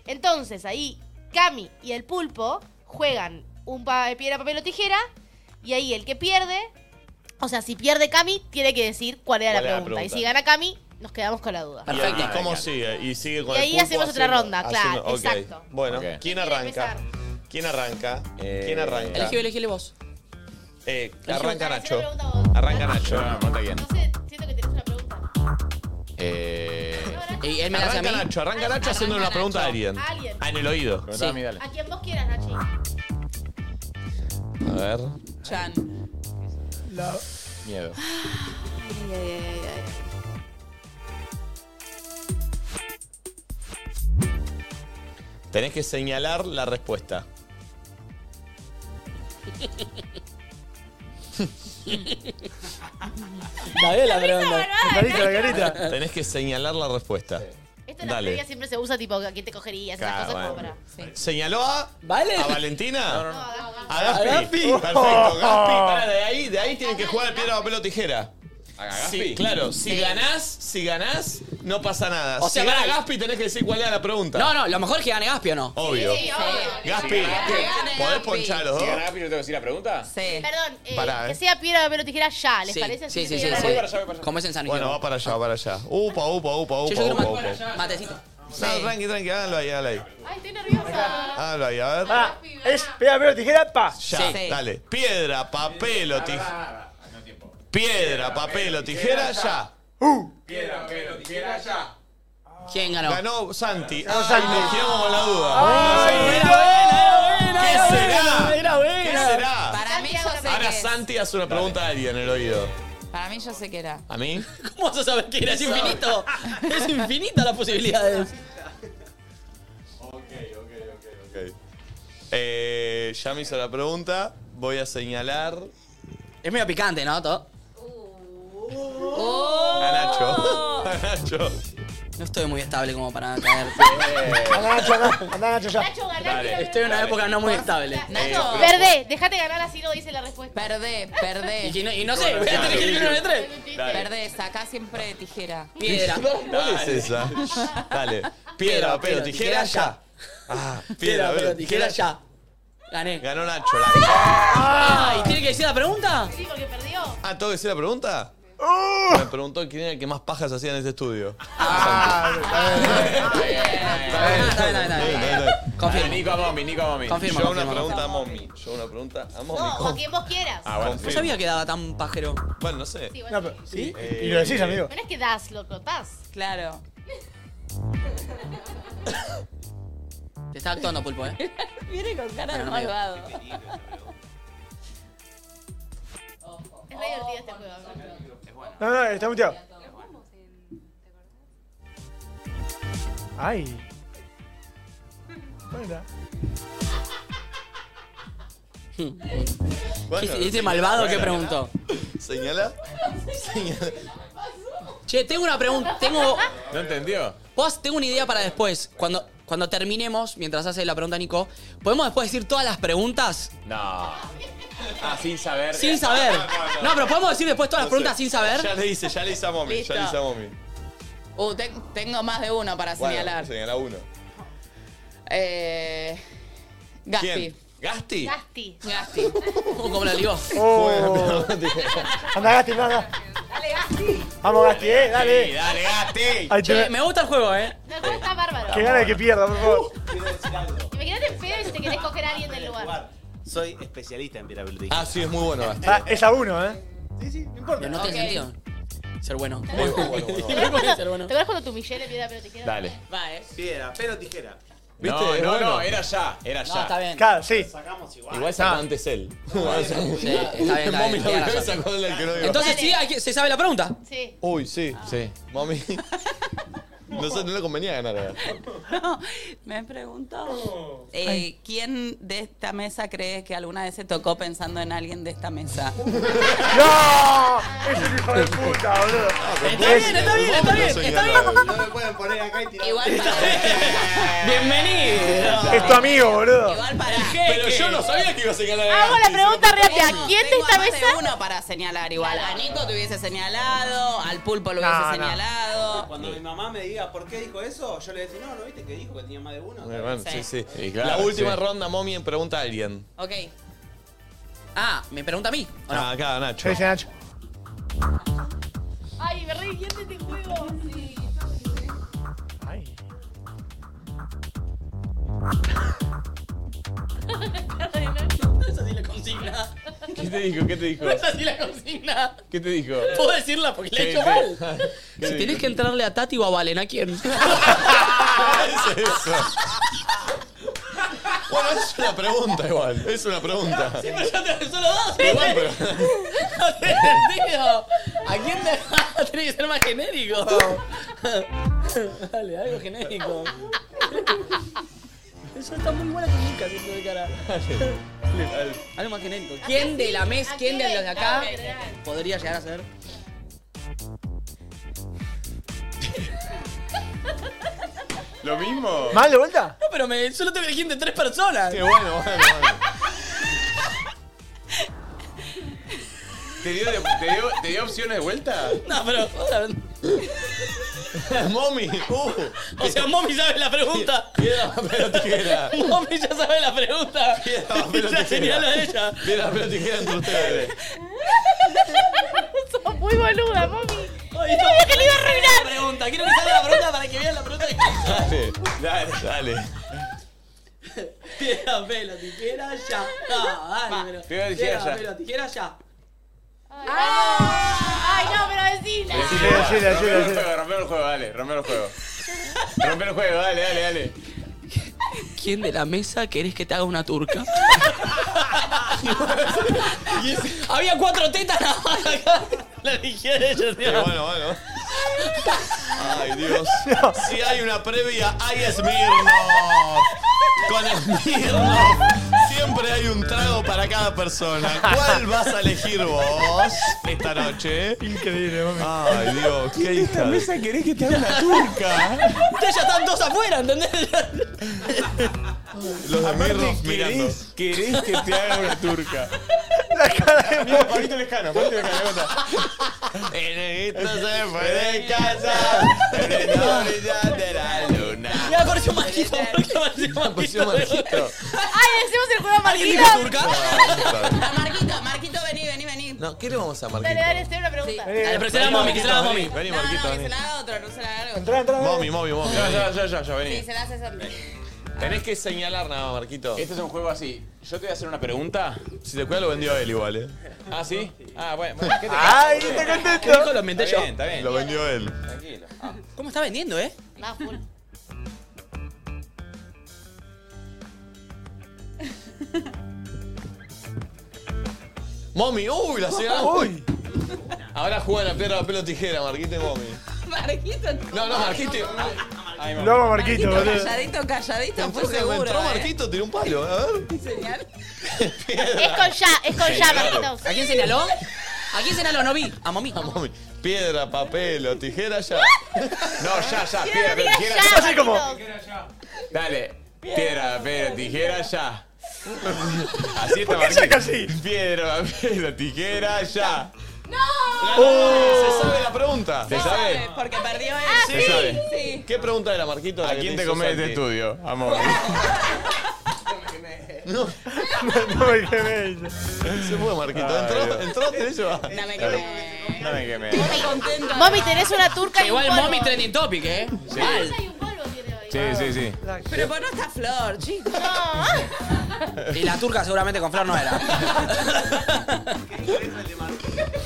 Speaker 9: Entonces ahí Cami y el pulpo juegan un pa- eh, piedra, papel o tijera y ahí el que pierde, o sea, si pierde Cami, tiene que decir cuál era,
Speaker 2: ¿Cuál
Speaker 9: la,
Speaker 2: era la
Speaker 9: pregunta. Y
Speaker 2: pregunta?
Speaker 9: si gana Cami, nos quedamos con la duda.
Speaker 2: ¿Y ahí cómo sigue? Y sigue con
Speaker 9: Y
Speaker 2: el
Speaker 9: ahí
Speaker 2: pulpo
Speaker 9: hacemos otra
Speaker 2: haciendo-
Speaker 9: ronda, claro,
Speaker 2: haciendo- ok.
Speaker 9: exacto.
Speaker 2: Bueno,
Speaker 9: Ok.
Speaker 2: ¿quién arranca? ¿Quién arranca? ¿Quién arranca?
Speaker 3: Elegí, elegí vos.
Speaker 2: Eh, arranca Nacho.
Speaker 5: Arranca Nacho. Ponte bien. Eh,
Speaker 3: Y él me la hace
Speaker 2: Arranca
Speaker 3: a mí.
Speaker 2: Nacho, arranca Nacho haciendo una pregunta a alguien.
Speaker 9: Alguien.
Speaker 2: Ah, en el oído.
Speaker 5: Sí. A mí, dale.
Speaker 9: A quien vos quieras, Nachi.
Speaker 2: A ver.
Speaker 5: Ah,
Speaker 4: Chan.
Speaker 5: Miedo.
Speaker 4: Ay, ay, ay, ay, ay.
Speaker 2: Tenés que señalar la respuesta.
Speaker 3: Dale
Speaker 9: la pregunta.
Speaker 2: Carita, la carita. Tenés que señalar la respuesta.
Speaker 9: Esto en la
Speaker 2: Dale.
Speaker 9: previa siempre se usa tipo a quién te cogerías, esas
Speaker 2: Claro,
Speaker 9: cosas como
Speaker 2: bueno.
Speaker 9: para. sí.
Speaker 2: ¿Señaló a? ¿A Valentina?
Speaker 5: No, no,
Speaker 2: A Gaspi.
Speaker 5: ¿A Gaspi?
Speaker 2: Perfecto, Gaspi. Pará, de ahí, de ahí tienen que jugar piedra, papel o tijera.
Speaker 5: Gaspi?
Speaker 2: Sí, claro, si
Speaker 5: Sí.
Speaker 2: ganás, si ganás, no pasa nada.
Speaker 3: O sea,
Speaker 2: si gana
Speaker 3: pará.
Speaker 2: Gaspi tenés que decir cuál era la pregunta.
Speaker 3: No, no, lo mejor es que gane Gaspi o no.
Speaker 2: Obvio.
Speaker 3: Sí,
Speaker 2: Gaspi,
Speaker 3: Si gana
Speaker 2: ¿qué?
Speaker 3: Gaspi.
Speaker 2: ¿podés ponchar a los
Speaker 5: Si
Speaker 2: dos?
Speaker 5: gana Gaspi, yo tengo que decir la pregunta.
Speaker 4: Sí.
Speaker 9: Perdón, eh,
Speaker 2: Pará, eh.
Speaker 9: que sea piedra, papel o tijera ya, ¿les
Speaker 2: Sí,
Speaker 9: parece? Así
Speaker 2: sí,
Speaker 9: se
Speaker 2: sí,
Speaker 9: queda
Speaker 2: sí,
Speaker 9: la-
Speaker 2: sí.
Speaker 3: Como es en San
Speaker 2: Bueno, va para allá, va para allá. Upa, upa, upa, upa,
Speaker 3: Che, yo quiero
Speaker 2: upa,
Speaker 3: más-
Speaker 2: upa.
Speaker 3: Matecito.
Speaker 2: No, oh, tranqui, tranqui, háganlo ahí, háganlo ahí.
Speaker 9: Ay, estoy nerviosa.
Speaker 2: Háganlo ahí, a ver.
Speaker 13: Ah, Es piedra, papel o tijera, pa.
Speaker 2: Ya, dale. Piedra, papel o tijera. Piedra, papel o tijera, ya. Uh.
Speaker 5: Piedra, pero tijera ya.
Speaker 3: ¿Quién ganó?
Speaker 2: Ganó Santi. Ganó Santi. Nos quedamos con la duda.
Speaker 13: ¿Qué
Speaker 2: será?
Speaker 13: ¿Qué
Speaker 2: será?
Speaker 4: Para mí yo sé
Speaker 2: Ahora
Speaker 4: que es.
Speaker 2: Santi hace una pregunta a alguien en el oído.
Speaker 4: Para mí yo sé que era.
Speaker 2: ¿A mí?
Speaker 3: ¿Cómo vas a saber que era? Es infinito. Es infinita las posibilidades.
Speaker 2: Ok. Eh, ya me hizo la pregunta. Voy a señalar
Speaker 3: Es medio picante, ¿no? Todo.
Speaker 2: a Nacho. A Nacho.
Speaker 3: No estoy muy estable como para caer.
Speaker 13: Anda Nacho, anda, anda Nacho ya.
Speaker 9: Nacho, ganá, quiero-
Speaker 3: Estoy en una época no muy estable.
Speaker 9: Nacho, perdé, dejate ganar así no dice la respuesta.
Speaker 4: Perdé, perdé.
Speaker 3: Y, que no, y no sé, voy a tener que elegir uno de tres.
Speaker 4: Perdé, sacá siempre tijera.
Speaker 3: Piedra.
Speaker 2: ¿Cuál es esa? Dale. Piedra, papel o tijera, ya. Ah, piedra, papel o tijera,
Speaker 3: ya. Gané.
Speaker 2: Ganó Nacho. La...
Speaker 3: ¡Ay! ¿Tiene que decir la pregunta?
Speaker 9: Sí, porque perdió.
Speaker 2: Ah, ¿tengo que hacer la pregunta? Me preguntó quién era el que más pajas hacía en este estudio.
Speaker 5: Confirmo. Nico a Momi, Nico a Momi.
Speaker 2: Yo una pregunta a Mommy. Yo una pregunta a Mommy.
Speaker 9: No, a quien vos quieras.
Speaker 2: Ah, bueno.
Speaker 3: No sabía que daba tan pajero.
Speaker 2: Bueno, no sé.
Speaker 9: Sí,
Speaker 13: No,
Speaker 9: bueno,
Speaker 13: pero, ¿sí?
Speaker 2: Eh,
Speaker 13: Y lo decís, amigo.
Speaker 9: No es que das, loco, das.
Speaker 4: Claro.
Speaker 3: Te está actuando, Pulpo, ¿eh?
Speaker 4: Viene con cara de
Speaker 3: Bueno, amigo.
Speaker 4: malvado.
Speaker 9: Es re divertido este juego.
Speaker 13: No, no, está muteado. Ay. Bueno.
Speaker 2: Bueno,
Speaker 3: ¿Qué- ese este malvado
Speaker 2: bueno,
Speaker 3: que preguntó.
Speaker 2: ¿Señala? Señala.
Speaker 3: Che, tengo una pregunta. Tengo.
Speaker 5: ¿No entendió?
Speaker 3: Vos, tengo una idea para después. Cuando, cuando terminemos, mientras hace la pregunta Nico, ¿podemos después decir todas las preguntas?
Speaker 5: No. Ah, sin saber.
Speaker 3: Sin saber. No, pero podemos decir después todas las
Speaker 2: No sé.
Speaker 3: preguntas sin saber.
Speaker 2: Ya le hice, ya le hice a Mommy. Ya le hice a Mommy.
Speaker 4: Uh, te- tengo más de uno para
Speaker 2: Bueno,
Speaker 4: señalar.
Speaker 2: señala uno.
Speaker 4: Eh, Gaspi.
Speaker 2: ¿Quién? ¿Gasti?
Speaker 9: Gasti.
Speaker 4: Gasti.
Speaker 3: ¿Cómo la ligó?
Speaker 13: Oh. Anda, Gasti, anda, anda. Vamos, Gasti, eh, dale.
Speaker 2: dale, Gasti.
Speaker 13: Ahí te
Speaker 3: Che,
Speaker 13: ve-
Speaker 3: me gusta el juego, ¿eh?
Speaker 9: No, el juego está bárbaro.
Speaker 13: Que gane el que pierda, por favor.
Speaker 9: Imagínate feo y si te querés coger a alguien del lugar.
Speaker 7: Soy especialista en piedra, papel o tijera.
Speaker 2: Ah, sí, es muy bueno, Gasti.
Speaker 13: Ah, es a uno, eh.
Speaker 3: Pero no tiene sentido. Ser bueno.
Speaker 9: ¿Te acuerdas cuando, ¿te acuerdas cuando tu Michelle le pide la pelotijera?
Speaker 5: Dale.
Speaker 4: Va, eh.
Speaker 7: Piedra, pero tijera.
Speaker 5: ¿Viste? No,
Speaker 2: Es
Speaker 5: no,
Speaker 2: bueno.
Speaker 5: no, era
Speaker 2: Ah,
Speaker 5: ya, era ya.
Speaker 13: Claro, sí. Ah.
Speaker 2: Igual sacó antes él.
Speaker 3: Sí, está bien, está bien,
Speaker 2: Mommy
Speaker 3: tiene razón.
Speaker 2: sacó el que no iba. Ah.
Speaker 3: Entonces, sí, hay que- se sabe la pregunta.
Speaker 9: Sí.
Speaker 2: Uy, sí. Sí. Mami. Nosotros no le convenía ganar. eh. a-
Speaker 4: Me
Speaker 13: Oh.
Speaker 4: preguntó eh, quién de esta mesa cree que alguna vez se tocó pensando en alguien de esta mesa.
Speaker 13: ¡No! Es un hijo de puta, boludo.
Speaker 4: Está bien, está bien, está bien, está
Speaker 13: bien.
Speaker 4: me pueden poner acá y tirar. Igual para-
Speaker 13: Bienvenido. Es tu amigo, boludo.
Speaker 30: Pero yo no sabía que iba a señalar a
Speaker 9: Ah,
Speaker 4: Hago la pregunta
Speaker 9: rápida,
Speaker 4: ¿Quién de esta mesa? uno para señalar igual. A Nico te hubiese señalado, al pulpo lo hubiese
Speaker 12: No, no.
Speaker 4: señalado.
Speaker 12: Cuando mi mamá me diga por qué dijo eso, yo le decía, no, ¿no viste que dijo que tenía más de uno?
Speaker 2: Bueno, bueno, sí, sí.
Speaker 5: Sí, claro,
Speaker 2: la última
Speaker 5: sí.
Speaker 2: ronda, Mommy, pregunta a alguien.
Speaker 4: Ok.
Speaker 3: Ah, me pregunta a mí.
Speaker 2: Ah, acá, Nacho.
Speaker 9: Ay, me re divierte este juego. Sí.
Speaker 7: Esa sí la consigna.
Speaker 5: ¿Qué te dijo? ¿Qué te dijo?
Speaker 7: Esa sí la consigna.
Speaker 5: ¿Qué te dijo?
Speaker 7: Puedo decirla porque la he
Speaker 5: Sí,
Speaker 7: hecho
Speaker 5: sí.
Speaker 7: mal.
Speaker 3: Si tenés que entrarle a Tati o a Valen, ¿a quién?
Speaker 2: ¿Qué es eso? Bueno, es una pregunta igual. Es una pregunta.
Speaker 7: Sí, pero yo te solo dos.
Speaker 2: Igual, pero-
Speaker 7: No tiene sentido. ¿A quién te Tiene que ser más genérico. Dale, algo genérico. Eso está muy buena que nunca se de cara.
Speaker 3: Algo más genérico. ¿Quién de la mesa, quién de los de acá podría llegar a ser?
Speaker 5: ¿Lo mismo?
Speaker 13: ¿Mal de vuelta?
Speaker 7: No, pero me, solo te elegí de tres personas.
Speaker 2: Qué bueno, bueno, bueno.
Speaker 5: ¿Te dio, de- te dio- te dio opciones de vuelta?
Speaker 7: No, pero.
Speaker 2: Mommy.
Speaker 7: o sea, Mommy sabe la pregunta.
Speaker 2: Piedra, papel o tijera.
Speaker 7: Mommy ya sabe la pregunta.
Speaker 2: Piedra, papel o
Speaker 7: Ya sería la de
Speaker 2: tijera.
Speaker 7: ella.
Speaker 2: Piedra, papel o tijera entre ustedes.
Speaker 9: Sos muy boluda, mami.
Speaker 7: Ay, no,
Speaker 9: Sabía que le iba a arruinar.
Speaker 7: La pregunta. Quiero que salga la pregunta para que vean la pregunta.
Speaker 2: Dale, dale, dale.
Speaker 7: Piedra, pelo, tijera, ya. No, dale, pero.
Speaker 5: Piedra, tijera, ya.
Speaker 7: pelo, tijera, ya.
Speaker 9: Ay, no, pero decila.
Speaker 5: Decile,
Speaker 13: decile,
Speaker 5: rompe
Speaker 13: decile,
Speaker 5: el juego, rompe el juego, dale, rompe el juego. rompe el juego, dale, dale, dale.
Speaker 3: ¿Quién de la mesa querés que te haga una turca? Había cuatro tetas nada más acá. La
Speaker 7: tijera ella,
Speaker 2: Eh, bueno, bueno. Ay, Dios. Si hay una previa, hay Smirnoff. Con Smirnoff siempre hay un trago para cada persona. ¿Cuál vas a elegir vos esta noche? Increíble, mami. Ay, Dios, qué hija. de-
Speaker 5: querés que te
Speaker 2: haga una turca?
Speaker 7: Ya, ya están dos afuera, ¿entendés?
Speaker 2: Los Smirnoff mirando.
Speaker 5: ¿Querés que te haga una turca?
Speaker 13: La cara de
Speaker 5: Mira, Pablito Lescano, Pablito Lescano, ¿qué onda?
Speaker 2: se fue de casa. en la orilla de la luna.
Speaker 7: Ya apareció Marquito, apareció Marquito.
Speaker 2: Apareció Marquito.
Speaker 9: Ay, le decimos el juego a Marquito.
Speaker 4: A Marquito, Marquito, vení, vení, vení.
Speaker 2: No, ¿qué le vamos a
Speaker 9: Dale,
Speaker 2: Marquito?
Speaker 9: dale, hazte una pregunta.
Speaker 13: Eh.
Speaker 2: Dale,
Speaker 7: pero se la da Mami, que se la da Mami.
Speaker 2: Eh, Vení, Marquito, vení.
Speaker 4: Ah, otro, no se la hago.
Speaker 13: Entra, entra.
Speaker 2: Mami, mami, mami.
Speaker 5: Ya, ya, ya, ya, ya,
Speaker 4: Sí,
Speaker 5: vení.
Speaker 4: se la hace esa.
Speaker 2: Tenés que señalar nada, más, Marquito.
Speaker 5: Este es un juego así. Yo te voy a hacer una pregunta.
Speaker 2: Si te cuida, lo vendió él igual, eh.
Speaker 5: Ah, ¿sí? Ah, bueno. bueno, ¿qué te
Speaker 2: Ay,
Speaker 5: pasa,
Speaker 2: está
Speaker 5: boludo?
Speaker 2: contento.
Speaker 5: Está bien,
Speaker 2: Lo inventé yo.
Speaker 5: Está bien,
Speaker 2: Lo vendió él.
Speaker 5: Tranquilo. Ah.
Speaker 3: ¿Cómo está vendiendo, eh?
Speaker 9: Va, full.
Speaker 2: Mommy, uy, la señora.
Speaker 13: Uy.
Speaker 2: Ahora juegan a piedra, papel o tijera, Marquito y Mommy.
Speaker 4: Marquito.
Speaker 2: No, no, Marquito. Ay,
Speaker 13: Lo amo, Marquito, boludo.
Speaker 4: Calladito, calladito, fue
Speaker 2: Entró,
Speaker 4: seguro.
Speaker 2: entró
Speaker 4: eh.
Speaker 2: Marquito, tiró un palo, a ver.
Speaker 4: Señal.
Speaker 9: Es con ya, es con ya,
Speaker 2: Sí,
Speaker 9: Marquito.
Speaker 3: ¿A quién señaló? ¿A quién señaló? No vi. A mami.
Speaker 2: Mommy, piedra, papel o tijera ya.
Speaker 5: No, ya, ya, piedra,
Speaker 9: Mira,
Speaker 5: tijera.
Speaker 9: ya,
Speaker 5: ya.
Speaker 9: Marquito.
Speaker 5: Dale. Piedra, piedra, tijera, ya. Así está
Speaker 13: ¿Por qué saca así?
Speaker 5: Piedra, piedra, tijera, ya.
Speaker 2: Se sabe la pregunta.
Speaker 5: ¿Se sabe?
Speaker 4: Porque perdió él.
Speaker 9: Ah,
Speaker 5: Se sabe.
Speaker 4: Sí.
Speaker 2: ¿Qué pregunta era, Marquito? la
Speaker 5: ¿A
Speaker 2: que
Speaker 5: quién te
Speaker 2: hizo
Speaker 5: comes
Speaker 2: Santi?
Speaker 5: este estudio, amor?
Speaker 13: No me quemé.
Speaker 2: Se fue, Marquito.
Speaker 5: Ay,
Speaker 2: Entró,
Speaker 5: Dios.
Speaker 2: entró, te se va.
Speaker 4: Dame que me.
Speaker 5: No me quemé.
Speaker 4: Estoy contento.
Speaker 9: Mami, tenés una turca y un
Speaker 3: Igual
Speaker 9: polvo.
Speaker 3: mommy trending topic, eh.
Speaker 5: Sí.
Speaker 3: Mal.
Speaker 9: Hay un polvo tiene hoy.
Speaker 5: Sí, sí, sí.
Speaker 4: Pero vos no estás flor, chicos.
Speaker 3: Y la turca seguramente con Flor no era.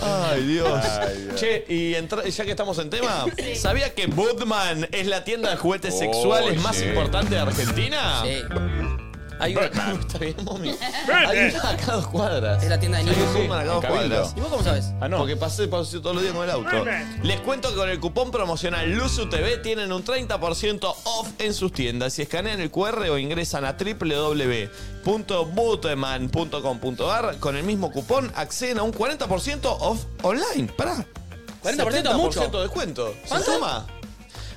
Speaker 2: Ay, Dios.
Speaker 5: Ay, Dios.
Speaker 2: Che, y entra- ya que estamos en tema, ¿sabía que Budman es la tienda de juguetes
Speaker 5: Oh,
Speaker 2: sexuales más
Speaker 5: sí.
Speaker 2: importante de Argentina?
Speaker 3: Sí.
Speaker 2: Hay una. Está bien, mami. Hay una a cada dos cuadras.
Speaker 3: Es la tienda de
Speaker 2: Hay un
Speaker 3: Nico.
Speaker 2: Puma a cada dos
Speaker 3: En Cabildo.
Speaker 2: cuadras.
Speaker 3: ¿Y vos cómo sabés?
Speaker 2: Ah, no. Porque pasé, pasé todos los días con el auto.
Speaker 3: Batman.
Speaker 2: Les cuento que con el cupón promocional Luzu TV tienen un 30% off en sus tiendas. Si escanean el QR o ingresan a www.buteman.com.ar con el mismo cupón acceden a un 40% off online. Pará.
Speaker 3: 40% es mucho.
Speaker 2: 70% de descuento. ¿Se
Speaker 3: ¿Cuánto?
Speaker 2: suma?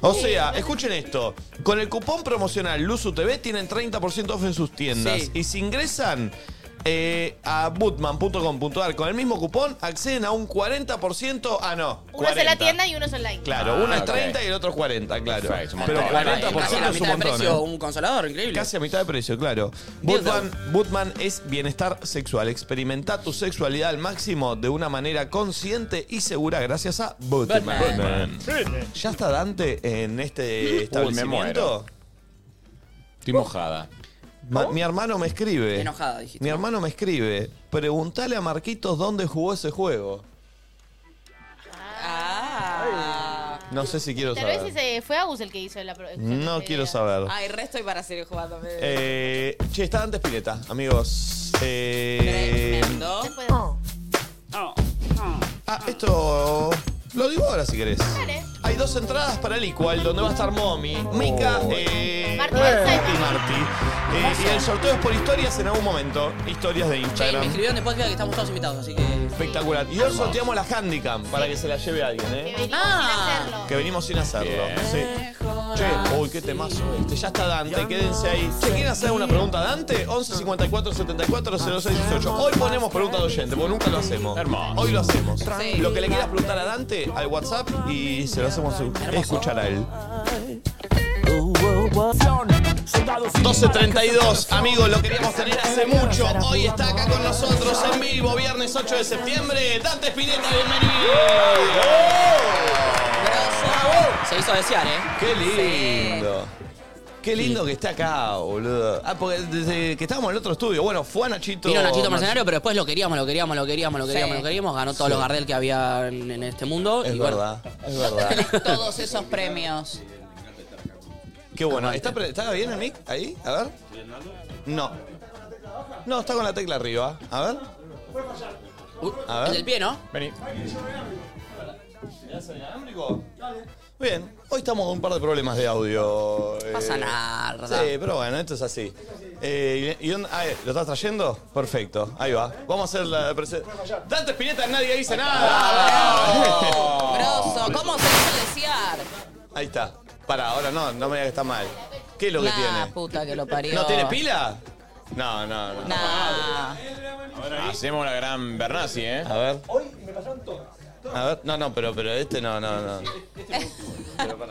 Speaker 2: O sea, escuchen esto. Con el cupón promocional Luzu TV tienen 30% off en sus tiendas.
Speaker 3: Sí.
Speaker 2: Y si ingresan eh, a bootman.com.ar con el mismo cupón, acceden a un 40%. Ah, no.
Speaker 29: Uno es en la
Speaker 2: 40.
Speaker 29: tienda y uno es online.
Speaker 2: Claro, uno es 30 y el otro es 40, claro.
Speaker 5: Ah, Perfecto, un
Speaker 2: Pero
Speaker 5: montón.
Speaker 3: Casi
Speaker 2: 40%
Speaker 3: la
Speaker 2: es
Speaker 3: mitad
Speaker 2: un
Speaker 3: de
Speaker 2: montón.
Speaker 3: precio,
Speaker 2: ¿eh?
Speaker 3: un consolador, increíble.
Speaker 2: Casi a mitad de precio, claro. Bootman, Bootman es bienestar sexual. Experimenta tu sexualidad al máximo de una manera consciente y segura gracias a Bootman.
Speaker 5: Bootman. Bootman.
Speaker 2: ¿Ya está Dante en este
Speaker 5: Uy, me
Speaker 2: establecimiento?
Speaker 5: muero. Estoy mojada.
Speaker 2: Ma- mi hermano me escribe.
Speaker 3: Enojada, dijiste.
Speaker 2: Mi hermano me escribe. Preguntale a Marquitos dónde jugó ese juego. No sé si quiero
Speaker 29: Tal
Speaker 2: saber.
Speaker 29: vez ese fue Agus el que Ah. hizo la pro-
Speaker 2: No quiero saber.
Speaker 4: Ay, resto y para seguir jugando. me-
Speaker 2: Eh, che, está Dante Spinetta, amigos. Eh,
Speaker 4: Tremendo.
Speaker 2: ah, esto lo digo ahora si querés. Hay dos entradas para el Equal, donde va a estar Momi, Mika eh,
Speaker 29: Martín
Speaker 2: y Marti. Eh, y el sorteo es por historias en algún momento. Historias de
Speaker 3: Che, y me
Speaker 2: Instagram.
Speaker 3: escribieron después que estamos todos invitados, así que.
Speaker 2: Espectacular. Y hoy sorteamos la Handicam para que se la lleve alguien, ¿eh?
Speaker 3: Ah,
Speaker 2: Que venimos sin hacerlo. Sí. Che, uy, qué temazo este. Ya está Dante, quédense ahí. ¿Se quieren hacer una pregunta a Dante? 11 54 74 06 18. Hoy ponemos pregunta de oyente, porque nunca lo hacemos. Hermoso. Hoy lo hacemos. Lo que le quieras preguntar a Dante, al WhatsApp y se lo hacemos escuchar a él. 12.32, amigos, lo queríamos tener hace mucho. Hoy está acá con nosotros en vivo, viernes 8 de septiembre. Dante Spinetta, bienvenido.
Speaker 3: Se hizo desear, ¿eh?
Speaker 2: Qué lindo. Qué lindo que está acá, boludo. Ah, porque desde que estábamos en el otro estudio, bueno, fue a Nachito.
Speaker 3: Vino Nachito Mercenario, pero después lo queríamos, lo queríamos, lo queríamos, lo
Speaker 2: Sí.
Speaker 3: queríamos, lo queríamos. Ganó todos
Speaker 2: Sí.
Speaker 3: los Gardel que había en, en este mundo.
Speaker 2: Es
Speaker 3: y bueno.
Speaker 2: verdad, es verdad.
Speaker 4: Todos esos premios.
Speaker 2: Qué bueno. ¿Está, pre- está bien el mic ahí? A ver. No. No, está con la tecla arriba. A ver. A ver.
Speaker 3: El del pie, ¿no?
Speaker 5: Vení.
Speaker 2: Bien, hoy estamos con un par de problemas de audio. eh.
Speaker 3: Pasa nada.
Speaker 2: Sí, pero bueno, esto es así. Eh, y- y dónde- ah, eh, ¿Lo estás trayendo? Perfecto, ahí va. Vamos a hacer la presentación. Dante Spinetta, nadie dice nada.
Speaker 4: ¡Oh! Grosso, ¿cómo se hizo desear?
Speaker 2: ¡Oh! Ahí está. Para, ahora no, no me digas que está mal. ¿Qué es lo que
Speaker 4: Nah,
Speaker 2: tiene?
Speaker 4: puta que lo parió.
Speaker 2: ¿No tiene pila? No, no, no.
Speaker 4: Nah.
Speaker 5: Hacemos una gran Bernasi, ¿eh?
Speaker 2: A ver. A ver, no, no, pero, pero este no, no, no.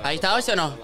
Speaker 3: Ahí está, ese o no?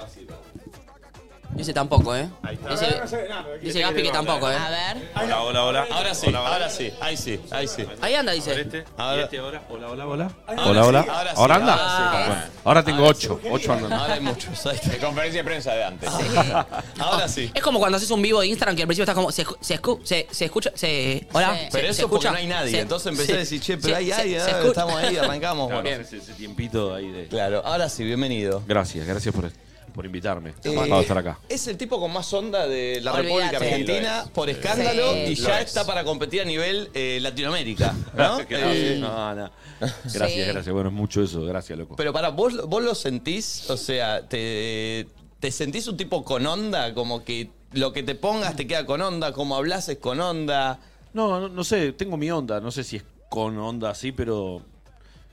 Speaker 3: Ese tampoco, ¿eh? Ese, ese Gaspi que tampoco, ¿eh?
Speaker 4: A ver.
Speaker 2: Hola, hola, hola. Ahora sí, ahora sí, ahí sí, ahí sí.
Speaker 3: Ahí anda, dice.
Speaker 10: este.
Speaker 2: Ahora,
Speaker 15: Hola, hola, hola.
Speaker 10: Hola, hola.
Speaker 2: ahora sí,
Speaker 10: ¿Ahora anda?
Speaker 2: ahora sí.
Speaker 10: Bueno, ahora tengo ocho. Ocho andan.
Speaker 2: Ahora hay muchos.
Speaker 5: De conferencia de prensa de antes.
Speaker 2: Ahora sí.
Speaker 3: Es como cuando haces un vivo de Instagram que al principio estás como. Se, escu- se, escu- se, se escucha. Se, hola.
Speaker 2: Sí.
Speaker 3: se-
Speaker 2: Pero
Speaker 3: se
Speaker 2: eso porque
Speaker 3: escucha.
Speaker 2: no hay nadie, entonces empecé
Speaker 3: se-
Speaker 2: a decir, che, pero
Speaker 3: se-
Speaker 2: hay
Speaker 3: se-
Speaker 2: alguien,
Speaker 3: se
Speaker 2: ah,
Speaker 3: escu-
Speaker 2: estamos ahí, arrancamos,
Speaker 10: Claro,
Speaker 2: bueno.
Speaker 10: ese, ese tiempito ahí de...
Speaker 2: Claro, ahora sí, bienvenido.
Speaker 10: Gracias, gracias por, por invitarme.
Speaker 2: Eh,
Speaker 10: Vamos a estar acá.
Speaker 2: Es el tipo con más onda de la
Speaker 10: Olvídate.
Speaker 2: República Argentina
Speaker 10: Sí, lo es.
Speaker 2: por
Speaker 10: Sí.
Speaker 2: escándalo y
Speaker 10: Lo
Speaker 2: ya
Speaker 10: es.
Speaker 2: está para competir a nivel eh, Latinoamérica, ¿no?
Speaker 10: Que
Speaker 2: Eh,
Speaker 10: no, no. Gracias,
Speaker 2: Sí.
Speaker 10: gracias. Bueno, es mucho eso. Gracias, loco.
Speaker 2: Pero para vos, vos lo sentís, o sea, te, te sentís un tipo con onda, como que lo que te pongas te queda con onda, como hablas es con onda.
Speaker 10: No, no, no sé, tengo mi onda, no sé si es con onda así, pero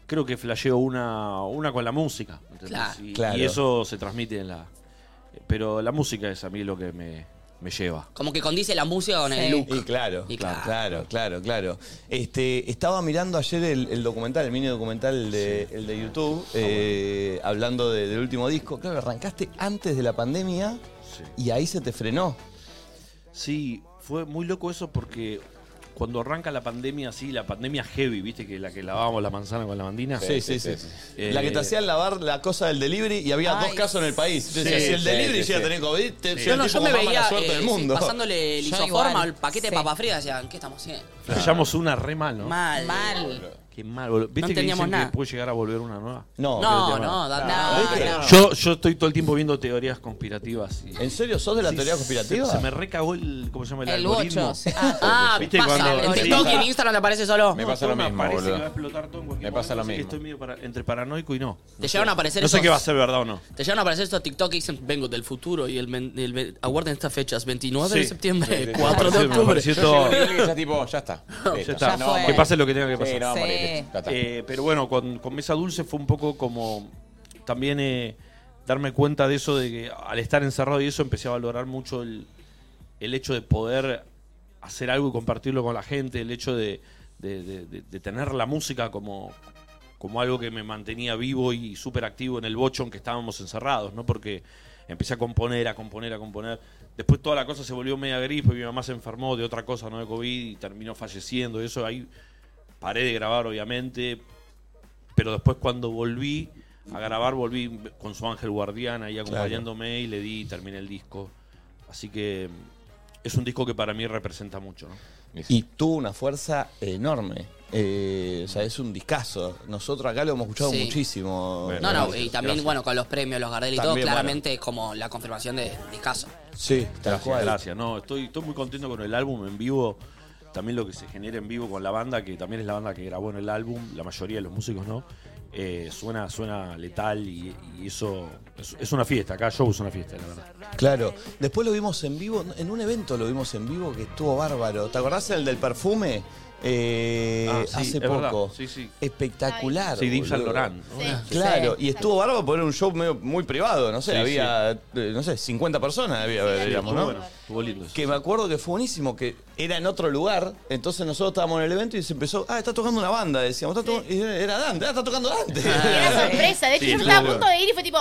Speaker 10: creo que flasheo una, una con la música. ¿entendés?
Speaker 3: Claro.
Speaker 10: Y,
Speaker 3: Claro.
Speaker 10: y eso se transmite en la... Pero la música es a mí lo que me, me lleva.
Speaker 3: Como que condice la música con el look.
Speaker 2: Y claro, claro, claro, claro, claro. Este, estaba mirando ayer el, el documental, el mini documental de, el de YouTube,
Speaker 3: Ah,
Speaker 2: eh, hablando de- del último disco. Claro, arrancaste antes de la pandemia y ahí se te frenó.
Speaker 10: Sí, fue muy loco eso porque cuando arranca la pandemia así, la pandemia heavy, viste que la que lavábamos la manzana con la mandina.
Speaker 2: Sí, sí, sí.
Speaker 10: Eh,
Speaker 2: la que te hacían lavar la cosa del delivery y había
Speaker 10: Ay,
Speaker 2: dos casos en el país.
Speaker 10: sí,
Speaker 2: Decía, si el
Speaker 10: sí,
Speaker 2: delivery
Speaker 10: sí,
Speaker 2: llega a
Speaker 10: sí.
Speaker 2: tener COVID, te,
Speaker 10: Sí.
Speaker 2: soy
Speaker 3: Yo
Speaker 2: el
Speaker 3: no,
Speaker 2: tipo
Speaker 3: yo me
Speaker 2: con más mala
Speaker 3: veía
Speaker 2: suerte
Speaker 3: eh,
Speaker 2: del
Speaker 3: sí,
Speaker 2: mundo.
Speaker 3: pasándole el
Speaker 4: Yo
Speaker 3: isoforma
Speaker 4: igual,
Speaker 3: al paquete
Speaker 4: sí.
Speaker 3: de papas frías. Decían, ¿qué estamos haciendo?
Speaker 10: Flasheamos una re mal, ¿no?
Speaker 3: Mal.
Speaker 4: Mal.
Speaker 10: Qué mal, boludo. ¿Viste que
Speaker 3: entendíamos
Speaker 10: dicen
Speaker 3: nada.
Speaker 10: que puede llegar a volver una nueva? Ah,
Speaker 1: No,
Speaker 3: No, creo que no, no. da- no,
Speaker 10: ¿Viste?
Speaker 3: no.
Speaker 10: Yo, yo estoy todo el tiempo viendo teorías conspirativas. y-
Speaker 1: ¿En serio sos de la teoría
Speaker 10: se-
Speaker 1: conspirativa?
Speaker 10: Se, me recagó el, ¿cómo se llama? El,
Speaker 3: El
Speaker 10: algoritmo.
Speaker 3: bocho. Ah,
Speaker 10: ¿Viste
Speaker 3: pasa,
Speaker 10: cuando-
Speaker 3: en
Speaker 10: sí.
Speaker 3: TikTok y en Instagram te aparece solo.
Speaker 5: Me pasa lo mismo,
Speaker 10: parece que
Speaker 5: boludo.
Speaker 10: va a explotar todo en cualquier
Speaker 5: Me pasa lo
Speaker 10: momento, así que
Speaker 5: mismo.
Speaker 10: Estoy medio para- entre paranoico y no.
Speaker 3: Te
Speaker 10: No
Speaker 3: llegaron
Speaker 10: sé.
Speaker 3: a aparecer
Speaker 10: No sé
Speaker 3: esos-
Speaker 10: qué va a ser verdad o no.
Speaker 3: Te llegan a aparecer estos TikTok que dicen, vengo del futuro y el, men- el ve- aguarden estas fechas, 29 de
Speaker 10: Sí.
Speaker 3: septiembre,
Speaker 10: Sí, sí, sí.
Speaker 3: 4 de
Speaker 10: Me pareció- me
Speaker 3: octubre.
Speaker 10: pareció todo-
Speaker 5: Ya tipo, ya está.
Speaker 10: Ya
Speaker 5: Listo.
Speaker 10: está.
Speaker 5: No vamos a
Speaker 10: que
Speaker 5: morir.
Speaker 10: pase lo que tenga que
Speaker 5: Sí,
Speaker 10: pasar.
Speaker 5: no vamos a morir. Ya está.
Speaker 10: Eh, pero bueno, con, con Mesa Dulce fue un poco como también eh, darme cuenta de eso, de que al estar encerrado y eso empecé a valorar mucho el, el hecho de poder hacer algo y compartirlo con la gente, el hecho de, de- de- de- de tener la música como, como algo que me mantenía vivo y súper activo en el bocho aunque estábamos encerrados, ¿no? Porque empecé a componer, a componer, a componer. Después toda la cosa se volvió media gripe, mi mamá se enfermó de otra cosa, no de COVID, y terminó falleciendo. Y eso ahí paré de grabar, obviamente. Pero después cuando volví a grabar, volví con su ángel guardián ahí acompañándome y le di y terminé el disco. Así que es un disco que para mí representa mucho, ¿no?
Speaker 1: Y tuvo una fuerza enorme. Eh, o sea, es un discazo. Nosotros acá lo hemos escuchado
Speaker 3: Sí.
Speaker 1: muchísimo.
Speaker 3: No, no, y también,
Speaker 1: Gracias.
Speaker 3: bueno, con los premios, los Gardel y todo,
Speaker 1: También, bueno.
Speaker 3: claramente es como la confirmación de, de caso.
Speaker 1: Sí, tal
Speaker 10: gracias,
Speaker 1: cual.
Speaker 10: gracias. No, estoy, estoy muy contento con el álbum en vivo. También lo que se genera en vivo con la banda, que también es la banda que grabó en el álbum, la mayoría de los músicos no. Eh, suena, suena letal y, y eso es, es una fiesta. Cada show es una fiesta, la verdad.
Speaker 1: Claro. Después lo vimos en vivo, en un evento lo vimos en vivo que estuvo bárbaro. ¿Te acordás el del perfume? Eh,
Speaker 10: Ah, sí,
Speaker 1: hace
Speaker 10: es verdad.
Speaker 1: poco.
Speaker 10: Sí, sí.
Speaker 1: Espectacular.
Speaker 10: Sí, Yves Saint
Speaker 1: boludo.
Speaker 10: Laurent, ¿no? Sí.
Speaker 1: Claro,
Speaker 10: Sí.
Speaker 1: y estuvo bárbaro por un show medio- muy privado, no sé,
Speaker 10: Sí,
Speaker 1: había, eh, no sé, 50 personas había, eh, digamos,
Speaker 10: estuvo
Speaker 1: ¿no?
Speaker 10: bueno, estuvo lindo.
Speaker 1: Que me acuerdo que fue buenísimo, que era en otro lugar, entonces nosotros estábamos en el evento y se empezó, ah, está tocando una banda, decíamos, está to- y era Dante, ah, está tocando Dante.
Speaker 29: Era
Speaker 9: sorpresa. De hecho, yo me estaba a punto de ir y fue tipo.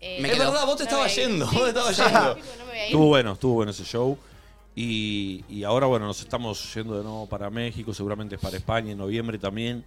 Speaker 9: eh,
Speaker 1: Es verdad, vos te
Speaker 9: no
Speaker 1: estabas
Speaker 9: me voy a ir.
Speaker 1: yendo, vos te estabas
Speaker 9: Sí.
Speaker 1: yendo.
Speaker 9: No me voy a ir.
Speaker 10: Estuvo bueno, estuvo bueno ese show. Y, y ahora, bueno, nos estamos yendo de nuevo para México, seguramente para España en noviembre también.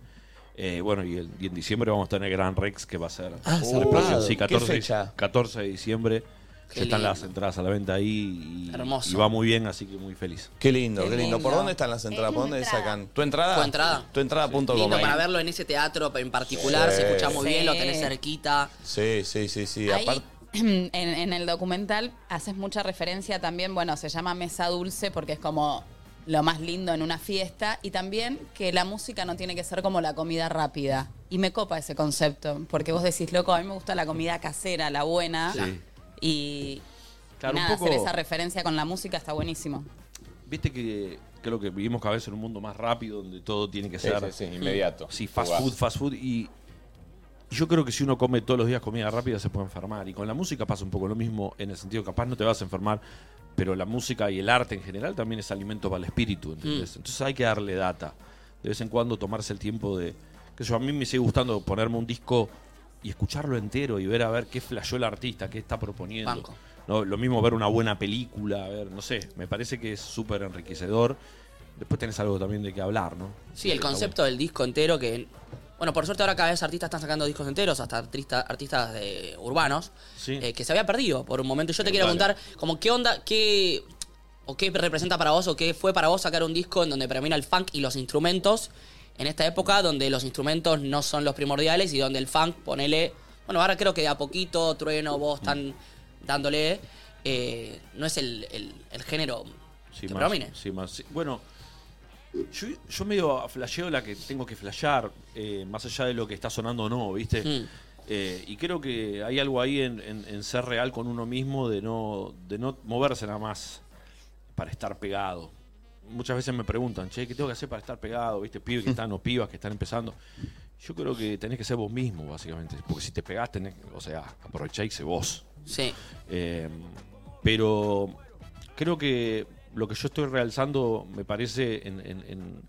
Speaker 10: Eh, bueno, y, el- y en diciembre vamos a tener Gran Rex, que va a ser.
Speaker 1: Ah,
Speaker 10: Uh,
Speaker 1: zarpado.
Speaker 10: sí,
Speaker 1: ¿Qué
Speaker 10: 14, de-
Speaker 1: fecha?
Speaker 10: 14 de diciembre.
Speaker 1: Qué
Speaker 10: Ya están
Speaker 1: lindo.
Speaker 10: las entradas a la venta ahí. Y,
Speaker 1: Hermoso.
Speaker 10: Y va muy bien, así que muy feliz.
Speaker 1: Qué lindo, qué,
Speaker 3: Qué
Speaker 1: lindo. ¿Por
Speaker 3: lindo.
Speaker 1: dónde están las entradas? ¿Por dónde sacan? ¿Tu entrada?
Speaker 3: Tu entrada.
Speaker 1: Tuentrada.com.
Speaker 3: Lindo
Speaker 1: ahí.
Speaker 3: para verlo en ese teatro en particular,
Speaker 1: Sí.
Speaker 3: se escucha muy bien, lo
Speaker 4: Sí.
Speaker 3: tenés cerquita.
Speaker 1: Sí, sí, sí, sí.
Speaker 4: Ahí,
Speaker 1: Aparte,
Speaker 4: en, en el documental haces mucha referencia también, bueno, se llama mesa dulce porque es como lo más lindo en una fiesta y también que la música no tiene que ser como la comida rápida. Y me copa ese concepto, porque vos decís, loco, a mí me gusta la comida casera, la buena.
Speaker 10: Sí.
Speaker 4: Y
Speaker 10: Claro, un
Speaker 4: nada, hacer
Speaker 10: poco-
Speaker 4: esa referencia con la música está buenísimo.
Speaker 10: Viste que creo que vivimos cada vez en un mundo más rápido donde todo tiene que
Speaker 5: Sí,
Speaker 10: ser
Speaker 5: sí, sí, inmediato.
Speaker 10: Sí, fast
Speaker 5: Fugaz.
Speaker 10: food, fast food. Y yo creo que si uno come todos los días comida rápida se puede enfermar. Y con la música pasa un poco lo mismo en el sentido que capaz no te vas a enfermar, pero la música y el arte en general también es alimento para el espíritu. ¿entendés?
Speaker 5: Mm.
Speaker 10: Entonces hay que darle data. De vez en cuando tomarse el tiempo de. Que yo a mí me sigue gustando ponerme un disco y escucharlo entero y ver a ver qué flasheó el artista, qué está proponiendo.
Speaker 3: Banco.
Speaker 10: No, lo mismo ver una buena película, a ver, no sé, me parece que es súper enriquecedor. Después tenés algo también de qué hablar, ¿no?
Speaker 3: Sí, el concepto del disco entero que. Bueno, por suerte ahora cada vez artistas están sacando discos enteros, hasta artista- artistas de, urbanos, eh, que se había perdido por un momento. Yo te
Speaker 29: Eh,
Speaker 3: quiero
Speaker 29: vale.
Speaker 3: preguntar, como qué onda, qué. o qué representa para vos, o qué fue para vos sacar un disco en donde predomina el funk y los instrumentos, en esta época donde los instrumentos no son los primordiales y donde el funk, ponele. Bueno, ahora creo que de a poquito, trueno, vos están dándole. eh, no es el, el- el género
Speaker 10: Sí,
Speaker 3: que
Speaker 10: más,
Speaker 3: predomine.
Speaker 10: sí, más, sí. Bueno, yo, yo medio flasheo la que tengo que flashear, eh, más allá de lo que está sonando o no, ¿viste?
Speaker 3: Mm.
Speaker 10: Eh, y creo que hay algo ahí en, en- en ser real con uno mismo, de no, de no moverse nada más para estar pegado. Muchas veces me preguntan, che, ¿qué tengo que hacer para estar pegado? ¿Viste? Pibes que están o pibas que están empezando. Yo creo que tenés que ser vos mismo, básicamente. Porque si te pegás, tenés, o sea, aprovechá y sé vos.
Speaker 3: Sí.
Speaker 10: Eh, pero creo que lo que yo estoy realzando, me parece, en, en- en-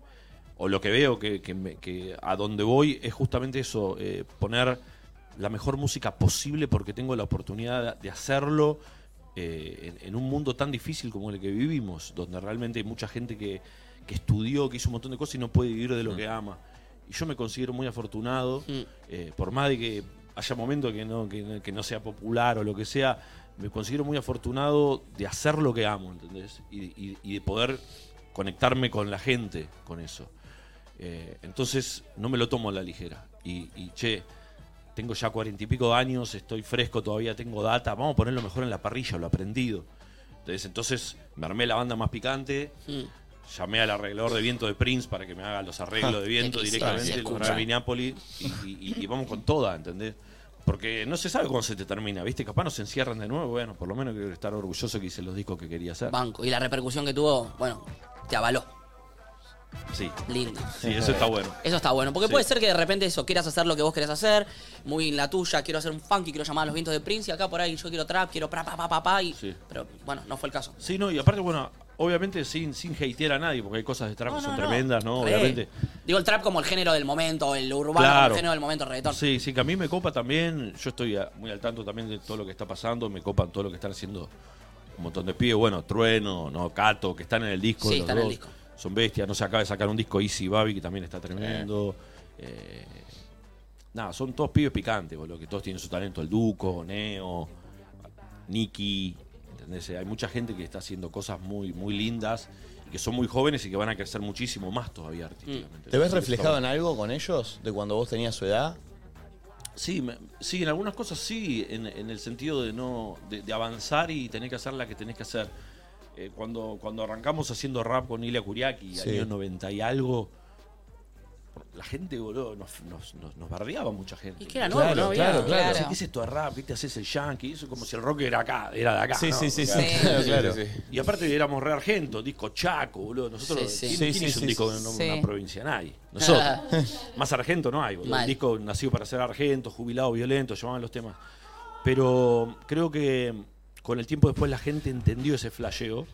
Speaker 10: o lo que veo que, que me- que a donde voy es justamente eso, eh, poner la mejor música posible porque tengo la oportunidad de hacerlo eh, en, en un mundo tan difícil como el que vivimos, donde realmente hay mucha gente que, que estudió, que hizo un montón de cosas y no puede vivir de lo que ama. Y yo me considero muy afortunado, eh, por más de que haya momentos que no, que, no- que no sea popular o lo que sea, me considero muy afortunado de hacer lo que amo, ¿entendés? Y, y- y de poder conectarme con la gente con eso. Eh, entonces no me lo tomo a la ligera. Y, y, che, tengo ya cuarenta y pico de años, estoy fresco, todavía tengo data, vamos a ponerlo mejor en la parrilla, lo aprendido. Entonces, entonces me armé la banda más picante. Llamé al arreglador de viento de Prince para que me haga los arreglos de viento
Speaker 15: Ah,
Speaker 10: directamente,
Speaker 15: se
Speaker 10: los
Speaker 15: escucha.
Speaker 10: grabé en Minneapolis y, y- y- y vamos con toda, ¿entendés? Porque no se sabe cuándo se te termina, ¿viste? Capaz nos encierran de nuevo, bueno, por lo menos quiero estar orgulloso que hice los discos que quería hacer.
Speaker 3: Banco. Y la repercusión que tuvo, bueno, te avaló.
Speaker 10: Sí.
Speaker 3: Lindo.
Speaker 10: Sí, eso está bueno.
Speaker 3: Eso está bueno, porque
Speaker 10: Sí.
Speaker 3: puede ser que de repente eso, quieras hacer lo que vos querés hacer, muy en la tuya, quiero hacer un funky, quiero llamar a los vientos de Prince, y acá por ahí yo quiero trap, quiero pra, pa, pa, pa, pa, y- pero bueno, no fue el caso.
Speaker 10: Sí, no, y aparte, bueno, obviamente sin, sin hatear a nadie, porque hay cosas de trap
Speaker 3: No,
Speaker 10: que son
Speaker 3: no, no.
Speaker 10: tremendas, ¿no?
Speaker 3: Re.
Speaker 10: Obviamente.
Speaker 3: Digo, el trap como el género del momento, el urbano como el género del momento, el reggaetón.
Speaker 10: Sí, sí, que a mí me copa también. Yo estoy a- muy al tanto también de todo lo que está pasando. Me copan todo lo que están haciendo un montón de pibes. Bueno, Trueno, no, Cato, que están en el disco.
Speaker 3: Sí,
Speaker 10: los
Speaker 3: están en el
Speaker 10: dos.
Speaker 3: disco.
Speaker 10: Son bestias. No se acaba de sacar un disco Easy Babi, que también está tremendo. Eh, nada, son todos pibes picantes, boludo, que todos tienen su talento. El Duco, Neo, Nicky. ¿Entendés? Hay mucha gente que está haciendo cosas muy, muy lindas y que son muy jóvenes y que van a crecer muchísimo más todavía artísticamente.
Speaker 1: ¿Te ves
Speaker 10: Entonces,
Speaker 1: reflejado en algo con ellos de cuando vos tenías su edad?
Speaker 10: Sí, me- sí, en algunas cosas sí, en, en el sentido de no de, de avanzar y tener que hacer la que tenés que hacer. Eh, cuando, cuando arrancamos haciendo rap con Ilia Kuriaki,
Speaker 1: Sí.
Speaker 10: año 90 y algo, la gente, boludo, nos, nos, nos- nos bardeaba mucha gente.
Speaker 3: Y que era nuevo, Claro, no había- claro, claro.
Speaker 10: ¿Qué es esto de rap? ¿Viste? Haces el yankee, eso como si el rock era acá, era de acá.
Speaker 1: Sí,
Speaker 10: ¿no?
Speaker 1: sí, sí,
Speaker 10: O sea,
Speaker 1: sí, claro, claro. Sí, sí.
Speaker 10: Y aparte éramos re argentos, disco chaco, boludo. Nosotros,
Speaker 1: Sí, sí.
Speaker 10: ¿quién,
Speaker 1: Sí,
Speaker 10: quién
Speaker 1: sí, sí,
Speaker 10: hizo un disco
Speaker 1: sí.
Speaker 10: en una
Speaker 1: Sí.
Speaker 10: provincia? Nadie. Nosotros. Más argento no hay, boludo.
Speaker 1: Mal.
Speaker 10: Un disco nacido para ser argento, jubilado, violento, llamaban los temas. Pero creo que con el tiempo después la gente entendió ese flasheo.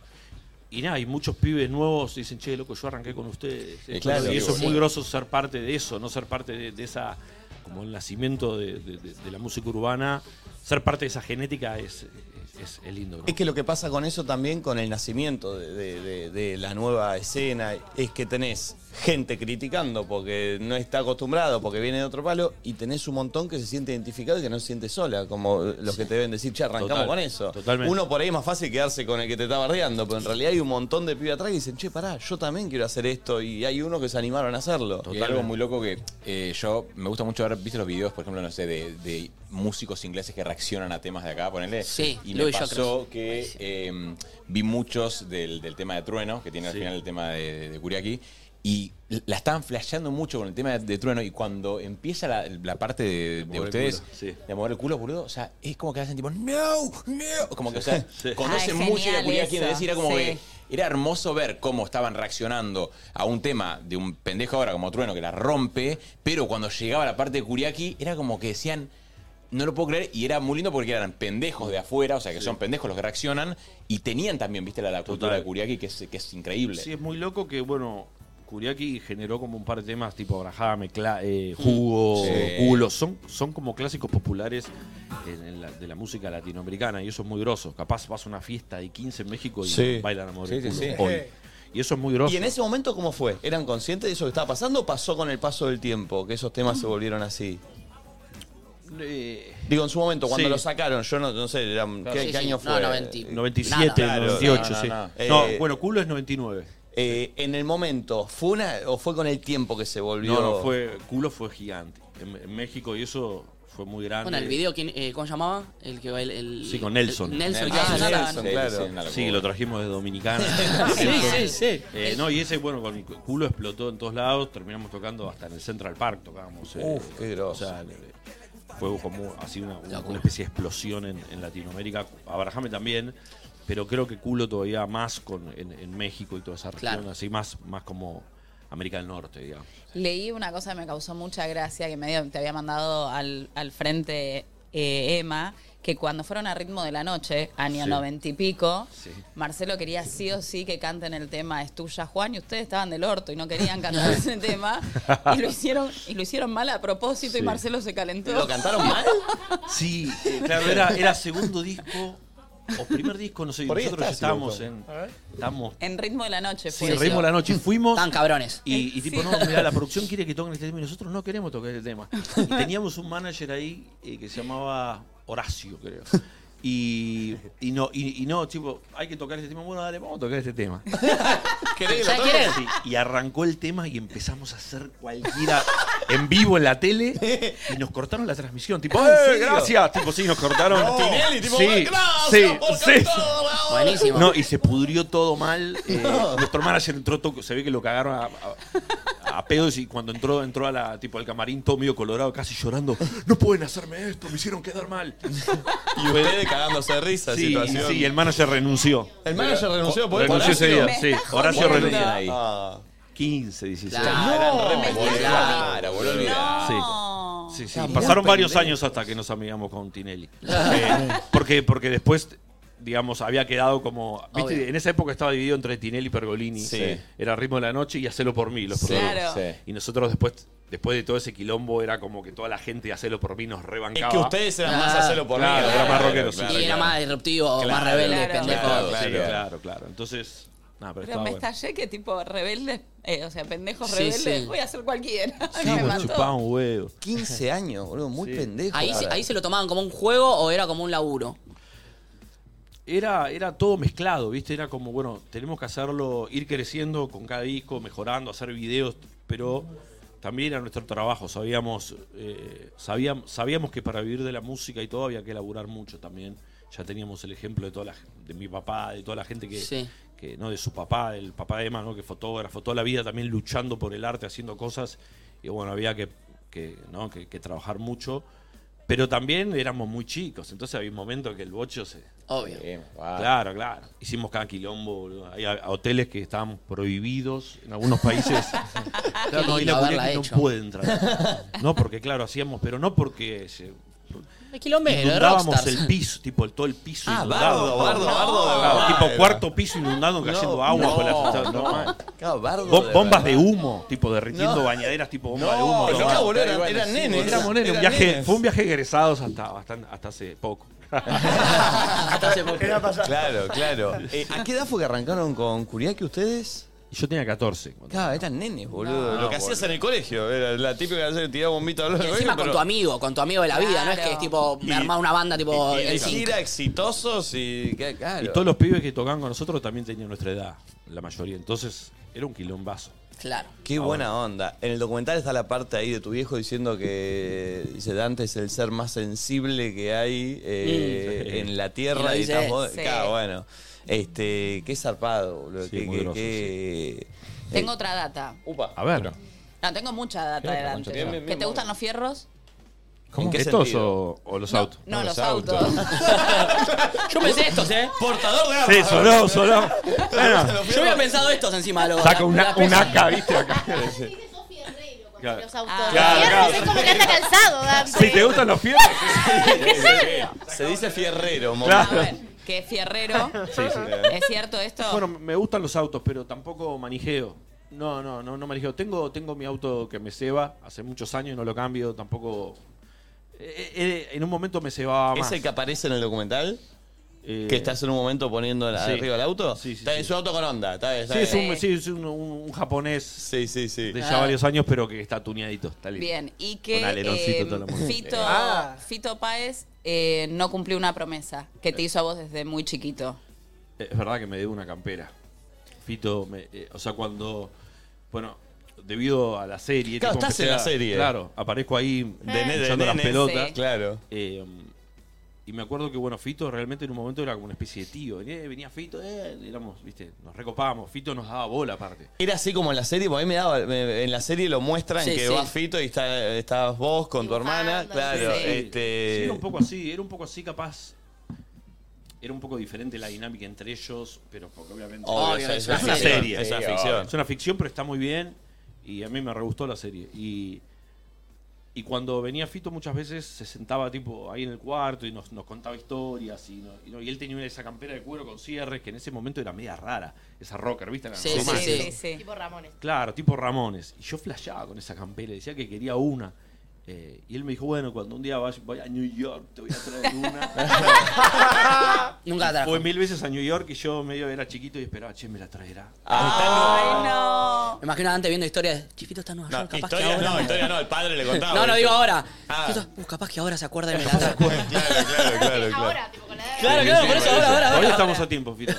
Speaker 10: Y nada, y muchos pibes nuevos dicen, che, loco, yo arranqué con ustedes.
Speaker 1: Eh,
Speaker 10: Esto,
Speaker 1: claro,
Speaker 10: y eso es
Speaker 1: sí.
Speaker 10: muy grosso ser parte de eso, no ser parte de, de esa, como el nacimiento de, de- de- de la música urbana, ser parte de esa genética es, es, es lindo. ¿no?
Speaker 1: Es que lo que pasa con eso también, con el nacimiento de, de- de- de la nueva escena, es que tenés gente criticando porque no está acostumbrado, porque viene de otro palo, y tenés un montón que se siente identificado y que no se siente sola, como los que te deben decir, che, arrancamos
Speaker 10: Total,
Speaker 1: con eso.
Speaker 10: totalmente.
Speaker 1: Uno por ahí es más fácil quedarse con el que te está bardeando, pero en realidad hay un montón de pibes atrás que dicen, che, pará, yo también quiero hacer esto, y hay uno que se animaron a hacerlo.
Speaker 5: Y hay algo muy loco que eh, yo me gusta mucho ver, viste los videos, por ejemplo, no sé, de, de músicos ingleses que reaccionan a temas de acá, ponele.
Speaker 3: Sí,
Speaker 5: y me
Speaker 3: Louis
Speaker 5: pasó que eh, vi muchos del, del tema de Trueno, que tiene al
Speaker 3: Sí.
Speaker 5: final el tema de, de Kuriaki, y la estaban flasheando mucho con el tema de, de Trueno, y cuando empieza la, la parte de, de
Speaker 10: mover el
Speaker 5: ustedes,
Speaker 10: culo,
Speaker 5: de mover el culo, boludo, o sea, es como que hacen tipo, no, no, como que, o sea,
Speaker 10: Sí.
Speaker 5: conocen
Speaker 10: Ay,
Speaker 5: mucho la
Speaker 10: genial
Speaker 5: Kuriaki,
Speaker 10: eso,
Speaker 5: es decir, era como
Speaker 10: sí.
Speaker 5: que... Era hermoso ver cómo estaban reaccionando a un tema de un pendejo ahora como Trueno que la rompe, pero cuando llegaba la parte de Kuriaki era como que decían, no lo puedo creer, y era muy lindo porque eran pendejos de afuera, o sea que son pendejos los que reaccionan, y tenían también, viste, la, la cultura de Kuriaki que es, que es increíble.
Speaker 10: Sí, es muy loco que, bueno, Kuriaki generó como un par de temas tipo Abraham, Cla- eh, Jugo,
Speaker 5: Sí.
Speaker 10: Culo. Son, son como clásicos populares en- en la- de la música latinoamericana y eso es muy grosso. Capaz vas a una fiesta de 15 en México y
Speaker 1: Sí.
Speaker 10: bailan amor
Speaker 1: Sí, sí, sí. Eh.
Speaker 10: hoy. Y eso es muy grosso.
Speaker 1: ¿Y en ese momento cómo fue? ¿Eran conscientes de eso que estaba pasando o pasó con el paso del tiempo que esos temas se volvieron así?
Speaker 10: Eh,
Speaker 1: Digo, en su momento, cuando
Speaker 10: Sí.
Speaker 1: lo sacaron, yo no, no sé, eran-
Speaker 10: Claro.
Speaker 1: ¿qué,
Speaker 10: Sí,
Speaker 1: qué
Speaker 10: sí.
Speaker 1: año
Speaker 10: No,
Speaker 1: fue?
Speaker 10: 90. 97, 98, sí. No, bueno, culo es 99.
Speaker 1: Eh, en el momento, ¿fue una o fue con el tiempo que se volvió?
Speaker 10: No, no, fue, culo fue gigante. En, en México y eso fue muy grande.
Speaker 3: Bueno, el video, ¿quién, eh, ¿cómo se llamaba? El que baila- el,
Speaker 10: Sí, con Nelson.
Speaker 3: el- Nelson, que
Speaker 10: Ah,
Speaker 3: hace Nathan.
Speaker 10: Nelson, claro. Sí, lo trajimos de Dominicana.
Speaker 3: Sí, sí, sí.
Speaker 10: Eh, no, y ese, bueno, con el culo explotó en todos lados. Terminamos tocando hasta en el Central Park, tocábamos. eh,
Speaker 1: Uf, qué groso.
Speaker 10: O sea, le- fue como así una, una- una especie de explosión en, en Latinoamérica. Abrahame también, pero creo que culo todavía más con, en, en México y toda esa región,
Speaker 4: Claro.
Speaker 10: así más, más como América del Norte, digamos.
Speaker 4: Leí una cosa que me causó mucha gracia, que medio te había mandado al, al frente eh, Emma, que cuando fueron a Ritmo de la Noche, año
Speaker 19: Sí.
Speaker 4: noventa y pico, Marcelo quería sí o sí que canten el tema Es tuya Juan y ustedes estaban del orto y no querían cantar ese tema y lo hicieron y lo hicieron mal a propósito y
Speaker 10: Sí.
Speaker 4: Marcelo se calentó.
Speaker 10: ¿Lo cantaron
Speaker 1: mal?
Speaker 10: Sí, eh, claro, era, era segundo disco o primer disco, no sé. y
Speaker 4: Por ahí
Speaker 10: Nosotros ya
Speaker 4: está, si lo
Speaker 10: estábamos en. Estábamos
Speaker 4: En Ritmo de la Noche
Speaker 10: Sí,
Speaker 4: fue.
Speaker 10: el ritmo de la noche. Y Fuimos. Tan
Speaker 3: cabrones.
Speaker 10: Y, y tipo,
Speaker 4: Sí.
Speaker 10: no, mira, la producción quiere que toquen este tema y nosotros no queremos tocar este tema. Y teníamos un manager ahí eh, que se llamaba Horacio, creo. Y, y no, y, y no, tipo, hay que tocar este tema. Bueno, dale, vamos a tocar este tema.
Speaker 2: ¿Querés que lo toque?
Speaker 10: Sí, Y arrancó el tema y empezamos a hacer cualquiera en vivo en la tele y nos cortaron la transmisión. Tipo,
Speaker 2: Ah, ¿En
Speaker 10: "Eh,
Speaker 2: serio?
Speaker 10: gracias. Tipo, sí, nos cortaron.
Speaker 2: Martinelli, tipo,
Speaker 10: sí,
Speaker 2: "Gracias
Speaker 10: sí,
Speaker 2: por
Speaker 10: sí".
Speaker 2: cantar". Buenísimo.
Speaker 10: No, y se pudrió todo mal. eh,
Speaker 2: No.
Speaker 10: Nuestro manager entró, todo- se ve que lo cagaron a, a- a pedos y cuando entró, entró a la, tipo, al camarín todo medio colorado, casi llorando. No pueden hacerme esto, me hicieron quedar mal.
Speaker 2: Y ustedes cagándose de risa.
Speaker 10: Sí,
Speaker 2: situación.
Speaker 10: sí, el manager renunció.
Speaker 2: El manager renunció, ¿por-
Speaker 10: Renunció ese
Speaker 2: Horacio?
Speaker 10: día,
Speaker 2: Me
Speaker 10: sí.
Speaker 2: estás
Speaker 10: Horacio
Speaker 2: jodiendo.
Speaker 10: renunció.
Speaker 2: Ah.
Speaker 10: 15, 16.
Speaker 2: Claro, eran re boludos. Claro, boludo, olvidá.
Speaker 10: Sí. Sí, sí.
Speaker 2: Ah, mirá,
Speaker 10: Pasaron varios
Speaker 2: pendejo.
Speaker 10: años hasta que nos amigamos con Tinelli.
Speaker 2: Claro.
Speaker 10: Eh, porque, porque después, digamos, había quedado como. ¿viste?
Speaker 2: Obvio.
Speaker 10: En esa época estaba dividido entre Tinelli y Pergolini.
Speaker 2: Sí.
Speaker 10: Era Ritmo de la Noche y Hacelo por mí, los
Speaker 2: Sí,
Speaker 10: programas.
Speaker 2: claro. sí.
Speaker 10: Y nosotros después. Después de todo ese quilombo era como que toda la gente de Hacelo por mí nos rebancaba. Ah.
Speaker 2: Es que ustedes eran más Hacelo por mí.
Speaker 10: Claro, era más
Speaker 2: Claro,
Speaker 10: rockeros,
Speaker 2: claro,
Speaker 10: sí,
Speaker 2: Y
Speaker 3: era
Speaker 10: claro.
Speaker 3: más disruptivo, más
Speaker 10: Claro,
Speaker 3: rebelde,
Speaker 10: claro,
Speaker 3: pendejo.
Speaker 10: Claro, claro,
Speaker 4: Sí.
Speaker 10: claro, claro. Entonces, nada, pero,
Speaker 4: Pero
Speaker 10: estaba
Speaker 4: me
Speaker 10: bueno.
Speaker 4: estallé que tipo rebeldes, eh, o sea, pendejos
Speaker 10: Sí,
Speaker 4: rebeldes,
Speaker 10: sí.
Speaker 4: voy a hacer cualquiera.
Speaker 10: Sí,
Speaker 4: me
Speaker 10: me
Speaker 4: mató.
Speaker 10: chupaba un huevo.
Speaker 2: 15 años, boludo, muy pendejo.
Speaker 3: Ahí, se- ahí se lo tomaban como un juego o era como un laburo.
Speaker 10: era, era todo mezclado, ¿viste? Era como, bueno, tenemos que hacerlo, ir creciendo con cada disco, mejorando, hacer videos, pero también era nuestro trabajo, sabíamos, eh, sabíamos, sabíamos que para vivir de la música y todo había que laburar mucho también. Ya teníamos el ejemplo de toda la, gen- de mi papá, de toda la gente que,
Speaker 3: Sí.
Speaker 10: que, no de su papá, el papá de Emma, ¿no? que fotógrafo, toda la vida también luchando por el arte, haciendo cosas, y bueno, había que, que, ¿no? que, que trabajar mucho. Pero también éramos muy chicos, entonces había un momento que el bocho se,
Speaker 3: Obvio.
Speaker 10: Claro, claro. Hicimos cada quilombo, boludo. Hay a- hoteles que estaban prohibidos en algunos países. claro, no, hay
Speaker 3: lindo
Speaker 10: la
Speaker 3: haberla
Speaker 10: que no
Speaker 3: hecho.
Speaker 10: puede entrar. No, porque claro, hacíamos, pero no porque se,
Speaker 3: Es quilombero, de
Speaker 10: inundábamos
Speaker 3: rockstars.
Speaker 10: el piso, tipo el, todo el piso
Speaker 2: Ah,
Speaker 10: inundado.
Speaker 2: bardo, bardo, bardo de
Speaker 10: Claro,
Speaker 2: verdad.
Speaker 10: tipo cuarto piso inundado, cayendo
Speaker 2: No,
Speaker 10: agua
Speaker 2: no,
Speaker 10: por la fiesta.
Speaker 2: no.
Speaker 10: normal.
Speaker 2: Claro, bardo
Speaker 10: Bom-
Speaker 2: de
Speaker 10: bombas de
Speaker 2: verdad.
Speaker 10: humo, tipo derritiendo
Speaker 2: No.
Speaker 10: bañaderas, tipo bomba
Speaker 2: No,
Speaker 10: de humo.
Speaker 2: no,
Speaker 10: normal.
Speaker 2: boludo, eran- eran nenes.
Speaker 10: Éramos nenes, un
Speaker 2: Eran
Speaker 10: viaje-
Speaker 2: nenes.
Speaker 10: fue un viaje egresados hasta, hasta, hasta hace poco.
Speaker 2: Claro, claro. Eh, ¿A qué edad fue que arrancaron con que ustedes?
Speaker 10: Yo tenía 14.
Speaker 2: Claro, eran nenes, boludo.
Speaker 3: No,
Speaker 2: lo que hacías en el colegio. Era la típica que tiraba bombita a los
Speaker 3: Y encima con tu amigo, con tu amigo de la vida, no es que es tipo, me armaba una banda tipo
Speaker 2: Y
Speaker 3: el Zinc.
Speaker 2: gira exitosos y. qué-
Speaker 10: Y
Speaker 2: Claro.
Speaker 10: todos los pibes que tocaban con nosotros también tenían nuestra edad, la mayoría. Entonces, era un quilombazo.
Speaker 3: Claro.
Speaker 2: Qué buena onda. En el documental está la parte ahí de tu viejo diciendo que dice Dante es el ser más sensible que hay eh,
Speaker 10: Mm. Sí.
Speaker 2: en la
Speaker 10: Y lo
Speaker 2: tierra. Y
Speaker 10: dice,
Speaker 2: estás vos-
Speaker 10: sí.
Speaker 2: claro, bueno. Este, qué zarpado, boludo. qué,
Speaker 10: muy
Speaker 2: qué-
Speaker 10: groso,
Speaker 2: qué- eh,
Speaker 4: Tengo otra data.
Speaker 10: A ver.
Speaker 4: No, tengo mucha data
Speaker 10: Mira,
Speaker 4: delante.
Speaker 10: concha, bien, bien,
Speaker 4: ¿Que
Speaker 10: bien,
Speaker 4: te gustan los fierros?
Speaker 10: ¿Cómo
Speaker 2: qué
Speaker 10: estos
Speaker 2: sentido?
Speaker 10: o, o los autos?
Speaker 4: No, los, autos.
Speaker 3: Yo pensé estos, ¿eh?
Speaker 2: Portador de
Speaker 10: Sí, sonó, sonó. Bueno,
Speaker 3: Yo había pensado estos encima. Lo,
Speaker 10: saca
Speaker 3: la-
Speaker 10: una, un AK, ¿viste? Acá. Claro.
Speaker 9: Los autos.
Speaker 10: Claro, claro.
Speaker 9: los fierros es como que anda calzado, Dante.
Speaker 10: Si te gustan los fierros.
Speaker 9: ¿Qué serio?
Speaker 2: Se dice fierrero, momo.
Speaker 10: Claro.
Speaker 4: Que es fierrero.
Speaker 10: Sí, sí.
Speaker 4: ¿Es cierto esto?
Speaker 10: Bueno, me gustan los autos, pero tampoco manijeo. No, no, no, no manijeo. Tengo, tengo mi auto que me ceba hace muchos años y no lo cambio. Tampoco. Eh, eh, en un momento me cebaba más.
Speaker 2: ¿Es el que aparece en el documental? que estás en un momento poniendo la-
Speaker 10: Eh, sí.
Speaker 2: arriba del auto. está en su auto con onda. Está, está
Speaker 10: Sí, es
Speaker 2: bien.
Speaker 10: un, sí, es un- un- un japonés
Speaker 2: de
Speaker 10: ya
Speaker 4: Ah.
Speaker 10: varios años, pero que está tuneadito. Está lindo.
Speaker 4: Bien. Y que
Speaker 10: Con aleroncito
Speaker 4: eh,
Speaker 10: toda la música.
Speaker 4: Fito,
Speaker 10: Ah.
Speaker 4: Fito Páez eh, no cumplió una promesa que te hizo a vos desde muy chiquito.
Speaker 10: Es verdad que me debo una campera. Fito, me- eh, o sea, cuando. Bueno, debido a la serie.
Speaker 2: Claro,
Speaker 10: tipo,
Speaker 2: estás
Speaker 10: empecé
Speaker 2: en
Speaker 10: a-
Speaker 2: la serie. Eh.
Speaker 10: Claro, aparezco ahí
Speaker 2: De nene, de
Speaker 10: echando las
Speaker 2: nene,
Speaker 10: pelotas.
Speaker 2: sí. Claro.
Speaker 10: Eh, y me acuerdo que, bueno, Fito realmente en un momento era como una especie de tío. Venía, venía Fito, eh, éramos, viste, nos recopábamos. Fito nos daba bola aparte.
Speaker 2: Era así como en la serie, porque a mí me daba. me- en la serie lo muestran
Speaker 10: Sí,
Speaker 2: que
Speaker 10: sí.
Speaker 2: vas Fito y está, estabas vos con tu hermana. Claro.
Speaker 10: Sí.
Speaker 2: Este,
Speaker 10: Sí, era un poco así, era un poco así capaz. Era un poco diferente la dinámica entre ellos, pero porque obviamente
Speaker 2: Obvio, Obvio, es es una una serie. serie. Es una
Speaker 10: Sí,
Speaker 2: ficción.
Speaker 10: obvio. Es una ficción, pero está muy bien y a mí me re gustó la serie. Y, y cuando venía Fito muchas veces se sentaba tipo ahí en el cuarto y nos, nos contaba historias y, no- y no- y él tenía esa campera de cuero con cierres que en ese momento era media rara, esa rocker, ¿viste? Era normal.
Speaker 9: Tipo Ramones.
Speaker 10: Claro, tipo Ramones. Y yo flasheaba con esa campera, y decía que quería una. Eh, y él me dijo, bueno, cuando un día vaya, vaya a New York, te voy a traer una.
Speaker 3: Nunca la trajo.
Speaker 10: Fue mil veces a New York y yo medio era chiquito y esperaba, che, me la traerá.
Speaker 3: Ay, no. Me imagino antes viendo historias. Chifito está en Nueva
Speaker 10: No,
Speaker 3: York, capaz que
Speaker 10: historias
Speaker 3: ahora.
Speaker 10: no, historias
Speaker 2: no, el padre le
Speaker 10: contaba,
Speaker 3: No, no
Speaker 10: ¿viste?
Speaker 3: digo ahora.
Speaker 2: Ah.
Speaker 3: Chifito, uh, capaz que ahora se acuerda de mi lata.
Speaker 2: claro, claro, claro.
Speaker 3: Ahora,
Speaker 2: tipo con
Speaker 3: Claro, claro, por eso, ahora, ahora,
Speaker 10: Hoy
Speaker 3: ahora.
Speaker 10: estamos a tiempo, Fito.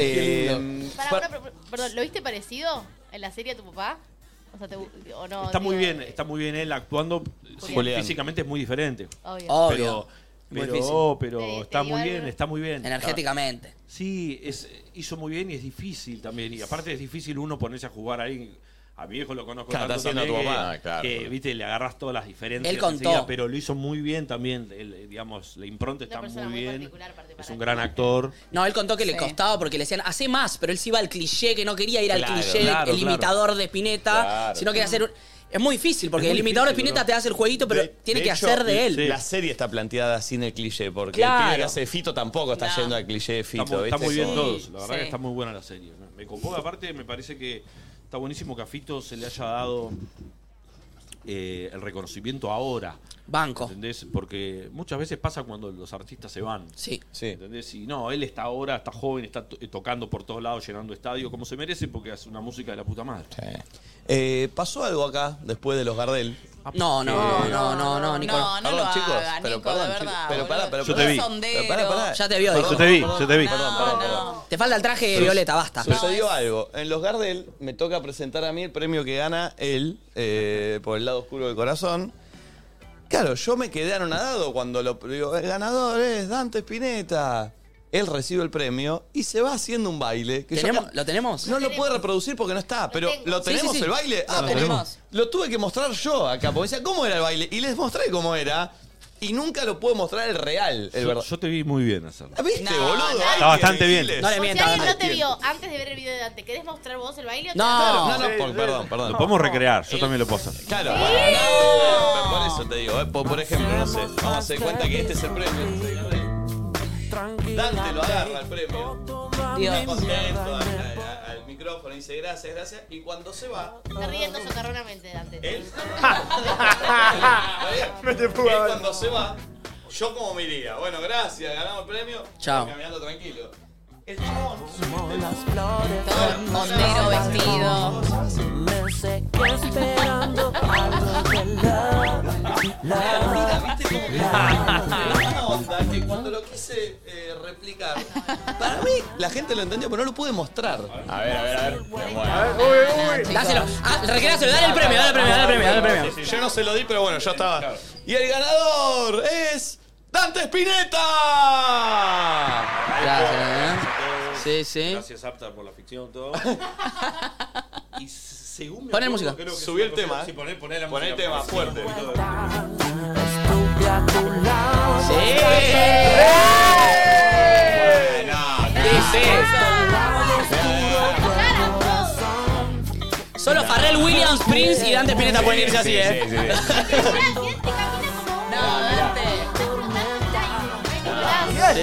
Speaker 1: Eh,
Speaker 9: Pará, una pre- perdón, ¿lo viste parecido en la serie a tu papá? O sea, te, o no,
Speaker 10: Está muy
Speaker 9: digo,
Speaker 10: bien, está muy bien él actuando. sí,
Speaker 9: Julián.
Speaker 10: físicamente es muy diferente.
Speaker 9: Obvio.
Speaker 10: Pero,
Speaker 3: Obvio. Muy difícil.
Speaker 10: pero, pero
Speaker 3: Te- te
Speaker 10: está muy
Speaker 3: igual-
Speaker 10: bien, está muy bien.
Speaker 3: Energéticamente.
Speaker 10: Está- Sí, es, hizo muy bien y es difícil también. Y aparte es difícil uno ponerse a jugar ahí. A mi viejo lo conozco
Speaker 5: Claro,
Speaker 10: tanto
Speaker 5: está haciendo
Speaker 10: también
Speaker 5: tu
Speaker 10: que-
Speaker 5: papá,
Speaker 10: que,
Speaker 5: claro.
Speaker 10: viste, le agarras todas las diferencias.
Speaker 5: Él contó.
Speaker 10: enseguida, pero lo hizo muy bien también. el- digamos, la impronta está muy, bien. Es un gran actor.
Speaker 3: No, él contó que le
Speaker 10: Sí.
Speaker 3: costaba porque le decían, hace más, pero él se iba al cliché, que no quería ir al
Speaker 10: Claro,
Speaker 3: cliché,
Speaker 10: claro,
Speaker 3: el
Speaker 10: claro.
Speaker 3: imitador de Spinetta,
Speaker 2: Claro.
Speaker 3: sino que era hacer un... Es muy difícil, porque
Speaker 2: Es muy
Speaker 3: el imitador
Speaker 2: difícil,
Speaker 3: de Spinetta
Speaker 2: bro.
Speaker 3: te hace el jueguito, pero tiene que
Speaker 2: hecho,
Speaker 3: hacer de él.
Speaker 2: La serie está planteada sin el cliché, porque
Speaker 3: Claro.
Speaker 2: el pibe que hace de Fito tampoco está yendo al cliché de Fito.
Speaker 10: Está muy- está
Speaker 2: ¿viste?
Speaker 10: muy bien
Speaker 2: Como-
Speaker 10: todos. La verdad que está muy buena la serie. Me- Me copó. Eh, Aparte, me parece que está buenísimo que a Fito se le haya dado eh, el reconocimiento ahora.
Speaker 3: Banco.
Speaker 10: ¿Entendés? Porque muchas veces pasa cuando los artistas se van.
Speaker 3: Sí.
Speaker 10: ¿Entendés? Y no, él está ahora, está joven, está to- eh, tocando por todos lados, llenando estadios como se merece porque hace una música de la puta madre.
Speaker 2: Eh, pasó algo acá después de los Gardel.
Speaker 10: Ah,
Speaker 3: No, no,
Speaker 2: Eh,
Speaker 3: no, no, no, Nico.
Speaker 2: no, no lo
Speaker 3: Perdón,
Speaker 2: chicos,
Speaker 3: hagas,
Speaker 2: pero
Speaker 3: Nico, de
Speaker 2: perdón,
Speaker 3: verdad,
Speaker 2: chicos, pero pará, pero
Speaker 3: Yo te
Speaker 2: pará.
Speaker 3: vi.
Speaker 2: Pero pará, pará.
Speaker 3: Ya te vio,
Speaker 2: Perdón,
Speaker 3: dijo. Yo te vi,
Speaker 2: perdón,
Speaker 3: yo te vi.
Speaker 2: Perdón, perdón, perdón.
Speaker 3: Te falta el traje de Violeta, basta.
Speaker 2: Sucedió algo. En los Gardel me toca presentar a mí el premio que gana él eh, por el lado oscuro del corazón. Claro, yo me quedé anonadado cuando lo digo, el ganador es Dante Spinetta. Él recibe el premio y se va haciendo un baile. que yo
Speaker 3: ¿Tenemos-
Speaker 2: ca-
Speaker 3: ¿Lo tenemos?
Speaker 2: No lo puede reproducir porque no está, pero ¿lo
Speaker 3: Sí, sí,
Speaker 2: tenemos
Speaker 3: sí.
Speaker 2: el baile?
Speaker 3: Lo
Speaker 2: porque
Speaker 3: tenemos.
Speaker 2: Lo tuve que mostrar yo acá, porque decía, ¿cómo era el baile? Y les mostré cómo era, y nunca lo puedo mostrar el real, el Este
Speaker 10: Yo-
Speaker 2: verdad.
Speaker 10: yo te vi muy bien hacerlo.
Speaker 2: ¿Viste, boludo?
Speaker 10: Está
Speaker 2: Hay que
Speaker 10: bastante bien.
Speaker 2: decirles.
Speaker 10: No le
Speaker 9: O si
Speaker 10: mientas,
Speaker 9: alguien no
Speaker 10: Dante.
Speaker 9: te vio antes de ver el video de Dante, ¿querés mostrar vos el baile? o te-
Speaker 2: No, no, no, por- perdón, perdón.
Speaker 10: Lo podemos recrear, yo también lo puedo hacer.
Speaker 2: Claro, bueno, no, pero por eso te digo, eh, por, por ejemplo, no sé, vamos a hacer cuenta que este es el premio. Dante lo agarra el premio.
Speaker 4: Dios.
Speaker 2: Está contento al, al- al micrófono, dice gracias, gracias. Y cuando se va,
Speaker 9: Está riendo socarronamente, Dante.
Speaker 2: Me te cuando se va, yo como me iría. Bueno, gracias, ganamos el premio.
Speaker 3: Chao.
Speaker 2: Caminando tranquilo.
Speaker 4: Hondero vestido.
Speaker 19: Me sequé esperando algo de
Speaker 2: Una onda que cuando lo quise eh, replicar, para mí la gente lo entendió, pero no lo pude mostrar.
Speaker 5: A ver, a ver, a ver.
Speaker 3: Dáselo. Ah, recreáselo, dale el premio, dale el premio, dale el premio, dale el premio.
Speaker 2: Sí, sí, Yo no se lo di, pero bueno, ya estaba. Y el ganador es Dante Spinetta.
Speaker 3: Gracias, eh. Sí, sí.
Speaker 10: Gracias, Aptar, por la ficción, todo. y según me
Speaker 3: Pon el
Speaker 10: acuerdo,
Speaker 3: música.
Speaker 10: creo que es
Speaker 2: Subí el
Speaker 10: una cosa-
Speaker 2: tema,
Speaker 10: Sí,
Speaker 2: eh.
Speaker 10: poné, poné la
Speaker 2: Poné el
Speaker 10: música,
Speaker 2: tema
Speaker 10: porque
Speaker 2: fuerte.
Speaker 10: sí, no,
Speaker 3: Solo Farrell Williams, Prince y Dante Spinetta pueden irse así,
Speaker 5: Sí,
Speaker 3: ¿eh?
Speaker 5: sí, sí, sí.
Speaker 3: Sí,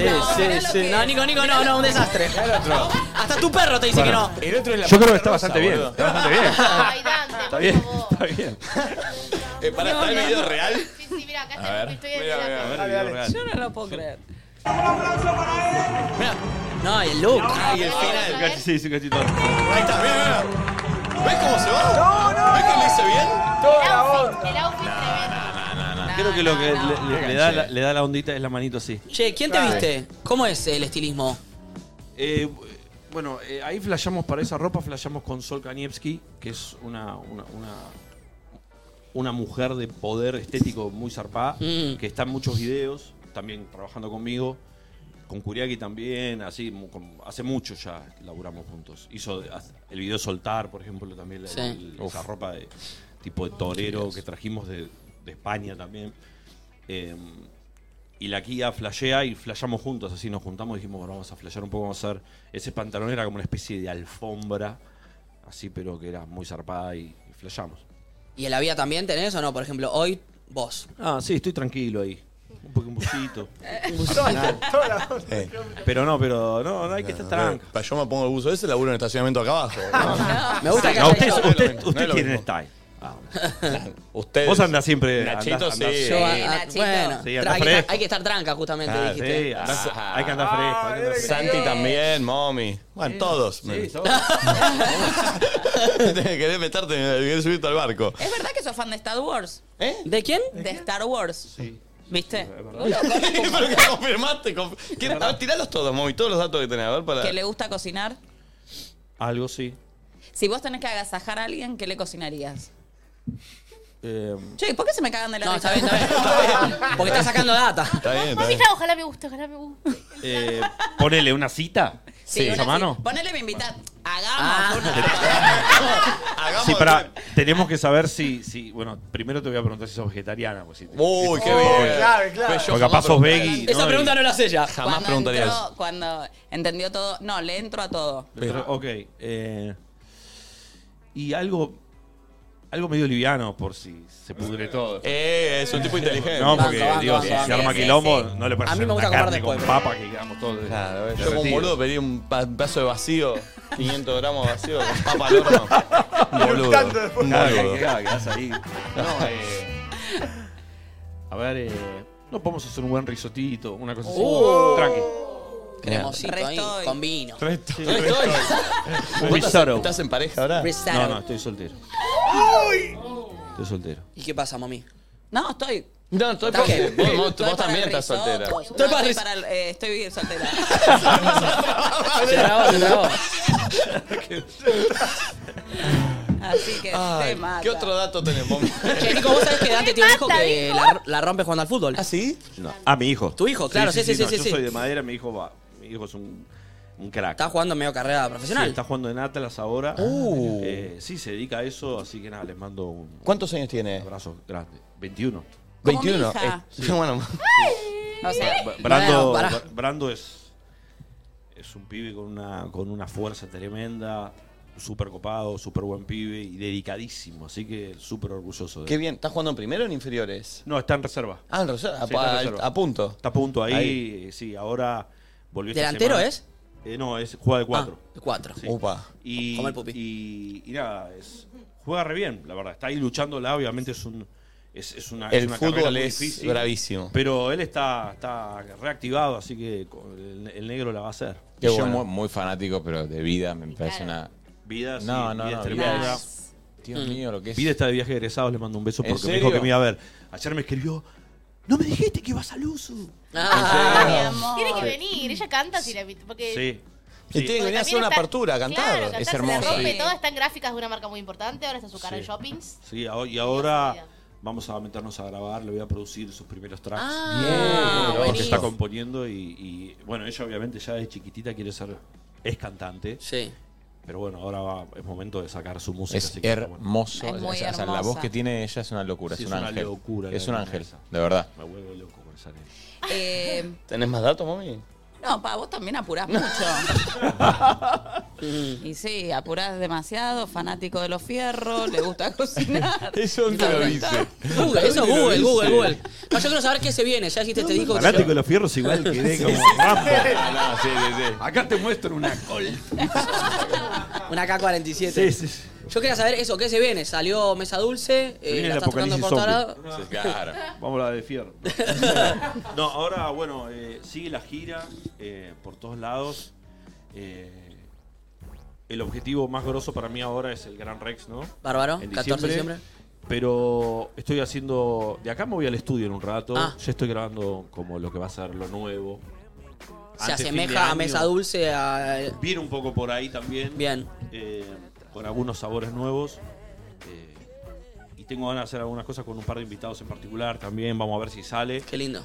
Speaker 3: sí, sí. No, Nico, Nico, no, no, un desastre. Hasta tu perro te dice que no.
Speaker 5: El otro es la
Speaker 10: Yo creo que
Speaker 5: Pantera
Speaker 10: está
Speaker 5: Rosa,
Speaker 10: bastante bien.
Speaker 5: boludo.
Speaker 10: Está bastante bien.
Speaker 9: Ay, Dante,
Speaker 10: Está bien, está bien.
Speaker 2: Eh, para, ¿está el video real?
Speaker 9: Sí, sí, mira, acá
Speaker 10: A ver.
Speaker 9: estoy en
Speaker 2: Mira,
Speaker 9: la-
Speaker 2: mira,
Speaker 10: ver,
Speaker 2: dale,
Speaker 10: video
Speaker 2: dale.
Speaker 10: real. Yo
Speaker 4: no lo puedo creer.
Speaker 3: No, y el look.
Speaker 2: Ah, y el final.
Speaker 10: Casi sí, sí, casi todo.
Speaker 2: Ahí está, mira, mira. ¿Ves cómo se va? No, no. ¿Ves que lo hice bien?
Speaker 9: El outfit
Speaker 10: Creo que lo que le, le- le da la, le da la ondita es la manito así.
Speaker 3: Che, ¿quién te
Speaker 10: Claro.
Speaker 3: viste? ¿Cómo es el estilismo?
Speaker 10: Eh, bueno, eh, ahí flasheamos para esa ropa, flasheamos con Sol Kanievski, que es una, una, una- una mujer de poder estético muy zarpada, que está en muchos videos, también trabajando conmigo, con Kuriaki también, así, mu- con- hace mucho ya que laburamos juntos. Hizo de- hace- el video Soltar, por ejemplo, también, la-
Speaker 3: Sí.
Speaker 10: el- esa ropa de tipo de torero que trajimos de, de España también. Em, y la Kia flashea y flashamos juntos, así nos juntamos y dijimos, bueno, vamos a flashear un poco, vamos a hacer. Ese pantalón era como una especie de alfombra, así, pero que era muy zarpada y, y flashamos.
Speaker 3: ¿Y en la vida también tenés o no? Por ejemplo, hoy, vos.
Speaker 10: Ah, sí, estoy tranquilo ahí. Un poco un busito.
Speaker 2: Eh,
Speaker 10: pero no, pero no, no hay que estar tranquilo.
Speaker 2: eh, Yo me pongo el buzo ese, laburo en el estacionamiento acá abajo.
Speaker 10: Me gusta que No, haya usted- ido. usted- usted tiene style. Ah,
Speaker 2: Ustedes.
Speaker 10: Vos andás siempre-
Speaker 2: Nachito,
Speaker 10: andás-
Speaker 2: sí.
Speaker 10: andás-
Speaker 2: Sí,
Speaker 10: Yo
Speaker 3: Ah, ah, bueno,
Speaker 10: Sí,
Speaker 3: tra-
Speaker 10: anda
Speaker 3: hay, que,
Speaker 10: fresco.
Speaker 3: hay que estar tranca, justamente,
Speaker 10: Ah, sí,
Speaker 3: dijiste.
Speaker 10: andás- hay que andar fresco. hay que andar fresco.
Speaker 2: Santi también, mommy. Bueno, todos. me- Querés meterte, querés subirte al barco.
Speaker 4: ¿Es verdad que sos fan de Star Wars?
Speaker 2: ¿Eh?
Speaker 3: ¿De quién?
Speaker 4: De Star Wars.
Speaker 10: Sí.
Speaker 4: ¿Viste?
Speaker 2: Pero que confirmaste. conf- ¿Qué- a ver, tiralos todos, Moby, todos los datos que tenés. A ver, para.
Speaker 4: ¿Que le gusta cocinar?
Speaker 10: Algo sí.
Speaker 4: Si vos tenés que agasajar a alguien, ¿qué le cocinarías?
Speaker 10: Eh,
Speaker 4: Che, ¿por qué se me cagan de la
Speaker 3: No,
Speaker 4: risa?
Speaker 3: está bien, está bien. Porque está sacando data.
Speaker 10: Está bien, está bien.
Speaker 29: Mamita, ojalá me guste, ojalá me guste.
Speaker 10: Eh, ponele una cita.
Speaker 4: Sí,
Speaker 10: ¿Esa
Speaker 4: una-
Speaker 10: mano?
Speaker 4: Ponele me invitar.
Speaker 10: Sí, para, tenemos que saber si, si. Bueno, primero te voy a preguntar si sos vegetariana. Pues, si te-
Speaker 2: Uy, qué
Speaker 10: Porque-
Speaker 2: bien. Claro, claro. Yo
Speaker 10: Porque
Speaker 2: jamás
Speaker 10: capaz sos
Speaker 2: preguntaría.
Speaker 10: veggie.
Speaker 2: Esa pregunta no la hace ella. Jamás
Speaker 4: Cuando
Speaker 10: preguntaría
Speaker 4: entró- Cuando entendió todo. No, le entro a todo.
Speaker 10: Pero, ok. eh, y algo. Algo medio liviano por si se pudre todo.
Speaker 2: Eh, es un tipo inteligente.
Speaker 10: No, porque
Speaker 2: Banco, banco,
Speaker 10: digo, si
Speaker 2: banco.
Speaker 10: se arma
Speaker 2: Sí, sí,
Speaker 10: quilombo,
Speaker 2: sí.
Speaker 10: no le parece
Speaker 2: A mí me
Speaker 10: una
Speaker 2: gusta
Speaker 10: carne
Speaker 2: comer
Speaker 10: con
Speaker 2: después.
Speaker 10: papa que quedamos todos. Claro,
Speaker 2: eh, Yo como un boludo pedí un pa- pedazo de vacío, 500 gramos de vacío, con papa al horno. Un boludo.
Speaker 10: Tanto después.
Speaker 2: Un
Speaker 10: Claro,
Speaker 2: boludo.
Speaker 10: que- claro, que vas ahí. No, eh, A ver, eh, no podemos hacer un buen risotito, una cosa así.
Speaker 2: Uh.
Speaker 3: Oh.
Speaker 10: Uh, Tranqui.
Speaker 3: Cremosito ahí, con vino.
Speaker 10: Resto-
Speaker 3: Restoy.
Speaker 10: Un
Speaker 2: ¿Vos estás,
Speaker 10: risotto.
Speaker 2: estás en pareja ahora?
Speaker 10: No, no, estoy soltero. Estoy soltero.
Speaker 3: ¿Y qué pasa, mami?
Speaker 4: No, estoy.
Speaker 2: No, estoy
Speaker 4: ¿Estás
Speaker 2: porque
Speaker 4: qué?
Speaker 2: vos- vos-
Speaker 4: Estoy
Speaker 2: vos
Speaker 4: para
Speaker 2: también
Speaker 4: el
Speaker 2: estás
Speaker 4: risotto.
Speaker 2: soltera.
Speaker 4: No,
Speaker 2: Estoy
Speaker 4: Estoy
Speaker 2: para
Speaker 4: para.
Speaker 2: el-
Speaker 4: el- eh, Estoy soltera.
Speaker 3: Se trabó, se trabó.
Speaker 4: Así que te mata.
Speaker 2: ¿Qué otro dato tenemos?
Speaker 3: Che, Nico, vos sabés que Dante tiene un hijo
Speaker 4: mata,
Speaker 3: que
Speaker 4: hijo.
Speaker 3: la, la rompe jugando al fútbol. ¿Ah,
Speaker 2: sí?
Speaker 10: No. Ah, mi hijo.
Speaker 3: Tu hijo, claro, sí, sí, sí.
Speaker 10: no,
Speaker 3: sí,
Speaker 10: yo
Speaker 3: sí.
Speaker 10: soy de madera, mi hijo va. Mi hijo es un, un crack.
Speaker 3: Está jugando medio carrera
Speaker 10: Sí,
Speaker 3: profesional.
Speaker 10: está jugando en Atlas ahora.
Speaker 2: Uh.
Speaker 10: Eh, sí, se dedica a eso, así que nada, les mando un
Speaker 2: ¿Cuántos años tiene?
Speaker 10: abrazo grande. 21.
Speaker 2: Como 21, mi hija. eh, bueno.
Speaker 3: Ah,
Speaker 4: O sea,
Speaker 10: Bra- Brando,
Speaker 4: bueno, pará.
Speaker 10: Bra- Brando es, es un pibe con una, con una fuerza tremenda, súper copado, súper buen pibe y dedicadísimo, así que súper orgulloso de
Speaker 2: Qué
Speaker 10: él.
Speaker 2: bien, ¿estás jugando en primero o en inferiores?
Speaker 10: No, está en reserva.
Speaker 2: Ah, en reserva,
Speaker 10: Sí,
Speaker 2: a-
Speaker 10: está en
Speaker 2: a-
Speaker 10: reserva.
Speaker 2: a punto.
Speaker 10: Está a punto ahí,
Speaker 2: Ahí.
Speaker 10: sí, ahora volvió esta
Speaker 3: ¿Delantero
Speaker 10: semana.
Speaker 3: es?
Speaker 10: Eh, no, es juega de cuatro.
Speaker 3: de cuatro.
Speaker 10: Sí.
Speaker 3: Upa.
Speaker 10: Y,
Speaker 3: Como el pupi.
Speaker 10: Y, y nada, es, juega re bien, la verdad. Está ahí luchándola, obviamente es un... Es, es una, es
Speaker 2: El
Speaker 10: una carrera
Speaker 2: fútbol
Speaker 10: muy
Speaker 2: es
Speaker 10: difícil.
Speaker 2: bravísimo.
Speaker 10: Pero él está, está reactivado, así que con- el, el negro la va a hacer.
Speaker 5: Y yo muy, muy fanático, pero de vida me parece una.
Speaker 10: Vida, sí,
Speaker 5: No, no,
Speaker 10: vida
Speaker 5: no.
Speaker 10: es
Speaker 5: vida
Speaker 10: tremenda.
Speaker 5: es- Dios mío, lo que es.
Speaker 10: Vida está de viaje de egresados, le mando un beso
Speaker 5: ¿En
Speaker 10: porque me dijo
Speaker 5: serio?
Speaker 10: que me iba a ver. Ayer me escribió, no me
Speaker 3: este
Speaker 10: dijiste que ibas al uso.
Speaker 2: Ah.
Speaker 4: Ah,
Speaker 29: Tiene que venir, ella canta si la invito, porque
Speaker 10: Sí.
Speaker 2: Y tiene que venir a hacer una apertura, a cantar.
Speaker 29: Claro,
Speaker 10: Es
Speaker 29: es hermoso.
Speaker 10: hermoso.
Speaker 29: Rompe
Speaker 10: Sí.
Speaker 29: todo, está en gráficas de una marca muy importante, ahora está su cara
Speaker 10: Sí.
Speaker 29: en shoppings.
Speaker 10: Sí, aho- y ahora vamos a meternos a grabar, le voy a producir sus primeros tracks.
Speaker 29: Ah, Bien,
Speaker 10: Porque
Speaker 29: buenísimo.
Speaker 10: está componiendo y, y, bueno, ella obviamente ya desde chiquitita quiere ser, es cantante.
Speaker 3: Sí.
Speaker 10: Pero bueno, ahora va- es momento de sacar su música.
Speaker 5: Es
Speaker 10: así que está bueno.
Speaker 5: hermoso.
Speaker 10: Es muy
Speaker 5: O sea, la
Speaker 10: hermosa.
Speaker 5: voz que tiene ella es una locura.
Speaker 10: Sí,
Speaker 5: es
Speaker 10: es
Speaker 5: un
Speaker 10: una
Speaker 5: ángel.
Speaker 10: locura
Speaker 5: Es
Speaker 10: la
Speaker 5: un
Speaker 10: de
Speaker 5: ángel,
Speaker 10: esa.
Speaker 5: de verdad.
Speaker 10: Me vuelvo loco con esa nena.
Speaker 4: Eh,
Speaker 2: ¿Tenés más datos, mami?
Speaker 4: no, pa, vos también apurás mucho. y sí, apurás demasiado, fanático de los fierros, le gusta cocinar.
Speaker 2: Eso
Speaker 3: te lo
Speaker 2: dice.
Speaker 3: Google, eso,
Speaker 4: Te lo
Speaker 3: Google,
Speaker 4: dice.
Speaker 3: Google, Google. No, yo quiero saber qué se viene. Ya hiciste este disco. que se
Speaker 10: Fanático
Speaker 3: llama-
Speaker 10: de los fierros igual quedé
Speaker 3: Sí,
Speaker 10: como
Speaker 3: sí,
Speaker 10: Rambo.
Speaker 3: sí.
Speaker 10: Acá te muestro una col.
Speaker 3: Una K-47.
Speaker 10: Sí, sí, sí.
Speaker 3: Yo quería saber eso, ¿qué se viene? Salió Mesa Dulce, eh,
Speaker 10: viene
Speaker 3: la
Speaker 10: el
Speaker 3: estás tocando
Speaker 10: apocalipsis
Speaker 3: por todos
Speaker 10: zombie.
Speaker 3: lados.
Speaker 10: Sí, claro. Vamos a la de fierro. No, ahora, bueno, eh, sigue la gira eh, por todos lados. Eh, el objetivo más grosso para mí ahora es el Gran Rex, ¿no?
Speaker 3: Bárbaro,
Speaker 10: En
Speaker 3: 14 de diciembre.
Speaker 10: Pero estoy haciendo. De acá me voy al estudio en un rato.
Speaker 3: Ah.
Speaker 10: Ya estoy grabando como lo que va a ser lo nuevo.
Speaker 3: Se
Speaker 10: Antes fin de
Speaker 3: asemeja a
Speaker 10: año.
Speaker 3: Mesa Dulce a.
Speaker 10: Viene un poco por ahí también. eh,
Speaker 3: Bien.
Speaker 10: con algunos sabores nuevos. eh, y tengo ganas de hacer algunas cosas con un par de invitados en particular también. Vamos a ver si sale. Eh,
Speaker 3: Qué lindo.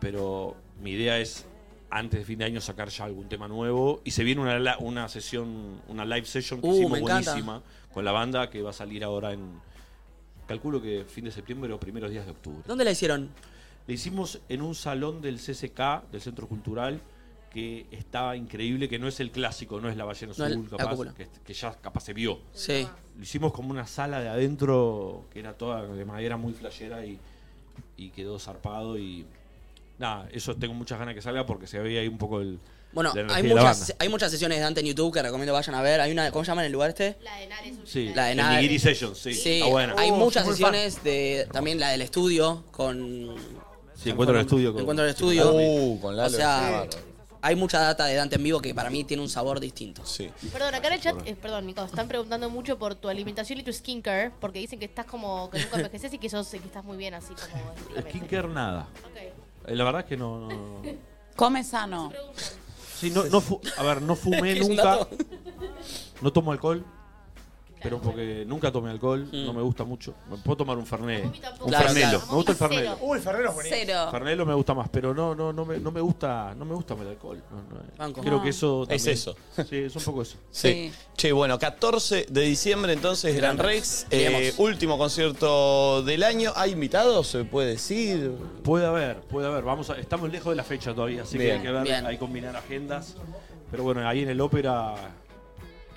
Speaker 10: pero mi idea es antes de fin de año sacar ya algún tema nuevo. Y se viene una, la- una sesión, una live session que
Speaker 3: Uh, me
Speaker 10: hicimos
Speaker 3: encanta.
Speaker 10: buenísima con la banda que va a salir ahora en. Calculo que fin de septiembre o primeros días de octubre.
Speaker 3: ¿Dónde la hicieron?
Speaker 10: Le hicimos en un salón del CCK, del Centro Cultural, que estaba increíble, que no es el clásico, no es la ballena
Speaker 3: No,
Speaker 10: azul,
Speaker 3: el- la cúpula.
Speaker 10: capaz, que, que ya capaz se vio.
Speaker 3: Sí.
Speaker 10: Lo hicimos como una sala de adentro que era toda de madera muy flashera y, y quedó zarpado y. Nada, eso tengo muchas ganas que salga porque se veía ahí un poco el.
Speaker 3: Bueno,
Speaker 10: la energía
Speaker 3: hay
Speaker 10: de la
Speaker 3: muchas,
Speaker 10: banda.
Speaker 3: hay muchas sesiones de Dante en YouTube que recomiendo vayan a ver. Hay una, ¿cómo se llama en el lugar este? La de Nares.
Speaker 10: Sí,
Speaker 3: La de
Speaker 10: el
Speaker 3: Nares.
Speaker 10: Nigiri Sessions, sí, está buena.
Speaker 3: Hay
Speaker 10: Oh,
Speaker 3: muchas
Speaker 10: soy muy fan.
Speaker 3: sesiones de. También la del estudio con.
Speaker 10: Sí, encuentro en el estudio.
Speaker 3: Encuentro en el estudio.
Speaker 10: Uh, con Lalo.
Speaker 3: O sea, Hay mucha data de Dante en vivo que para mí tiene un sabor distinto.
Speaker 2: Sí.
Speaker 9: Perdón, acá en el chat, eh, perdón, Nico, están preguntando mucho por tu alimentación y tu skincare, porque dicen que estás como que nunca envejeces y que sos, que estás muy bien así como.
Speaker 10: Skincare nada. Eh, La verdad es que no. no- no.
Speaker 4: Come sano.
Speaker 10: Sí, no, no fu- a ver, no fumé
Speaker 4: Es un
Speaker 10: nunca.
Speaker 4: dato.
Speaker 10: No tomo alcohol. Pero porque nunca tomé alcohol, no me gusta mucho. Me puedo tomar un fernet. Un
Speaker 7: Claro,
Speaker 10: fernelo.
Speaker 7: claro.
Speaker 10: Me gusta el
Speaker 7: Cero.
Speaker 10: fernelo.
Speaker 7: Uy, el fernelo es buenísimo. Cero.
Speaker 10: Fernelo me gusta más, pero no, no, no me, no me gusta, no me gusta el alcohol. No, no, eh.
Speaker 2: Banco.
Speaker 10: Creo
Speaker 2: No.
Speaker 10: que eso
Speaker 2: Es
Speaker 10: también-
Speaker 2: eso.
Speaker 10: Sí, es un poco eso.
Speaker 2: Sí. Che, bueno, 14 de diciembre entonces Gran Rex, eh,
Speaker 10: Llegamos.
Speaker 2: último concierto del año. ¿Hay invitados? ¿Se puede decir?
Speaker 10: Puede haber, puede haber. Vamos a- estamos lejos de la fecha todavía, así que
Speaker 2: Bien.
Speaker 10: hay que ver,
Speaker 2: Bien.
Speaker 10: hay que combinar agendas. Pero bueno, ahí en el ópera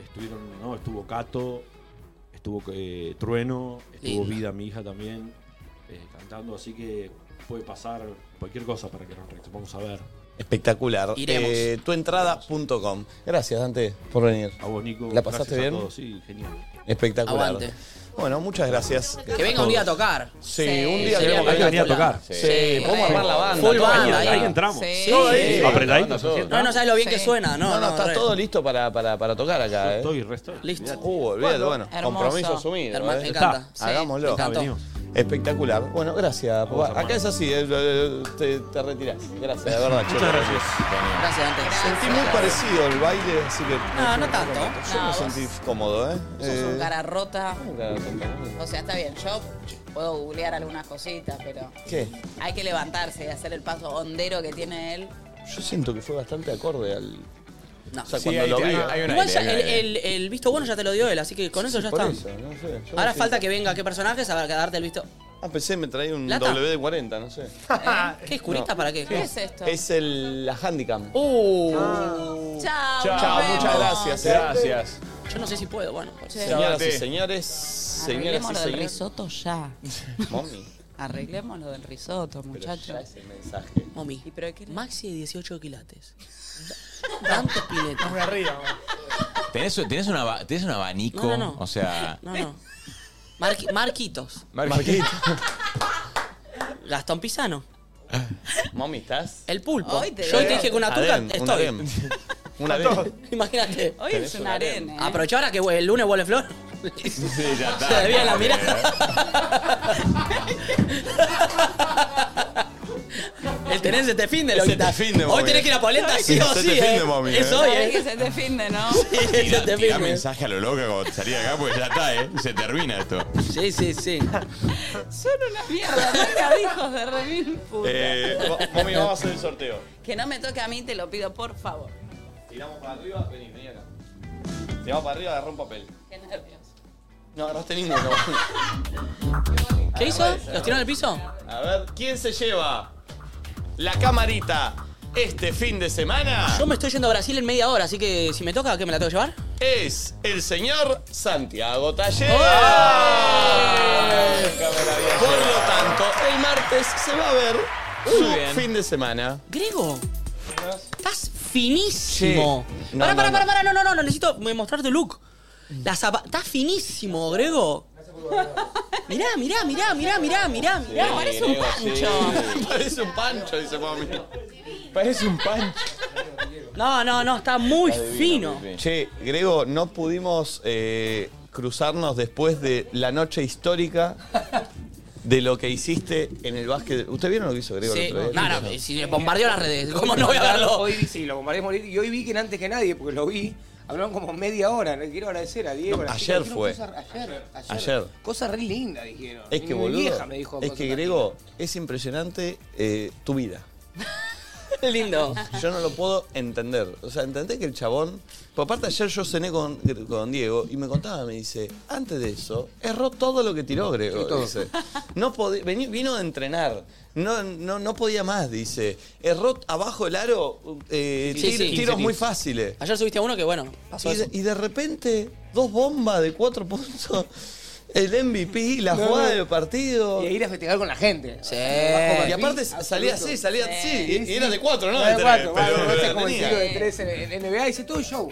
Speaker 10: estuvieron, ¿no? Estuvo Cato, estuvo eh, Trueno, estuvo
Speaker 2: Lindo.
Speaker 10: Vida, mi hija también, eh, cantando, así que puede pasar cualquier cosa para que nos recto. Vamos a ver.
Speaker 2: Espectacular.
Speaker 10: Iremos.
Speaker 2: Eh, tuentrada.com. Gracias, Dante, por venir.
Speaker 10: A vos, Nico.
Speaker 2: ¿La pasaste
Speaker 10: Gracias a
Speaker 2: bien?
Speaker 10: todos, Sí, genial.
Speaker 2: Espectacular.
Speaker 10: Aguante.
Speaker 2: Bueno, muchas gracias.
Speaker 3: Que venga un día a tocar. Sí.
Speaker 2: Sí, un día
Speaker 3: Sería
Speaker 2: queremos que
Speaker 3: espectacular.
Speaker 2: venga
Speaker 3: Sí.
Speaker 2: Sí,
Speaker 3: Sí.
Speaker 2: podemos armar la banda.
Speaker 3: Full
Speaker 2: todo.
Speaker 3: banda, ahí. Ahí entramos. Sí. Todo ahí. Apretadito,
Speaker 2: La banda, todo.
Speaker 3: No, no sabes lo bien que suena, no,
Speaker 2: No,
Speaker 3: no,
Speaker 2: está
Speaker 3: re.
Speaker 2: todo listo para, para, para tocar acá.
Speaker 10: Estoy,
Speaker 2: eh.
Speaker 10: resto.
Speaker 2: Listo. Uh, olvídate,
Speaker 3: Bueno,
Speaker 2: bueno.
Speaker 3: hermoso.
Speaker 2: Compromiso asumido.
Speaker 3: Hermoso,
Speaker 2: eh.
Speaker 3: me
Speaker 10: Ah,
Speaker 3: encanta. Sí, me
Speaker 2: Hagámoslo.
Speaker 3: encantó. Venimos.
Speaker 2: Espectacular. Bueno, gracias, papá.
Speaker 3: hermano.
Speaker 2: Acá es así, eh, eh, te, te retirás. Gracias, de verdad,
Speaker 10: Muchas
Speaker 2: che.
Speaker 10: gracias.
Speaker 3: Gracias, Dante.
Speaker 2: Sentí muy parecido el baile, así que.
Speaker 4: No, no tanto.
Speaker 2: Yo
Speaker 4: No,
Speaker 2: me
Speaker 4: vos-
Speaker 2: sentí cómodo, ¿eh?
Speaker 4: Sos
Speaker 2: Eh,
Speaker 4: un cara rota.
Speaker 2: un cara rota.
Speaker 4: O sea, está bien, yo puedo googlear algunas cositas, pero
Speaker 2: ¿Qué?
Speaker 4: hay que levantarse y hacer el paso hondero que tiene él.
Speaker 2: Yo siento que fue bastante acorde al. O sea,
Speaker 3: Sí,
Speaker 2: cuando
Speaker 3: hay-
Speaker 2: lo vi.
Speaker 3: hay- hay un Igual aire, ya hay un el- aire. el visto bueno ya te lo dio él, así que con eso ya
Speaker 2: por
Speaker 3: está.
Speaker 2: eso, no sé, yo
Speaker 3: Ahora
Speaker 2: no
Speaker 3: falta
Speaker 2: siento-
Speaker 3: que venga qué personajes a darte el visto. ¿Eh?
Speaker 2: Ah, pensé, me traía un
Speaker 3: ¿Plata?
Speaker 2: W de 40, no sé.
Speaker 3: ¿Qué es curista
Speaker 2: No.
Speaker 3: para qué?
Speaker 2: No. Es el, la Handicam.
Speaker 3: Uh.
Speaker 4: Chao.
Speaker 2: Chao,
Speaker 3: nos vemos.
Speaker 2: muchas gracias. eh.
Speaker 5: Gracias.
Speaker 3: Yo no sé si puedo, bueno. pues.
Speaker 2: Señoras y
Speaker 4: Dante.
Speaker 2: señores,
Speaker 4: Arreglemos
Speaker 2: señoras y
Speaker 4: lo del
Speaker 2: señores.
Speaker 4: risotto ya.
Speaker 2: Mami.
Speaker 4: Arreglemos lo del risotto,
Speaker 2: ya
Speaker 4: muchachos.
Speaker 2: es el mensaje.
Speaker 3: Mami. Maxi de 18 quilates. Dante Spinetta.
Speaker 7: Muy arriba.
Speaker 5: ¿Tenés, tenés, un aba- tenés un abanico?
Speaker 3: No, no, no.
Speaker 5: O sea.
Speaker 3: No, no. Marqui- Marquitos.
Speaker 5: Marquito.
Speaker 3: Gastón Pisano.
Speaker 2: Mami, ¿estás?
Speaker 3: El pulpo.
Speaker 4: Hoy te
Speaker 3: Yo hoy
Speaker 4: veo.
Speaker 3: te dije que una turca
Speaker 2: Adem, un
Speaker 3: estoy.
Speaker 2: adem. Un adem.
Speaker 3: Imagínate.
Speaker 4: Hoy es un harén, ¿eh?
Speaker 3: Aprovechá ahora que hue- el lunes huele flor.
Speaker 5: Sí, ya está.
Speaker 3: Se debía la mirada. El tenés este fin de
Speaker 2: Es
Speaker 3: lo
Speaker 2: este fin de,
Speaker 3: Hoy
Speaker 2: mami.
Speaker 3: tenés que ir a Polenta
Speaker 2: Es
Speaker 3: sí o
Speaker 2: este
Speaker 3: sí.
Speaker 2: fin
Speaker 3: eh.
Speaker 2: de, mami,
Speaker 3: Es
Speaker 2: eh.
Speaker 3: hoy,
Speaker 4: Sabés
Speaker 3: eh.
Speaker 4: que se te finde, ¿no?
Speaker 3: te
Speaker 5: Tira, tira
Speaker 3: firme.
Speaker 5: mensaje a lo loca cuando salí de acá porque ya está, ¿eh? Se termina esto.
Speaker 3: Sí, sí, sí.
Speaker 4: Son una mierda, venga, hijos de remil puta.
Speaker 2: Eh, va- mami, vamos a hacer el sorteo.
Speaker 4: Que no me toque a mí, te lo pido, por favor.
Speaker 2: Tiramos para arriba, vení, vení acá. Tiramos para arriba, agarrá un papel.
Speaker 4: Qué nervios.
Speaker 2: No agarraste ninguno.
Speaker 3: ¿Qué hizo? ¿Los tiró en el piso?
Speaker 2: A ver, ¿quién se lleva la camarita este fin de semana?
Speaker 3: Yo me estoy yendo a Brasil en media hora, así que si me toca, ¿qué me la tengo que llevar?
Speaker 2: Es el señor Santiago Taller.
Speaker 3: Oh. ¡Ah!
Speaker 2: Por lo tanto, el martes se va a ver
Speaker 3: Muy
Speaker 2: su
Speaker 3: bien.
Speaker 2: fin de semana.
Speaker 3: Grego, estás finísimo.
Speaker 2: Sí. No,
Speaker 3: pará,
Speaker 2: no,
Speaker 3: pará,
Speaker 2: no.
Speaker 3: pará, pará, no, no, no, no, necesito mostrar tu look. La zapa- Estás finísimo, Grego. Mirá, mirá, mirá, mirá, mirá, mirá, mirá.
Speaker 2: parece un pancho. Parece un pancho, dice mami. Parece un pancho.
Speaker 3: No, no, no, está muy fino.
Speaker 2: Che, Grego, no pudimos eh, cruzarnos después de la noche histórica de lo que hiciste en el básquet. ¿Ustedes vieron lo que hizo Grego
Speaker 3: Sí,
Speaker 2: el otro día?
Speaker 3: no, no, si bombardeó las redes, ¿cómo no voy a verlo?
Speaker 22: Hoy vi, sí, lo bombardeé morir. Y hoy vi que antes que nadie, porque lo vi, hablaron como media hora. Le quiero agradecer a Diego.
Speaker 2: No,
Speaker 22: a la
Speaker 2: ayer
Speaker 22: chica, dijeron
Speaker 2: fue.
Speaker 22: cosas- ayer, ayer.
Speaker 2: Ayer.
Speaker 22: Cosa re linda, dijeron.
Speaker 2: Es que,
Speaker 22: Mi
Speaker 2: boludo,
Speaker 22: vieja me dijo
Speaker 2: es
Speaker 22: cosas
Speaker 2: que, Grego, es impresionante eh, tu vida.
Speaker 3: Lindo.
Speaker 2: Yo no lo puedo entender. O sea, entendés que el chabón... Por aparte, ayer yo cené con, con Diego y me contaba, me dice, antes de eso, erró todo lo que tiró Grego,
Speaker 22: Sí, todo.
Speaker 2: dice. No podí- vení- vino de entrenar. No, no, no podía más, dice. Erró abajo el aro eh,
Speaker 3: Sí,
Speaker 2: tir-
Speaker 3: sí.
Speaker 2: tiros muy fáciles.
Speaker 3: Ayer subiste a uno que, bueno, pasó
Speaker 2: Y de,
Speaker 3: eso.
Speaker 2: y de repente, dos bombas de cuatro puntos. El MVP, la
Speaker 22: No,
Speaker 2: jugada
Speaker 22: no.
Speaker 2: del partido.
Speaker 22: Y ir a festejar con la gente.
Speaker 3: Sí.
Speaker 2: Y aparte salía así, salía así. Y- y era de cuatro, ¿no?
Speaker 22: Era
Speaker 2: De
Speaker 22: de
Speaker 2: tres, pero-
Speaker 22: cuatro, bueno, no
Speaker 2: pero
Speaker 22: sé, como el
Speaker 2: tenía.
Speaker 22: tiro de tres en en NBA, hice todo el show.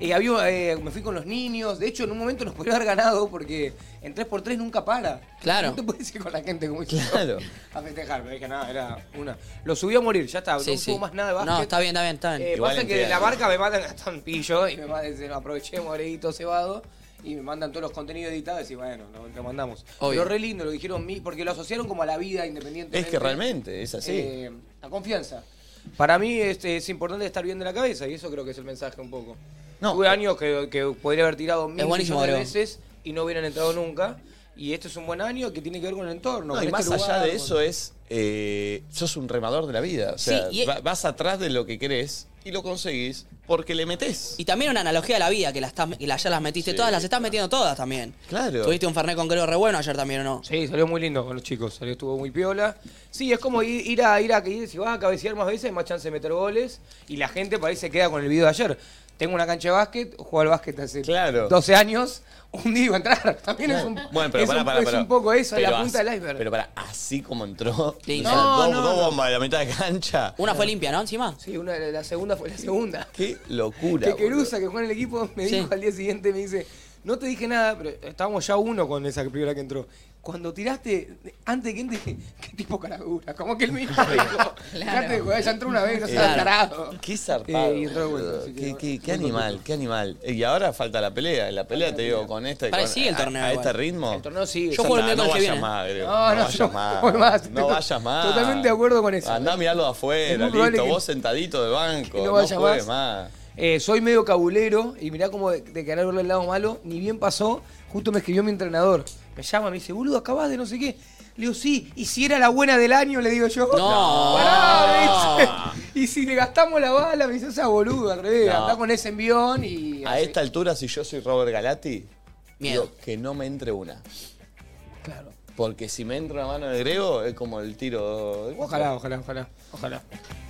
Speaker 22: Eh, había, eh, me fui con los niños. De hecho, en un momento nos podría haber ganado porque en 3x3 nunca para.
Speaker 3: Claro.
Speaker 22: No te puedes ir con la gente como hizo
Speaker 3: Claro.
Speaker 22: a festejar. Pero es que nada, era una. Lo subí a morir, ya está.
Speaker 3: Sí,
Speaker 22: no
Speaker 3: sí.
Speaker 22: subo más nada de básquet.
Speaker 3: No, está bien, está bien, está bien.
Speaker 22: Eh, pasa que de la marca me mandan a Tampillo y me mandan, dicen, aprovechemos Areguito Cebado y me mandan todos los contenidos editados y bueno, lo, lo mandamos.
Speaker 2: Obvio.
Speaker 22: Lo re lindo, lo que dijeron mí, porque lo asociaron como a la vida independiente.
Speaker 2: Es que realmente es así.
Speaker 22: la confianza. Para mí este, es importante estar bien de la cabeza y eso creo que es el mensaje un poco. Tuve años que, que podría haber tirado mil
Speaker 2: buenísimo,
Speaker 22: millones de
Speaker 2: Abreu.
Speaker 22: veces y no hubieran entrado nunca. Y este es un buen año que tiene que ver con el
Speaker 2: No,
Speaker 22: entorno. con
Speaker 2: y
Speaker 22: este
Speaker 2: más
Speaker 22: lugar,
Speaker 2: allá de
Speaker 22: con-
Speaker 2: eso es, eh, sos un remador de la vida. O sea,
Speaker 3: Sí, y-
Speaker 22: e-
Speaker 2: va- vas atrás de lo que querés y lo conseguís porque le metés.
Speaker 3: Y también una analogía a la vida, que, la estás- que la- ya las metiste todas, las estás metiendo todas también.
Speaker 2: Claro.
Speaker 3: Tuviste un Fernet con creo re bueno ayer también, ¿o no?
Speaker 22: Sí, salió muy lindo con los chicos, salió estuvo muy piola. Sí, es como ir, ir a ir a que si vas a cabecear más veces, más chance de meter goles y la gente parece que queda con el video de ayer. Tengo una cancha de básquet, juego al básquet hace 12 años, un día iba a entrar. También es un,
Speaker 2: Bueno, pero
Speaker 22: es
Speaker 2: pará,
Speaker 22: un-
Speaker 2: pará,
Speaker 22: es
Speaker 2: pará.
Speaker 22: un poco eso,
Speaker 2: Pero
Speaker 22: la punta
Speaker 2: así-
Speaker 22: del iceberg.
Speaker 2: Pero para, así como entró,
Speaker 22: Sí.
Speaker 2: o sea,
Speaker 22: No,
Speaker 2: dos,
Speaker 22: no,
Speaker 2: dos
Speaker 22: no.
Speaker 2: bombas de la mitad de cancha.
Speaker 3: Una fue limpia, ¿no? Encima.
Speaker 22: Sí, una, la segunda fue la segunda.
Speaker 2: Qué locura.
Speaker 22: que Querusa, que juega en el equipo, me dijo al día siguiente, me dice, no te dije nada, pero estábamos ya uno con esa primera que entró. Cuando tiraste, antes de que entre, qué tipo caragura, como que el mismo dijo, "Dejate de jugar, ya entró una vez, no seas
Speaker 2: Claro.
Speaker 22: tarado.
Speaker 2: Qué zarpado.
Speaker 22: Eh, y re bueno,
Speaker 2: boludo.
Speaker 22: así que
Speaker 2: qué,
Speaker 22: bueno,
Speaker 2: qué- qué
Speaker 22: muy
Speaker 2: animal, qué animal. Eh, Y ahora falta la pelea. La pelea, te digo, con este,
Speaker 22: Pará,
Speaker 2: con-
Speaker 22: sigue el
Speaker 2: a-
Speaker 22: torneo
Speaker 2: A, este
Speaker 22: igual.
Speaker 2: ritmo.
Speaker 22: El torneo sigue.
Speaker 2: Ya
Speaker 22: Yo juego el
Speaker 2: está,
Speaker 22: miércoles que
Speaker 2: No vayas
Speaker 22: viene.
Speaker 2: más, Grego,
Speaker 22: No,
Speaker 2: No,
Speaker 22: no, yo
Speaker 2: vayas más.
Speaker 22: voy más.
Speaker 2: No vayas más.
Speaker 22: Totalmente de acuerdo con eso.
Speaker 2: Andá a mirarlo de
Speaker 22: Es
Speaker 2: afuera,
Speaker 22: muy probable
Speaker 2: listo.
Speaker 22: que-
Speaker 2: Vos sentadito de banco.
Speaker 22: que no
Speaker 2: No,
Speaker 22: vayas
Speaker 2: juegues
Speaker 22: más.
Speaker 2: más.
Speaker 22: Eh, soy medio cabulero y mirá como de, de querer verle el lado malo, ni bien pasó, justo me escribió mi entrenador. Me llama, me dice, boludo, acabas de no sé qué. Le digo, sí, y si era la buena del año, le digo yo.
Speaker 3: No.
Speaker 22: Pará, me dice. Y si le gastamos la bala, me dice, esa boluda, al revés,
Speaker 2: No.
Speaker 22: andá con ese envión y.
Speaker 2: A esta altura, si yo soy Robert Galati, digo, que no me entre una.
Speaker 22: Claro.
Speaker 2: Porque si me entra la mano de Grego, es como el tiro. de-
Speaker 22: Ojalá, ojalá, ojalá, ojalá.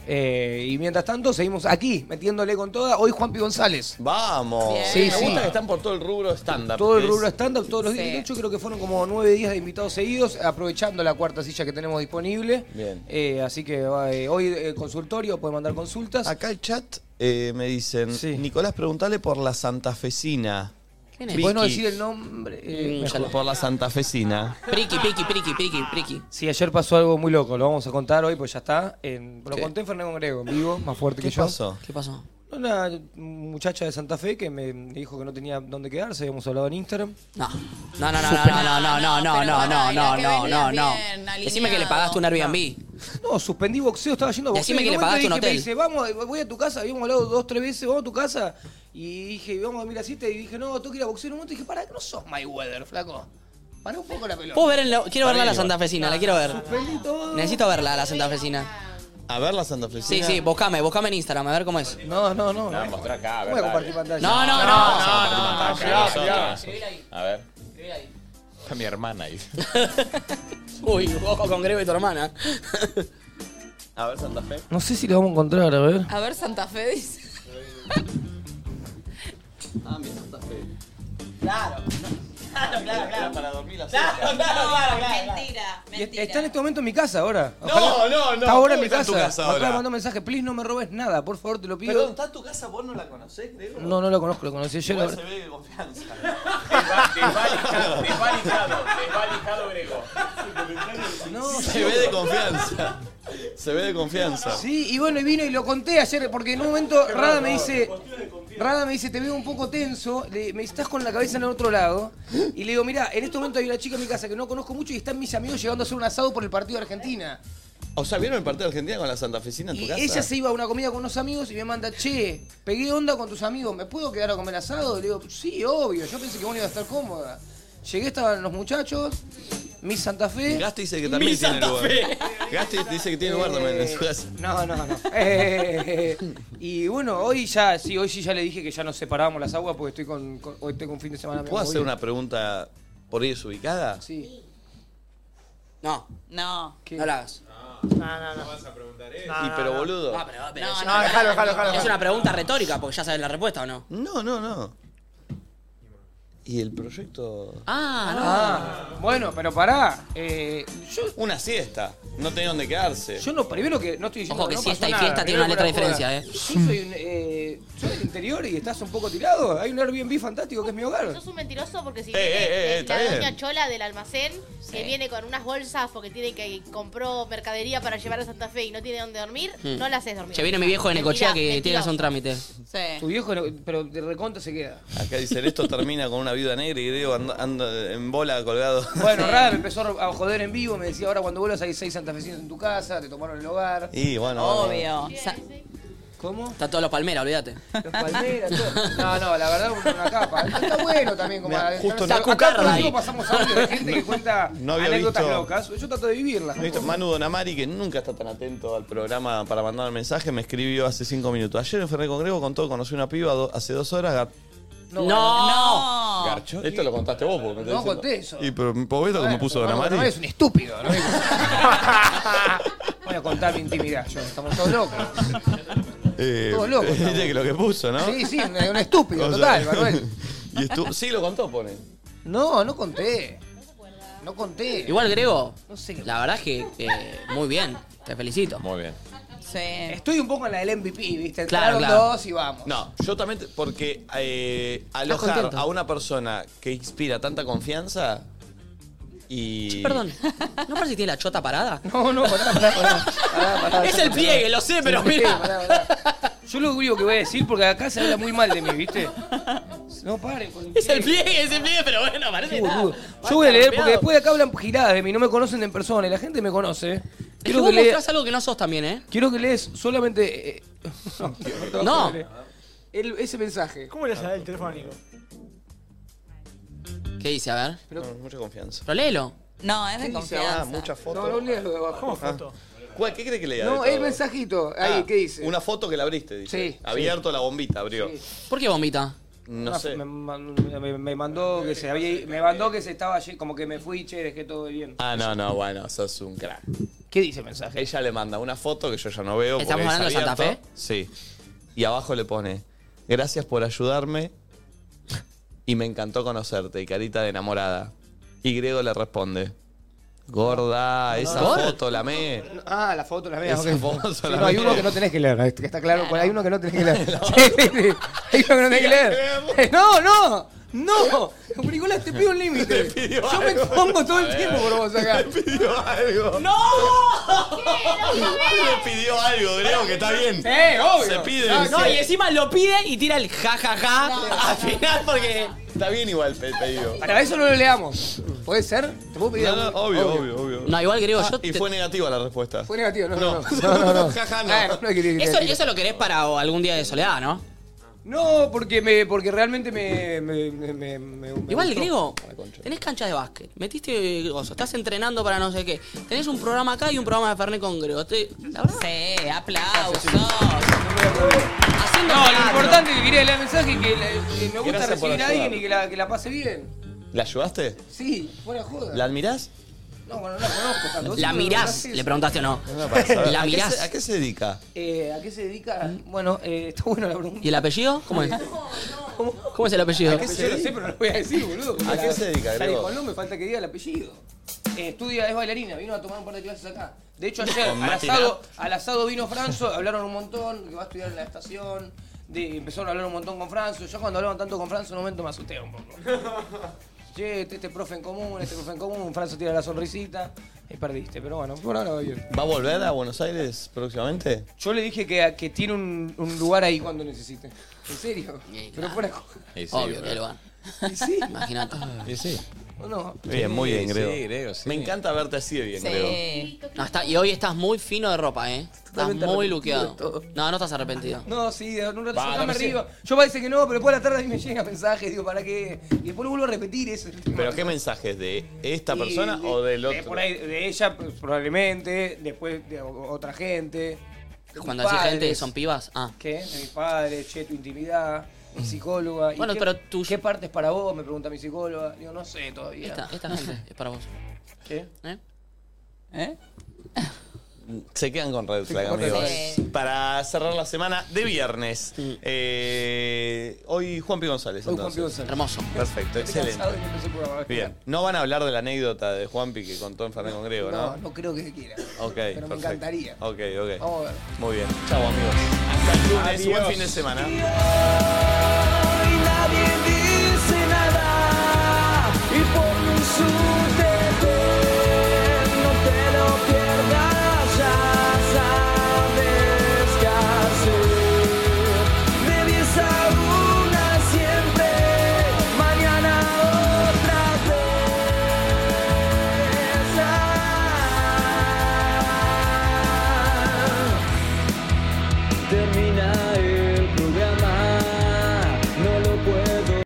Speaker 22: Eh, y mientras tanto, seguimos aquí, metiéndole con toda. Hoy Juanpi González.
Speaker 2: Vamos.
Speaker 22: Sí,
Speaker 2: me
Speaker 22: sí.
Speaker 2: gusta que están por todo el rubro estándar.
Speaker 22: Todo el
Speaker 2: es-
Speaker 22: rubro estándar, todos los
Speaker 2: Sí.
Speaker 22: días. De hecho, creo que fueron como nueve días de invitados seguidos, aprovechando la cuarta silla que tenemos disponible.
Speaker 2: Bien.
Speaker 22: Eh, así que eh, hoy eh, consultorio, pueden mandar consultas.
Speaker 2: Acá el chat Eh, me dicen, Nicolás, preguntale por la santafesina.
Speaker 3: ¿Quién
Speaker 2: Vicky.
Speaker 22: Puedes no decir el nombre. Eh,
Speaker 2: Mm, ya
Speaker 22: mejor.
Speaker 2: lo- por la santafesina.
Speaker 3: Priqui, priqui, priqui, priqui, priqui.
Speaker 22: Sí, ayer pasó algo muy loco, lo vamos a contar hoy, pues ya está. En- lo
Speaker 3: ¿Qué?
Speaker 22: conté en Fernando Grego, en vivo, más fuerte
Speaker 2: ¿Qué
Speaker 22: que yo.
Speaker 2: pasó?
Speaker 3: ¿Qué pasó?
Speaker 22: Una muchacha de Santa Fe que me dijo que no tenía dónde quedarse, habíamos hablado en Instagram.
Speaker 3: No, no, no, no, no, no, no, no, no, no, no, no, no, no. Decime que le pagaste un Airbnb.
Speaker 22: No, suspendí boxeo, estaba yendo a boxeo.
Speaker 3: Decime
Speaker 22: y
Speaker 3: que le
Speaker 22: en un momento
Speaker 3: pagaste un
Speaker 22: dije,
Speaker 3: hotel.
Speaker 22: Me dice, vamos, voy a tu casa, habíamos hablado dos, tres veces, vamos a tu casa. Y dije, vamos a mirar cita. Y dije, no, tengo que ir a boxeo. En un momento dije, para, no sos my weather, flaco. Para un poco la pelota.
Speaker 3: Puedo ver en la- quiero verla a la
Speaker 2: Arriba.
Speaker 3: santafesina, la quiero ver.
Speaker 22: Suspendí todo.
Speaker 3: Necesito verla a la santafesina.
Speaker 2: A ver la santafesina.
Speaker 3: Sí, sí, buscame, buscame en Instagram, a ver cómo es.
Speaker 22: No, no, no.
Speaker 5: Ah, mostrá acá, a ver.
Speaker 22: Voy a
Speaker 5: dale.
Speaker 22: compartir pantalla.
Speaker 3: No, no, no.
Speaker 5: No, no, no,
Speaker 3: no,
Speaker 5: acá,
Speaker 3: no,
Speaker 5: acá.
Speaker 3: no, no,
Speaker 5: A ver. Está mi hermana ahí.
Speaker 3: Uy, ojo con Grego y tu hermana.
Speaker 2: A ver, Santa Fe.
Speaker 22: No sé si lo vamos a encontrar, a ver.
Speaker 7: A ver, Santa Fe dice.
Speaker 2: Ah, mira, Santa Fe.
Speaker 7: Claro.
Speaker 2: Claro, claro, claro. Para dormir la
Speaker 7: Claro, claro, claro, claro.
Speaker 22: Y es- Está en este momento en mi casa ahora.
Speaker 2: No, no, no.
Speaker 22: Está ahora en
Speaker 2: ¿Cómo
Speaker 22: mi
Speaker 2: está en tu
Speaker 22: casa.
Speaker 2: casa
Speaker 22: Me Acaba
Speaker 2: ahora?
Speaker 22: de mandar un mensaje, please no me robes nada, por favor, te lo pido.
Speaker 2: Perdón, ¿está en tu casa? ¿Vos no la conocés, Grego?
Speaker 22: No, no lo conozco, lo conocí ayer.
Speaker 2: Igual se ve de confianza.
Speaker 5: Desvalijado, desvalijado, desvalijado, Grego.
Speaker 22: No,
Speaker 2: Se ve de confianza. Se ve de confianza.
Speaker 22: Sí, y bueno, y vino y lo conté ayer, porque en un momento Rada me dice, Rada me dice, te veo un poco tenso, le- me estás con la cabeza en el otro lado, y le digo, mira, en este momento hay una chica en mi casa que no conozco mucho y están mis amigos llegando a hacer un asado por el partido de Argentina.
Speaker 2: O sea, ¿vieron el partido de Argentina con la santafesina en tu
Speaker 22: Y
Speaker 2: casa?
Speaker 22: ella se iba a una comida con unos amigos y me manda, che, pegué onda con tus amigos, ¿me puedo quedar a comer asado? Le digo, sí, obvio, yo pensé que vos no ibas a estar cómoda. Llegué, estaban los muchachos, Miss Santa Fe.
Speaker 2: Gasti dice que también
Speaker 22: Miss
Speaker 2: tiene
Speaker 22: Santa
Speaker 2: lugar.
Speaker 22: Fe. Eh,
Speaker 2: Gasti dice que tiene lugar también en su casa.
Speaker 22: No, no, no. Eh, y bueno, hoy ya, sí, hoy sí ya le dije que ya nos separábamos las aguas porque estoy con, con- hoy estoy con fin de semana.
Speaker 2: ¿Puedo
Speaker 22: medio
Speaker 2: hacer
Speaker 22: movido.
Speaker 2: una pregunta por ahí desubicada?
Speaker 22: Sí.
Speaker 3: No.
Speaker 7: No.
Speaker 3: No la hagas.
Speaker 4: No, no, no.
Speaker 5: vas a preguntar eso.
Speaker 2: Y pero boludo.
Speaker 3: Ah, pero- pero
Speaker 7: No,
Speaker 3: es
Speaker 7: no,
Speaker 3: una-
Speaker 7: dejalo, dejalo,
Speaker 4: dejalo,
Speaker 3: Es
Speaker 4: dejalo.
Speaker 3: una pregunta retórica, porque ya sabes la respuesta o no.
Speaker 2: No, no, no.
Speaker 1: ¿Y el proyecto?
Speaker 22: Ah, bueno, pero pará. eh,
Speaker 2: Una siesta. No tenía dónde quedarse.
Speaker 22: yo no, primero que no estoy diciendo
Speaker 3: Ojo que
Speaker 22: no
Speaker 3: siesta
Speaker 22: pasó
Speaker 3: y
Speaker 22: nada,
Speaker 3: fiesta tiene
Speaker 22: primero
Speaker 3: una letra de
Speaker 22: por la
Speaker 3: diferencia, eh.
Speaker 22: joda. Yo soy, un, eh, soy del interior y estás un poco tirado. Hay un Airbnb fantástico que es mi hogar.
Speaker 29: Sos un mentiroso porque si
Speaker 22: Eh,
Speaker 29: viene
Speaker 22: eh, eh,
Speaker 29: eh,
Speaker 22: está
Speaker 29: la
Speaker 22: bien.
Speaker 29: doña Chola del almacén, que viene con unas bolsas porque tiene que compró mercadería para llevar a Santa Fe y no tiene dónde dormir,
Speaker 3: Hmm.
Speaker 29: no la haces dormir.
Speaker 3: Che, viene mi viejo de Necochea que
Speaker 29: Mentira,
Speaker 3: tiene que hacer un
Speaker 29: mentiroso.
Speaker 3: trámite.
Speaker 22: Tu viejo, no- pero de reconto se queda.
Speaker 3: eh.
Speaker 2: Acá dicen, esto termina con una viuda negra y Diego anda, anda en bola colgado.
Speaker 22: Bueno, Rada me empezó a joder en vivo, me decía, ahora cuando vuelvas hay seis santafesinos en tu casa, te tomaron el hogar.
Speaker 2: Y bueno, Obvio.
Speaker 22: Sa- Oh, ¿Cómo?
Speaker 3: Está todos los palmeras, olvídate.
Speaker 22: Los palmeras, todo. No, no, la verdad, una capa. Está bueno también, como
Speaker 3: Mirá,
Speaker 22: a-
Speaker 3: justo no-
Speaker 22: acá acá todo el
Speaker 3: Cucarda
Speaker 22: tiempo
Speaker 3: ahí.
Speaker 22: pasamos audio de gente que cuenta
Speaker 2: No había
Speaker 22: anécdotas
Speaker 2: visto-
Speaker 22: locas. Yo trato de vivirlas.
Speaker 2: ¿No viste? Manu Donamari, que nunca está tan atento al programa para mandar mensaje, me escribió hace cinco minutos. Ayer en Ferrer con Grego contó que conocí una piba do- hace dos horas. gar-
Speaker 22: No,
Speaker 3: no.
Speaker 2: Garchó. Esto lo contaste vos, porque me
Speaker 22: No
Speaker 2: estás diciendo.
Speaker 22: conté eso.
Speaker 2: Y pero mi pobreto que me puso Donamari.
Speaker 22: No, es un estúpido. ¿no? Voy a contar mi intimidad, yo. Estamos todos locos.
Speaker 2: Eh,
Speaker 22: Todo loco,
Speaker 2: Viste que lo que puso, ¿no?
Speaker 22: Sí, sí, un un estúpido,
Speaker 2: O sea,
Speaker 22: total, Manuel.
Speaker 2: y estu- sí, lo contó, pone.
Speaker 22: No, no conté. No conté.
Speaker 3: Igual, Grego,
Speaker 22: No sé.
Speaker 3: la verdad es que eh, muy bien. Te felicito.
Speaker 5: Muy bien.
Speaker 22: Estoy un poco en la del MVP, ¿viste?
Speaker 3: Claro,
Speaker 22: Entraron
Speaker 3: claro.
Speaker 22: dos y vamos.
Speaker 2: No, yo también, te- porque eh, alojar
Speaker 22: contento.
Speaker 2: a una persona que inspira tanta confianza y.
Speaker 3: Perdón, ¿no parece que tiene la chota parada?
Speaker 22: No, no, pará, pará, pará. pará, pará.
Speaker 3: Es el pliegue, lo sé, pero mira.
Speaker 22: Pará, pará. Yo lo único que voy a decir, porque acá se habla muy mal de mí, ¿viste? No paren con el
Speaker 3: Es el pliegue, es el pliegue, pero bueno, parece
Speaker 22: Qué
Speaker 3: que
Speaker 22: boludo.
Speaker 3: nada.
Speaker 22: Yo voy a leer, porque
Speaker 3: Golpeado.
Speaker 22: después de acá hablan giradas de mí, no me conocen en persona y la gente me conoce.
Speaker 3: Es que
Speaker 22: Quiero
Speaker 3: vos
Speaker 22: que,
Speaker 3: mostrás
Speaker 22: lees,
Speaker 3: algo que no sos también, ¿eh?
Speaker 22: quiero que lees solamente. eh, no, no te vas a
Speaker 3: No.
Speaker 22: poder, eh. El- ese mensaje.
Speaker 13: ¿Cómo le haces el telefónico?
Speaker 3: ¿Qué dice? A ver.
Speaker 2: No, mucha confianza.
Speaker 3: Pero léelo.
Speaker 4: No, es de confianza.
Speaker 2: Ah, muchas fotos.
Speaker 22: No, no leas lo de abajo.
Speaker 2: Ah. ¿Cuál- ¿Qué crees que lea?
Speaker 22: No,
Speaker 2: de
Speaker 22: el
Speaker 2: todo?
Speaker 22: mensajito. Ahí,
Speaker 2: Ah,
Speaker 22: ¿qué dice?
Speaker 2: Una foto que la abriste, dice.
Speaker 22: Sí,
Speaker 2: Abierto la bombita, abrió.
Speaker 3: ¿Por qué vomita?
Speaker 2: No
Speaker 22: Ah,
Speaker 2: sé.
Speaker 22: Me, man- me- me mandó que se había, me mandó que se estaba allí, como que me fui, che, dejé todo bien.
Speaker 2: Ah, no, no, bueno, sos un crack.
Speaker 22: ¿Qué dice el mensaje?
Speaker 2: Ella le manda una foto que yo ya no veo.
Speaker 3: ¿Estamos
Speaker 2: porque es
Speaker 3: hablando de Santa
Speaker 2: abierto. Sí. Y abajo le pone, gracias por ayudarme y me encantó conocerte. Y carita de enamorada. Y Grego le responde, gorda, esa
Speaker 22: ¿Gorda?
Speaker 2: foto la amé.
Speaker 22: Ah, la foto la veas.
Speaker 2: Esa foto
Speaker 22: Sí,
Speaker 2: la
Speaker 22: no, hay
Speaker 2: mía.
Speaker 22: uno que no tenés que leer, que está claro. cuál- Hay uno que no tenés que leer. Sí, sí, sí. hay uno que no tenés que leer. Eh, No, no, no. Nicolás, te pido un límite. Yo me expongo todo el tiempo por vos acá.
Speaker 2: pidió algo.
Speaker 22: ¡No!
Speaker 2: Le pidió algo, Grego, que está bien.
Speaker 3: Eh, obvio.
Speaker 2: Se pide.
Speaker 3: No, no, y encima lo pide y tira el jajaja al final porque.
Speaker 2: Está bien igual el pedido.
Speaker 22: Para eso no lo leamos. ¿Puede ser? ¿Te puedo pedir
Speaker 2: No,
Speaker 22: algo?
Speaker 2: no, obvio, obvio, obvio. Ah,
Speaker 3: No, igual, Grego, yo
Speaker 2: Y
Speaker 3: te-
Speaker 2: fue negativa la respuesta.
Speaker 22: Fue negativo, no, no. No,
Speaker 2: No.
Speaker 22: no, no.
Speaker 2: Jaja, no.
Speaker 22: Ah, hay que- hay que-
Speaker 3: Eso, eso lo querés para algún día de soledad, ¿no?
Speaker 22: No, porque me, porque realmente me, me, me, me- me- me
Speaker 3: Igual,
Speaker 22: gustó.
Speaker 3: Grego, tenés cancha de básquet, metiste gozo, estás entrenando para no sé qué, tenés un programa acá y un programa de Fernet con Grego. Te- la verdad.
Speaker 4: Sí, aplausos.
Speaker 3: Haciendo
Speaker 22: No, lo
Speaker 3: teatro.
Speaker 22: importante que quería leer el mensaje es que, la- que me gusta
Speaker 2: Gracias por
Speaker 22: recibir a alguien
Speaker 2: ayudar.
Speaker 22: y que la, que la pase bien.
Speaker 2: ¿La ayudaste?
Speaker 22: Sí, fuera de joda.
Speaker 2: ¿La admirás?
Speaker 22: No, bueno, no la conozco tanto.
Speaker 3: La
Speaker 22: Eso no lo
Speaker 3: mirás,
Speaker 22: conocí.
Speaker 3: le preguntaste o no.
Speaker 2: Para saber. ¿A
Speaker 3: La
Speaker 2: qué
Speaker 3: mirás.
Speaker 2: se- ¿A qué se dedica?
Speaker 22: Eh, ¿A qué se dedica? Bueno, eh, está bueno la pregunta.
Speaker 3: ¿Y el apellido? ¿Cómo es? ¿Cómo es el apellido?
Speaker 22: ¿A qué se
Speaker 3: Yo lo sé,
Speaker 22: pero no lo voy a decir, boludo.
Speaker 3: ¿A qué se dedica,
Speaker 22: Sale
Speaker 3: Grego?
Speaker 22: con nombre, falta que diga el apellido. Eh, estudia, es bailarina, vino a tomar un par de clases acá. De hecho, ayer
Speaker 2: ¿Con
Speaker 22: al
Speaker 2: Mati
Speaker 22: asado, al asado vino Franzo, hablaron un montón, que va a estudiar en la estación. de- empezaron a hablar un montón con Franzo. Yo cuando hablaban tanto con Franzo, en un momento me asusté un poco. Che, este, este profe en común, este profe en común, Franzo tira la sonrisita. Y perdiste, pero bueno, por ahora va bien.
Speaker 2: ¿Va a volver a Buenos Aires próximamente?
Speaker 22: Yo le dije que, que tiene un, un lugar ahí cuando necesite. ¿En serio? Pero fuera co-
Speaker 3: Obvio que lo van.
Speaker 22: Y sí.
Speaker 3: Imagínate.
Speaker 2: Ah. Y sí.
Speaker 22: ¿O no?
Speaker 2: Bien, muy bien,
Speaker 5: Sí,
Speaker 2: Grego.
Speaker 5: sí, Grego, sí.
Speaker 2: Me encanta verte así de bien, Grego.
Speaker 3: No, está- y hoy estás muy fino de ropa, ¿eh? Estás
Speaker 22: Totalmente
Speaker 3: muy
Speaker 22: arrepentido
Speaker 3: luqueado.
Speaker 22: de todo.
Speaker 3: No, no estás arrepentido.
Speaker 22: No, sí, en un rato
Speaker 3: Va,
Speaker 22: yo
Speaker 3: no
Speaker 22: me
Speaker 3: me sé.
Speaker 22: río. Yo parece que no, pero después de la tarde a mí me llegan mensajes, digo, ¿para qué? Y después lo vuelvo a repetir eso.
Speaker 2: ¿Pero qué mensajes? ¿De esta
Speaker 22: Y
Speaker 2: persona
Speaker 22: de-
Speaker 2: o del
Speaker 22: de
Speaker 2: otro?
Speaker 22: por ahí, de ella pues, probablemente, después de o- otra gente. de
Speaker 3: Cuando
Speaker 22: mis
Speaker 3: decís gente,
Speaker 22: padres.
Speaker 3: son pibas. Ah.
Speaker 22: ¿Qué? De mis padres, che, tu intimidad, mi psicóloga. ¿Y
Speaker 3: Bueno,
Speaker 22: qué,
Speaker 3: pero
Speaker 22: ¿Qué parte es para vos? Me pregunta mi psicóloga. Digo, no sé todavía.
Speaker 2: ¿Eh?
Speaker 3: Esta, esta gente es para vos.
Speaker 22: ¿Qué?
Speaker 3: ¿Eh?
Speaker 4: ¿Eh?
Speaker 2: Se quedan con Red Flag, amigos. Para cerrar la semana de viernes. Eh, hoy Juan P. González.
Speaker 22: Hoy Juan P.
Speaker 2: entonces.
Speaker 22: González. Hermoso.
Speaker 2: Perfecto,
Speaker 22: Estoy
Speaker 2: excelente.
Speaker 22: cansado y empecé por abajo.
Speaker 2: Bien. No van a hablar de la anécdota de Juanpi que contó en Fernández con Grego, ¿no?
Speaker 22: No, no creo que se quiera.
Speaker 2: Ok,
Speaker 22: Pero me
Speaker 2: perfecto.
Speaker 22: encantaría.
Speaker 2: Ok, ok.
Speaker 22: Vamos a ver.
Speaker 2: Muy bien. Chao, amigos. Hasta el lunes. Buen fin de semana.
Speaker 7: Ah,